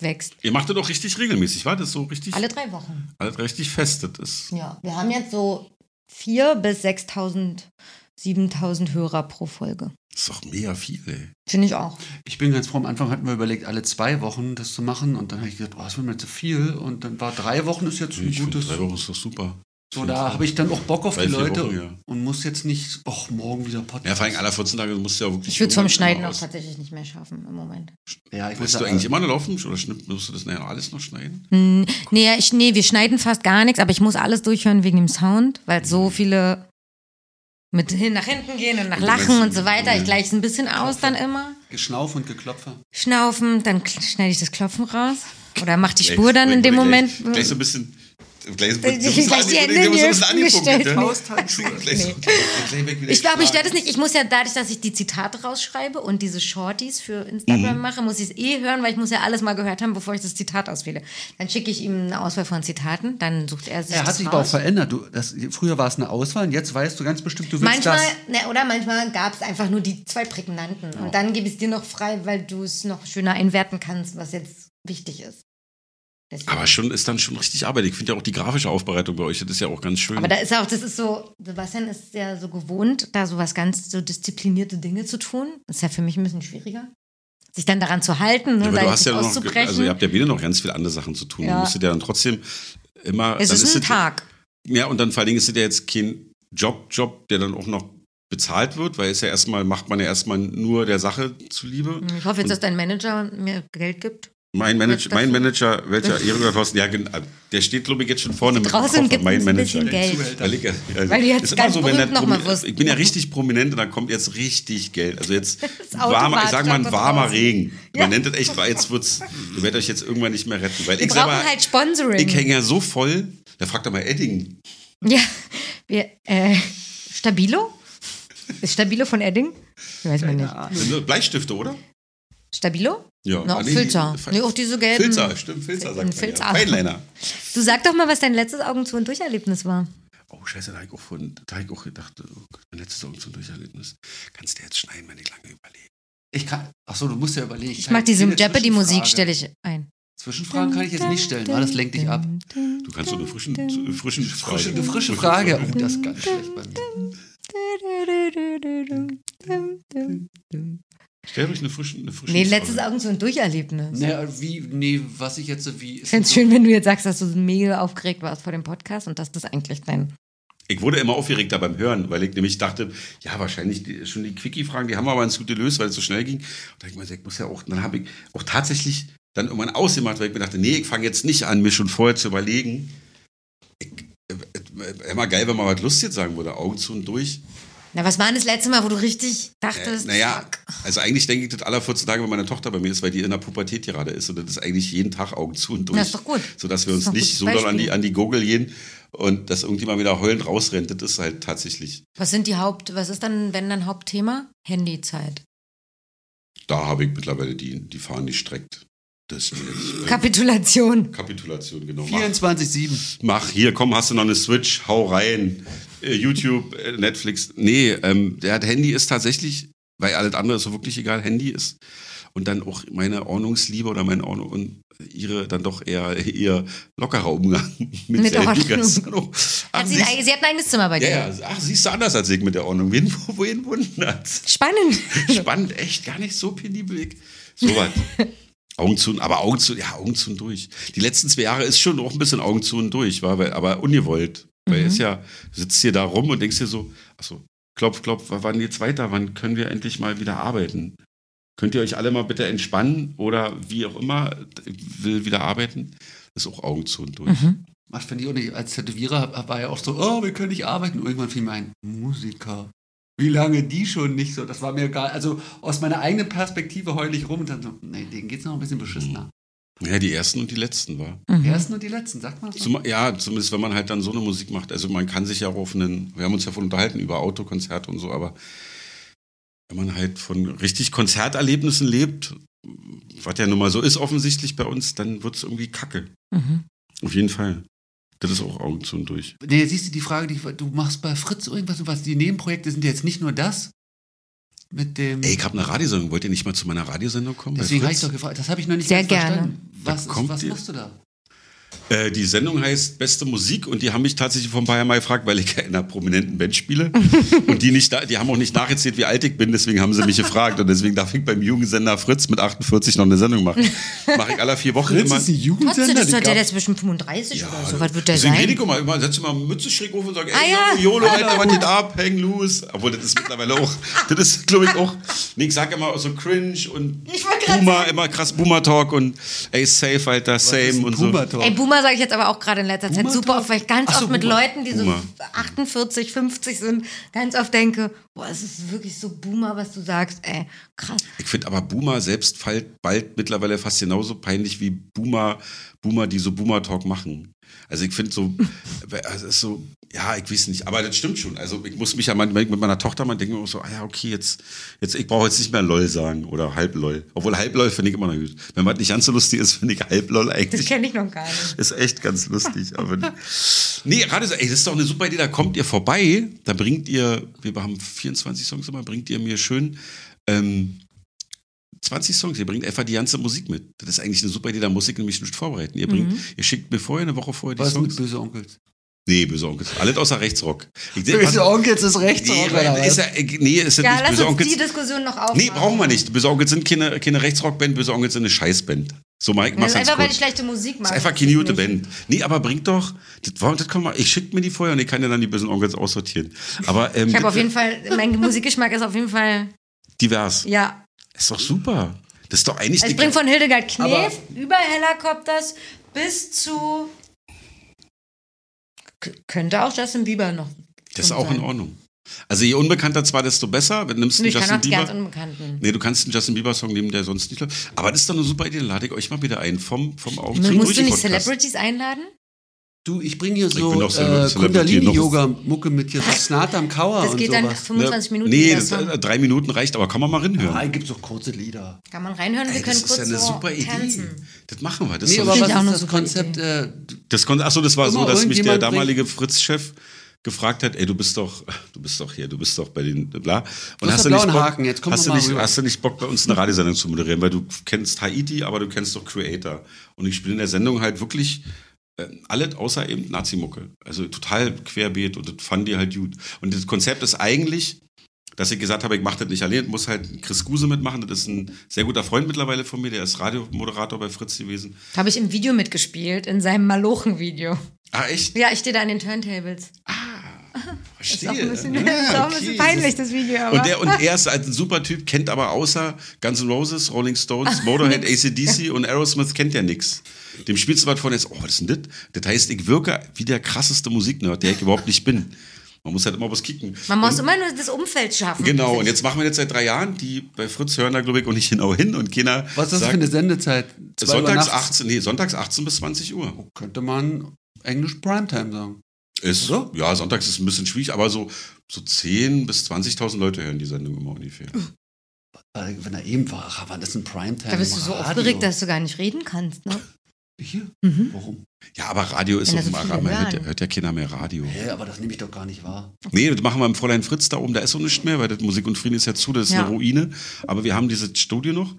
Speaker 2: wächst.
Speaker 4: Ihr macht das doch richtig regelmäßig, war das so richtig?
Speaker 2: Alle drei Wochen.
Speaker 4: alles richtig fest, das ist.
Speaker 2: Ja, wir haben jetzt so 4.000 bis 6.000, 7.000 Hörer pro Folge.
Speaker 4: ist doch mega viel, ey.
Speaker 2: Finde ich auch.
Speaker 1: Ich bin ganz froh, am Anfang hatten wir überlegt, alle zwei Wochen das zu machen und dann habe ich gedacht, oh, das wird mir zu viel und dann war drei Wochen ist jetzt ein
Speaker 4: Ich finde,
Speaker 1: gutes.
Speaker 4: drei Wochen ist doch super.
Speaker 1: So, da habe ich dann auch Bock auf
Speaker 4: Drei,
Speaker 1: die
Speaker 4: vier
Speaker 1: Leute
Speaker 4: Wochen, ja.
Speaker 1: und muss jetzt nicht, ach, morgen wieder Podcast.
Speaker 4: Ja, vor allem alle 14 Tage musst du ja wirklich.
Speaker 2: Ich würde es vom
Speaker 4: irgendwann
Speaker 2: Schneiden
Speaker 4: immer
Speaker 2: auch
Speaker 4: aus-
Speaker 2: tatsächlich nicht mehr schaffen im Moment.
Speaker 1: Ja, ich muss
Speaker 4: Willst du
Speaker 1: da-
Speaker 4: eigentlich immer noch laufen oder schnipp, musst du das nachher alles noch schneiden?
Speaker 2: Nee, ich, nee, wir schneiden fast gar nichts, aber ich muss alles durchhören wegen dem Sound, weil so viele mit hin nach hinten gehen und nach
Speaker 4: Mhm. Und du
Speaker 2: Lachen
Speaker 4: meinst,
Speaker 2: und so weiter.
Speaker 4: ja.
Speaker 2: Ich gleiche es ein bisschen aus dann immer.
Speaker 1: Geschnauf und Geklopfer.
Speaker 2: Schnaufen, dann kl- schneide ich das Klopfen raus. Oder mach die Spur
Speaker 4: Gleich-
Speaker 2: dann in
Speaker 4: gleich-
Speaker 2: dem
Speaker 4: gleich-
Speaker 2: Moment. äh,
Speaker 4: Gleich so ein bisschen. Gleich, so ein
Speaker 2: Gleich
Speaker 4: bisschen-
Speaker 2: die Hände in die Hüften gestellt.
Speaker 4: Gleich so- gleich weg wieder
Speaker 2: Ich glaube, ich
Speaker 4: schlagen.
Speaker 2: stört es nicht. Ich muss ja dadurch, dass ich die Zitate rausschreibe und diese Shorties für Instagram
Speaker 4: Mhm.
Speaker 2: mache, muss ich es eh hören, weil ich muss ja alles mal gehört haben, bevor ich das Zitat auswähle. Dann schicke ich ihm eine Auswahl von Zitaten, dann sucht er sich
Speaker 1: Er hat
Speaker 2: das
Speaker 1: sich aber auch
Speaker 2: raus.
Speaker 1: verändert. Du, das, früher war es eine Auswahl und jetzt weißt du ganz bestimmt, du willst
Speaker 2: Manchmal,
Speaker 1: das.
Speaker 2: ne, oder manchmal gab es einfach nur die zwei prägnanten.
Speaker 4: Oh.
Speaker 2: Und dann gebe ich es dir noch frei, weil du es noch schöner einwerten kannst, was jetzt wichtig ist. Deswegen.
Speaker 4: Aber schon ist dann schon richtig Arbeit. Ich finde ja auch die grafische Aufbereitung bei euch, das ist ja auch ganz schön.
Speaker 2: Aber da ist auch, das ist so, Sebastian ist ja so gewohnt, da sowas ganz so disziplinierte Dinge zu tun. Ist ja für mich ein bisschen schwieriger. Sich dann daran zu halten, ne,
Speaker 4: Ja, aber
Speaker 2: da
Speaker 4: du
Speaker 2: jetzt
Speaker 4: hast
Speaker 2: nicht
Speaker 4: ja noch,
Speaker 2: auszubrechen.
Speaker 4: also ihr habt ja wieder noch ganz viele andere Sachen zu tun.
Speaker 2: Ja.
Speaker 4: Du musstet ja dann trotzdem immer.
Speaker 2: es
Speaker 4: dann
Speaker 2: ist ein
Speaker 4: es-
Speaker 2: Tag.
Speaker 4: Ja, und dann vor allen Dingen ist es ja jetzt kein Job, Job, der dann auch noch bezahlt wird, weil es ja erstmal macht man ja erstmal nur der Sache zuliebe.
Speaker 2: Ich hoffe jetzt, dass dein Manager mir Geld gibt.
Speaker 4: Mein Manager,
Speaker 2: Jetzt
Speaker 4: mein
Speaker 2: Mhm. das-
Speaker 4: Manager, welcher Ehren Thorsten, ja, gen- der steht, glaube ich, jetzt schon vorne mit
Speaker 2: Draußen
Speaker 4: Koffer,
Speaker 2: gibt
Speaker 4: mein
Speaker 2: uns ein
Speaker 4: Manager.
Speaker 2: bisschen Geld.
Speaker 4: Weil, ich, also,
Speaker 2: Weil du jetzt
Speaker 4: ist immer
Speaker 2: ganz
Speaker 4: wenn
Speaker 2: berühmt
Speaker 4: der
Speaker 2: noch mal
Speaker 4: Promi-
Speaker 2: wirst.
Speaker 4: Ich bin ja richtig prominent und dann kommt jetzt richtig Geld. Also jetzt
Speaker 2: Auto
Speaker 4: warmer, ich
Speaker 2: wartet
Speaker 4: sag mal
Speaker 2: da
Speaker 4: ein warmer
Speaker 2: draußen.
Speaker 4: Regen.
Speaker 2: Ja.
Speaker 4: Man nennt das echt, weil jetzt wird's, ihr werdet euch jetzt irgendwann nicht mehr retten. Weil
Speaker 2: Wir
Speaker 4: ich
Speaker 2: brauchen
Speaker 4: selber,
Speaker 2: halt Sponsoring.
Speaker 4: ich hänge ja so voll, da fragt er mal Edding.
Speaker 2: Ja, wir, äh, Stabilo? Ist Stabilo von Edding? Weiß man nicht.
Speaker 4: Bleistifte, oder?
Speaker 2: Stabilo?
Speaker 4: Ja.
Speaker 2: Na,
Speaker 4: Ah, nee,
Speaker 2: Filzer.
Speaker 4: Fe-
Speaker 2: Nee, auch diese gelben.
Speaker 4: Filzer, stimmt, Filzer sagt man.
Speaker 2: Filzer.
Speaker 4: Ja. Feinliner.
Speaker 2: Du sag doch mal, was dein letztes Augen zu und Durcherlebnis war.
Speaker 4: Oh, scheiße, da habe ich auch, von, da hab ich auch gedacht, oh Gott, mein letztes Augen zum Durcherlebnis. Kannst du jetzt schneiden, wenn ich lange überlege.
Speaker 1: Ich kann, achso, du musst ja überlegen.
Speaker 2: Ich mag diese Jeopardy-Musik, stelle ich ein.
Speaker 1: Zwischenfragen kann ich jetzt nicht stellen, weil das lenkt dich ab.
Speaker 4: Du kannst so eine frischen, frischen, frischen
Speaker 1: Frische, eine frische Frage. Oh, das ist ganz schlecht bei mir.
Speaker 4: Stell mich eine frische, eine frische
Speaker 2: Nee, letztes
Speaker 4: Frage.
Speaker 2: Augen zu und Durcherlebnis.
Speaker 1: Naja, wie, nee, was ich jetzt, wie.
Speaker 2: Ich find's schön, wenn du jetzt sagst, dass du mega aufgeregt warst vor dem Podcast und dass das eigentlich dein.
Speaker 4: Ich wurde immer aufgeregter beim Hören, weil ich nämlich dachte, ja, wahrscheinlich die, schon die Quickie-Fragen, die haben wir aber ins Gute löst, weil es so schnell ging. Und da hab ich mir gesagt, ich muss ja auch, dann habe ich auch tatsächlich dann irgendwann ausgemacht, weil ich mir dachte, nee, ich fange jetzt nicht an, mir schon vorher zu überlegen. Ich, äh, äh, immer geil, wenn man was Lustiges sagen würde, Augen zu und durch.
Speaker 2: Na, was war denn das letzte Mal, wo du richtig
Speaker 4: Äh,
Speaker 2: dachtest?
Speaker 4: naja,
Speaker 2: fuck.
Speaker 4: also eigentlich denke ich das alle 14 Tage, wenn meine Tochter bei mir ist, weil die in der Pubertät gerade ist und das ist eigentlich jeden Tag Augen zu und durch.
Speaker 2: Na, ist doch gut.
Speaker 4: Sodass wir
Speaker 2: Das ist
Speaker 4: uns
Speaker 2: doch ein
Speaker 4: nicht
Speaker 2: gutes
Speaker 4: so doll an
Speaker 2: Beispiel.
Speaker 4: die, an die Gurgel gehen und dass irgendjemand wieder heulend rausrennt, das ist halt tatsächlich,
Speaker 2: Was sind die Haupt, was ist dann, wenn dann Hauptthema? Handyzeit.
Speaker 4: da habe ich mittlerweile die, die Fahnen nicht streckt. Das ist mir jetzt, äh,
Speaker 2: Kapitulation.
Speaker 4: Kapitulation, genau. Mach,
Speaker 1: 24-7.
Speaker 4: mach, hier, komm, hast du noch eine Switch, hau rein. Äh, YouTube, äh, Netflix. Nee, ähm, der hat Handy ist tatsächlich, weil alles andere ist so wirklich egal, Handy ist. Und dann auch meine Ordnungsliebe oder meine Ordnung und ihre dann doch eher ihr lockerer Umgang mit,
Speaker 2: Mit der
Speaker 4: Handy.
Speaker 2: Ordnung.
Speaker 4: Ganz- Hallo. Ach,
Speaker 2: Hat sie,
Speaker 4: siehst,
Speaker 2: sie hat ein eigenes Zimmer bei dir.
Speaker 4: ja, ja, ach, siehst du anders als ich mit der Ordnung. Wen, wen wundert's?
Speaker 2: Spannend.
Speaker 4: Spannend, echt gar nicht so penibel. Ich- So was. Augen zu, und- aber Augen zu, ja, Augen zu und durch. Die letzten zwei Jahre ist schon auch ein bisschen Augen zu und durch, war, weil, aber ungewollt. Weil ist ja, du sitzt hier da rum und denkst dir so, achso, klopf, klopf, w- wann geht's weiter? Wann können wir endlich mal wieder arbeiten? Könnt ihr euch alle mal bitte entspannen oder wie auch immer, ich will wieder arbeiten? Ist auch Augen zu und durch.
Speaker 1: Ach, finde ich auch nicht. Als Tätowierer hab- war ja auch so, oh, wir können nicht arbeiten. Und irgendwann fiel mir ein, Musiker. Wie lange die schon nicht so? Das war mir egal. Also aus meiner eigenen Perspektive heul ich rum und dann so, nee, denen geht's noch ein bisschen beschissener.
Speaker 4: Ja, die ersten und die letzten war.
Speaker 1: Die ersten und die letzten, sag mal.
Speaker 4: Zum, ja, zumindest wenn man halt dann so eine Musik macht. Also man kann sich ja auch auf einen, wir haben uns ja von unterhalten über Autokonzerte und so, aber wenn man halt von richtig Konzerterlebnissen lebt, was ja nun mal so ist offensichtlich bei uns, dann wird es irgendwie kacke.
Speaker 2: Mhm.
Speaker 4: Auf jeden Fall. Das ist auch Augen zu und durch.
Speaker 1: Nee, siehst du die Frage, die, du machst bei Fritz irgendwas und was. Die Nebenprojekte sind ja jetzt nicht nur das mit dem.
Speaker 4: Ey, ich habe eine Radiosendung. Wollt ihr nicht mal zu meiner Radiosendung kommen? Bei
Speaker 1: Deswegen habe ich
Speaker 4: Fritz?
Speaker 1: doch gefragt. Das habe ich noch nicht
Speaker 2: Sehr
Speaker 1: ganz
Speaker 2: gerne.
Speaker 1: verstanden. Was,
Speaker 4: Da kommt
Speaker 1: ist, was
Speaker 4: die-
Speaker 1: machst du da?
Speaker 4: Äh, die Sendung heißt Beste Musik und die haben mich tatsächlich vor ein paar Jahren mal gefragt, weil ich ja in einer prominenten Band spiele. und die, nicht, da- die haben auch nicht nachgezählt, wie alt ich bin, deswegen haben sie mich gefragt. Und deswegen darf ich beim Jugendsender Fritz mit 48 noch eine Sendung machen. Mache ich aller vier Wochen immer.
Speaker 2: Trotzdem, das wird der
Speaker 3: gab-
Speaker 2: jetzt zwischen 35 oder
Speaker 4: also
Speaker 2: so. Was wird der
Speaker 4: Deswegen rede
Speaker 2: sein?
Speaker 4: ich immer, immer setze mal Mütze schräg auf und sage,
Speaker 2: Ah,
Speaker 4: ey,
Speaker 2: ja.
Speaker 4: Jolo, Jolo, Alter, was geht ab, hang loose. Obwohl, das ist mittlerweile auch, das ist, glaube ich, auch, nee, ich sage immer so cringe und Boomer, immer krass Boomer-Talk und ey, safe, Alter, same und so.
Speaker 3: Pubertor.
Speaker 2: Ey, Boomer sage ich jetzt aber auch gerade in letzter Zeit
Speaker 1: Boomer
Speaker 2: super
Speaker 1: drauf?
Speaker 2: oft, weil ich ganz
Speaker 1: Ach so,
Speaker 2: oft mit
Speaker 1: Boomer.
Speaker 2: Leuten, die
Speaker 4: Boomer.
Speaker 2: so 48, 50 sind, ganz oft denke, boah, es ist wirklich so Boomer, was du sagst. Ey, krass.
Speaker 4: Ich finde aber Boomer selbst fällt bald mittlerweile fast genauso peinlich wie Boomer, Boomer, die so Boomer-Talk machen. Also ich finde so, äh, es ist so, ja, ich weiß nicht, aber das stimmt schon. Also ich muss mich ja manchmal mit meiner Tochter mal denken, so, ah ja, okay, jetzt, jetzt ich brauche jetzt nicht mehr LOL sagen oder Halblol. Obwohl Halblol finde ich immer noch gut. Wenn man nicht ganz so lustig ist, finde ich Halblol
Speaker 2: Das
Speaker 4: eigentlich
Speaker 2: kenne ich noch gar nicht.
Speaker 4: ist echt ganz lustig. Aber nee, gerade so, ey, das ist doch eine super Idee. Da kommt ihr vorbei, da bringt ihr, wir haben 24 Songs immer, bringt ihr mir schön ähm, 20 Songs. Ihr bringt einfach die ganze Musik mit. Das ist eigentlich eine super Idee, da muss ich nämlich nicht vorbereiten. Ihr, bringt,
Speaker 2: Mhm.
Speaker 4: ihr schickt mir vorher, eine Woche vorher die
Speaker 1: Was mit
Speaker 4: Songs.
Speaker 1: böse Onkels?
Speaker 4: Nee, böse Onkel. Alles außer Rechtsrock. Ich,
Speaker 1: Böse Onkels ist rechts.
Speaker 4: Nee, weil- ist ja, äh, nee, ist ja,
Speaker 2: Ja,
Speaker 4: nicht
Speaker 2: lass
Speaker 4: böse
Speaker 2: uns
Speaker 4: Onkels.
Speaker 2: die Diskussion noch aufmachen.
Speaker 4: Nee, brauchen wir nicht. Böse Onkels sind keine, keine Rechtsrockband, böse Onkels sind eine Scheißband. So, Mike,
Speaker 2: Das
Speaker 4: mach's
Speaker 2: ist
Speaker 4: ganz
Speaker 2: einfach, weil
Speaker 4: kurz.
Speaker 2: ich schlechte Musik
Speaker 4: Das
Speaker 2: mache.
Speaker 4: ist einfach keine gute Band. Nee, aber bringt doch. Das, war- das kann man, ich schick mir die vorher und ich kann ja dann die bösen Onkels aussortieren. Aber ähm,
Speaker 2: Ich habe auf jeden Fall, mein Musikgeschmack ist auf jeden Fall,
Speaker 4: divers.
Speaker 2: ja.
Speaker 4: Ist doch super. Das ist doch eigentlich
Speaker 2: Also ich bringe von Hildegard Knef über Helikopters bis zu. K könnte auch Justin Bieber noch.
Speaker 4: das ist auch in Ordnung. Also je unbekannter zwar, desto besser. Wenn du nimmst
Speaker 2: Ich
Speaker 4: einen
Speaker 2: kann
Speaker 4: Justin
Speaker 2: auch die ganz
Speaker 4: Bieber.
Speaker 2: Unbekannten.
Speaker 4: Nee, du kannst einen Justin Bieber Song nehmen, der sonst nicht läuft. Aber das ist doch eine super Idee. Dann lade ich euch mal wieder ein vom, vom Augen zum Ne,
Speaker 2: Musst du nicht
Speaker 4: Podcast.
Speaker 2: Celebrities einladen?
Speaker 1: Du, ich bringe hier
Speaker 4: bin
Speaker 1: so
Speaker 4: doch Cele-
Speaker 1: äh,
Speaker 4: Celebrity,
Speaker 1: Kundalini-Yoga-Mucke mit hier so Snart am Kauer
Speaker 2: Das
Speaker 1: und
Speaker 2: geht dann
Speaker 1: sowas.
Speaker 2: 25 Minuten.
Speaker 4: ne? Nee,
Speaker 2: jeder
Speaker 4: das,
Speaker 2: Song.
Speaker 4: äh, drei Minuten reicht, aber kann man mal reinhören.
Speaker 1: Nein, gibt's doch kurze Lieder.
Speaker 2: kann man reinhören. Wir
Speaker 4: Ey, das
Speaker 2: können
Speaker 4: ist
Speaker 2: kurz
Speaker 4: ja eine
Speaker 2: so
Speaker 4: super Idee.
Speaker 2: tanzen.
Speaker 4: Das machen wir. Das
Speaker 1: Nee,
Speaker 4: ist doch
Speaker 1: aber
Speaker 4: eine
Speaker 1: was
Speaker 2: Finde ich auch eine
Speaker 1: ist das
Speaker 2: super
Speaker 1: Konzept? Äh,
Speaker 4: Das konnte, achso, das war so,
Speaker 1: Immer
Speaker 4: dass mich der
Speaker 1: irgendjemand
Speaker 4: damalige Fritz-Chef gefragt hat, ey, du bist doch, du bist doch hier, du bist doch bei den bla. Und
Speaker 1: hast
Speaker 4: hast
Speaker 1: doch
Speaker 4: du nicht
Speaker 1: blauen
Speaker 4: Bock,
Speaker 1: Haken, jetzt komm
Speaker 4: hast,
Speaker 1: doch
Speaker 4: du
Speaker 1: mal
Speaker 4: nicht,
Speaker 1: rüber.
Speaker 4: hast du nicht Bock, bei uns eine Radiosendung zu moderieren, weil du kennst Haiti, aber du kennst doch Creator. Und ich spiele in der Sendung halt wirklich äh, alles außer eben Nazi-Mucke. Also total querbeet und das fanden die halt gut. Und das Konzept ist eigentlich, dass ich gesagt habe, ich mache das nicht allein, muss halt Chris Guse mitmachen. Das ist ein sehr guter Freund mittlerweile von mir, der ist Radiomoderator bei Fritz gewesen.
Speaker 2: Habe ich im Video mitgespielt, in seinem Malochen-Video.
Speaker 4: Ah, echt?
Speaker 2: Ja, ich stehe da an den Turntables.
Speaker 4: Verstehe.
Speaker 2: Ist auch ein bisschen,
Speaker 4: Ah,
Speaker 2: ist auch ein
Speaker 4: okay.
Speaker 2: bisschen peinlich, das Video. Aber.
Speaker 4: Und, der, und er ist halt ein super Typ, kennt aber außer Guns N' Roses, Rolling Stones, Motorhead, ACDC und Aerosmith kennt ja nichts. Dem spielst du was von, jetzt, oh, was ist denn das? Das heißt, ich wirke wie der krasseste Musiknerd, der ich überhaupt nicht bin. Man muss halt immer was kicken.
Speaker 2: Man muss immer nur das Umfeld schaffen.
Speaker 4: Genau, und jetzt machen wir das seit drei Jahren, die bei Fritz hören da, glaube ich, auch nicht genau hin und keiner
Speaker 1: was ist das
Speaker 4: sagt,
Speaker 1: für eine Sendezeit? Zwei Uhr
Speaker 4: sonntags,
Speaker 1: nachts?
Speaker 4: 18, nee, sonntags 18 bis 20 Uhr.
Speaker 1: Könnte man Englisch Primetime sagen.
Speaker 4: Ist,
Speaker 1: Oder?
Speaker 4: ja, sonntags ist ein bisschen schwierig, aber so, so 10.000 bis 20.000 Leute hören die Sendung immer ungefähr.
Speaker 2: Hm.
Speaker 1: Weil, wenn er eben war, ach, wann ist ein Primetime?
Speaker 2: Da bist du so
Speaker 1: Radio?
Speaker 2: aufgeregt, Mhm. dass du gar nicht reden kannst. Ne?
Speaker 1: Hier? Warum?
Speaker 4: Ja, aber Radio ist
Speaker 2: Wenn da
Speaker 4: doch
Speaker 2: so
Speaker 4: immer,
Speaker 2: viele
Speaker 4: man hört,
Speaker 2: hören.
Speaker 4: ja- hört ja keiner mehr Radio.
Speaker 1: Hä, aber das nehme ich doch gar nicht wahr.
Speaker 4: Nee, das machen wir im Fräulein Fritz da oben, da ist auch nichts mehr, weil das Musik und Frieden ist ja zu, das ist
Speaker 2: Ja.
Speaker 4: eine Ruine. Aber wir haben dieses Studio noch.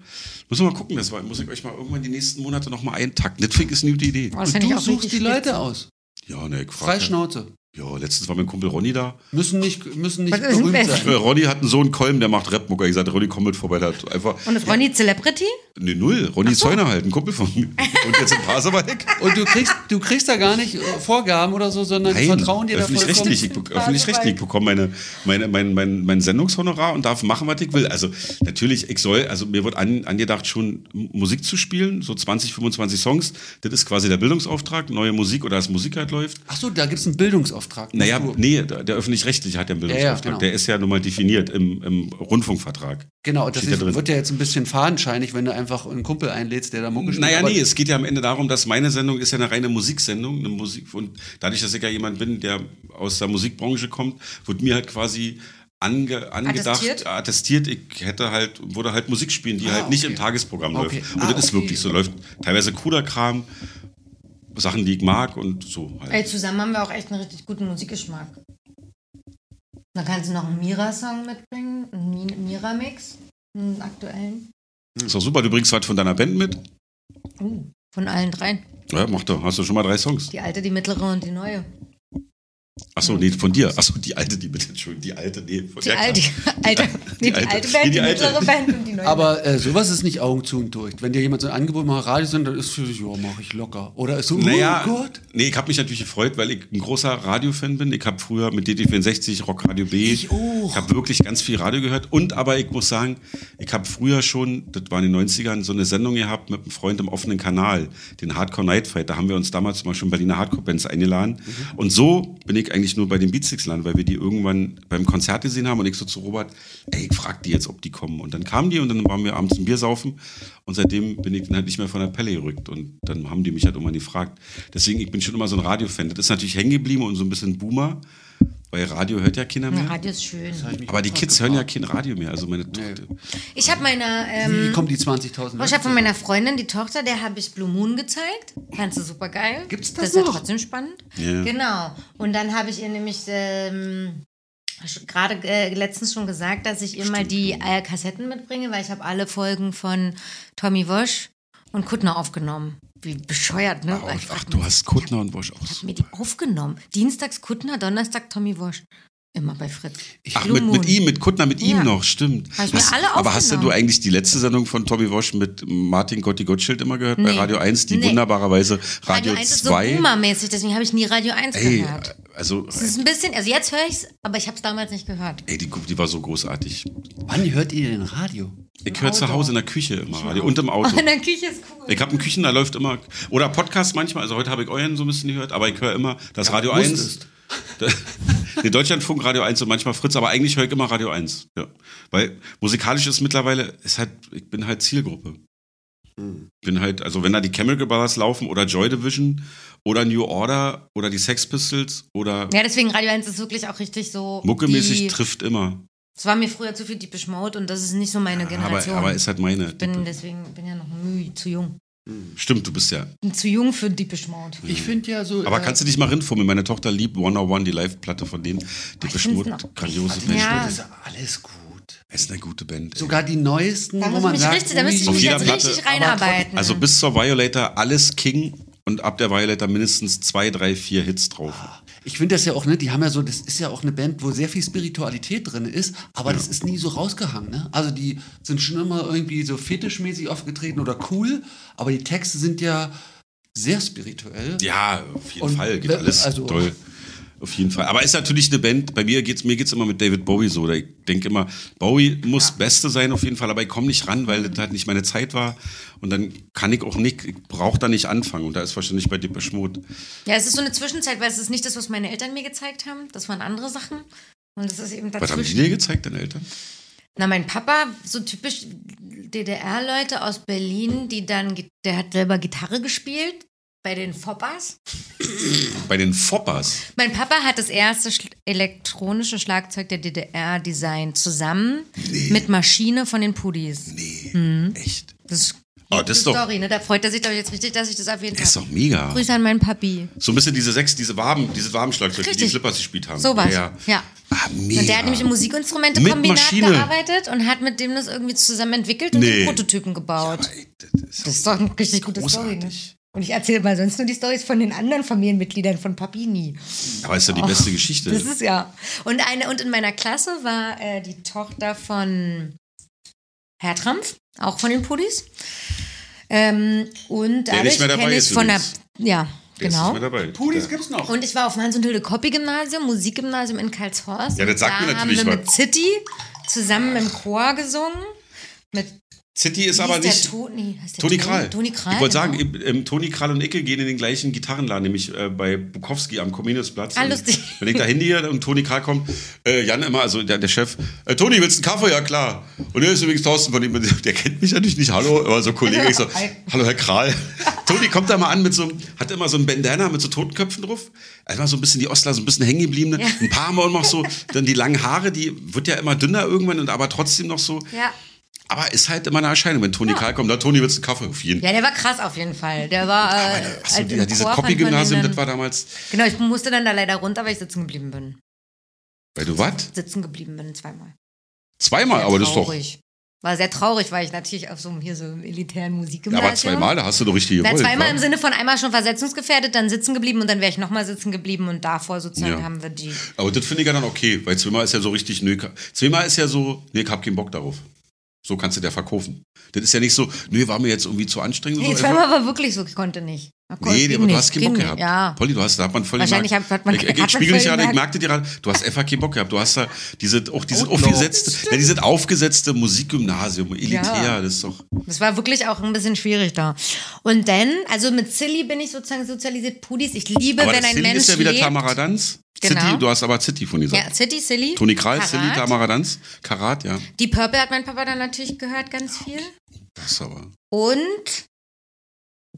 Speaker 4: Müssen wir mal gucken, das war, muss ich euch mal irgendwann die nächsten Monate nochmal eintakten. Das finde ich ist eine gute Idee.
Speaker 2: Boah, das
Speaker 1: Und
Speaker 2: fänd ich
Speaker 1: du
Speaker 2: auch
Speaker 1: suchst
Speaker 2: richtig
Speaker 1: die
Speaker 2: spitze.
Speaker 1: Leute aus.
Speaker 4: Ja, ne, ich frag. Ja.
Speaker 1: Freischnauze.
Speaker 4: ja, letztens war mein Kumpel Ronny da.
Speaker 1: Müssen nicht, müssen nicht
Speaker 2: Was ist denn
Speaker 1: berühmt
Speaker 2: besser?
Speaker 1: sein.
Speaker 4: Äh, Ronny hat einen Sohn Kolm, der macht Rapmucker. Ich sagte, Ronny, komm mit vorbei. Der hat einfach,
Speaker 2: Und ist Ronny Celebrity?
Speaker 4: ne, null. Ronny Zäuner halt, ein Kumpel von mir. Und jetzt im Paserwalk.
Speaker 1: Und du kriegst, du kriegst da gar nicht äh, Vorgaben oder so, sondern die
Speaker 4: Nein,
Speaker 1: vertrauen dir da vollkommen.
Speaker 4: öffentlich-rechtlich. Ich, be- öffentlich-rechtlich. ich bekomme meine, meine, mein, mein, mein Sendungshonorar und darf machen, was ich will. Also natürlich, ich soll, also mir wird an, angedacht, schon M- Musik zu spielen, so 20, 25 Songs. Das ist quasi der Bildungsauftrag, neue Musik oder dass Musik halt läuft.
Speaker 1: Ach so, da gibt es einen Bildungsauftrag.
Speaker 4: Naja,
Speaker 1: Musst du-
Speaker 4: nee, der der öffentlich-rechtliche hat ja einen
Speaker 1: ja,
Speaker 4: Bildungsauftrag.
Speaker 1: genau.
Speaker 4: Der ist ja nun mal definiert im, im Rundfunkvertrag.
Speaker 1: Genau, das
Speaker 4: steht da
Speaker 1: ist,
Speaker 4: drin.
Speaker 1: wird ja jetzt ein bisschen fadenscheinig, wenn du einfach einen Kumpel einlädst, der da Mucke spielt.
Speaker 4: Naja,
Speaker 1: aber-
Speaker 4: nee, es geht ja am Ende darum, dass meine Sendung ist ja eine reine Musiksendung. Eine Musik, und dadurch, dass ich ja jemand bin, der aus der Musikbranche kommt, wird mir halt quasi ange, angedacht,
Speaker 2: Attestiert?
Speaker 4: attestiert? ich hätte halt, würde halt Musik spielen, die
Speaker 1: Ah,
Speaker 4: halt nicht
Speaker 1: okay.
Speaker 4: im Tagesprogramm
Speaker 1: Okay.
Speaker 4: läuft. Und
Speaker 1: Ah,
Speaker 4: das ist
Speaker 1: okay.
Speaker 4: wirklich so, läuft teilweise cooler Kram, Sachen, die ich mag und so halt.
Speaker 2: Ey, zusammen haben wir auch echt einen richtig guten Musikgeschmack. Da kannst du noch einen Mira-Song mitbringen, einen Mi- Mira-Mix, einen aktuellen.
Speaker 4: Ist doch super, du bringst was von deiner Band mit.
Speaker 2: Uh, von allen dreien.
Speaker 4: Ja, mach doch, hast du schon mal drei Songs.
Speaker 2: Die alte, die mittlere und die neue.
Speaker 4: Achso, nee, von dir. Achso, die alte, die bitte, Entschuldigung, die alte, nee, von
Speaker 2: Die
Speaker 4: ja, klar.
Speaker 2: alte, alte, nee, die
Speaker 4: alte.
Speaker 2: alte Band,
Speaker 4: Nee,
Speaker 2: die,
Speaker 4: die alte.
Speaker 2: mittlere Band und die neue.
Speaker 1: Aber äh, sowas ist nicht Augen zu und durch. Wenn dir jemand so ein Angebot macht, Radio sind, dann ist für dich, ja, mach ich locker. Oder ist so,
Speaker 4: Naja,
Speaker 1: oh Gott.
Speaker 4: nee, ich habe mich natürlich gefreut, weil ich ein großer Radiofan bin. Ich habe früher mit DT64 Rock Radio B.
Speaker 1: Ich auch.
Speaker 4: Ich habe wirklich ganz viel Radio gehört. Und aber ich muss sagen, ich habe früher schon, das war in den 90ern, so eine Sendung gehabt mit einem Freund im offenen Kanal, den Hardcore Night Fight. Da haben wir uns damals mal schon Berliner Hardcore Bands eingeladen. Und so bin ich eigentlich nur bei den Beatsticks landen, weil wir die irgendwann beim Konzert gesehen haben und ich so zu Robert, ey, ich frag die jetzt, ob die kommen. Und dann kamen die und dann waren wir abends ein Bier saufen und seitdem bin ich dann halt nicht mehr von der Pelle gerückt. Und dann haben die mich halt irgendwann gefragt. Deswegen, ich bin schon immer so ein Radiofan. Das ist natürlich hängen geblieben und so ein bisschen Boomer. Weil Radio hört ja keiner mehr.
Speaker 2: Ja, Radio ist schön.
Speaker 4: Aber die Kids hören ja kein Radio mehr. Also meine Tochter.
Speaker 2: Ich habe meiner,
Speaker 1: Wie
Speaker 2: ähm,
Speaker 1: kommen die 20.000
Speaker 2: ich hab von meiner Freundin, die Tochter, der habe ich Blue Moon gezeigt. Fand sie super geil.
Speaker 1: Gibt's
Speaker 2: Das
Speaker 1: das
Speaker 2: ist ja
Speaker 1: noch?
Speaker 2: trotzdem spannend.
Speaker 4: Ja.
Speaker 2: Genau. Und dann habe ich ihr nämlich ähm, sch- gerade äh, letztens schon gesagt, dass ich ihr mal die äh, Kassetten mitbringe, weil ich habe alle Folgen von Tommy Wosch und Kuttner aufgenommen. Wie bescheuert, ne?
Speaker 4: Ach,
Speaker 2: Ich frag
Speaker 4: ach, du
Speaker 2: mich,
Speaker 4: hast Kuttner und Bosch auch.
Speaker 2: hab mir die aufgenommen. Dienstags Kuttner, Donnerstag Tommy Wosch. Immer bei Fritz.
Speaker 4: Ach,
Speaker 2: Blue
Speaker 4: mit, mit
Speaker 2: Moon.
Speaker 4: ihm, mit Kuttner, mit ihm
Speaker 2: Ja.
Speaker 4: noch, stimmt.
Speaker 2: Hab ich mir
Speaker 4: hast,
Speaker 2: alle
Speaker 4: aber hast denn du
Speaker 2: aufgenommen.
Speaker 4: eigentlich die letzte Sendung von Tommy Wosch mit Martin Gotti Gottschild immer gehört bei
Speaker 2: Nee.
Speaker 4: Radio 1, die
Speaker 2: Nee.
Speaker 4: wunderbarerweise
Speaker 2: Radio,
Speaker 4: Radio,
Speaker 2: 1 ist so
Speaker 4: 2?
Speaker 2: boomermäßig, deswegen habe ich nie Radio 1
Speaker 4: ey,
Speaker 2: gehört.
Speaker 4: also,
Speaker 2: Es ist ein bisschen, also jetzt höre ich es, aber ich habe es damals nicht gehört.
Speaker 4: ey, die, die war so großartig.
Speaker 1: Wann hört ihr denn Radio?
Speaker 4: Ich höre zu Hause in der Küche immer Radio und im Auto.
Speaker 2: In der Küche ist cool.
Speaker 4: Ich habe einen Küchen, da läuft immer. Oder Podcast manchmal, also heute habe ich euren so ein bisschen gehört, aber ich höre immer das Radio 1.
Speaker 1: musstest.
Speaker 4: Den Deutschlandfunk, Radio 1 und manchmal Fritz, aber eigentlich höre ich immer Radio 1. Ja. Weil musikalisch ist mittlerweile, ist halt, ich bin halt Zielgruppe. Bin halt, also wenn da die Chemical Brothers laufen oder Joy Division oder New Order oder die Sex Pistols oder
Speaker 2: Ja, deswegen Radio 1 ist wirklich auch richtig so. die-
Speaker 4: muckemäßig trifft immer.
Speaker 2: Es war mir früher zu viel Deepish Mode und das ist nicht so meine
Speaker 4: Aber,
Speaker 2: Generation.
Speaker 4: aber ist halt meine.
Speaker 2: ich bin deswegen bin ja noch müh, zu jung.
Speaker 4: Stimmt, du bist ja.
Speaker 2: Bin zu jung für Deepish Mode.
Speaker 1: Ich finde ja so.
Speaker 4: Aber
Speaker 1: äh,
Speaker 4: kannst du dich mal rinfummeln? Meine Tochter liebt 101, die Live-Platte von denen. Die
Speaker 2: ich find's
Speaker 4: beschmutzt
Speaker 2: noch-
Speaker 4: grandiose
Speaker 2: ich-
Speaker 4: Band.
Speaker 2: Ja.
Speaker 1: Das ist ja alles gut.
Speaker 4: Es ist eine gute Band. ey.
Speaker 1: Sogar die neuesten,
Speaker 2: Da
Speaker 1: wo
Speaker 2: muss ich
Speaker 1: man
Speaker 2: mich
Speaker 1: sagt, oh,
Speaker 2: richtig, da müsste ich
Speaker 4: Auf
Speaker 2: mich
Speaker 4: jeder
Speaker 2: jetzt
Speaker 4: Platte,
Speaker 2: richtig
Speaker 1: aber
Speaker 2: reinarbeiten.
Speaker 4: also bis zur Violator alles King und ab der Violator mindestens zwei, drei, vier Hits drauf.
Speaker 1: Ich finde das ja auch, ne, die haben ja so, das ist ja auch eine Band, wo sehr viel Spiritualität drin ist, aber das ist nie so rausgehangen, ne? Also die sind schon immer irgendwie so fetischmäßig aufgetreten oder cool, aber die Texte sind ja sehr spirituell.
Speaker 4: Ja, auf jeden
Speaker 1: Und
Speaker 4: Fall geht
Speaker 1: wenn-
Speaker 4: alles
Speaker 1: also-
Speaker 4: toll. Auf jeden Fall. Aber ist natürlich eine Band, bei mir geht's, mir geht's immer mit David Bowie so. Oder ich denke immer, Bowie muss Beste sein auf jeden Fall, aber ich komme nicht ran, weil das halt nicht meine Zeit war. Und dann kann ich auch nicht, ich brauche da nicht anfangen. Und da ist wahrscheinlich bei Depeche Mode
Speaker 2: ja, es ist so eine Zwischenzeit, weil es ist nicht das, was meine Eltern mir gezeigt haben. Das waren andere Sachen. Und das ist eben
Speaker 4: Was haben die
Speaker 2: dazwischen.
Speaker 4: dir gezeigt, deine Eltern?
Speaker 2: Na, mein Papa, so typisch DDR-Leute aus Berlin, die dann, Gi- der hat selber Gitarre gespielt bei den Foppers.
Speaker 4: Bei den Foppers.
Speaker 2: Mein Papa hat das erste schl elektronische Schlagzeug der DDR designt, zusammen mit Maschine von den Pudis.
Speaker 4: Nee, Hm. echt.
Speaker 2: Das ist
Speaker 4: Oh, das ist
Speaker 2: eine
Speaker 4: doch-
Speaker 2: Story, ne? Da freut er sich doch jetzt richtig, dass ich das erwähnt
Speaker 4: Das ist
Speaker 2: habe.
Speaker 4: doch mega.
Speaker 2: Grüße an meinen Papi.
Speaker 4: So ein bisschen diese sechs, diese Waben, diese Wabenschlagzeug, die die
Speaker 2: Richtig.
Speaker 4: Slippers gespielt haben.
Speaker 2: Sowas.
Speaker 4: Ja.
Speaker 2: Ja.
Speaker 4: ja. Ah, mega.
Speaker 2: Und der hat nämlich im
Speaker 4: Mit
Speaker 2: Musikinstrumente-Kombinat
Speaker 4: Maschine.
Speaker 2: gearbeitet und hat mit dem das irgendwie zusammen entwickelt und
Speaker 4: Nee.
Speaker 2: den Prototypen gebaut.
Speaker 4: Ey, das ist
Speaker 2: das ist doch eine richtig gute Story. Ne?
Speaker 4: großartig.
Speaker 2: Und ich erzähle mal sonst nur die Stories von den anderen Familienmitgliedern von Papi nie.
Speaker 4: Aber ist ja die beste Geschichte.
Speaker 2: Das ist ja. Und, eine, und in meiner Klasse war äh, die Tochter von Hertrampf, auch von den Pudis. Ähm, und
Speaker 4: Der
Speaker 2: dadurch
Speaker 4: nicht mehr dabei
Speaker 2: kenne ich
Speaker 4: ist
Speaker 2: von der.
Speaker 4: übrigens.
Speaker 2: Ja,
Speaker 4: Der ist
Speaker 2: genau.
Speaker 4: nicht mehr dabei.
Speaker 1: Pudis Oh, gibt's noch.
Speaker 2: Und ich war auf dem Hans- und Hilde-Koppi-Gymnasium, Musikgymnasium in Karlshorst.
Speaker 4: Ja, das sagt
Speaker 2: Und da
Speaker 4: mir natürlich
Speaker 2: haben wir
Speaker 4: was.
Speaker 2: mit City zusammen im Chor gesungen. Mit
Speaker 4: City ist
Speaker 2: Wie
Speaker 4: aber
Speaker 2: hieß der
Speaker 4: nicht.
Speaker 2: Toni, heißt der
Speaker 4: Toni Kral.
Speaker 2: Toni Kral.
Speaker 4: Ich wollte
Speaker 2: genau.
Speaker 4: sagen, im- ähm, Toni Kral und Icke gehen in den gleichen Gitarrenladen, nämlich äh, bei Bukowski am Comeniusplatz.
Speaker 2: Ah,
Speaker 4: Und
Speaker 2: lustig.
Speaker 4: Wenn ich da hingehe und Toni Kral kommt, äh, Jan immer, also der, der Chef, äh, Toni, willst du einen Kaffee? Ja, klar. Und er ist übrigens Thorsten von dem, der kennt mich natürlich nicht, hallo, aber so Kollege. Ich so, hallo, Herr Kral. Toni kommt da mal an mit so einem, hat immer so einen Bandana mit so Totenköpfen drauf. Also so ein bisschen die Ostler, so ein bisschen hängen gebliebene. Ein paar Mal noch so, dann die langen Haare, die wird ja immer dünner irgendwann, und aber trotzdem noch so.
Speaker 2: Ja.
Speaker 4: Aber ist halt immer eine Erscheinung, wenn Toni Karl kommt. Na, Toni, willst du einen Kaffee? Auf jeden Fall.
Speaker 2: Ja, der war krass auf jeden Fall. Der war. Äh,
Speaker 4: Achso,
Speaker 2: halt
Speaker 4: die,
Speaker 2: im
Speaker 4: ja, diese
Speaker 2: Chor fand man ihn
Speaker 4: Copy-Gymnasium,
Speaker 2: dann-
Speaker 4: das war damals.
Speaker 2: Genau, ich musste dann da leider runter, weil ich sitzen geblieben bin.
Speaker 4: Weil du was?
Speaker 2: Sitzen geblieben bin zweimal.
Speaker 4: Zweimal,
Speaker 2: Sehr
Speaker 4: aber das ist doch.
Speaker 2: traurig. War sehr traurig, weil ich natürlich auf so einem hier so einem elitären
Speaker 4: Ja,
Speaker 2: Musikgymnasium.
Speaker 4: aber zweimal, da hast du doch richtig
Speaker 2: Na,
Speaker 4: gewollt.
Speaker 2: zweimal
Speaker 4: wa?
Speaker 2: im Sinne von einmal schon versetzungsgefährdet, dann sitzen geblieben und dann wäre ich nochmal sitzen geblieben und davor sozusagen
Speaker 4: Ja.
Speaker 2: haben wir die.
Speaker 4: aber das finde ich ja dann okay, weil zweimal ist ja so richtig, nö, ka- zweimal ist ja so, nee, ich hab keinen Bock darauf. So kannst du der verkaufen. Das ist ja nicht so, nö, war mir jetzt irgendwie zu anstrengend.
Speaker 2: Nee,
Speaker 4: so. einfach-
Speaker 2: zweimal war wirklich so, ich konnte nicht. Ich konnte-
Speaker 4: also Nee,
Speaker 2: ging
Speaker 4: aber du
Speaker 2: nicht,
Speaker 4: hast keinen
Speaker 2: ging
Speaker 4: Bock
Speaker 2: nicht.
Speaker 4: gehabt.
Speaker 2: Ja.
Speaker 4: Polly, du hast, da hat man voll
Speaker 2: Wahrscheinlich
Speaker 4: gemerkt.
Speaker 2: hat- hat man-
Speaker 4: ich, ich,
Speaker 2: hat man
Speaker 4: ich spiegel dich
Speaker 2: voll
Speaker 4: gerade, ich
Speaker 2: gemerkt.
Speaker 4: merkte dir gerade, du hast einfach keinen Bock gehabt. Du hast da diese, auch dieses aufgesetzte, ja, dieses aufgesetzte Musikgymnasium, elitär,
Speaker 2: Ja.
Speaker 4: das ist doch.
Speaker 2: Das war wirklich auch ein bisschen schwierig da. Und dann, also mit Silly bin ich sozusagen sozialisiert, Pudis. Ich liebe,
Speaker 4: Aber
Speaker 2: wenn
Speaker 4: das
Speaker 2: ein
Speaker 4: City
Speaker 2: Mensch.
Speaker 4: ist ja wieder
Speaker 2: lebt.
Speaker 4: Tamara Danz.
Speaker 2: Genau.
Speaker 4: City, du hast aber City von gesagt.
Speaker 2: Ja, City, Silly.
Speaker 4: Toni Kral,
Speaker 2: Karat.
Speaker 4: Silly, Tamara Danz, Karat, ja.
Speaker 2: Die Purple hat mein Papa dann natürlich gehört, ganz viel.
Speaker 4: Das ist aber.
Speaker 2: Und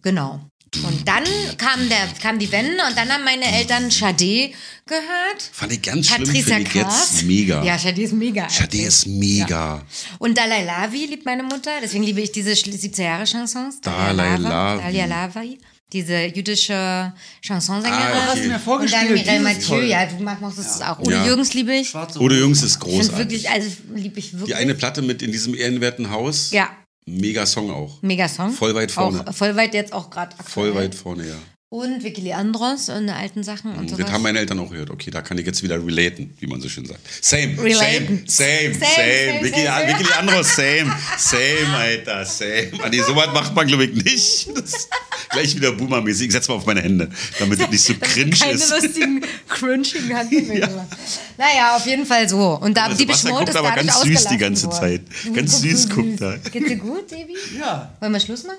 Speaker 2: genau. Und dann kam, der, kam die Wende und dann haben meine Eltern Sade gehört.
Speaker 4: Fand ich ganz schlimm,
Speaker 2: Patricia
Speaker 4: finde ich
Speaker 2: Kaas.
Speaker 4: jetzt mega.
Speaker 2: Ja, Sade ist mega.
Speaker 4: Schade
Speaker 2: eigentlich.
Speaker 4: ist mega.
Speaker 2: Und Dalai Lavi liebt meine Mutter, deswegen liebe ich diese 70er-Jahre-Chansons.
Speaker 4: Dalai Lavi.
Speaker 2: Dalai Lavi, diese jüdische Chansonsängerin.
Speaker 4: Ah,
Speaker 3: Hast du
Speaker 4: okay.
Speaker 3: mir
Speaker 2: Und dann
Speaker 3: vorgespielt?
Speaker 2: Mireille
Speaker 3: Die ist
Speaker 2: Mathieu,
Speaker 3: toll.
Speaker 2: ja, du mag- magst es auch. Udo
Speaker 4: Ja.
Speaker 2: Jürgens liebe ich.
Speaker 3: Schwarze
Speaker 4: Oder Jungs ist
Speaker 2: Und
Speaker 4: großartig.
Speaker 2: wirklich, also liebe ich wirklich.
Speaker 4: Die eine Platte mit in diesem ehrenwerten Haus.
Speaker 2: ja,
Speaker 4: Mega Song auch.
Speaker 2: mega Song.
Speaker 4: Voll weit vorne.
Speaker 2: Auch, voll weit jetzt auch gerade
Speaker 4: Voll weit vorne, ja.
Speaker 2: Und Vicky Leandros und die alten Sachen und sowas.
Speaker 4: Das haben meine Eltern auch gehört. Okay, da kann ich jetzt wieder relaten, wie man so schön sagt. Same,
Speaker 2: Relaten. Same,
Speaker 4: same, same, same.
Speaker 2: same,
Speaker 4: Vicky,
Speaker 2: same,
Speaker 4: Vicky Leandro, same, same, Alter, same. Ah, Nee, so was macht man, glaube ich, nicht. Das ist gleich wieder Boomer-mäßig. Ich setze mal auf meine Hände, damit es nicht so cringe
Speaker 2: Keine
Speaker 4: ist.
Speaker 2: lustigen, crunchigen Handbewegungen. Naja, auf jeden Fall so. Und da,
Speaker 4: Also
Speaker 2: die
Speaker 4: Wasser
Speaker 2: Beschmort
Speaker 4: guckt
Speaker 2: ist
Speaker 4: aber
Speaker 2: dadurch
Speaker 4: ganz süß die
Speaker 2: ausgelassen
Speaker 4: ganze
Speaker 2: worden.
Speaker 4: Zeit.
Speaker 2: Du
Speaker 4: Ganz
Speaker 2: guckst
Speaker 4: süß
Speaker 2: so
Speaker 4: guckt er.
Speaker 2: Geht's dir gut, Devi?
Speaker 3: Ja.
Speaker 2: Wollen wir Schluss machen?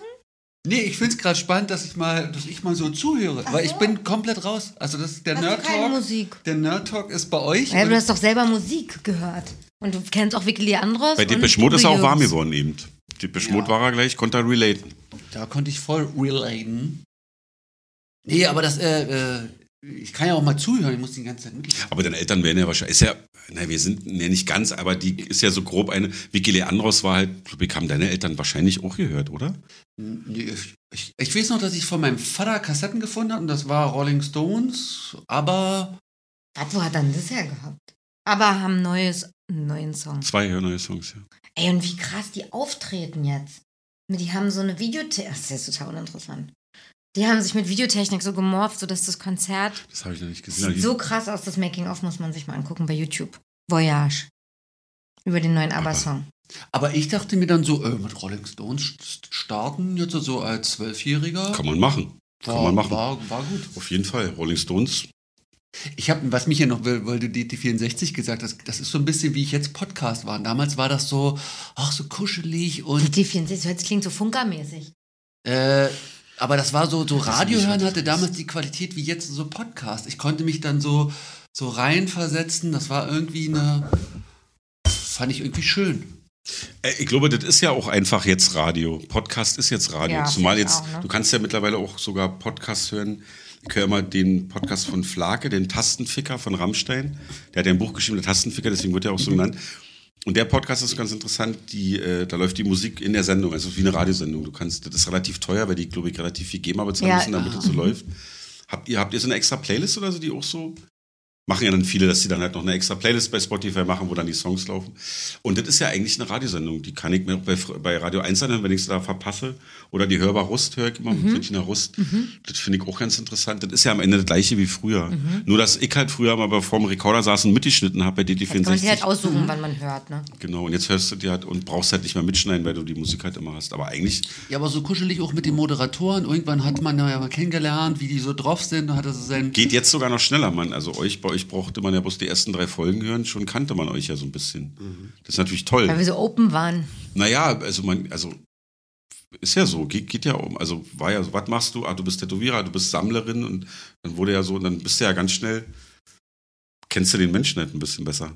Speaker 3: Nee, ich finde es gerade spannend, dass ich mal, dass ich mal so zuhöre. Weil ich bin komplett raus. Also das ist der
Speaker 2: Hast du
Speaker 3: Nerd
Speaker 2: keine
Speaker 3: Talk.
Speaker 2: Musik?
Speaker 3: Der Nerd Talk ist bei euch.
Speaker 2: Ja, du
Speaker 3: Und-
Speaker 2: hast doch selber Musik gehört. Und du kennst auch Vicky Leandros.
Speaker 4: Bei
Speaker 2: und
Speaker 4: Depeche Mode ist er
Speaker 2: Udo
Speaker 4: auch warm
Speaker 2: Jürgens.
Speaker 4: geworden eben. Depeche Mode war er gleich, konnte er relaten.
Speaker 3: Da konnte ich voll relaten. Nee, aber das, äh, äh, ich kann ja auch mal zuhören, ich muss die ganze Zeit mit.
Speaker 4: Aber deine Eltern wären ja wahrscheinlich, ist ja, na, wir sind ja nicht ganz, aber die ist ja so grob eine, Vicky Leandros war halt, glaube ich, haben deine Eltern wahrscheinlich auch gehört, oder?
Speaker 3: Nee, ich, ich, ich weiß noch, dass ich von meinem Vater Kassetten gefunden habe und das war Rolling Stones, aber
Speaker 2: Was, wo hat er denn das her gehabt? Aber haben neues, einen neuen Song.
Speaker 4: Zwei neue Songs, ja.
Speaker 2: Ey, und wie krass die auftreten jetzt. Die haben so eine Videotechnik. Das ist total uninteressant. Die haben sich mit Videotechnik so gemorpht, sodass das Konzert.
Speaker 4: Das habe ich noch nicht
Speaker 2: Das
Speaker 4: gesehen.
Speaker 2: sieht so krass aus, das Making-of muss man sich mal angucken bei YouTube. Voyage. Über den neuen ABBA-Song.
Speaker 3: aber ich dachte mir dann so, äh, mit Rolling Stones st- starten jetzt so als Zwölfjähriger.
Speaker 4: Kann man machen. Kann
Speaker 3: war,
Speaker 4: man machen.
Speaker 3: War, war gut.
Speaker 4: Auf jeden Fall. Rolling Stones.
Speaker 3: Ich habe, was mich ja noch, weil, weil du DT64 gesagt hast, das ist so ein bisschen wie ich jetzt Podcast war. Damals war das so, ach so kuschelig und
Speaker 2: Die 64 Hertz klingt so funkermäßig.
Speaker 3: Äh, aber das war so, so Radio hören hatte damals die Qualität wie jetzt so Podcast. Ich konnte mich dann so, so reinversetzen. Das war irgendwie eine. Fand ich irgendwie schön.
Speaker 4: Äh, ich glaube, das ist ja auch einfach jetzt Radio. Podcast ist jetzt Radio.
Speaker 2: Ja,
Speaker 4: Zumal
Speaker 2: finde ich
Speaker 4: jetzt,
Speaker 2: auch, ne?
Speaker 4: du kannst ja mittlerweile auch sogar Podcasts hören. Ich höre immer den Podcast von Flake, den Tastenficker von Rammstein. Der hat ja ein Buch geschrieben, der Tastenficker, deswegen wird er auch so genannt. Und der Podcast ist ganz interessant, die, äh, da läuft die Musik in der Sendung, also wie eine Radiosendung. Du kannst, das ist relativ teuer, weil die, glaube ich, relativ viel GEMA bezahlen
Speaker 2: Ja.
Speaker 4: müssen, damit das so läuft. Habt ihr, habt ihr so eine extra Playlist oder so, die auch so Machen ja dann viele, dass sie dann halt noch eine extra Playlist bei Spotify machen, wo dann die Songs laufen. Und das ist ja eigentlich eine Radiosendung. Die kann ich mir auch bei, Fr- bei Radio 1 anhören, wenn ich es da verpasse. Oder die Hörbar Rust höre ich immer
Speaker 2: Mhm.
Speaker 4: mit Bettina Rust. Das finde ich auch ganz interessant. Das ist ja am Ende das gleiche wie früher.
Speaker 2: Mhm.
Speaker 4: Nur, dass ich halt früher mal vor dem Rekorder saß und mitgeschnitten habe bei
Speaker 2: Jetzt kann man sich halt
Speaker 4: DT64.
Speaker 2: aussuchen, wann man hört, ne?
Speaker 4: Genau, und jetzt hörst du die halt und brauchst halt nicht mehr mitschneiden, weil du die Musik halt immer hast. Aber eigentlich,
Speaker 3: Ja, aber so kuschelig auch mit den Moderatoren. Irgendwann hat man da ja mal kennengelernt, wie die so drauf sind und hat er so sein.
Speaker 4: Geht jetzt sogar noch schneller, Mann. Also euch bei euch brauchte man ja bloß die ersten drei Folgen hören, schon kannte man euch ja so ein bisschen.
Speaker 2: Mhm.
Speaker 4: Das ist natürlich toll.
Speaker 2: Weil wir so open waren.
Speaker 4: Naja, also man, also ist ja so, geht, geht ja um. Also war ja so, was machst du? Ah, du bist Tätowierer, du bist Sammlerin und dann wurde ja so, und dann bist du ja ganz schnell, kennst du den Menschen halt ein bisschen besser.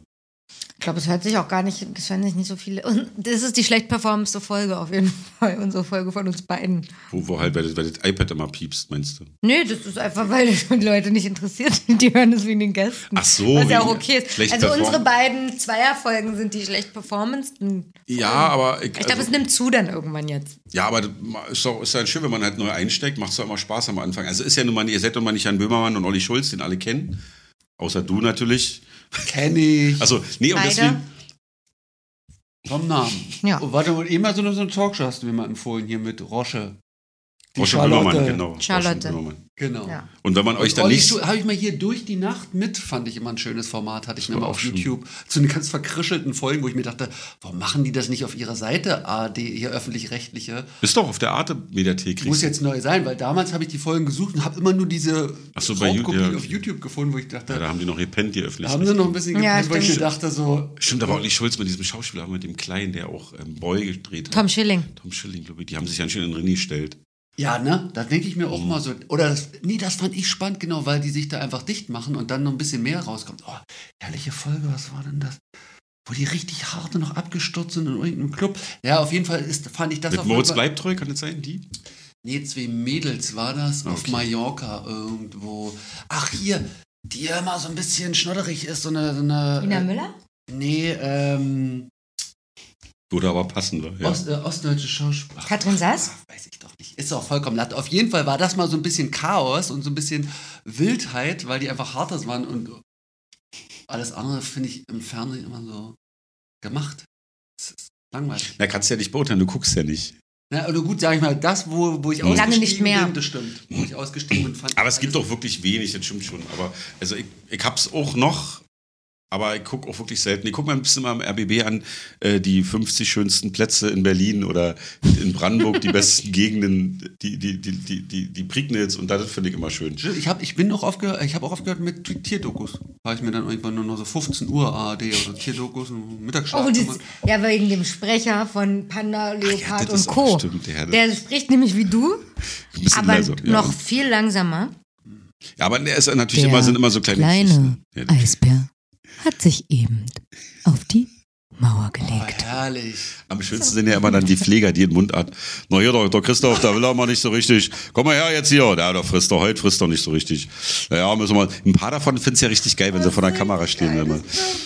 Speaker 2: Ich glaube, es hört sich auch gar nicht, es hören sich nicht so viele. Und das ist die schlecht performendste Folge auf jeden Fall, unsere Folge von uns beiden.
Speaker 4: Wo, wo halt, weil das, weil das iPad immer piepst, meinst du?
Speaker 2: Nö, das ist einfach, weil das die Leute nicht interessiert sind. Die hören es wegen den Gästen.
Speaker 4: Ach so,
Speaker 2: Was ja auch
Speaker 4: wegen-
Speaker 2: okay ist.
Speaker 4: schlecht
Speaker 2: Also
Speaker 4: perform-
Speaker 2: unsere beiden Zweierfolgen sind die schlecht performendsten.
Speaker 4: Ja, aber
Speaker 2: Ich glaube, es nimmt zu dann irgendwann jetzt.
Speaker 4: Ähm, also, Ja, aber das ma- ist doch ist halt schön, wenn man halt neu einsteigt, macht es ja immer Spaß am Anfang. Also ist ja nun mal, ihr seid doch mal nicht Jan Böhmermann und Olli Schulz, den alle kennen. Außer du natürlich.
Speaker 1: Kenne ich.
Speaker 4: Also, nee, und
Speaker 2: Beide.
Speaker 4: deswegen.
Speaker 1: Vom Namen.
Speaker 2: Ja.
Speaker 1: Oh, warte, und immer so eine, so eine Talkshow hast du mir mal empfohlen, hier mit Rosche. Die
Speaker 4: Frau Schulz-
Speaker 1: Charlotte.
Speaker 4: Böhmermann, genau.
Speaker 2: Charlotte.
Speaker 4: Frau Schulz- Böhmermann.
Speaker 1: Genau.
Speaker 2: Ja.
Speaker 4: Und wenn man euch dann
Speaker 1: Olli,
Speaker 4: nicht.
Speaker 1: habe ich mal hier durch die Nacht mit, fand ich immer ein schönes Format, hatte ich mir
Speaker 4: war
Speaker 1: mal
Speaker 4: auch
Speaker 1: auf
Speaker 4: schön.
Speaker 1: YouTube. Zu den ganz verkrischelten Folgen, wo ich mir dachte, warum machen die das nicht auf ihrer Seite, AD, hier öffentlich-rechtliche?
Speaker 4: Ist doch auf der Arte-Mediathek.
Speaker 1: Muss
Speaker 4: kriegst du-
Speaker 1: jetzt neu sein, weil damals habe ich die Folgen gesucht und habe immer nur diese
Speaker 4: Ach so, bei
Speaker 1: Raubkopie
Speaker 4: YouTube, ja.
Speaker 1: auf YouTube gefunden, wo ich dachte,
Speaker 4: Ja, da haben die noch gepennt, die
Speaker 1: da haben sie
Speaker 4: öffentlich.
Speaker 1: noch ein bisschen
Speaker 2: Ja,
Speaker 1: gepennt, weil ich mir
Speaker 2: stimmt.
Speaker 1: dachte so,
Speaker 4: Stimmt, aber Olli Schulz mit diesem Schauspieler, mit dem Kleinen, der auch ähm, Boy gedreht hat.
Speaker 2: Tom Schilling.
Speaker 4: Tom Schilling, glaube ich. Die haben sich ja schön in René gestellt.
Speaker 1: ja, ne, da denke ich mir
Speaker 4: Mhm.
Speaker 1: auch mal so, oder das, nee, das fand ich spannend, genau, weil die sich da einfach dicht machen und dann noch ein bisschen mehr rauskommt. Oh, herrliche Folge, was war denn das? Wo die richtig hart und noch abgestürzt sind in irgendeinem Club. Ja, auf jeden Fall ist, fand ich das
Speaker 4: Mit
Speaker 1: auf jeden
Speaker 4: Moritz
Speaker 1: Fall-
Speaker 4: bleibt treu, kann das sein? Die?
Speaker 1: Nee, zwei Mädels war das auf
Speaker 4: Okay.
Speaker 1: Mallorca irgendwo. Ach, hier, die ja immer so ein bisschen schnodderig ist, so eine. So eine
Speaker 2: Ina
Speaker 1: äh,
Speaker 2: Müller?
Speaker 1: nee, ähm.
Speaker 4: Würde aber passender. Ja.
Speaker 1: Ost, äh, ostdeutsche Schauspieler.
Speaker 2: Katrin Sass?
Speaker 1: Weiß ich doch nicht. Ist auch vollkommen latt. Auf jeden Fall war das mal so ein bisschen Chaos und so ein bisschen Wildheit, weil die einfach hartes waren und alles andere finde ich im Fernsehen immer so gemacht. Das ist langweilig.
Speaker 4: Na, kannst du ja nicht beurteilen, du guckst ja nicht.
Speaker 1: Na, also gut, sage ich mal, das, wo, wo ich
Speaker 4: Lange
Speaker 1: ausgestiegen
Speaker 2: nicht mehr.
Speaker 1: bin, das stimmt. Wo ich ausgestiegen bin, fand
Speaker 4: Aber es
Speaker 1: ich
Speaker 4: gibt
Speaker 1: alles-
Speaker 4: doch wirklich wenig, das stimmt schon. Aber also ich, ich hab's auch noch, aber ich gucke auch wirklich selten. Ich gucke mir ein bisschen mal im RBB an, äh, die 50 schönsten Plätze in Berlin oder in Brandenburg, die besten Gegenden, die, die, die, die, die, die Prignitz und das finde ich immer schön.
Speaker 1: Ich habe ich bin noch aufgehört, ich habe auch aufgehört mit T- Tierdokus. War ich mir dann irgendwann nur noch so 15 Uhr ARD oder Tierdokus und Mittagsschlaf.
Speaker 2: Oh, das,
Speaker 1: gemacht.
Speaker 2: ja, wegen dem Sprecher von Panda,
Speaker 4: ja,
Speaker 2: Leopard
Speaker 4: das
Speaker 2: und
Speaker 4: ist auch
Speaker 2: Co.
Speaker 4: stimmt, ja, das-
Speaker 2: der spricht nämlich wie du,
Speaker 4: Ein bisschen
Speaker 2: aber
Speaker 4: leiser, ja.
Speaker 2: noch viel langsamer.
Speaker 4: Ja, aber er ist natürlich immer, sind immer so kleine, Geschichten. Ja,
Speaker 2: Eisbär hat sich eben auf die Mauer gelegt.
Speaker 1: Herrlich.
Speaker 4: Am schönsten sind ja immer dann die Pfleger, die in Mundart. Na hier, Dr. Christoph, da will er mal nicht so richtig. Komm mal her jetzt hier. Da, da frisst er heute, frisst er nicht so richtig. Naja, müssen wir mal. Ein paar davon find's ja richtig geil, wenn sie vor der Kamera stehen. Immer.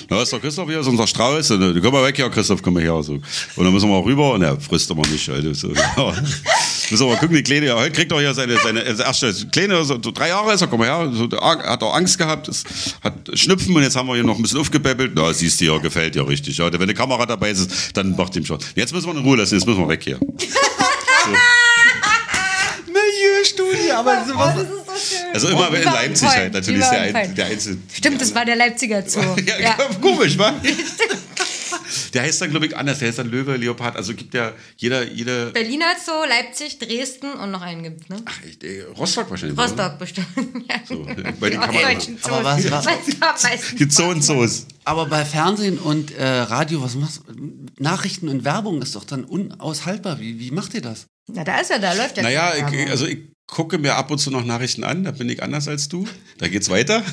Speaker 4: Da ist der Christoph hier, ist unser Strauß. Und, äh, Komm mal weg hier, Christoph, komm mal her. So. Und dann müssen wir auch rüber. Und er frisst immer nicht. Alter. So, ja. Müssen wir mal gucken, die Kleine, ja, heute kriegt er hier seine, seine seine erste Kleine, so, so drei Jahre ist er, komm mal her, so, der Ar- hat auch Angst gehabt, ist, hat Schnupfen und jetzt haben wir hier noch ein bisschen aufgepäppelt. Na, siehst du ja, gefällt ja richtig. Ja, wenn eine Kamera dabei ist, dann macht ihm schon. Jetzt müssen wir ihn in Ruhe lassen, jetzt müssen wir weg hier.
Speaker 1: Milieustudie, aber das ist was.
Speaker 2: das ist so schön.
Speaker 4: Also immer in
Speaker 2: Über ein
Speaker 4: Leipzig halt,
Speaker 2: Point,
Speaker 4: natürlich
Speaker 2: über
Speaker 4: ist der,
Speaker 2: ein
Speaker 4: ein,
Speaker 2: Point.
Speaker 4: der Einzel.
Speaker 2: Stimmt, das war der Leipziger Zoo.
Speaker 4: Ja, genau.
Speaker 2: ja.
Speaker 4: komisch, wa? Der heißt dann, glaube ich, anders. Der heißt dann Löwe, Leopard. Also gibt ja jeder, jeder.
Speaker 2: Berliner Zoo, Leipzig, Dresden und noch einen gibt's, ne?
Speaker 4: Ach, äh, Rostock wahrscheinlich. oder?
Speaker 2: Rostock bestimmt. Ja.
Speaker 4: So, äh, bei
Speaker 2: Die
Speaker 4: den Kameras.
Speaker 2: ostdeutschen Zoos.
Speaker 1: Aber was- was-
Speaker 2: Weil da am meisten
Speaker 4: Die Zonenzos.
Speaker 1: Aber bei Fernsehen und äh, Radio, was machst Nachrichten und Werbung ist doch dann unaushaltbar. Wie, wie macht ihr das?
Speaker 2: Na, da ist er, da läuft er.
Speaker 4: Naja, ich, also ich gucke mir ab und zu noch Nachrichten an, da bin ich anders als du. Da geht's weiter.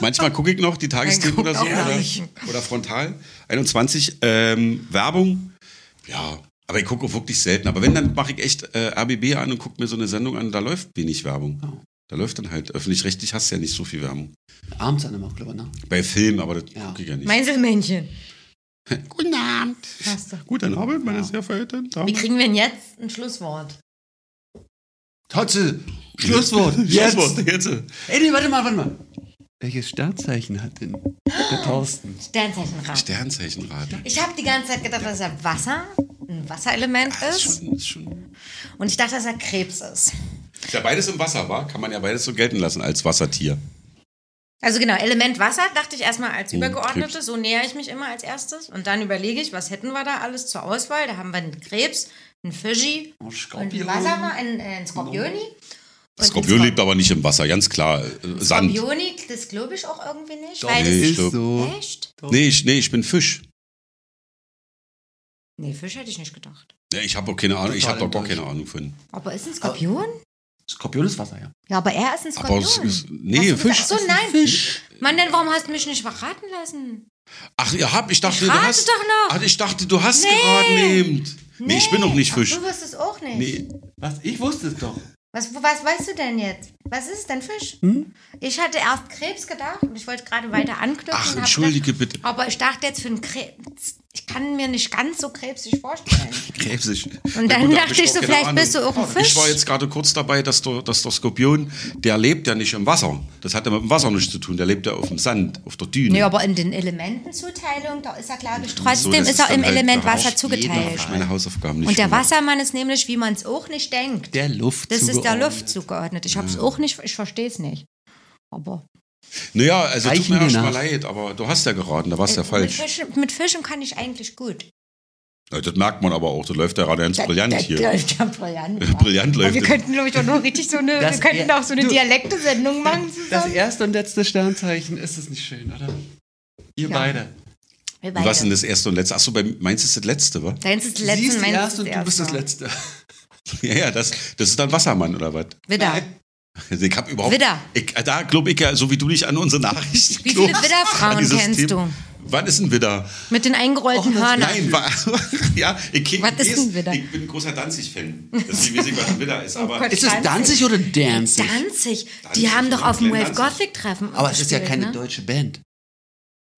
Speaker 4: Manchmal gucke ich noch die Tagesthemen
Speaker 2: guckt
Speaker 4: oder so.
Speaker 2: auch
Speaker 4: Oder,
Speaker 2: Nachrichten.
Speaker 4: oder frontal. 21, ähm, Werbung. Ja, aber ich gucke auch wirklich selten. Aber wenn, dann mache ich echt äh, RBB an und gucke mir so eine Sendung an, da läuft wenig Werbung. Da läuft dann halt, öffentlich-rechtlich hast du ja nicht so viel Werbung.
Speaker 1: Abends dann immer, glaube ich, ne?
Speaker 4: Bei Filmen, aber das
Speaker 1: Ja.
Speaker 4: gucke ich ja nicht.
Speaker 2: Meinzelmännchen.
Speaker 4: Guten Abend.
Speaker 2: Hast du.
Speaker 4: Guten Abend, meine sehr verehrten
Speaker 2: Wie
Speaker 4: Damen.
Speaker 2: kriegen wir denn jetzt ein Schlusswort?
Speaker 1: Totze, Schlusswort. Jetzt.
Speaker 4: Schlusswort, jetzt.
Speaker 1: Ey, nee, warte mal, warte mal. Welches Sternzeichen hat denn der Thorsten?
Speaker 2: Sternzeichenrat.
Speaker 4: Sternzeichenrat.
Speaker 2: Ich habe die ganze Zeit gedacht, dass er Wasser, ein Wasserelement
Speaker 4: Das ist
Speaker 2: ist.
Speaker 4: schon, ist schon
Speaker 2: Und ich dachte, dass er Krebs ist.
Speaker 4: Ist ja beides im Wasser, war? Kann man ja beides so gelten lassen als Wassertier.
Speaker 2: Also genau, Element Wasser dachte ich erstmal als
Speaker 4: Oh,
Speaker 2: übergeordnetes, so näher ich mich immer als erstes. Und dann überlege ich, was hätten wir da alles zur Auswahl? Da haben wir einen Krebs, einen Fischi,
Speaker 1: Oh, Skorpion.
Speaker 2: einen Wassermann, einen, äh, einen Skorpioni
Speaker 4: Skorpion lebt aber nicht im Wasser, ganz klar. Äh, Sand.
Speaker 6: Bionik, das glaube ich auch irgendwie nicht.
Speaker 1: Doch,
Speaker 6: weil
Speaker 4: Nee,
Speaker 6: das
Speaker 4: ich
Speaker 1: ist
Speaker 4: glaub-
Speaker 1: so.
Speaker 6: echt?
Speaker 4: Nee, ich, nee, ich bin Fisch.
Speaker 2: Nee, Fisch hätte ich nicht gedacht.
Speaker 4: Ja, ich habe auch keine Ahnung, ich
Speaker 1: Total
Speaker 4: habe auch gar
Speaker 1: enttäuscht.
Speaker 4: keine Ahnung von.
Speaker 2: Aber ist ein
Speaker 4: Also
Speaker 2: Skorpion?
Speaker 1: Skorpion ist Wasser, ja.
Speaker 2: Ja, aber er ist ein
Speaker 4: Aber
Speaker 2: Skorpion.
Speaker 4: es ist,
Speaker 2: Hast
Speaker 4: nee,
Speaker 2: du
Speaker 4: Fisch.
Speaker 2: gesagt? Ach so, nein. Fisch. Mann, denn warum hast du mich nicht verraten lassen?
Speaker 4: Ach, ihr habt, ich dachte,
Speaker 2: Ich
Speaker 4: du
Speaker 2: rate
Speaker 4: hast.
Speaker 2: doch noch.
Speaker 4: Ach, ich dachte, du hast geraten eben. Nee, ich bin doch nicht
Speaker 6: Ach,
Speaker 4: Fisch.
Speaker 6: Du wirst es auch nicht.
Speaker 4: Nee,
Speaker 1: Was? Ich wusste es doch.
Speaker 6: Was, wo- was weißt du denn jetzt? Was ist denn Fisch?
Speaker 2: Hm?
Speaker 6: Ich hatte erst Krebs gedacht und ich wollte gerade weiter anknüpfen.
Speaker 4: Ach,
Speaker 6: hab
Speaker 4: entschuldige
Speaker 6: gedacht,
Speaker 4: bitte.
Speaker 6: Aber ich dachte jetzt für einen Krebs. Ich kann mir nicht ganz so krebsig vorstellen.
Speaker 4: krebsig.
Speaker 2: Und dann dachte ich so, vielleicht bist du auch ein Fisch.
Speaker 4: Ich war jetzt gerade kurz dabei, dass der, dass der Skorpion, der lebt ja nicht im Wasser. Das hat ja mit dem Wasser nichts zu tun. Der lebt ja auf dem Sand, auf der Düne.
Speaker 2: Nee, aber in den Elementen.
Speaker 6: Elementenzuteilung, da ist er, glaube ich,
Speaker 4: So,
Speaker 2: Trotzdem
Speaker 4: das
Speaker 2: ist er
Speaker 4: dann
Speaker 2: im Element
Speaker 4: da hab
Speaker 2: Wasser
Speaker 4: ich
Speaker 2: zugeteilt.
Speaker 4: jeden genau. Tag meine Hausaufgaben nicht
Speaker 2: Und der
Speaker 4: gemacht.
Speaker 2: Wassermann ist nämlich, wie man es auch nicht denkt.
Speaker 1: Der Luft.
Speaker 2: Das ist der Luft zugeordnet. Ich habe es auch nicht, ich verstehe es nicht. Aber
Speaker 4: Naja, also tut
Speaker 1: Reichen
Speaker 4: mir
Speaker 1: wir
Speaker 4: erstmal
Speaker 1: nach.
Speaker 4: leid, aber du hast ja geraten, da warst du ja
Speaker 2: äh, mit,
Speaker 4: falsch.
Speaker 2: Fischen, mit Fischen kann ich eigentlich gut.
Speaker 4: Ja, das merkt man aber auch, das läuft ja gerade ganz brillant
Speaker 2: das
Speaker 4: hier.
Speaker 2: läuft ja brillant. ja.
Speaker 4: Brillant
Speaker 2: Aber
Speaker 4: läuft
Speaker 2: wir
Speaker 4: das.
Speaker 2: könnten, glaube ich, auch nur richtig so eine,
Speaker 1: Das
Speaker 2: wir könnten
Speaker 1: wär-
Speaker 2: auch so eine
Speaker 1: du-
Speaker 2: Dialektesendung machen
Speaker 1: Das
Speaker 2: zusammen.
Speaker 1: erste und letzte Sternzeichen, ist es nicht schön, oder? Ihr beide.
Speaker 2: Wir
Speaker 4: Und
Speaker 2: beide.
Speaker 4: was denn das erste und letzte? Achso, bei meins ist das letzte, wa?
Speaker 2: Deins ist das
Speaker 1: Du
Speaker 2: letzte,
Speaker 1: siehst die
Speaker 2: meins
Speaker 1: erste und
Speaker 2: ist
Speaker 1: du bist das
Speaker 2: erste.
Speaker 1: letzte.
Speaker 4: Ja, ja, das, das ist dann Wassermann oder was?
Speaker 2: Widder.
Speaker 4: Ich habe überhaupt.
Speaker 2: Widder.
Speaker 4: Ich, äh, da glaube ich ja, so wie du dich an unsere Nachrichten
Speaker 2: Wie viele
Speaker 4: glaubst,
Speaker 2: Widderfrauen
Speaker 4: an dieses
Speaker 2: kennst
Speaker 4: Thema. Wann ist ein Widder?
Speaker 2: Mit den eingerollten Hörnern.
Speaker 4: Nein, wa- ja, ich, kenn-
Speaker 2: Was ist ein Widder? Oh
Speaker 4: Ich bin ein großer Danzig-Fan. Deswegen weiß ich, was ein Widder ist. Aber
Speaker 2: Gott.
Speaker 1: Ist es Danzig oder Danzig?
Speaker 2: Danzig. Die
Speaker 4: Danzig,
Speaker 2: haben doch auf dem
Speaker 4: Glenn
Speaker 2: Wave
Speaker 4: Danzig.
Speaker 2: Gothic Treffen.
Speaker 1: Aber es ist ja keine
Speaker 2: ne?
Speaker 1: deutsche Band.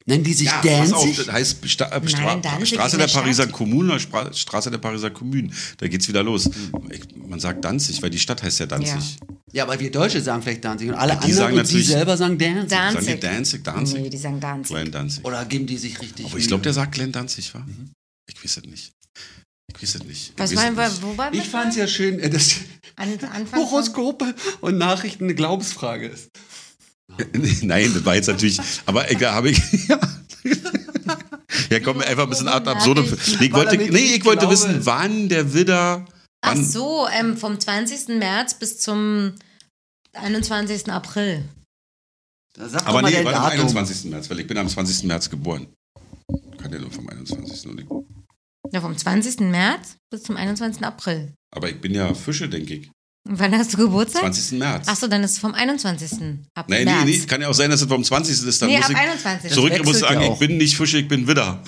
Speaker 1: Nennen die sich
Speaker 4: ja, pass auf,
Speaker 1: Danzig?
Speaker 4: das heißt Besta äh, Stra
Speaker 2: Nein, Danzig ist
Speaker 4: Straße
Speaker 2: eine
Speaker 4: der Pariser
Speaker 2: Stadt. Hm.
Speaker 4: Kommune oder Stra Straße der Pariser Kommune. Da geht's wieder los. Ich, man sagt Danzig, weil die Stadt heißt ja Danzig.
Speaker 1: Ja, aber wir Deutsche sagen vielleicht Danzig und alle
Speaker 4: die
Speaker 1: anderen
Speaker 4: sagen
Speaker 1: und sie
Speaker 4: natürlich-
Speaker 1: selber sagen Danzig.
Speaker 2: Dan-
Speaker 4: Sagen die
Speaker 2: Danzig.
Speaker 4: Danzig, Danzig?
Speaker 2: Nee, die sagen Danzig.
Speaker 4: Klein Danzig.
Speaker 1: Oder geben die sich richtig
Speaker 4: Aber ich glaube, der sagt Glenn Danzig, war? Ich weiß es nicht. Ich weiß es nicht.
Speaker 2: Mhm. Was
Speaker 4: ich weiß
Speaker 2: wollen
Speaker 4: es
Speaker 2: wir,
Speaker 4: nicht.
Speaker 2: wo waren wir?
Speaker 1: Ich fand's ja schön, äh, dass
Speaker 2: An den Anfang.
Speaker 1: Horoskope und Nachrichten eine Glaubensfrage ist.
Speaker 4: Nein, das war jetzt natürlich. Aber egal, habe ich. Ja. ja, komm, einfach ein bisschen ad absurdum. Nee, ich wollte,
Speaker 1: Weil er
Speaker 4: nee, ich wollte
Speaker 1: glaube-
Speaker 4: wissen, wann der Widder.
Speaker 2: Ach
Speaker 4: Wann,
Speaker 2: so, ähm, vom 20. März bis zum 21. April.
Speaker 1: Da sagt
Speaker 4: aber
Speaker 1: doch mal
Speaker 4: nee,
Speaker 1: der
Speaker 4: warte, am
Speaker 1: Datum.
Speaker 4: 21. März, weil ich bin am 20. März geboren. Kann ja nur vom 21. Und ich,
Speaker 2: Ja, vom 20. März bis zum 21. April.
Speaker 4: aber ich bin ja Fische, denke ich.
Speaker 2: Und wann hast du Geburtstag?
Speaker 4: 20. März.
Speaker 2: Ach so, dann ist es vom 21. April.
Speaker 4: Nein, nee,
Speaker 2: März.
Speaker 4: nee, kann ja auch sein, dass es vom 20. ist. Dann
Speaker 2: Nee,
Speaker 4: muss
Speaker 2: ab
Speaker 4: ich
Speaker 2: 21.
Speaker 4: zurück ich muss
Speaker 1: wechselt
Speaker 4: sagen,
Speaker 1: ja
Speaker 4: ich
Speaker 1: auch.
Speaker 4: bin nicht Fische, ich bin Widder.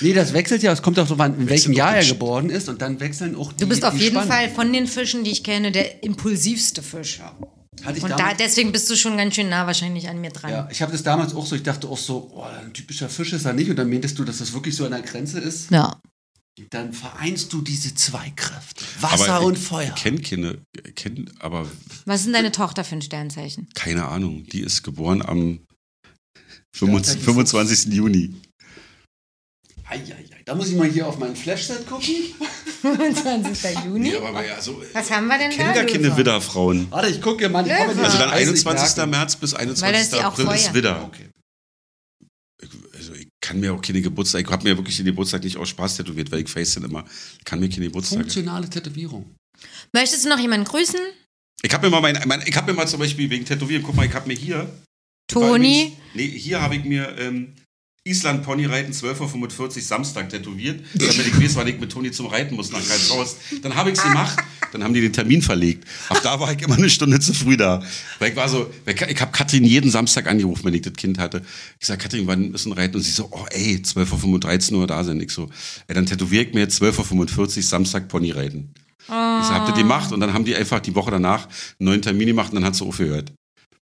Speaker 1: Nee, das wechselt ja. Es kommt auch so, wann, in welchem
Speaker 4: doch
Speaker 1: Jahr er
Speaker 4: nicht.
Speaker 1: geboren ist und dann wechseln auch die
Speaker 2: Du bist auf
Speaker 1: die
Speaker 2: jeden
Speaker 1: Spannen.
Speaker 2: Fall von den Fischen, die ich kenne, der impulsivste Fisch.
Speaker 1: Hatte ich
Speaker 2: Und da,
Speaker 1: damals,
Speaker 2: deswegen bist du schon ganz schön nah wahrscheinlich an mir dran.
Speaker 1: ja, ich habe das damals auch so. Ich dachte auch so, oh, ein typischer Fisch ist er nicht. Und dann meintest du, dass das wirklich so an der Grenze ist.
Speaker 2: Ja.
Speaker 1: Dann vereinst du diese zwei Kräfte. Wasser
Speaker 4: Aber ich-
Speaker 1: und Feuer.
Speaker 4: Ich kenne keine, kenn, aber
Speaker 2: Was ist denn deine Tochter für ein Sternzeichen?
Speaker 4: keine Ahnung. Die ist geboren am 25.
Speaker 1: Sternzeichen Fuchs.
Speaker 4: 25. Juni.
Speaker 1: Ei, ei, ei. Da muss ich mal hier auf meinen Flashset gucken.
Speaker 2: 25. Juni?
Speaker 4: Nee, aber weil, also,
Speaker 2: Was haben wir denn
Speaker 4: ich
Speaker 2: da,
Speaker 4: kenne gar keine
Speaker 2: Löwe?
Speaker 4: Widderfrauen.
Speaker 1: Warte, ich gucke mal. Ich habe die
Speaker 4: Also dann
Speaker 1: Preise, ich
Speaker 4: 21.
Speaker 1: merke.
Speaker 4: März bis 21.
Speaker 2: Weil da ist die auch
Speaker 4: April ist
Speaker 2: Feuer.
Speaker 4: Widder.
Speaker 1: Okay.
Speaker 4: Also ich kann mir auch keine Geburtstag, ich habe mir wirklich den Geburtstag nicht aus Spaß tätowiert, weil ich face dann immer, Ich kann mir keine Geburtstage.
Speaker 1: Funktionale Tätowierung.
Speaker 2: Möchtest du noch jemanden grüßen?
Speaker 4: Ich habe mir mal mein, mein ich habe mir mal zum Beispiel wegen Tätowieren, guck mal, ich habe mir hier
Speaker 2: Toni?
Speaker 4: Weil mich- Nee, hier habe ich mir ähm, Island Ponyreiten 12.45 Uhr Samstag tätowiert, damit ich weiß, wann ich mit Toni zum Reiten muss nach Karlsruhe. Dann habe ich es gemacht, dann haben die den Termin verlegt. Ab da war ich immer eine Stunde zu früh da. Weil ich war so, weil ich, ich habe Katrin jeden Samstag angerufen, wenn ich das Kind hatte. Ich sage, Katrin, wann müssen wir reiten? Und sie so, oh ey, 12.35 Uhr da sein. Ich so, ey, dann tätowiere ich mir jetzt 12.45 Uhr Samstag Ponyreiten. Ich so, habt ihr die gemacht? Und dann haben die einfach die Woche danach einen neuen Termin gemacht und dann hat sie aufgehört.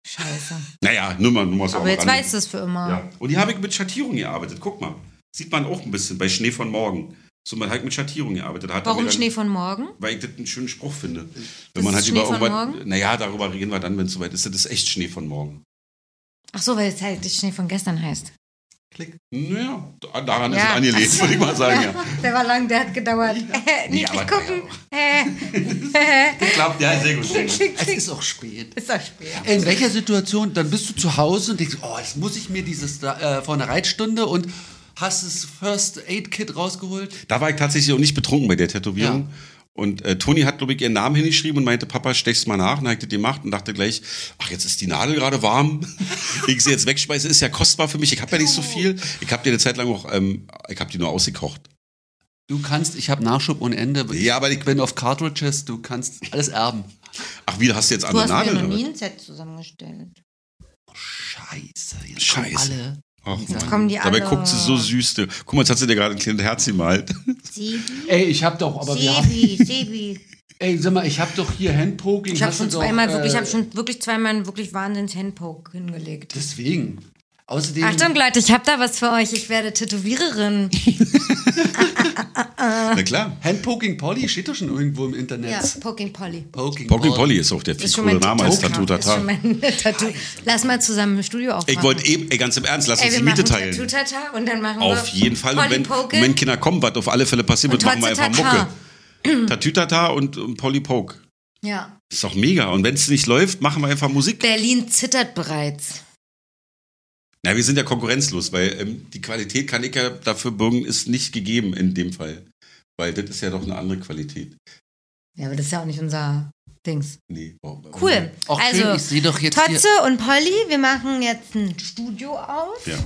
Speaker 2: Scheiße.
Speaker 4: Naja, nur mal, nur mal so am
Speaker 2: Aber jetzt
Speaker 4: Rande.
Speaker 2: weißt du es für immer.
Speaker 4: Ja. Und die habe ich mit Schattierung gearbeitet. Guck mal. Sieht man auch ein bisschen bei Schnee von morgen. So, man hat mit Schattierung gearbeitet. Da hat er mir
Speaker 2: Warum
Speaker 4: dann,
Speaker 2: Schnee von morgen?
Speaker 4: Weil ich das einen schönen Spruch finde. Wenn
Speaker 2: Das
Speaker 4: man
Speaker 2: ist
Speaker 4: halt
Speaker 2: Schnee
Speaker 4: über
Speaker 2: von
Speaker 4: irgendwann.
Speaker 2: morgen?
Speaker 4: Naja, darüber reden wir dann, wenn es soweit ist. Das ist echt Schnee von morgen.
Speaker 2: Ach so, weil es halt Schnee von gestern heißt.
Speaker 4: Naja, da- daran ist
Speaker 2: Ja.
Speaker 4: es angelegt, würde ich mal sagen. Ja.
Speaker 2: Der war lang, der hat gedauert.
Speaker 4: Nee, aber Ich glaube, ja, sehr gut. Sehr gut.
Speaker 1: Es ist auch spät.
Speaker 2: Ist doch schwer.
Speaker 1: In welcher Situation? Dann bist du zu Hause und denkst, oh, jetzt muss ich mir dieses äh, vor einer Reitstunde und hast das First Aid Kit rausgeholt.
Speaker 4: Da war ich tatsächlich auch nicht betrunken bei der Tätowierung. Und äh, Toni hat, glaube ich, ihren Namen hingeschrieben und meinte, Papa, stech's mal nach. Und dann hat das gemacht und dachte gleich, ach, jetzt ist die Nadel gerade warm. ich sie jetzt wegschmeiße, ist ja kostbar für mich. Ich habe ja nicht so viel. Ich habe die eine Zeit lang auch, ähm, ich habe die nur ausgekocht.
Speaker 1: Du kannst, ich habe Nachschub ohne Ende.
Speaker 4: Ja, aber ich
Speaker 1: bin auf Cartridges, du kannst alles erben.
Speaker 4: Ach, wie, hast du jetzt
Speaker 7: Du
Speaker 4: andere
Speaker 7: hast mir
Speaker 4: Nadeln?
Speaker 7: noch nie
Speaker 4: oder was?
Speaker 7: ein Set zusammengestellt.
Speaker 1: Scheiße. Jetzt kommen
Speaker 4: Scheiße.
Speaker 1: Alle.
Speaker 4: Ach,
Speaker 7: Jetzt
Speaker 4: Mann.
Speaker 7: kommen die
Speaker 4: Dabei
Speaker 7: alle.
Speaker 4: guckt sie so süß. du. Guck mal, jetzt hat sie dir gerade ein kleines Herz gemalt.
Speaker 7: Sebi,
Speaker 1: Ey, ich hab doch, aber wir haben,
Speaker 7: Sebi, Sebi.
Speaker 1: ey, sag mal, ich hab doch hier Handpoking.
Speaker 2: Ich habe
Speaker 1: hast
Speaker 2: schon
Speaker 1: du doch,
Speaker 2: zweimal
Speaker 1: äh,
Speaker 2: wirklich, ich habe schon wirklich zweimal einen wirklich wahnsinns Handpoke hingelegt.
Speaker 1: äh, Deswegen.
Speaker 4: Hm.
Speaker 1: Außerdem.
Speaker 2: Achtung Leute, ich habe da was für euch. Ich werde Tätowiererin.
Speaker 4: Na klar.
Speaker 1: Handpoking Polly steht doch schon irgendwo im Internet.
Speaker 2: Ja, Poking Polly.
Speaker 1: Poking,
Speaker 4: Pocky
Speaker 1: Polly.
Speaker 4: Polly ist auch der viel coolere Name als Tattoo
Speaker 2: Ist schon
Speaker 4: Tata.
Speaker 2: mein Tattoo. Lass mal zusammen im Studio aufmachen.
Speaker 4: Ich wollte eben, ey, ganz im Ernst, lass
Speaker 2: Ey,
Speaker 4: uns
Speaker 2: wir
Speaker 4: die
Speaker 2: machen
Speaker 4: Miete
Speaker 2: Tattoo
Speaker 4: teilen.
Speaker 2: Tata und dann machen wir
Speaker 4: Auf jeden Fall. Und
Speaker 2: Polly
Speaker 4: wenn, und
Speaker 2: Poke.
Speaker 4: wenn Kinder kommen, was auf alle Fälle passiert wird,
Speaker 2: Und
Speaker 4: machen wir einfach
Speaker 2: Tatzitata.
Speaker 4: Mucke. Tattoo Tata und, und Polly Poke.
Speaker 2: ja.
Speaker 4: Ist doch mega. Und wenn es nicht läuft, machen wir einfach Musik.
Speaker 2: Berlin zittert bereits.
Speaker 4: Na, wir sind ja konkurrenzlos, weil ähm, die Qualität kann ich ja dafür bürgen, ist nicht gegeben in dem Fall. Weil das ist ja doch eine andere Qualität.
Speaker 2: Ja, aber das ist ja auch nicht unser Dings.
Speaker 4: Nee, oh, warum- warum-
Speaker 7: Cool.
Speaker 1: Auch
Speaker 7: also,
Speaker 1: schön, ich sehe doch jetzt hier.
Speaker 7: Totze und Polly, wir machen jetzt ein Studio auf.
Speaker 4: Ja.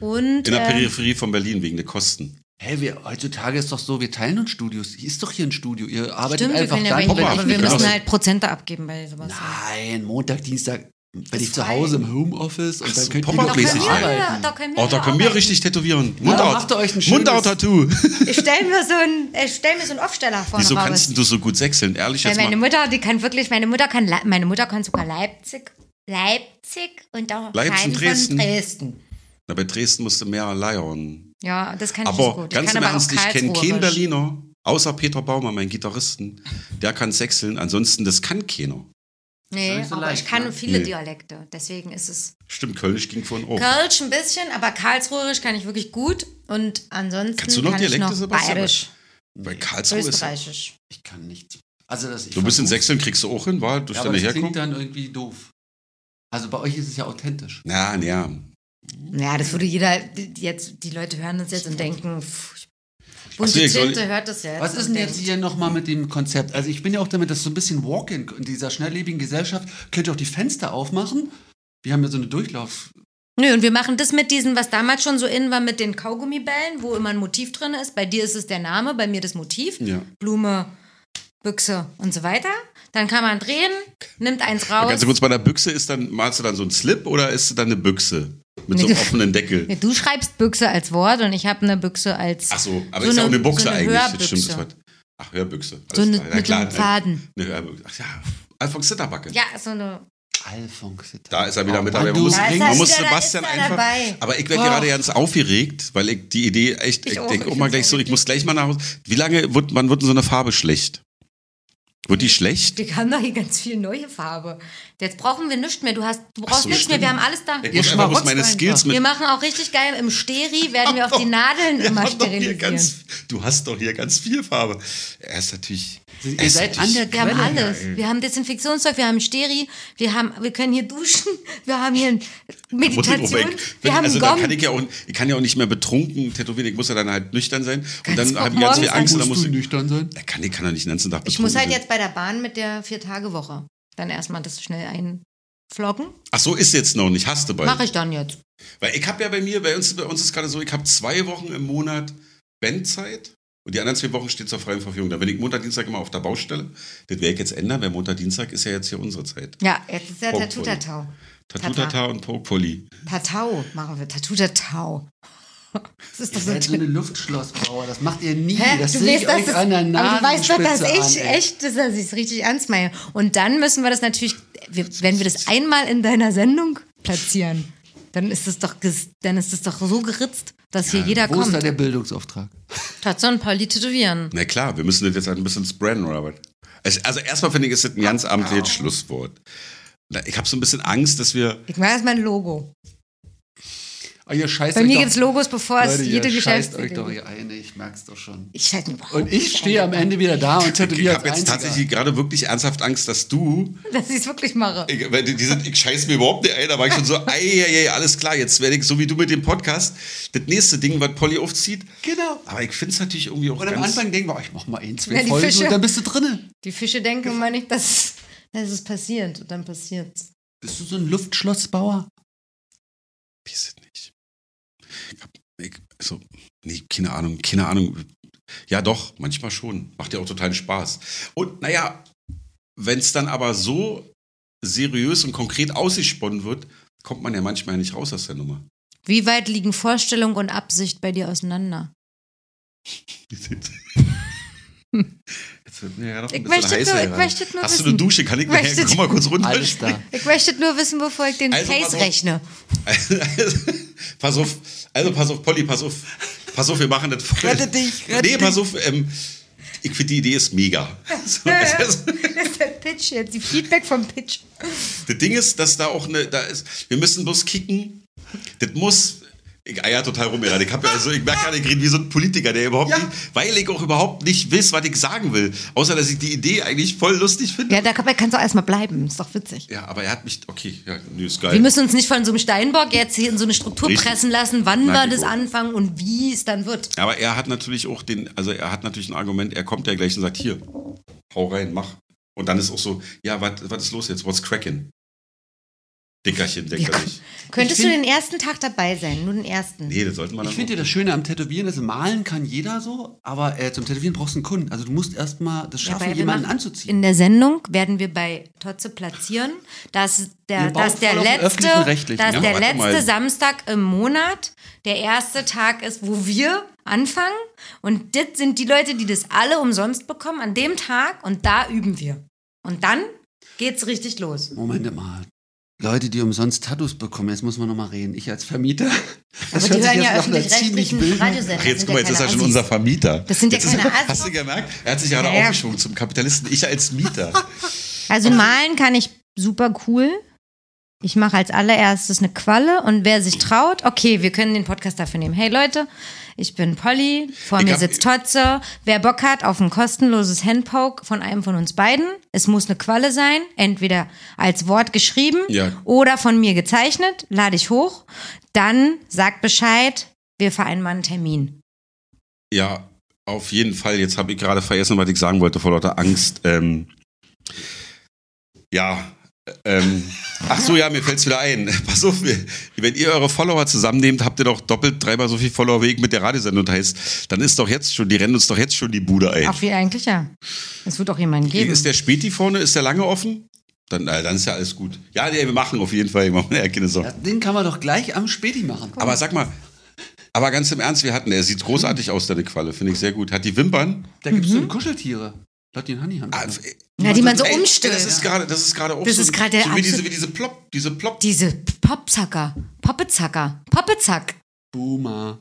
Speaker 7: Und
Speaker 4: In der
Speaker 7: ähm,
Speaker 4: Peripherie von Berlin wegen der Kosten.
Speaker 1: Hey, wir, heutzutage ist doch so, wir teilen uns Studios. Hier ist doch hier ein Studio. Ihr arbeitet
Speaker 2: Stimmt, wir
Speaker 1: einfach
Speaker 2: können ja
Speaker 1: dann,
Speaker 2: reden,
Speaker 1: wenn
Speaker 2: aber
Speaker 1: ich
Speaker 2: wir
Speaker 1: nicht
Speaker 2: müssen
Speaker 4: Genau.
Speaker 1: kann.
Speaker 2: halt Prozente abgeben bei sowas.
Speaker 1: Genau. Nein, Montag, Dienstag bin ich zu
Speaker 7: frei.
Speaker 1: Hause im Homeoffice und dann
Speaker 4: so,
Speaker 1: könnt ihr
Speaker 4: Pop-up
Speaker 1: doch
Speaker 4: mäßig,
Speaker 1: hier
Speaker 4: ja.
Speaker 1: arbeiten.
Speaker 2: da können wir
Speaker 4: Oh, da können wir richtig tätowieren. Mundout.
Speaker 1: macht ihr euch ein schönes-
Speaker 4: Mundout-Tattoo.
Speaker 7: ich stelle mir, so ein-
Speaker 2: äh,
Speaker 7: ich stell mir so einen Aufsteller vor.
Speaker 4: Wieso
Speaker 7: noch
Speaker 4: kannst
Speaker 7: raus.
Speaker 4: du so gut sechseln? Ehrlich
Speaker 2: Weil
Speaker 4: jetzt
Speaker 2: meine
Speaker 4: mal.
Speaker 2: Mutter, die kann wirklich, meine Mutter kann, Le- meine Mutter kann sogar Leipzig.
Speaker 7: Leipzig und auch
Speaker 4: Leipzig
Speaker 7: Teil
Speaker 4: und Dresden.
Speaker 7: von Dresden.
Speaker 4: Na, bei Dresden musst du mehr leiern.
Speaker 2: Ja, das kann ich
Speaker 4: Aber
Speaker 2: nicht so gut.
Speaker 4: ganz
Speaker 2: ich
Speaker 4: im
Speaker 2: kann aber auch
Speaker 4: Ernst, ich
Speaker 2: Karlsruhe
Speaker 4: kenne keinen
Speaker 2: Risch.
Speaker 4: Berliner, außer Peter Baumer, meinen Gitarristen. Der kann sechseln, ansonsten, das kann keiner.
Speaker 2: Nee,
Speaker 1: nicht so
Speaker 2: aber
Speaker 1: leicht,
Speaker 2: ich kann
Speaker 1: ne?
Speaker 2: viele
Speaker 4: Nee. Oh.
Speaker 2: Dialekte. Deswegen ist es
Speaker 4: Stimmt, Kölnisch ging von auch.
Speaker 2: Kölsch ein bisschen, aber Karlsruherisch kann ich wirklich gut. Und ansonsten
Speaker 4: Kannst du noch
Speaker 2: kann
Speaker 4: Dialekte,
Speaker 2: ich noch
Speaker 4: Sebastian?
Speaker 2: Bayerisch,
Speaker 4: Bei Karlsruhe ist.
Speaker 2: Österreichisch.
Speaker 1: Ich kann nichts. Also das, ich
Speaker 4: So ein bisschen
Speaker 1: versuch-
Speaker 4: sechseln kriegst du auch hin, war durch
Speaker 1: ja, aber
Speaker 4: deine
Speaker 1: das klingt
Speaker 4: Herkunft.
Speaker 1: dann irgendwie doof. Also bei euch ist es ja authentisch.
Speaker 4: Na, ja.
Speaker 2: Ja, das würde jeder jetzt, die Leute hören das jetzt und denken, pff,
Speaker 4: Ach so,
Speaker 2: bunte
Speaker 4: ich soll-
Speaker 2: Tinte hört das jetzt.
Speaker 1: Was ist
Speaker 2: und
Speaker 1: denn jetzt
Speaker 2: denkt,
Speaker 1: hier nochmal mit dem Konzept? Also ich bin ja auch damit, dass so ein bisschen Walk-in in dieser schnelllebigen Gesellschaft, könnt ihr auch die Fenster aufmachen? Wir haben ja so eine Durchlauf...
Speaker 2: Nö, und wir machen das mit diesen, was damals schon so in war, mit den Kaugummibällen, wo immer ein Motiv drin ist. Bei dir ist es der Name, bei mir das Motiv.
Speaker 4: Ja.
Speaker 2: Blume, Büchse und so weiter. Dann kann man drehen, nimmt eins raus.
Speaker 4: Ganz kurz, bei der Büchse ist dann, malst du dann so einen Slip oder ist es dann eine Büchse? Mit so einem
Speaker 2: Nee.
Speaker 4: offenen Deckel.
Speaker 2: Ja, Du schreibst Büchse als Wort und ich habe eine Büchse als
Speaker 4: Ach so, aber
Speaker 2: So
Speaker 4: ist ja auch
Speaker 2: eine-
Speaker 4: eine Buchse
Speaker 2: so eine
Speaker 4: eigentlich. Das
Speaker 2: Hörbüchse.
Speaker 4: stimmt, das Wort. Ach, Hörbüchse.
Speaker 2: so
Speaker 4: Alles
Speaker 2: eine,
Speaker 4: klar. Ja,
Speaker 2: mit
Speaker 4: klar,
Speaker 2: einem
Speaker 4: ne?
Speaker 2: Faden.
Speaker 4: Eine Hörbüchse. Ach ja, Alfons Zitterbacke.
Speaker 2: Ja, so eine.
Speaker 1: Alphonse.
Speaker 4: Da ist
Speaker 2: Oh
Speaker 4: er wieder mit
Speaker 1: Mann,
Speaker 4: dabei.
Speaker 1: du
Speaker 4: Man muss,
Speaker 1: Da
Speaker 7: ist er
Speaker 4: man muss
Speaker 7: wieder, da
Speaker 4: Sebastian
Speaker 7: ist er
Speaker 4: einfach.
Speaker 7: dabei.
Speaker 4: Aber ich werde gerade ganz aufgeregt, weil ich die Idee echt,
Speaker 2: Oh.
Speaker 4: ich,
Speaker 2: Ich auch,
Speaker 4: denke
Speaker 2: ich
Speaker 4: auch mal
Speaker 2: find's
Speaker 4: gleich
Speaker 2: auch
Speaker 4: so, ich muss gleich mal nach Hause. Wie lange wird, wann wird denn so eine Farbe schlecht? Wird die schlecht?
Speaker 2: Wir haben doch hier ganz viel neue Farbe. Jetzt brauchen wir nichts mehr. Du, hast, du brauchst
Speaker 4: so,
Speaker 2: nichts mehr. Wir haben
Speaker 4: stimmt.
Speaker 2: alles da.
Speaker 4: Ich
Speaker 1: Ihr
Speaker 4: muss einfach bloß
Speaker 1: schmarotzt
Speaker 4: meine
Speaker 1: einfach.
Speaker 4: Skills mit.
Speaker 2: Wir machen auch richtig geil im Steri, werden wir auf die
Speaker 4: doch-
Speaker 2: Nadeln
Speaker 4: Wir
Speaker 2: immer
Speaker 4: haben doch hier
Speaker 2: sterilisieren.
Speaker 4: ganz, du hast doch hier ganz viel Farbe. Er ist natürlich. er
Speaker 1: Also Ihr
Speaker 4: ist
Speaker 1: seid an
Speaker 4: natürlich-
Speaker 1: der
Speaker 2: Wir haben
Speaker 1: Quelle.
Speaker 2: alles. Wir haben Desinfektionszeug, wir haben Steri, wir haben, wir können hier duschen, wir haben hier
Speaker 4: Muss ich auch
Speaker 2: Meditation,
Speaker 4: weg. Wenn-
Speaker 2: wir haben
Speaker 4: also
Speaker 2: einen
Speaker 4: dann kann
Speaker 2: Gong.
Speaker 4: ich ja auch, ich kann ja auch nicht mehr betrunken tätowieren, ich muss ja dann halt nüchtern sein. Und
Speaker 2: Kannst
Speaker 4: dann
Speaker 2: du
Speaker 4: habe
Speaker 2: auch
Speaker 4: ich ganz viel
Speaker 2: morgens
Speaker 4: Angst und dann
Speaker 1: Musst du
Speaker 4: muss ich.
Speaker 1: nüchtern sein?
Speaker 4: Er kann, ich kann ja nicht den ganzen Tag betrunken
Speaker 2: Ich muss halt
Speaker 4: sein.
Speaker 2: jetzt bei der Bahn mit der Vier-Tage-Woche dann erstmal das schnell einfloggen.
Speaker 4: Ach so, ist jetzt noch nicht, hast du bald.
Speaker 2: Mache ich dann jetzt.
Speaker 4: Weil ich habe ja bei mir, bei uns, bei uns ist gerade so, ich habe zwei Wochen im Monat Bandzeit und die anderen zwei Wochen steht zur freien Verfügung. Da bin ich Montag, Dienstag immer auf der Baustelle. Das werde ich jetzt ändern, weil Montag, Dienstag ist ja jetzt hier unsere Zeit.
Speaker 2: Ja, jetzt ist der
Speaker 4: Oh,
Speaker 2: Tattoo Tatau.
Speaker 4: Tattoo-Tata und Pokepulli.
Speaker 2: Tatau machen wir. Tattoo Tatau. Das ist
Speaker 1: Ihr
Speaker 2: doch so
Speaker 1: seid so eine
Speaker 2: toll.
Speaker 1: Luftschlossbauer, das macht ihr nie.
Speaker 2: Also Hä?
Speaker 1: Das
Speaker 2: du
Speaker 1: sehe
Speaker 2: weißt,
Speaker 1: ich
Speaker 2: dass
Speaker 1: euch
Speaker 2: das,
Speaker 1: an der
Speaker 2: aber du weißt doch, dass
Speaker 1: Nasenspitze
Speaker 2: ich
Speaker 1: an, ey.
Speaker 2: echt, dass er sich richtig ernst meine. Und dann müssen wir das natürlich, wir, wenn wir das einmal in deiner Sendung platzieren, dann ist das doch, ges- dann ist das doch so geritzt, dass hier jeder
Speaker 1: Wo ist da
Speaker 2: kommt.
Speaker 1: der Bildungsauftrag?
Speaker 2: Tatson und Pauli tätowieren.
Speaker 4: Na klar, wir müssen das jetzt halt ein bisschen spreaden, Robert. Also, also erstmal finde ich, ist das ein ganz amtliches Schlusswort. Na, Ich habe so ein bisschen Angst, dass wir.
Speaker 2: Ich mache erst mein Logo.
Speaker 1: Ah, ihr scheißt
Speaker 2: Bei
Speaker 1: euch
Speaker 2: mir
Speaker 1: doch-
Speaker 2: gibt's Logos, bevor es
Speaker 1: Leute,
Speaker 2: jede
Speaker 1: ihr scheißt
Speaker 2: Geschäftsidee
Speaker 1: euch doch
Speaker 2: gibt.
Speaker 1: hier ein, ich merk's doch schon.
Speaker 2: Ich scheiße überhaupt
Speaker 1: Und ich
Speaker 2: nicht
Speaker 1: stehe
Speaker 2: ein,
Speaker 1: am Ende wieder da und
Speaker 4: Ich
Speaker 1: tätowiere als
Speaker 4: habe jetzt
Speaker 1: Einziger.
Speaker 4: tatsächlich gerade wirklich ernsthaft Angst, dass du,
Speaker 2: Dass ich es wirklich mache.
Speaker 4: ich, weil die, die sind, ich scheiß mir überhaupt nicht ein, da war ich schon so, ei, ei, ei, alles klar, jetzt werde ich, so wie du mit dem Podcast, das nächste Ding, was Polly aufzieht.
Speaker 1: Genau.
Speaker 4: Aber ich finde es natürlich irgendwie auch
Speaker 1: Und am
Speaker 4: ganz...
Speaker 1: Anfang denken wir, oh, ich mach mal ein, zwei
Speaker 2: Ja, die
Speaker 1: Folgen
Speaker 2: Fische.
Speaker 1: und dann bist du drinne.
Speaker 2: Die Fische denken immer nicht, dass, dass es passiert. Und dann passiert's.
Speaker 1: Bist du so ein Luftschlossbauer?
Speaker 4: weiß es nicht. Ich hab, ich, also, nee, keine Ahnung, keine Ahnung. Ja, doch, manchmal schon. Macht ja auch totalen Spaß. Und naja, wenn es dann aber so seriös und konkret ausgesponnen wird, kommt man ja manchmal nicht raus aus der Nummer.
Speaker 2: Wie weit liegen Vorstellung und Absicht bei dir auseinander?
Speaker 4: Jetzt wird mir ja noch ein
Speaker 2: Ich
Speaker 4: bisschen
Speaker 2: möchte
Speaker 4: heißer
Speaker 2: nur- ich
Speaker 4: gerade.
Speaker 2: möchte nur
Speaker 4: Hast du
Speaker 2: wissen.
Speaker 4: eine Dusche? Kann ich
Speaker 2: Ich
Speaker 4: mir
Speaker 2: möchte-
Speaker 4: komm mal kurz runter?
Speaker 1: Alles da.
Speaker 2: Ich möchte nur wissen, bevor ich den
Speaker 4: Also,
Speaker 2: Case
Speaker 4: also-
Speaker 2: rechne.
Speaker 4: Also, pass auf, also pass auf, Polly, pass auf. Pass auf, wir machen das voll.
Speaker 1: Rette dich, rette
Speaker 4: Nee, pass auf, ähm, ich finde die Idee ist mega. So, es ist,
Speaker 2: Das ist der Pitch jetzt, die Feedback vom Pitch.
Speaker 4: das Ding ist, dass da auch eine, da ist, wir müssen bloß kicken. Das muss, ich eier total rum gerade. Ich, hab ja also, ich merke gerade, ich rede wie so ein Politiker, der überhaupt
Speaker 1: Ja.
Speaker 4: nicht, weil ich auch überhaupt nicht weiß, was ich sagen will. Außer, dass ich die Idee eigentlich voll lustig finde.
Speaker 2: Ja, da kann- dabei kannst du auch erstmal bleiben. Ist doch witzig.
Speaker 4: Ja, aber er hat mich, okay, ja, nee, ist geil.
Speaker 2: Wir müssen uns nicht von so einem Steinbock jetzt hier in so eine Struktur
Speaker 4: Also. Richtig.
Speaker 2: pressen lassen, wann
Speaker 4: Nein,
Speaker 2: wir das
Speaker 4: Nico.
Speaker 2: anfangen und wie es dann wird.
Speaker 4: Aber er hat natürlich auch den, also er hat natürlich ein Argument, er kommt ja gleich und sagt, hier, hau rein, mach. Und dann ist auch so, ja, was ist los jetzt? What's cracking? Dickerchen, denkt er sich.
Speaker 8: Könntest
Speaker 1: Ich
Speaker 8: du
Speaker 1: find-
Speaker 8: den ersten Tag dabei sein? Nur den ersten.
Speaker 4: Nee, das sollten wir dann
Speaker 1: Ich finde ja das Schöne am Tätowieren ist, malen kann jeder so, aber äh, zum Tätowieren brauchst du einen Kunden. Also du musst erstmal das schaffen,
Speaker 2: weil wir
Speaker 1: jemanden
Speaker 2: machen-
Speaker 1: anzuziehen.
Speaker 2: In der Sendung werden wir bei Totze platzieren, dass der,
Speaker 1: Wir bauen
Speaker 2: dass der
Speaker 1: voll auf den
Speaker 2: letzte,
Speaker 1: öffentlichen Rechtlichen,
Speaker 2: dass
Speaker 4: ja,
Speaker 2: der
Speaker 4: aber warte
Speaker 2: letzte
Speaker 4: mal.
Speaker 2: Samstag im Monat der erste Tag ist, wo wir anfangen. Und das sind die Leute, die das alle umsonst bekommen an dem Tag. Und da üben wir. Und dann geht's richtig los.
Speaker 1: Moment mal. Leute, die umsonst Tattoos bekommen, jetzt muss man nochmal reden. Ich als Vermieter.
Speaker 8: Aber
Speaker 1: Das
Speaker 8: die
Speaker 1: hört sich
Speaker 8: hören
Speaker 1: jetzt
Speaker 8: ja
Speaker 1: nach einer
Speaker 8: öffentlich-rechtlichen
Speaker 1: ziemlich wilden-
Speaker 8: Radiosender.
Speaker 4: Ach, jetzt
Speaker 8: sind
Speaker 4: guck mal,
Speaker 8: ja
Speaker 4: jetzt ist er
Speaker 8: keine
Speaker 4: schon
Speaker 8: Assis.
Speaker 4: unser Vermieter.
Speaker 2: Das sind ja
Speaker 4: Jetzt ist-
Speaker 8: keine Assis.
Speaker 4: Hast du gemerkt? Er hat sich gerade
Speaker 2: Ja.
Speaker 4: aufgeschwungen zum Kapitalisten. Ich als Mieter.
Speaker 8: Also malen kann ich super cool. Ich mache als allererstes eine Qualle und wer sich traut, okay, wir können den Podcast dafür nehmen. Hey Leute, ich bin Polly, vor
Speaker 4: Ich
Speaker 8: mir
Speaker 4: hab-
Speaker 8: sitzt Totze. Wer Bock hat auf ein kostenloses Handpoke von einem von uns beiden, es muss eine Qualle sein, entweder als Wort geschrieben
Speaker 4: Ja.
Speaker 8: oder von mir gezeichnet, lade ich hoch. Dann sagt Bescheid, wir vereinbaren einen Termin.
Speaker 4: Ja, auf jeden Fall. Jetzt habe ich gerade vergessen, was ich sagen wollte vor lauter Angst. Ähm, ja. äh, Ähm, ach so, ja, mir fällt's wieder ein. Pass auf, wir- wenn ihr eure Follower zusammennehmt, habt ihr doch doppelt, dreimal so viel Follower wegen mit der Radiosendung das heißt. Dann ist doch jetzt schon, die rennen uns doch jetzt schon die Bude ein.
Speaker 8: Auch wir eigentlich ja. Es wird auch jemanden geben.
Speaker 4: Ist der Späti vorne, ist der lange offen? Dann, äh, dann ist ja alles gut. Ja, nee, wir machen auf jeden Fall, wir machen ja, keine Sorge.
Speaker 1: Ja, Den kann man doch gleich am Späti machen.
Speaker 4: Aber sag mal, aber ganz im Ernst, wir hatten, er sieht großartig aus, deine Qualle, finde ich sehr gut. Hat die Wimpern?
Speaker 1: Da gibt es
Speaker 2: Mhm.
Speaker 1: so Kuscheltiere. Leute, die einen Honey haben.
Speaker 4: Ah,
Speaker 2: Ja, die man so
Speaker 4: Ey,
Speaker 2: umstellt.
Speaker 4: ey, Das ist gerade, das ist gerade auch
Speaker 2: Das
Speaker 4: so,
Speaker 2: ist gerade der
Speaker 4: so wie diese,
Speaker 2: absolut-
Speaker 4: wie diese Plop, diese Plop.
Speaker 2: Diese Popzacker, Poppezacker, Poppezack.
Speaker 1: Boomer.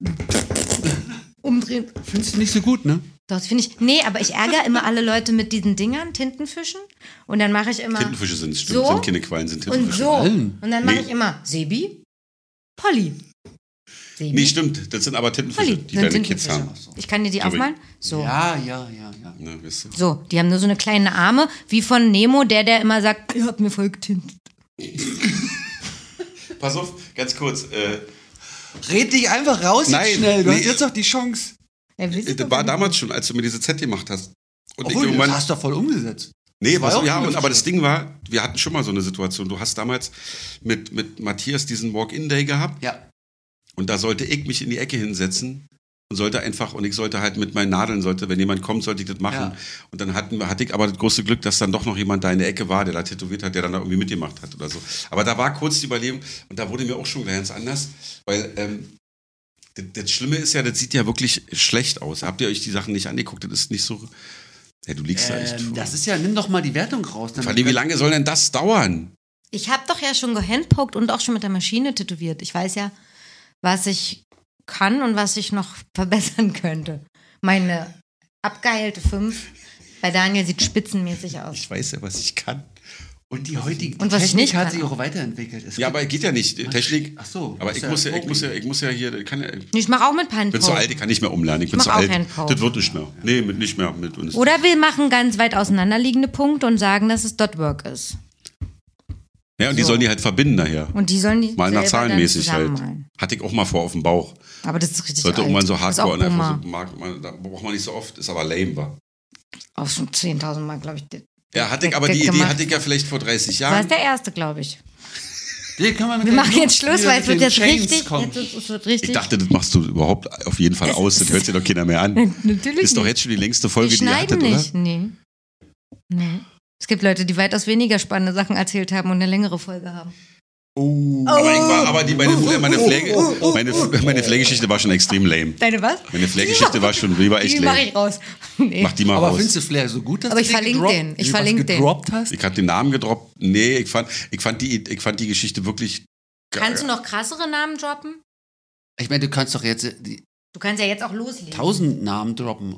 Speaker 2: Umdrehen.
Speaker 1: Findest du nicht so gut, ne?
Speaker 2: Doch, das finde ich. Nee, aber ich ärgere immer alle Leute mit diesen Dingern, Tintenfischen. Und dann mache ich immer.
Speaker 4: Tintenfische sind es, stimmt,
Speaker 2: So?
Speaker 4: sind keine Quallen, sind
Speaker 2: Und
Speaker 4: Tintenfische.
Speaker 2: so.
Speaker 1: Allen.
Speaker 2: Und dann mache
Speaker 4: Nee.
Speaker 2: ich immer Sebi, Polly. Sebi,
Speaker 4: Nee, stimmt, das sind aber Tintenfische,
Speaker 2: Polly.
Speaker 4: die
Speaker 2: Sind
Speaker 4: deine Kids
Speaker 2: Tintenfische.
Speaker 4: haben.
Speaker 2: Ich kann dir die
Speaker 4: Sorry.
Speaker 2: aufmalen. So.
Speaker 1: Ja, ja, ja, ja.
Speaker 4: Ne, weißt du.
Speaker 2: So, die haben nur so eine kleine Arme, wie von Nemo, der, der immer sagt, ihr habt mir voll getint.
Speaker 4: Pass auf, ganz kurz. Äh,
Speaker 1: Red dich einfach raus jetzt
Speaker 4: Nein,
Speaker 1: schnell. Du
Speaker 4: nee.
Speaker 1: hast jetzt doch die Chance.
Speaker 2: Er will sie
Speaker 4: das
Speaker 2: doch
Speaker 4: Äh, war
Speaker 2: nicht.
Speaker 4: damals schon, als du mir diese Z gemacht hast. Und
Speaker 1: Obwohl,
Speaker 4: ich
Speaker 1: du
Speaker 4: irgendwann,
Speaker 1: hast doch voll umgesetzt.
Speaker 4: nee,
Speaker 1: das war
Speaker 4: was,
Speaker 1: auch
Speaker 4: ja,
Speaker 1: cool,
Speaker 4: und,
Speaker 1: das
Speaker 4: aber
Speaker 1: war-
Speaker 4: das Ding war, wir hatten schon mal so eine Situation. Du hast damals mit, mit Matthias diesen Walk-In-Day gehabt
Speaker 1: Ja.
Speaker 4: und da sollte ich mich in die Ecke hinsetzen und sollte einfach, und ich sollte halt mit meinen Nadeln, sollte, wenn jemand kommt, sollte ich das machen.
Speaker 1: Ja.
Speaker 4: Und dann hatten, wir- hatte ich aber das große Glück, dass dann doch noch jemand da in der Ecke war, der da tätowiert hat, der dann da irgendwie mitgemacht hat oder so. Aber da war kurz die Überlegung und da wurde mir auch schon ganz anders, weil ähm, das, das Schlimme ist ja, das sieht ja wirklich schlecht aus. Habt ihr euch die Sachen nicht angeguckt? Das ist nicht so. Ja, du liegst da echt
Speaker 1: Ähm,
Speaker 4: vor.
Speaker 1: das ist ja, nimm doch mal die Wertung raus. Dann
Speaker 4: Vor allem, wie lange soll denn das dauern?
Speaker 2: Ich habe doch ja schon gehandpoked und auch schon mit der Maschine tätowiert. Ich weiß ja, was ich kann und was ich noch verbessern könnte. Meine abgeheilte 5 bei Daniel sieht spitzenmäßig aus.
Speaker 4: Ich weiß ja, was ich kann.
Speaker 1: Und die heutige
Speaker 2: Und was ich nicht
Speaker 1: hat
Speaker 2: kann
Speaker 1: sich auch weiterentwickelt. Es
Speaker 4: Ja,
Speaker 1: gibt-
Speaker 4: aber geht ja nicht. Technik.
Speaker 1: Ach so.
Speaker 4: Aber ich muss ja, ich muss ja, ich muss ja hier, kann ja, ich
Speaker 2: Ich mache auch mit
Speaker 4: bin zu
Speaker 2: Pancake.
Speaker 4: alt, ich kann nicht mehr umlernen. Ich bin
Speaker 2: mach
Speaker 4: zu
Speaker 2: auch
Speaker 4: alt.
Speaker 2: Handcode.
Speaker 4: Das wird nicht mehr. Nee, mit, nicht mehr mit uns.
Speaker 2: Oder wir machen ganz weit auseinanderliegende Punkte und sagen, dass es Dotwork ist.
Speaker 4: Ja, und die sollen die halt verbinden nachher.
Speaker 2: Und die sollen die
Speaker 4: Mal nach
Speaker 2: selber
Speaker 4: zahlenmäßig
Speaker 2: dann
Speaker 4: halt.
Speaker 2: zusammenmalen.
Speaker 4: Hatte ich auch mal vor auf dem Bauch.
Speaker 2: Aber das ist richtig
Speaker 4: Sollte
Speaker 2: alt.
Speaker 4: irgendwann so
Speaker 2: Das ist
Speaker 4: hardcore und
Speaker 2: auch Boomer.
Speaker 4: einfach so, mag man, da braucht man nicht so oft, ist aber lame, war.
Speaker 2: Auch schon 10.000 Mal, glaube ich.
Speaker 4: Ja, hatte ich, aber
Speaker 2: Gag
Speaker 4: die Idee
Speaker 2: gemacht.
Speaker 4: hatte ich ja vielleicht vor 30
Speaker 2: Das war
Speaker 4: Jahren.
Speaker 2: der erste, glaube ich.
Speaker 1: Nee, können wir mit
Speaker 2: Wir
Speaker 1: den
Speaker 2: machen jetzt
Speaker 1: Jungs
Speaker 2: Schluss,
Speaker 1: hier
Speaker 2: weil
Speaker 1: mit
Speaker 2: es wird
Speaker 1: den
Speaker 2: jetzt
Speaker 1: Chains
Speaker 2: richtig.
Speaker 1: kommen.
Speaker 2: Jetzt ist, es wird richtig.
Speaker 4: Ich dachte, das machst du überhaupt auf jeden Fall aus. Das hört sich doch keiner mehr an.
Speaker 2: natürlich
Speaker 4: Ist doch
Speaker 2: nicht.
Speaker 4: jetzt schon die längste Folge,
Speaker 2: die
Speaker 4: die ihr
Speaker 2: schneiden
Speaker 4: hattet, oder?
Speaker 2: nicht. Nee. nee. Es gibt Leute, die weitaus weniger spannende Sachen erzählt haben und eine längere Folge haben.
Speaker 4: Aber, ich war, aber die, meine, meine, Pflege, meine, meine Pflegeschichte war schon extrem lame.
Speaker 2: Deine was?
Speaker 4: Meine Pflegegeschichte war schon, die war echt
Speaker 2: Die mache
Speaker 4: lame.
Speaker 2: ich raus. Nee.
Speaker 4: Mach die mal
Speaker 9: Aber
Speaker 4: raus.
Speaker 9: findest du Flair so gut, dass
Speaker 10: Aber ich
Speaker 9: du den
Speaker 10: verlinke
Speaker 9: gedroppt-
Speaker 10: den. Ich
Speaker 9: was
Speaker 10: verlinke den.
Speaker 9: gedroppt hast?
Speaker 4: Ich hab den Namen gedroppt. Nee, ich fand, ich fand, die, ich fand die Geschichte wirklich geil.
Speaker 2: Kannst du noch krassere Namen droppen?
Speaker 9: Ich meine, du kannst doch jetzt äh, die
Speaker 2: Du kannst ja jetzt auch loslegen.
Speaker 9: tausend Namen droppen.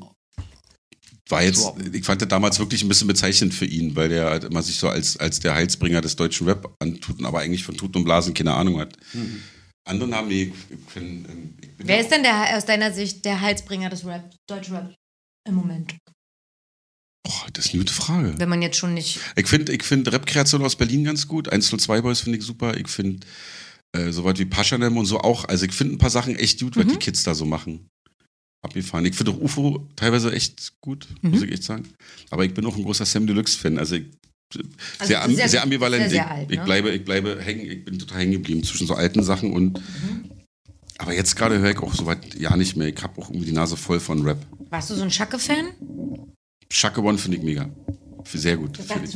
Speaker 4: war jetzt, ich fand das damals wirklich ein bisschen bezeichnend für ihn, weil der halt immer sich so als, als der Heilsbringer des deutschen Rap antut, und aber eigentlich von Tuten und Blasen keine Ahnung hat.
Speaker 9: Mhm.
Speaker 4: Andere Namen, nee, ich, ich bin, ähm, ich bin
Speaker 2: Wer
Speaker 4: ja
Speaker 2: ist denn der, aus deiner Sicht der Halsbringer des Rap, deutschen Rap im Moment?
Speaker 4: Boah, Oh, das ist eine gute Frage.
Speaker 2: Wenn man jetzt schon nicht.
Speaker 4: Ich finde ich find Rap-Kreationen aus Berlin ganz gut. 102 Boys finde ich super. Ich finde äh, sowas wie Paschanem und so auch. Also ich finde ein paar Sachen echt gut,
Speaker 2: Mhm.
Speaker 4: was die Kids da so machen. Abgefahren. Ich finde auch UFO teilweise echt gut,
Speaker 2: Mhm.
Speaker 4: muss ich echt sagen. Aber ich bin auch ein großer Sam Deluxe-Fan. Also, ich, sehr, am,
Speaker 2: sehr-
Speaker 4: sehr, ambivalent.
Speaker 2: sehr
Speaker 4: ich,
Speaker 2: alt,
Speaker 4: ich
Speaker 2: ne?
Speaker 4: bleibe, ich bleibe hängen, ich bin total hängen geblieben zwischen so alten Sachen und.
Speaker 2: Mhm.
Speaker 4: Aber jetzt gerade höre ich auch soweit ja nicht mehr. Ich habe auch irgendwie die Nase voll von Rap.
Speaker 2: Warst du so ein Schacke-Fan?
Speaker 4: Shaka One finde ich mega. Sehr gut. Finde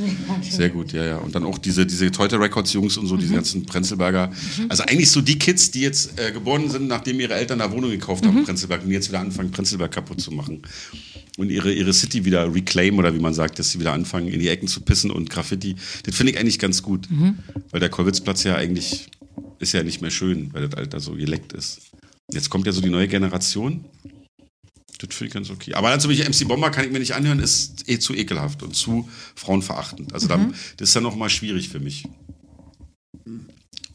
Speaker 4: ich. Sehr gut, ja, ja. Und dann auch diese, diese Teute Records Jungs und so, diese ganzen Prenzlberger. Also eigentlich so die Kids, die jetzt äh, geboren sind, nachdem ihre Eltern eine Wohnung gekauft haben, in Prenzlberg, und jetzt wieder anfangen, Prenzlberg kaputt zu machen. Und ihre, ihre City wieder reclaim oder wie man sagt, dass sie wieder anfangen, in die Ecken zu pissen und Graffiti. Das finde ich eigentlich ganz gut. Weil der Kollwitzplatz ja eigentlich ist ja nicht mehr schön, weil das Alter so geleckt ist. Jetzt kommt ja so die neue Generation. Das finde ich ganz okay. Aber dann zum Beispiel MC Bomber kann ich mir nicht anhören, ist eh zu ekelhaft und zu frauenverachtend. Also dann, das ist dann nochmal schwierig für mich.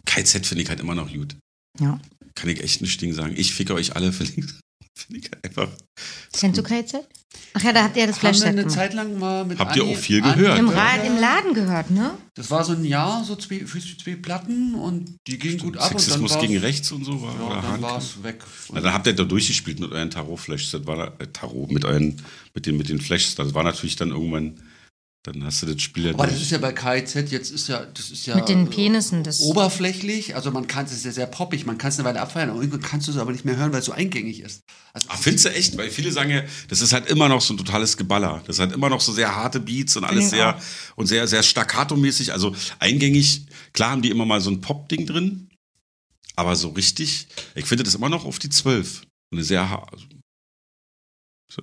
Speaker 4: KZ finde ich halt immer noch gut.
Speaker 2: Ja.
Speaker 4: Kann ich echt nicht Ding sagen. Ich ficke euch alle, finde ich, find ich halt einfach.
Speaker 2: Kennst du KZ? Ach ja, da habt ihr das
Speaker 1: Haben wir
Speaker 2: Flashset
Speaker 1: eine
Speaker 2: gemacht.
Speaker 1: Zeit lang mal mit
Speaker 4: Habt ihr
Speaker 1: Anni-
Speaker 4: auch viel
Speaker 1: Anni-
Speaker 4: gehört,
Speaker 2: Im, Ra im Laden gehört, ne?
Speaker 1: Das war so ein Jahr, so zwei, für zwei Platten und die gingen gut ab.
Speaker 4: Sexismus
Speaker 1: und dann war's-
Speaker 4: gegen rechts und so war.
Speaker 1: Ja,
Speaker 4: oder Also-
Speaker 1: dann
Speaker 4: Hahnkampf.
Speaker 1: war es weg.
Speaker 4: Na, dann habt ihr da durchgespielt mit euren Tarot-Flashs. Das war da- äh, Tarot mit euren, mit den, mit den Flashs. Das war natürlich dann irgendwann, dann hast du das Spiel ja
Speaker 1: Aber das
Speaker 4: durch.
Speaker 1: ist ja bei KIZ, jetzt ist ja, das ist ja
Speaker 2: Mit den
Speaker 1: äh,
Speaker 2: Penissen. Das
Speaker 1: oberflächlich, also man kann es ist ja sehr poppig, man kann es eine Weile abfeiern, aber irgendwann kannst du es aber nicht mehr hören, weil es so eingängig ist. Also
Speaker 4: Ach, findest du echt? Weil viele sagen ja, das ist halt immer noch so ein totales Geballer. Das hat immer noch so sehr harte Beats und alles sehr und sehr, sehr staccato-mäßig. Also eingängig, klar haben die immer mal so ein Pop-Ding drin, aber so richtig, ich finde das immer noch auf die 12. Eine sehr ha- also,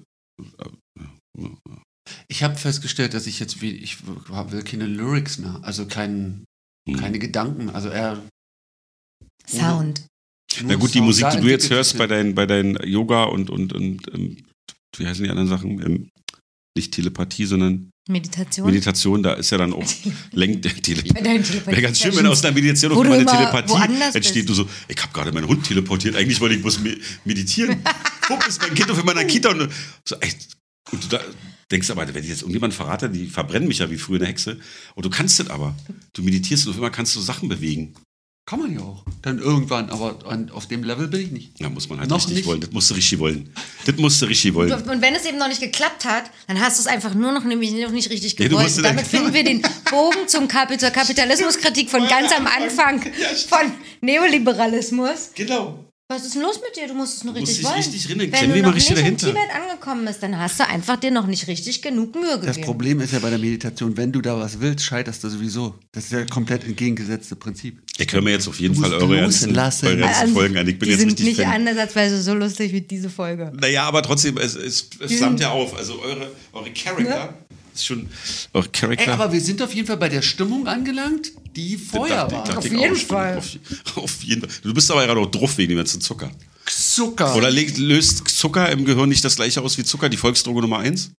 Speaker 1: ich habe festgestellt, dass ich jetzt wie ich will keine Lyrics mehr, also kein,
Speaker 4: hm.
Speaker 1: keine Gedanken, also eher
Speaker 2: Sound.
Speaker 4: Na gut, die Musik, die du jetzt hörst bei
Speaker 1: der
Speaker 4: deinen, bei deinen Yoga und, und, und ähm, wie heißen die anderen Sachen? Ähm, nicht Telepathie, sondern
Speaker 2: Meditation.
Speaker 4: Meditation, da ist ja dann auch lenkt der Telepathie.
Speaker 2: Bei deinen Telepathie-
Speaker 4: Wäre ganz schön, wenn aus einer Meditation auf
Speaker 2: Wo du
Speaker 4: einmal eine
Speaker 2: immer
Speaker 4: Telepathie
Speaker 2: woanders
Speaker 4: entsteht. Du so, ich habe gerade meinen Hund teleportiert. Eigentlich wollte ich bloß me meditieren. Guck, ist mein Kind auf in meiner Kita. Und, so, echt. und du da denkst aber, wenn ich jetzt irgendjemand verrate, die verbrennen mich ja wie früher eine Hexe. Und du kannst das aber. Du meditierst und auf einmal kannst du Sachen bewegen.
Speaker 1: Kann man ja auch. Dann irgendwann, aber an, auf dem Level bin ich nicht.
Speaker 4: Da muss man halt
Speaker 1: Noch
Speaker 4: richtig
Speaker 1: nicht.
Speaker 4: wollen. Das musst du richtig wollen. Das musst du richtig wollen.
Speaker 2: Und wenn es eben noch nicht geklappt hat, dann hast du es einfach nur noch nämlich noch nicht richtig
Speaker 4: Nee, du
Speaker 2: gewollt.
Speaker 4: musst
Speaker 2: Und
Speaker 4: es
Speaker 2: Damit
Speaker 4: erklären.
Speaker 2: finden wir den Bogen zum Kapi zur Kapitalismuskritik von ganz am Anfang von Neoliberalismus.
Speaker 4: Genau.
Speaker 2: Was ist denn los mit dir? Du musst es nur richtig
Speaker 4: dich
Speaker 2: wollen.
Speaker 4: richtig rinnen. Klemm
Speaker 2: Wenn
Speaker 4: dir
Speaker 2: du
Speaker 4: mal
Speaker 2: noch nicht
Speaker 4: richtig
Speaker 2: in
Speaker 4: dahinter.
Speaker 2: Tibet angekommen bist, dann hast du einfach dir noch nicht richtig genug Mühe
Speaker 1: Das
Speaker 2: gegeben.
Speaker 1: Problem ist ja bei der Meditation, wenn du da was willst, scheiterst du sowieso. Das ist ja komplett entgegengesetzte Prinzip.
Speaker 4: Ich höre mir jetzt auf jeden
Speaker 1: Du
Speaker 4: Fall
Speaker 1: musst
Speaker 4: eure
Speaker 1: loslassen.
Speaker 4: ganzen, eure ganzen
Speaker 2: Also,
Speaker 4: Folgen an. Ich bin
Speaker 2: die
Speaker 4: jetzt
Speaker 2: sind
Speaker 4: richtig
Speaker 2: nicht
Speaker 4: Fan.
Speaker 2: ansatzweise so lustig wie diese Folge.
Speaker 4: Naja, aber trotzdem, es, es, es sammt ja auf. Also eure, eure Charakter ist schon. Eure Charakter.
Speaker 1: Ey, aber wir sind auf jeden Fall bei der Stimmung angelangt, die vorher war.
Speaker 4: Oh auf jeden Fall. Auf, auf jeden Fall. Du bist aber gerade auch drauf wegen dem ganzen Zucker.
Speaker 1: Zucker.
Speaker 4: Oder legt, löst Zucker im Gehirn nicht das gleiche aus wie Zucker, die Volksdroge Nummer 1?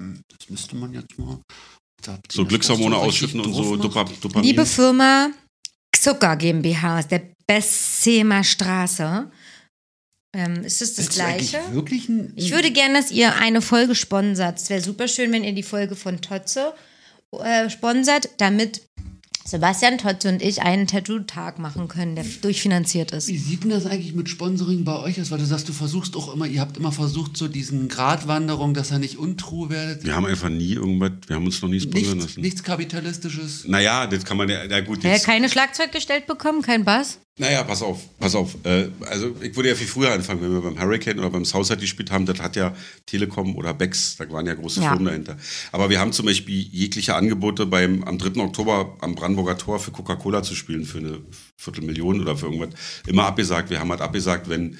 Speaker 1: das müsste man jetzt mal.
Speaker 4: So Glückshormone ausschütten und so
Speaker 1: ne?
Speaker 4: Dopa- Dopamin.
Speaker 2: Liebe Firma Zucker GmbH aus der Bessemer Straße. Ähm, ist das das Gleiche?
Speaker 1: Wirklich ein.
Speaker 2: Ich
Speaker 4: Mhm.
Speaker 2: würde gerne, dass ihr eine Folge sponsert. Es wäre super schön, wenn ihr die Folge von Totze äh, sponsert, damit Sebastian Totze und ich einen Tattoo-Tag machen können, der durchfinanziert ist.
Speaker 1: Wie sieht denn das eigentlich mit Sponsoring bei euch aus? Weil du sagst, du versuchst auch immer, ihr habt immer versucht, so diesen Gratwanderung, dass ihr nicht untrue werdet.
Speaker 4: Wir haben einfach nie irgendwas, wir haben uns noch nie sponsern
Speaker 1: Nichts,
Speaker 4: lassen.
Speaker 1: nichts Kapitalistisches.
Speaker 4: Naja, das kann man ja, na gut,
Speaker 2: Äh,
Speaker 4: jetzt,
Speaker 2: keine Schlagzeug gestellt bekommen, kein Bass.
Speaker 4: naja, pass auf, pass auf. Äh, also ich würde ja viel früher anfangen, wenn wir beim Hurricane oder beim Southside gespielt haben, das hat ja Telekom oder Bex, da waren ja große
Speaker 2: Ja.
Speaker 4: Firmen dahinter. Aber wir haben zum Beispiel jegliche Angebote beim, am 3. Oktober am Brandenburger Tor für Coca-Cola zu spielen, für eine Viertelmillion oder für irgendwas, immer abgesagt. Wir haben halt abgesagt, wenn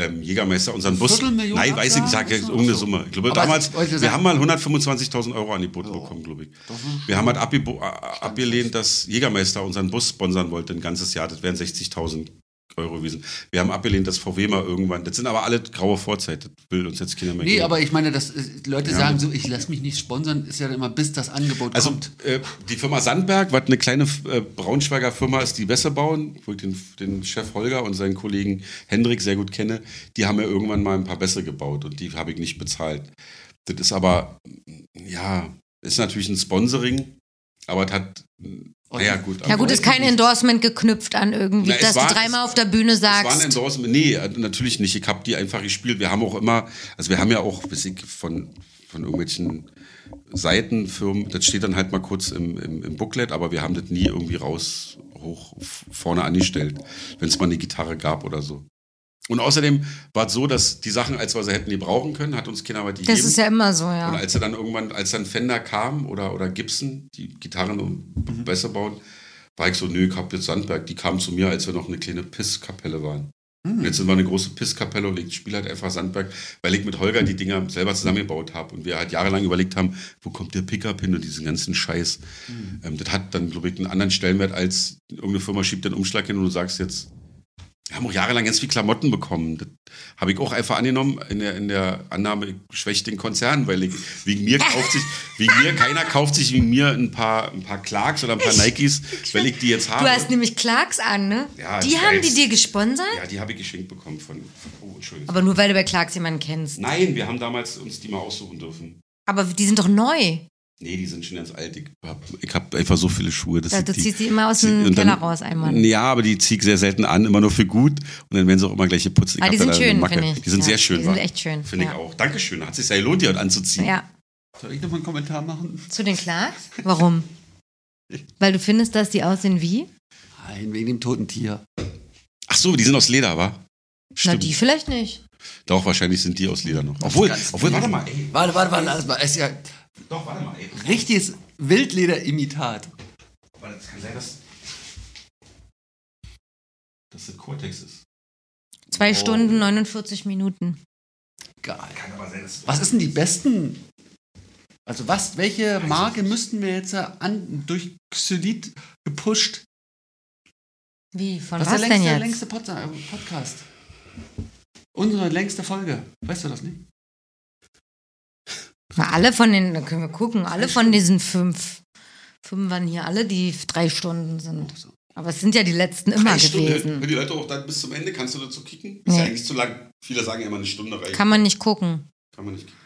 Speaker 4: ähm, Jägermeister unseren Bus...
Speaker 1: Viertelmillion
Speaker 4: Nein, weiß ich, ich
Speaker 1: absagen?
Speaker 4: sage irgendeine Summe. Ich glaube,
Speaker 1: Aber
Speaker 4: damals,
Speaker 1: ich wollte
Speaker 4: wir
Speaker 1: sagen-
Speaker 4: haben mal 125.000 Euro angeboten bekommen, glaube ich. Wir haben halt abgebo- äh, abgelehnt, dass Jägermeister unseren Bus sponsern wollte ein ganzes Jahr. Das wären 60.000 Euro gewesen. Wir haben abgelehnt, dass VW mal irgendwann. Das sind aber alle graue Vorzeit. Das will uns jetzt keiner mehr
Speaker 1: Nee,
Speaker 4: geben.
Speaker 1: aber ich meine, dass äh, Leute sagen so, ich lasse mich nicht sponsern, ist ja immer bis das Angebot
Speaker 4: also
Speaker 1: kommt.
Speaker 4: äh, die Firma Sandberg, was eine kleine äh, Braunschweiger Firma ist, die Wässer bauen, wo ich den, den Chef Holger und seinen Kollegen Hendrik sehr gut kenne, die haben ja irgendwann mal ein paar Wässer gebaut und die habe ich nicht bezahlt. Das ist aber, ja, ist natürlich ein Sponsoring, aber das hat, naja gut.
Speaker 2: Ja gut, ist kein Endorsement geknüpft an irgendwie,
Speaker 4: Na, es
Speaker 2: dass
Speaker 4: war-
Speaker 2: du dreimal auf der Bühne
Speaker 4: Das waren
Speaker 2: sagst.
Speaker 4: Endorsement. Nee, äh, natürlich nicht. Ich habe die einfach gespielt. Wir haben auch immer, also wir haben ja auch weiß ich, von, von irgendwelchen Seitenfirmen, das steht dann halt mal kurz im, im, im Booklet, aber wir haben das nie irgendwie raus, hoch, f- vorne angestellt, wenn es mal eine Gitarre gab oder so. Und außerdem war es so, dass die Sachen, als wir sie hätten die brauchen können, hat uns keiner was gegeben.
Speaker 2: Das ist ja immer so,
Speaker 4: Und
Speaker 2: ja.
Speaker 4: als er dann irgendwann, als dann Fender kam oder, oder Gibson, die Gitarren und besser bauen, war ich so, nö, ich hab jetzt Sandberg. Die kamen zu mir, als wir noch eine kleine Pisskapelle waren. Und jetzt sind wir eine große Pisskapelle und ich spiele halt einfach Sandberg, weil ich mit Holger die Dinger selber zusammengebaut habe und wir halt jahrelang überlegt haben, wo kommt der Pickup hin und diesen ganzen Scheiß. Ähm, das hat dann, glaube ich, einen anderen Stellenwert, als irgendeine Firma schiebt den Umschlag hin und du sagst jetzt, wir haben auch jahrelang ganz viel Klamotten bekommen. Das habe ich auch einfach angenommen in der, in der Annahme, ich schwäche den Konzern, weil ich, wegen mir kauft sich, wegen mir, keiner kauft sich wegen mir ein paar, ein paar Clarks oder ein paar Nikes, weil ich die jetzt habe.
Speaker 2: Du hast nämlich Clarks an, ne?
Speaker 4: Ja,
Speaker 2: die
Speaker 4: ich
Speaker 2: haben
Speaker 4: weiß.
Speaker 2: die dir gesponsert?
Speaker 4: ja, die habe ich geschenkt bekommen von, von oh, Entschuldigung.
Speaker 2: Aber nur weil du bei Clarks jemanden kennst.
Speaker 4: Nein, wir haben damals uns die mal aussuchen dürfen.
Speaker 2: Aber die sind doch neu.
Speaker 4: Nee, die sind schon ganz alt. Ich habe ich hab einfach so viele Schuhe. Dass
Speaker 2: Ja,
Speaker 4: ich
Speaker 2: du
Speaker 4: die,
Speaker 2: ziehst die immer aus dem
Speaker 4: und
Speaker 2: Keller raus einmal.
Speaker 4: Ja, aber die ziehe ich sehr selten an, immer nur für gut. Und dann werden sie auch immer gleich geputzt. Ich
Speaker 2: Ah,
Speaker 4: hab
Speaker 2: die
Speaker 4: da
Speaker 2: sind
Speaker 4: leider eine
Speaker 2: schön,
Speaker 4: Macke.
Speaker 2: finde ich.
Speaker 4: Die sind
Speaker 2: Ja,
Speaker 4: sehr schön.
Speaker 2: die sind
Speaker 4: wa?
Speaker 2: echt schön,
Speaker 4: Finde
Speaker 2: ja.
Speaker 4: ich auch. Dankeschön. Hat sich ja gelohnt, die heute anzuziehen.
Speaker 2: Ja.
Speaker 1: Soll ich noch mal einen Kommentar machen?
Speaker 2: Zu den Clarks? Warum? Weil du findest, dass die aussehen wie?
Speaker 1: Nein, wegen dem toten Tier.
Speaker 4: Ach so, die sind aus Leder, wa?
Speaker 2: Na, die vielleicht nicht.
Speaker 4: Doch, wahrscheinlich sind die aus Leder noch. Obwohl, obwohl warte mal. Ey.
Speaker 1: Warte, warte, warte, lass mal. Es ist ja
Speaker 4: Doch, warte mal. Ey.
Speaker 1: richtiges Wildlederimitat.
Speaker 4: Aber das kann sein, dass, dass das Cortex ist.
Speaker 2: Zwei Stunden, 49 Minuten.
Speaker 1: Geil.
Speaker 4: Kann aber sein, dass
Speaker 1: Was ist denn die besten? Also was, welche Marke müssten wir jetzt äh, an, durch Xylit gepusht?
Speaker 2: Wie? Von
Speaker 1: Das
Speaker 2: was
Speaker 1: ist der
Speaker 2: denn
Speaker 1: längste,
Speaker 2: jetzt?
Speaker 1: längste Pod äh, Podcast. Unsere längste Folge. Weißt du das nicht?
Speaker 2: Na, alle von den, da können wir gucken, alle von diesen fünf. Fünf waren hier alle, die drei Stunden sind. Aber es sind ja die letzten immer
Speaker 4: Eine Stunde.
Speaker 2: gewesen.
Speaker 4: Wenn die Leute auch dann bis zum Ende, kannst du dazu kicken? Ist ja
Speaker 2: Nee.
Speaker 4: eigentlich zu lang. Viele sagen ja immer eine Stunde reicht.
Speaker 2: Kann man nicht gucken.
Speaker 4: Kann man nicht kicken.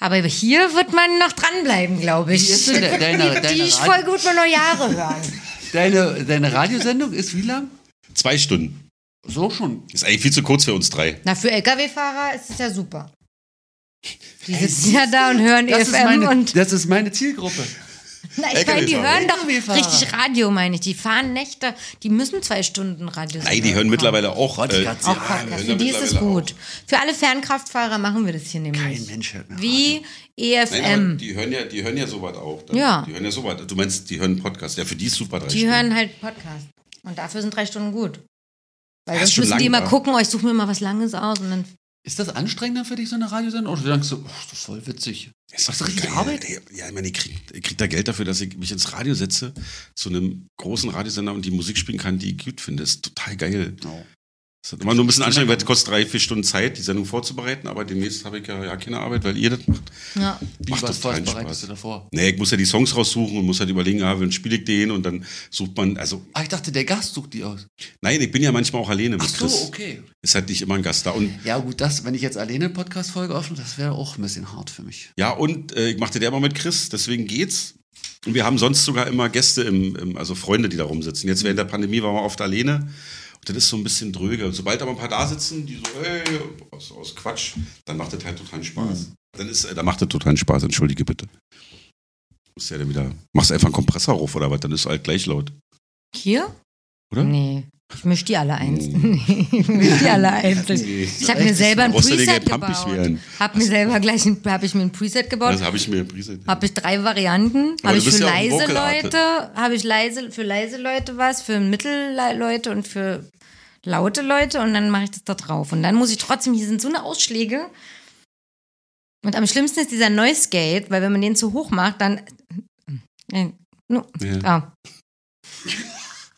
Speaker 2: Aber hier wird man noch dranbleiben, glaube ich.
Speaker 1: Wie ist denn de- deine-
Speaker 2: die
Speaker 1: deine Rad-
Speaker 2: Folge wird man noch Jahre hören.
Speaker 1: Deine, deine Radiosendung ist wie lang?
Speaker 4: Zwei Stunden.
Speaker 1: So schon.
Speaker 4: Ist eigentlich viel zu kurz für uns drei.
Speaker 2: Na, für Lkw-Fahrer ist es ja super. Die sitzen ja da und hören
Speaker 1: Äh, Das, ist
Speaker 2: EFM
Speaker 1: meine,
Speaker 2: und.
Speaker 1: das ist meine Zielgruppe.
Speaker 2: Na, ich meine, die
Speaker 4: LKW-Fahrer.
Speaker 2: hören doch
Speaker 1: LKW-Fahrer.
Speaker 2: richtig Radio, meine ich. Die fahren Nächte, die müssen zwei Stunden Radio
Speaker 4: Nein, die hören mittlerweile auch. Äh,
Speaker 1: Podcast.
Speaker 2: auch
Speaker 4: die
Speaker 2: Podcast.
Speaker 4: hören
Speaker 2: Für
Speaker 4: da
Speaker 2: die ist es
Speaker 4: mittlerweile
Speaker 2: gut. Für alle Fernkraftfahrer machen wir das hier nämlich.
Speaker 1: Kein Mensch hört mehr.
Speaker 2: Wie E
Speaker 4: Nein,
Speaker 1: Ähm.
Speaker 4: aber
Speaker 2: EFM.
Speaker 4: die hören ja, die hören ja sowas auch. Dann.
Speaker 2: Ja.
Speaker 4: Die hören ja sowas. Du meinst, die hören einen Podcast. Ja, für die ist super drei
Speaker 2: Die,
Speaker 4: Stunden.
Speaker 2: hören halt Podcast. Und dafür sind drei Stunden gut. Weil
Speaker 4: Ja, ist
Speaker 2: sonst
Speaker 4: schon
Speaker 2: müssen die
Speaker 4: lang,
Speaker 2: immer
Speaker 4: wa?
Speaker 2: gucken, oh, ich suche mir mal was Langes aus und dann
Speaker 1: Ist das anstrengender für dich, so eine Radiosendung? Oder denkst du, oh, das ist voll witzig.
Speaker 4: Ist
Speaker 1: Was,
Speaker 4: doch
Speaker 1: richtig
Speaker 4: geil.
Speaker 1: Arbeit?
Speaker 4: Ey, Ja, ich meine, ich krieg, ich krieg da Geld dafür, dass ich mich ins Radio setze, zu einem großen Radiosender und die Musik spielen kann, die ich gut finde. Ist total geil. Das ist immer nur ein bisschen anstrengend, weil es kostet drei, vier Stunden Zeit, die Sendung vorzubereiten, aber demnächst habe ich ja, ja keine Arbeit, weil ihr das macht.
Speaker 2: Ja.
Speaker 1: Wie
Speaker 4: Macht
Speaker 1: was
Speaker 4: totalen
Speaker 1: vorbereitest
Speaker 4: Spaß.
Speaker 1: du davor?
Speaker 4: Nee, ich muss ja die Songs raussuchen und muss halt überlegen, ja, wen spiele ich den und dann sucht man, also,
Speaker 1: Ah, ich dachte, der Gast sucht die aus.
Speaker 4: nein, ich bin ja manchmal auch alleine mit
Speaker 1: Ach so,
Speaker 4: Chris.
Speaker 1: okay.
Speaker 4: Ist halt nicht immer ein Gast da und
Speaker 1: Ja, gut, das, wenn ich jetzt alleine eine Podcast-Folge aufnehme, das wäre auch ein bisschen hart für mich.
Speaker 4: Ja, und äh, ich machte der immer mit Chris, deswegen geht's. Und wir haben sonst sogar immer Gäste, im, im, also Freunde, die da rumsitzen. Jetzt während der Pandemie waren wir oft alleine. Und das ist so ein bisschen dröge. Sobald aber ein paar da sitzen, die so, ey, aus, aus Quatsch, dann macht das halt totalen Spaß. Dann, ist, äh, dann macht das totalen Spaß, entschuldige bitte. Muss ja dann wieder, machst einfach einen Kompressor rauf oder was, dann ist halt gleich laut.
Speaker 2: Hier?
Speaker 4: Oder?
Speaker 2: Nee. Ich mische die alle einzeln. ich mische die alle einzeln. Ich habe mir selber ein
Speaker 4: Brauchst du dir
Speaker 2: Preset
Speaker 4: gleich pampig
Speaker 2: gebaut.
Speaker 4: werden.
Speaker 2: Hab mir selber gleich ein, hab ich mir ein Preset gebaut.
Speaker 4: Also habe ich mir ein Preset.
Speaker 2: Habe ich drei Varianten.
Speaker 4: Aber
Speaker 2: Habe
Speaker 4: du
Speaker 2: ich
Speaker 4: bist
Speaker 2: für
Speaker 4: ja auch ein
Speaker 2: leise
Speaker 4: Vocal-Artist.
Speaker 2: Leute, habe ich leise, für leise Leute was, für Mittelleute und für laute Leute und dann mache ich das da drauf. Und dann muss ich trotzdem, hier sind so eine Ausschläge. Und am schlimmsten ist dieser Noise Gate, weil wenn man den zu hoch macht, dann. Nein, no, ah.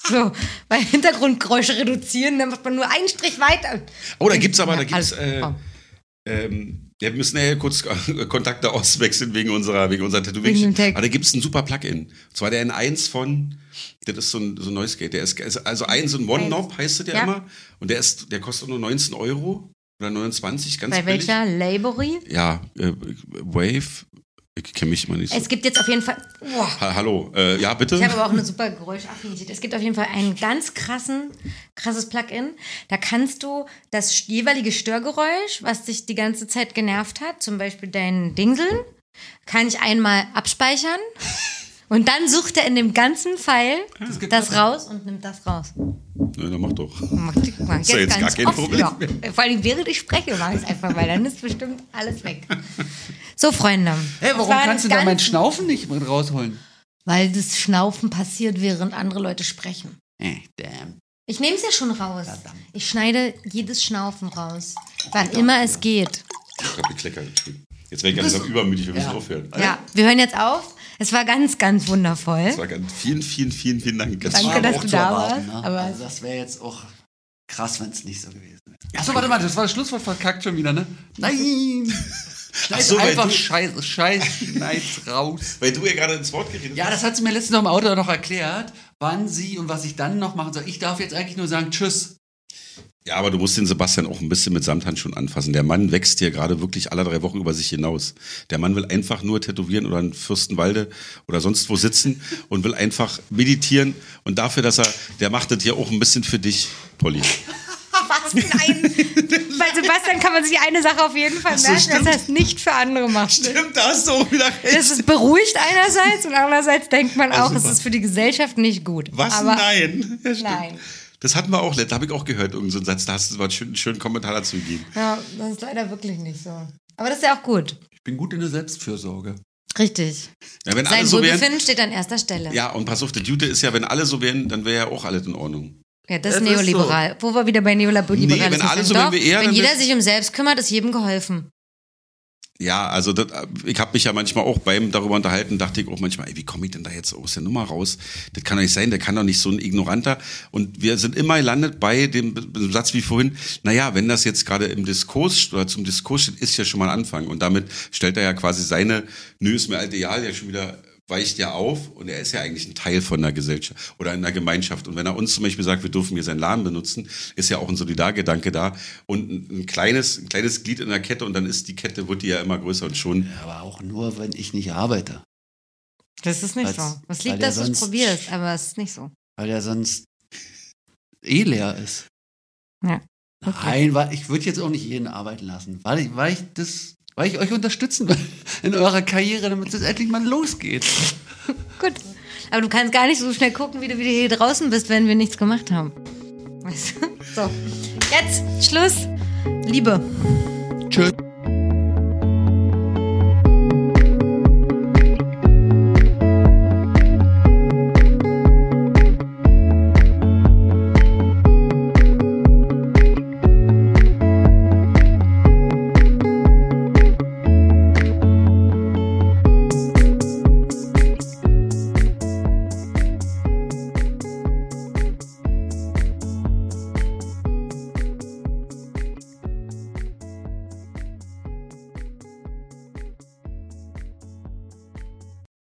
Speaker 2: So, weil Hintergrundgeräusche reduzieren, dann macht man nur einen Strich weiter.
Speaker 4: Oh, da gibt's aber, da
Speaker 2: Ja, alles-
Speaker 4: gibt's. Äh,
Speaker 2: oh.
Speaker 4: ähm, ja, wir müssen ja kurz Kontakte auswechseln wegen unserer, wegen unserer
Speaker 2: Wegen
Speaker 4: Tätowierung.
Speaker 2: dem Tag.
Speaker 4: Aber da gibt's ein super Plugin. Und zwar der N1 von, das ist so ein, so ein neues Gate. Der ist, also ein, so ein One-Knob heißt es ja,
Speaker 2: Ja.
Speaker 4: immer. Und der ist, der kostet nur 19 Euro oder 29, ganz
Speaker 2: Bei
Speaker 4: billig.
Speaker 2: welcher Labory?
Speaker 4: Ja, äh, Wave. Ich kenne mich immer nicht so.
Speaker 2: Es gibt jetzt auf jeden Fall. Boah.
Speaker 4: Ha hallo, äh, ja bitte.
Speaker 2: Ich habe aber auch eine super Geräuschaffinität. Es gibt auf jeden Fall ein ganz krassen, krasses Plugin. Da kannst du das jeweilige Störgeräusch, was dich die ganze Zeit genervt hat, zum Beispiel dein Dingseln, kann ich einmal abspeichern. Und dann sucht er in dem ganzen Pfeil
Speaker 4: Ah.
Speaker 2: das, raus und nimmt das raus.
Speaker 4: Ja, dann mach doch.
Speaker 2: Mach ich mal.
Speaker 4: Ist ja jetzt gar
Speaker 2: ganz
Speaker 4: kein
Speaker 2: oft,
Speaker 4: Problem
Speaker 2: ja. Vor allem während ich spreche, mache ich es einfach, weil dann ist bestimmt alles weg. So, Freunde.
Speaker 1: Hey,
Speaker 2: das
Speaker 1: warum
Speaker 2: war
Speaker 1: kannst du
Speaker 2: das
Speaker 1: da mein
Speaker 2: ganz-
Speaker 1: Schnaufen nicht mit rausholen?
Speaker 2: Weil das Schnaufen passiert, während andere Leute sprechen.
Speaker 1: Eh, damn.
Speaker 2: Ich nehme es ja schon raus. Ich schneide jedes Schnaufen raus. Wann immer es geht.
Speaker 4: Ich hab gekleckert. Jetzt werde ich langsam übermütig, wir müssen aufhören.
Speaker 2: Ja, wir hören jetzt auf. Es war ganz, ganz wundervoll.
Speaker 4: Das war ganz vielen, vielen, vielen, vielen Dank. Das
Speaker 2: Danke,
Speaker 4: war
Speaker 2: dass
Speaker 1: auch
Speaker 2: du
Speaker 1: zu
Speaker 2: da
Speaker 1: erwarten,
Speaker 2: warst,
Speaker 1: ne?
Speaker 2: aber-
Speaker 1: also das wäre jetzt auch krass, wenn es nicht so gewesen wäre. Achso, warte mal, das war das Schlusswort verkackt schon wieder, ne? Nein! Schneid
Speaker 4: so, weil
Speaker 1: einfach
Speaker 4: du-
Speaker 1: Scheiß, Scheiß, schneid's raus.
Speaker 4: Weil du ja gerade ins Wort geredet
Speaker 1: Ja, das hat sie mir letztens noch im Auto noch erklärt, wann sie und was ich dann noch machen soll. Ich darf jetzt eigentlich nur sagen Tschüss.
Speaker 4: Ja, aber du musst den Sebastian auch ein bisschen mit Samthandschuhen anfassen. Der Mann wächst hier gerade wirklich alle drei Wochen über sich hinaus. Der Mann will einfach nur tätowieren oder in Fürstenwalde oder sonst wo sitzen und will einfach meditieren. Und dafür, dass er, der macht das hier auch ein bisschen für dich, Polly.
Speaker 2: Was? Nein. Bei Sebastian kann man sich eine Sache auf jeden Fall merken, dass er es nicht für andere macht.
Speaker 4: Da hast du auch wieder recht.
Speaker 2: Das ist beruhigt einerseits und andererseits denkt man auch, es ist für die Gesellschaft nicht gut.
Speaker 4: Was?
Speaker 2: Aber
Speaker 4: Nein. Ja, stimmt.
Speaker 2: Nein.
Speaker 4: Das hatten wir auch letztens, habe ich auch gehört, irgendeinen so einen Satz. Da hast du mal einen schönen, schönen Kommentar dazu gegeben.
Speaker 2: Ja, das ist leider wirklich nicht so. Aber das ist ja auch gut.
Speaker 1: Ich bin gut in der Selbstfürsorge.
Speaker 2: Richtig.
Speaker 4: Ja, wenn alle
Speaker 2: Sein
Speaker 4: so wären.
Speaker 2: Wohlbefinden steht an erster Stelle.
Speaker 4: Ja, und pass auf, die Jute ist ja, wenn alle so wären, dann wäre ja auch alles in Ordnung.
Speaker 2: Ja, das,
Speaker 1: Das
Speaker 2: ist
Speaker 1: ist
Speaker 2: neoliberal. Wo wir wieder bei
Speaker 4: Nee,
Speaker 2: neoliberalismus
Speaker 4: wenn alle
Speaker 2: sind.
Speaker 4: so, wenn
Speaker 2: Doch,
Speaker 4: wir eher,
Speaker 2: wenn
Speaker 4: dann
Speaker 2: jeder
Speaker 4: wird-
Speaker 2: sich um selbst kümmert, ist jedem geholfen.
Speaker 4: Ja, also das, ich habe mich ja manchmal auch beim darüber unterhalten, dachte ich auch manchmal, ey, wie komme ich denn da jetzt aus der Nummer raus? Das kann doch nicht sein, der kann doch nicht so ein Ignoranter. Und wir sind immer gelandet bei dem Satz wie vorhin, naja, wenn das jetzt gerade im Diskurs oder zum Diskurs steht, ist ja schon mal ein Anfang. Und damit stellt er ja quasi seine, nö, ist mir alte ja schon wieder weicht ja auf und er ist ja eigentlich ein Teil von der Gesellschaft oder einer Gemeinschaft. Und wenn er uns zum Beispiel sagt, wir dürfen hier seinen Laden benutzen, ist ja auch ein Solidargedanke da und ein, ein, kleines, ein kleines Glied in der Kette und dann ist die Kette, wird die ja immer größer und schon.
Speaker 1: Aber auch nur, wenn ich nicht arbeite.
Speaker 2: Das ist nicht
Speaker 1: Als-
Speaker 2: so. Es
Speaker 1: weil
Speaker 2: liegt,
Speaker 1: der
Speaker 2: dass du es
Speaker 1: sonst-
Speaker 2: probierst, aber es ist nicht so.
Speaker 1: Weil der sonst eh leer ist.
Speaker 2: Ja,
Speaker 1: Nein, wa- ich würde jetzt auch nicht jeden arbeiten lassen, weil ich, weil ich das, weil ich euch unterstützen will in eurer Karriere, damit es endlich mal losgeht.
Speaker 2: Gut. Aber du kannst gar nicht so schnell gucken, wie du wieder hier draußen bist, wenn wir nichts gemacht haben. Weißt du? So. Jetzt Schluss. Liebe.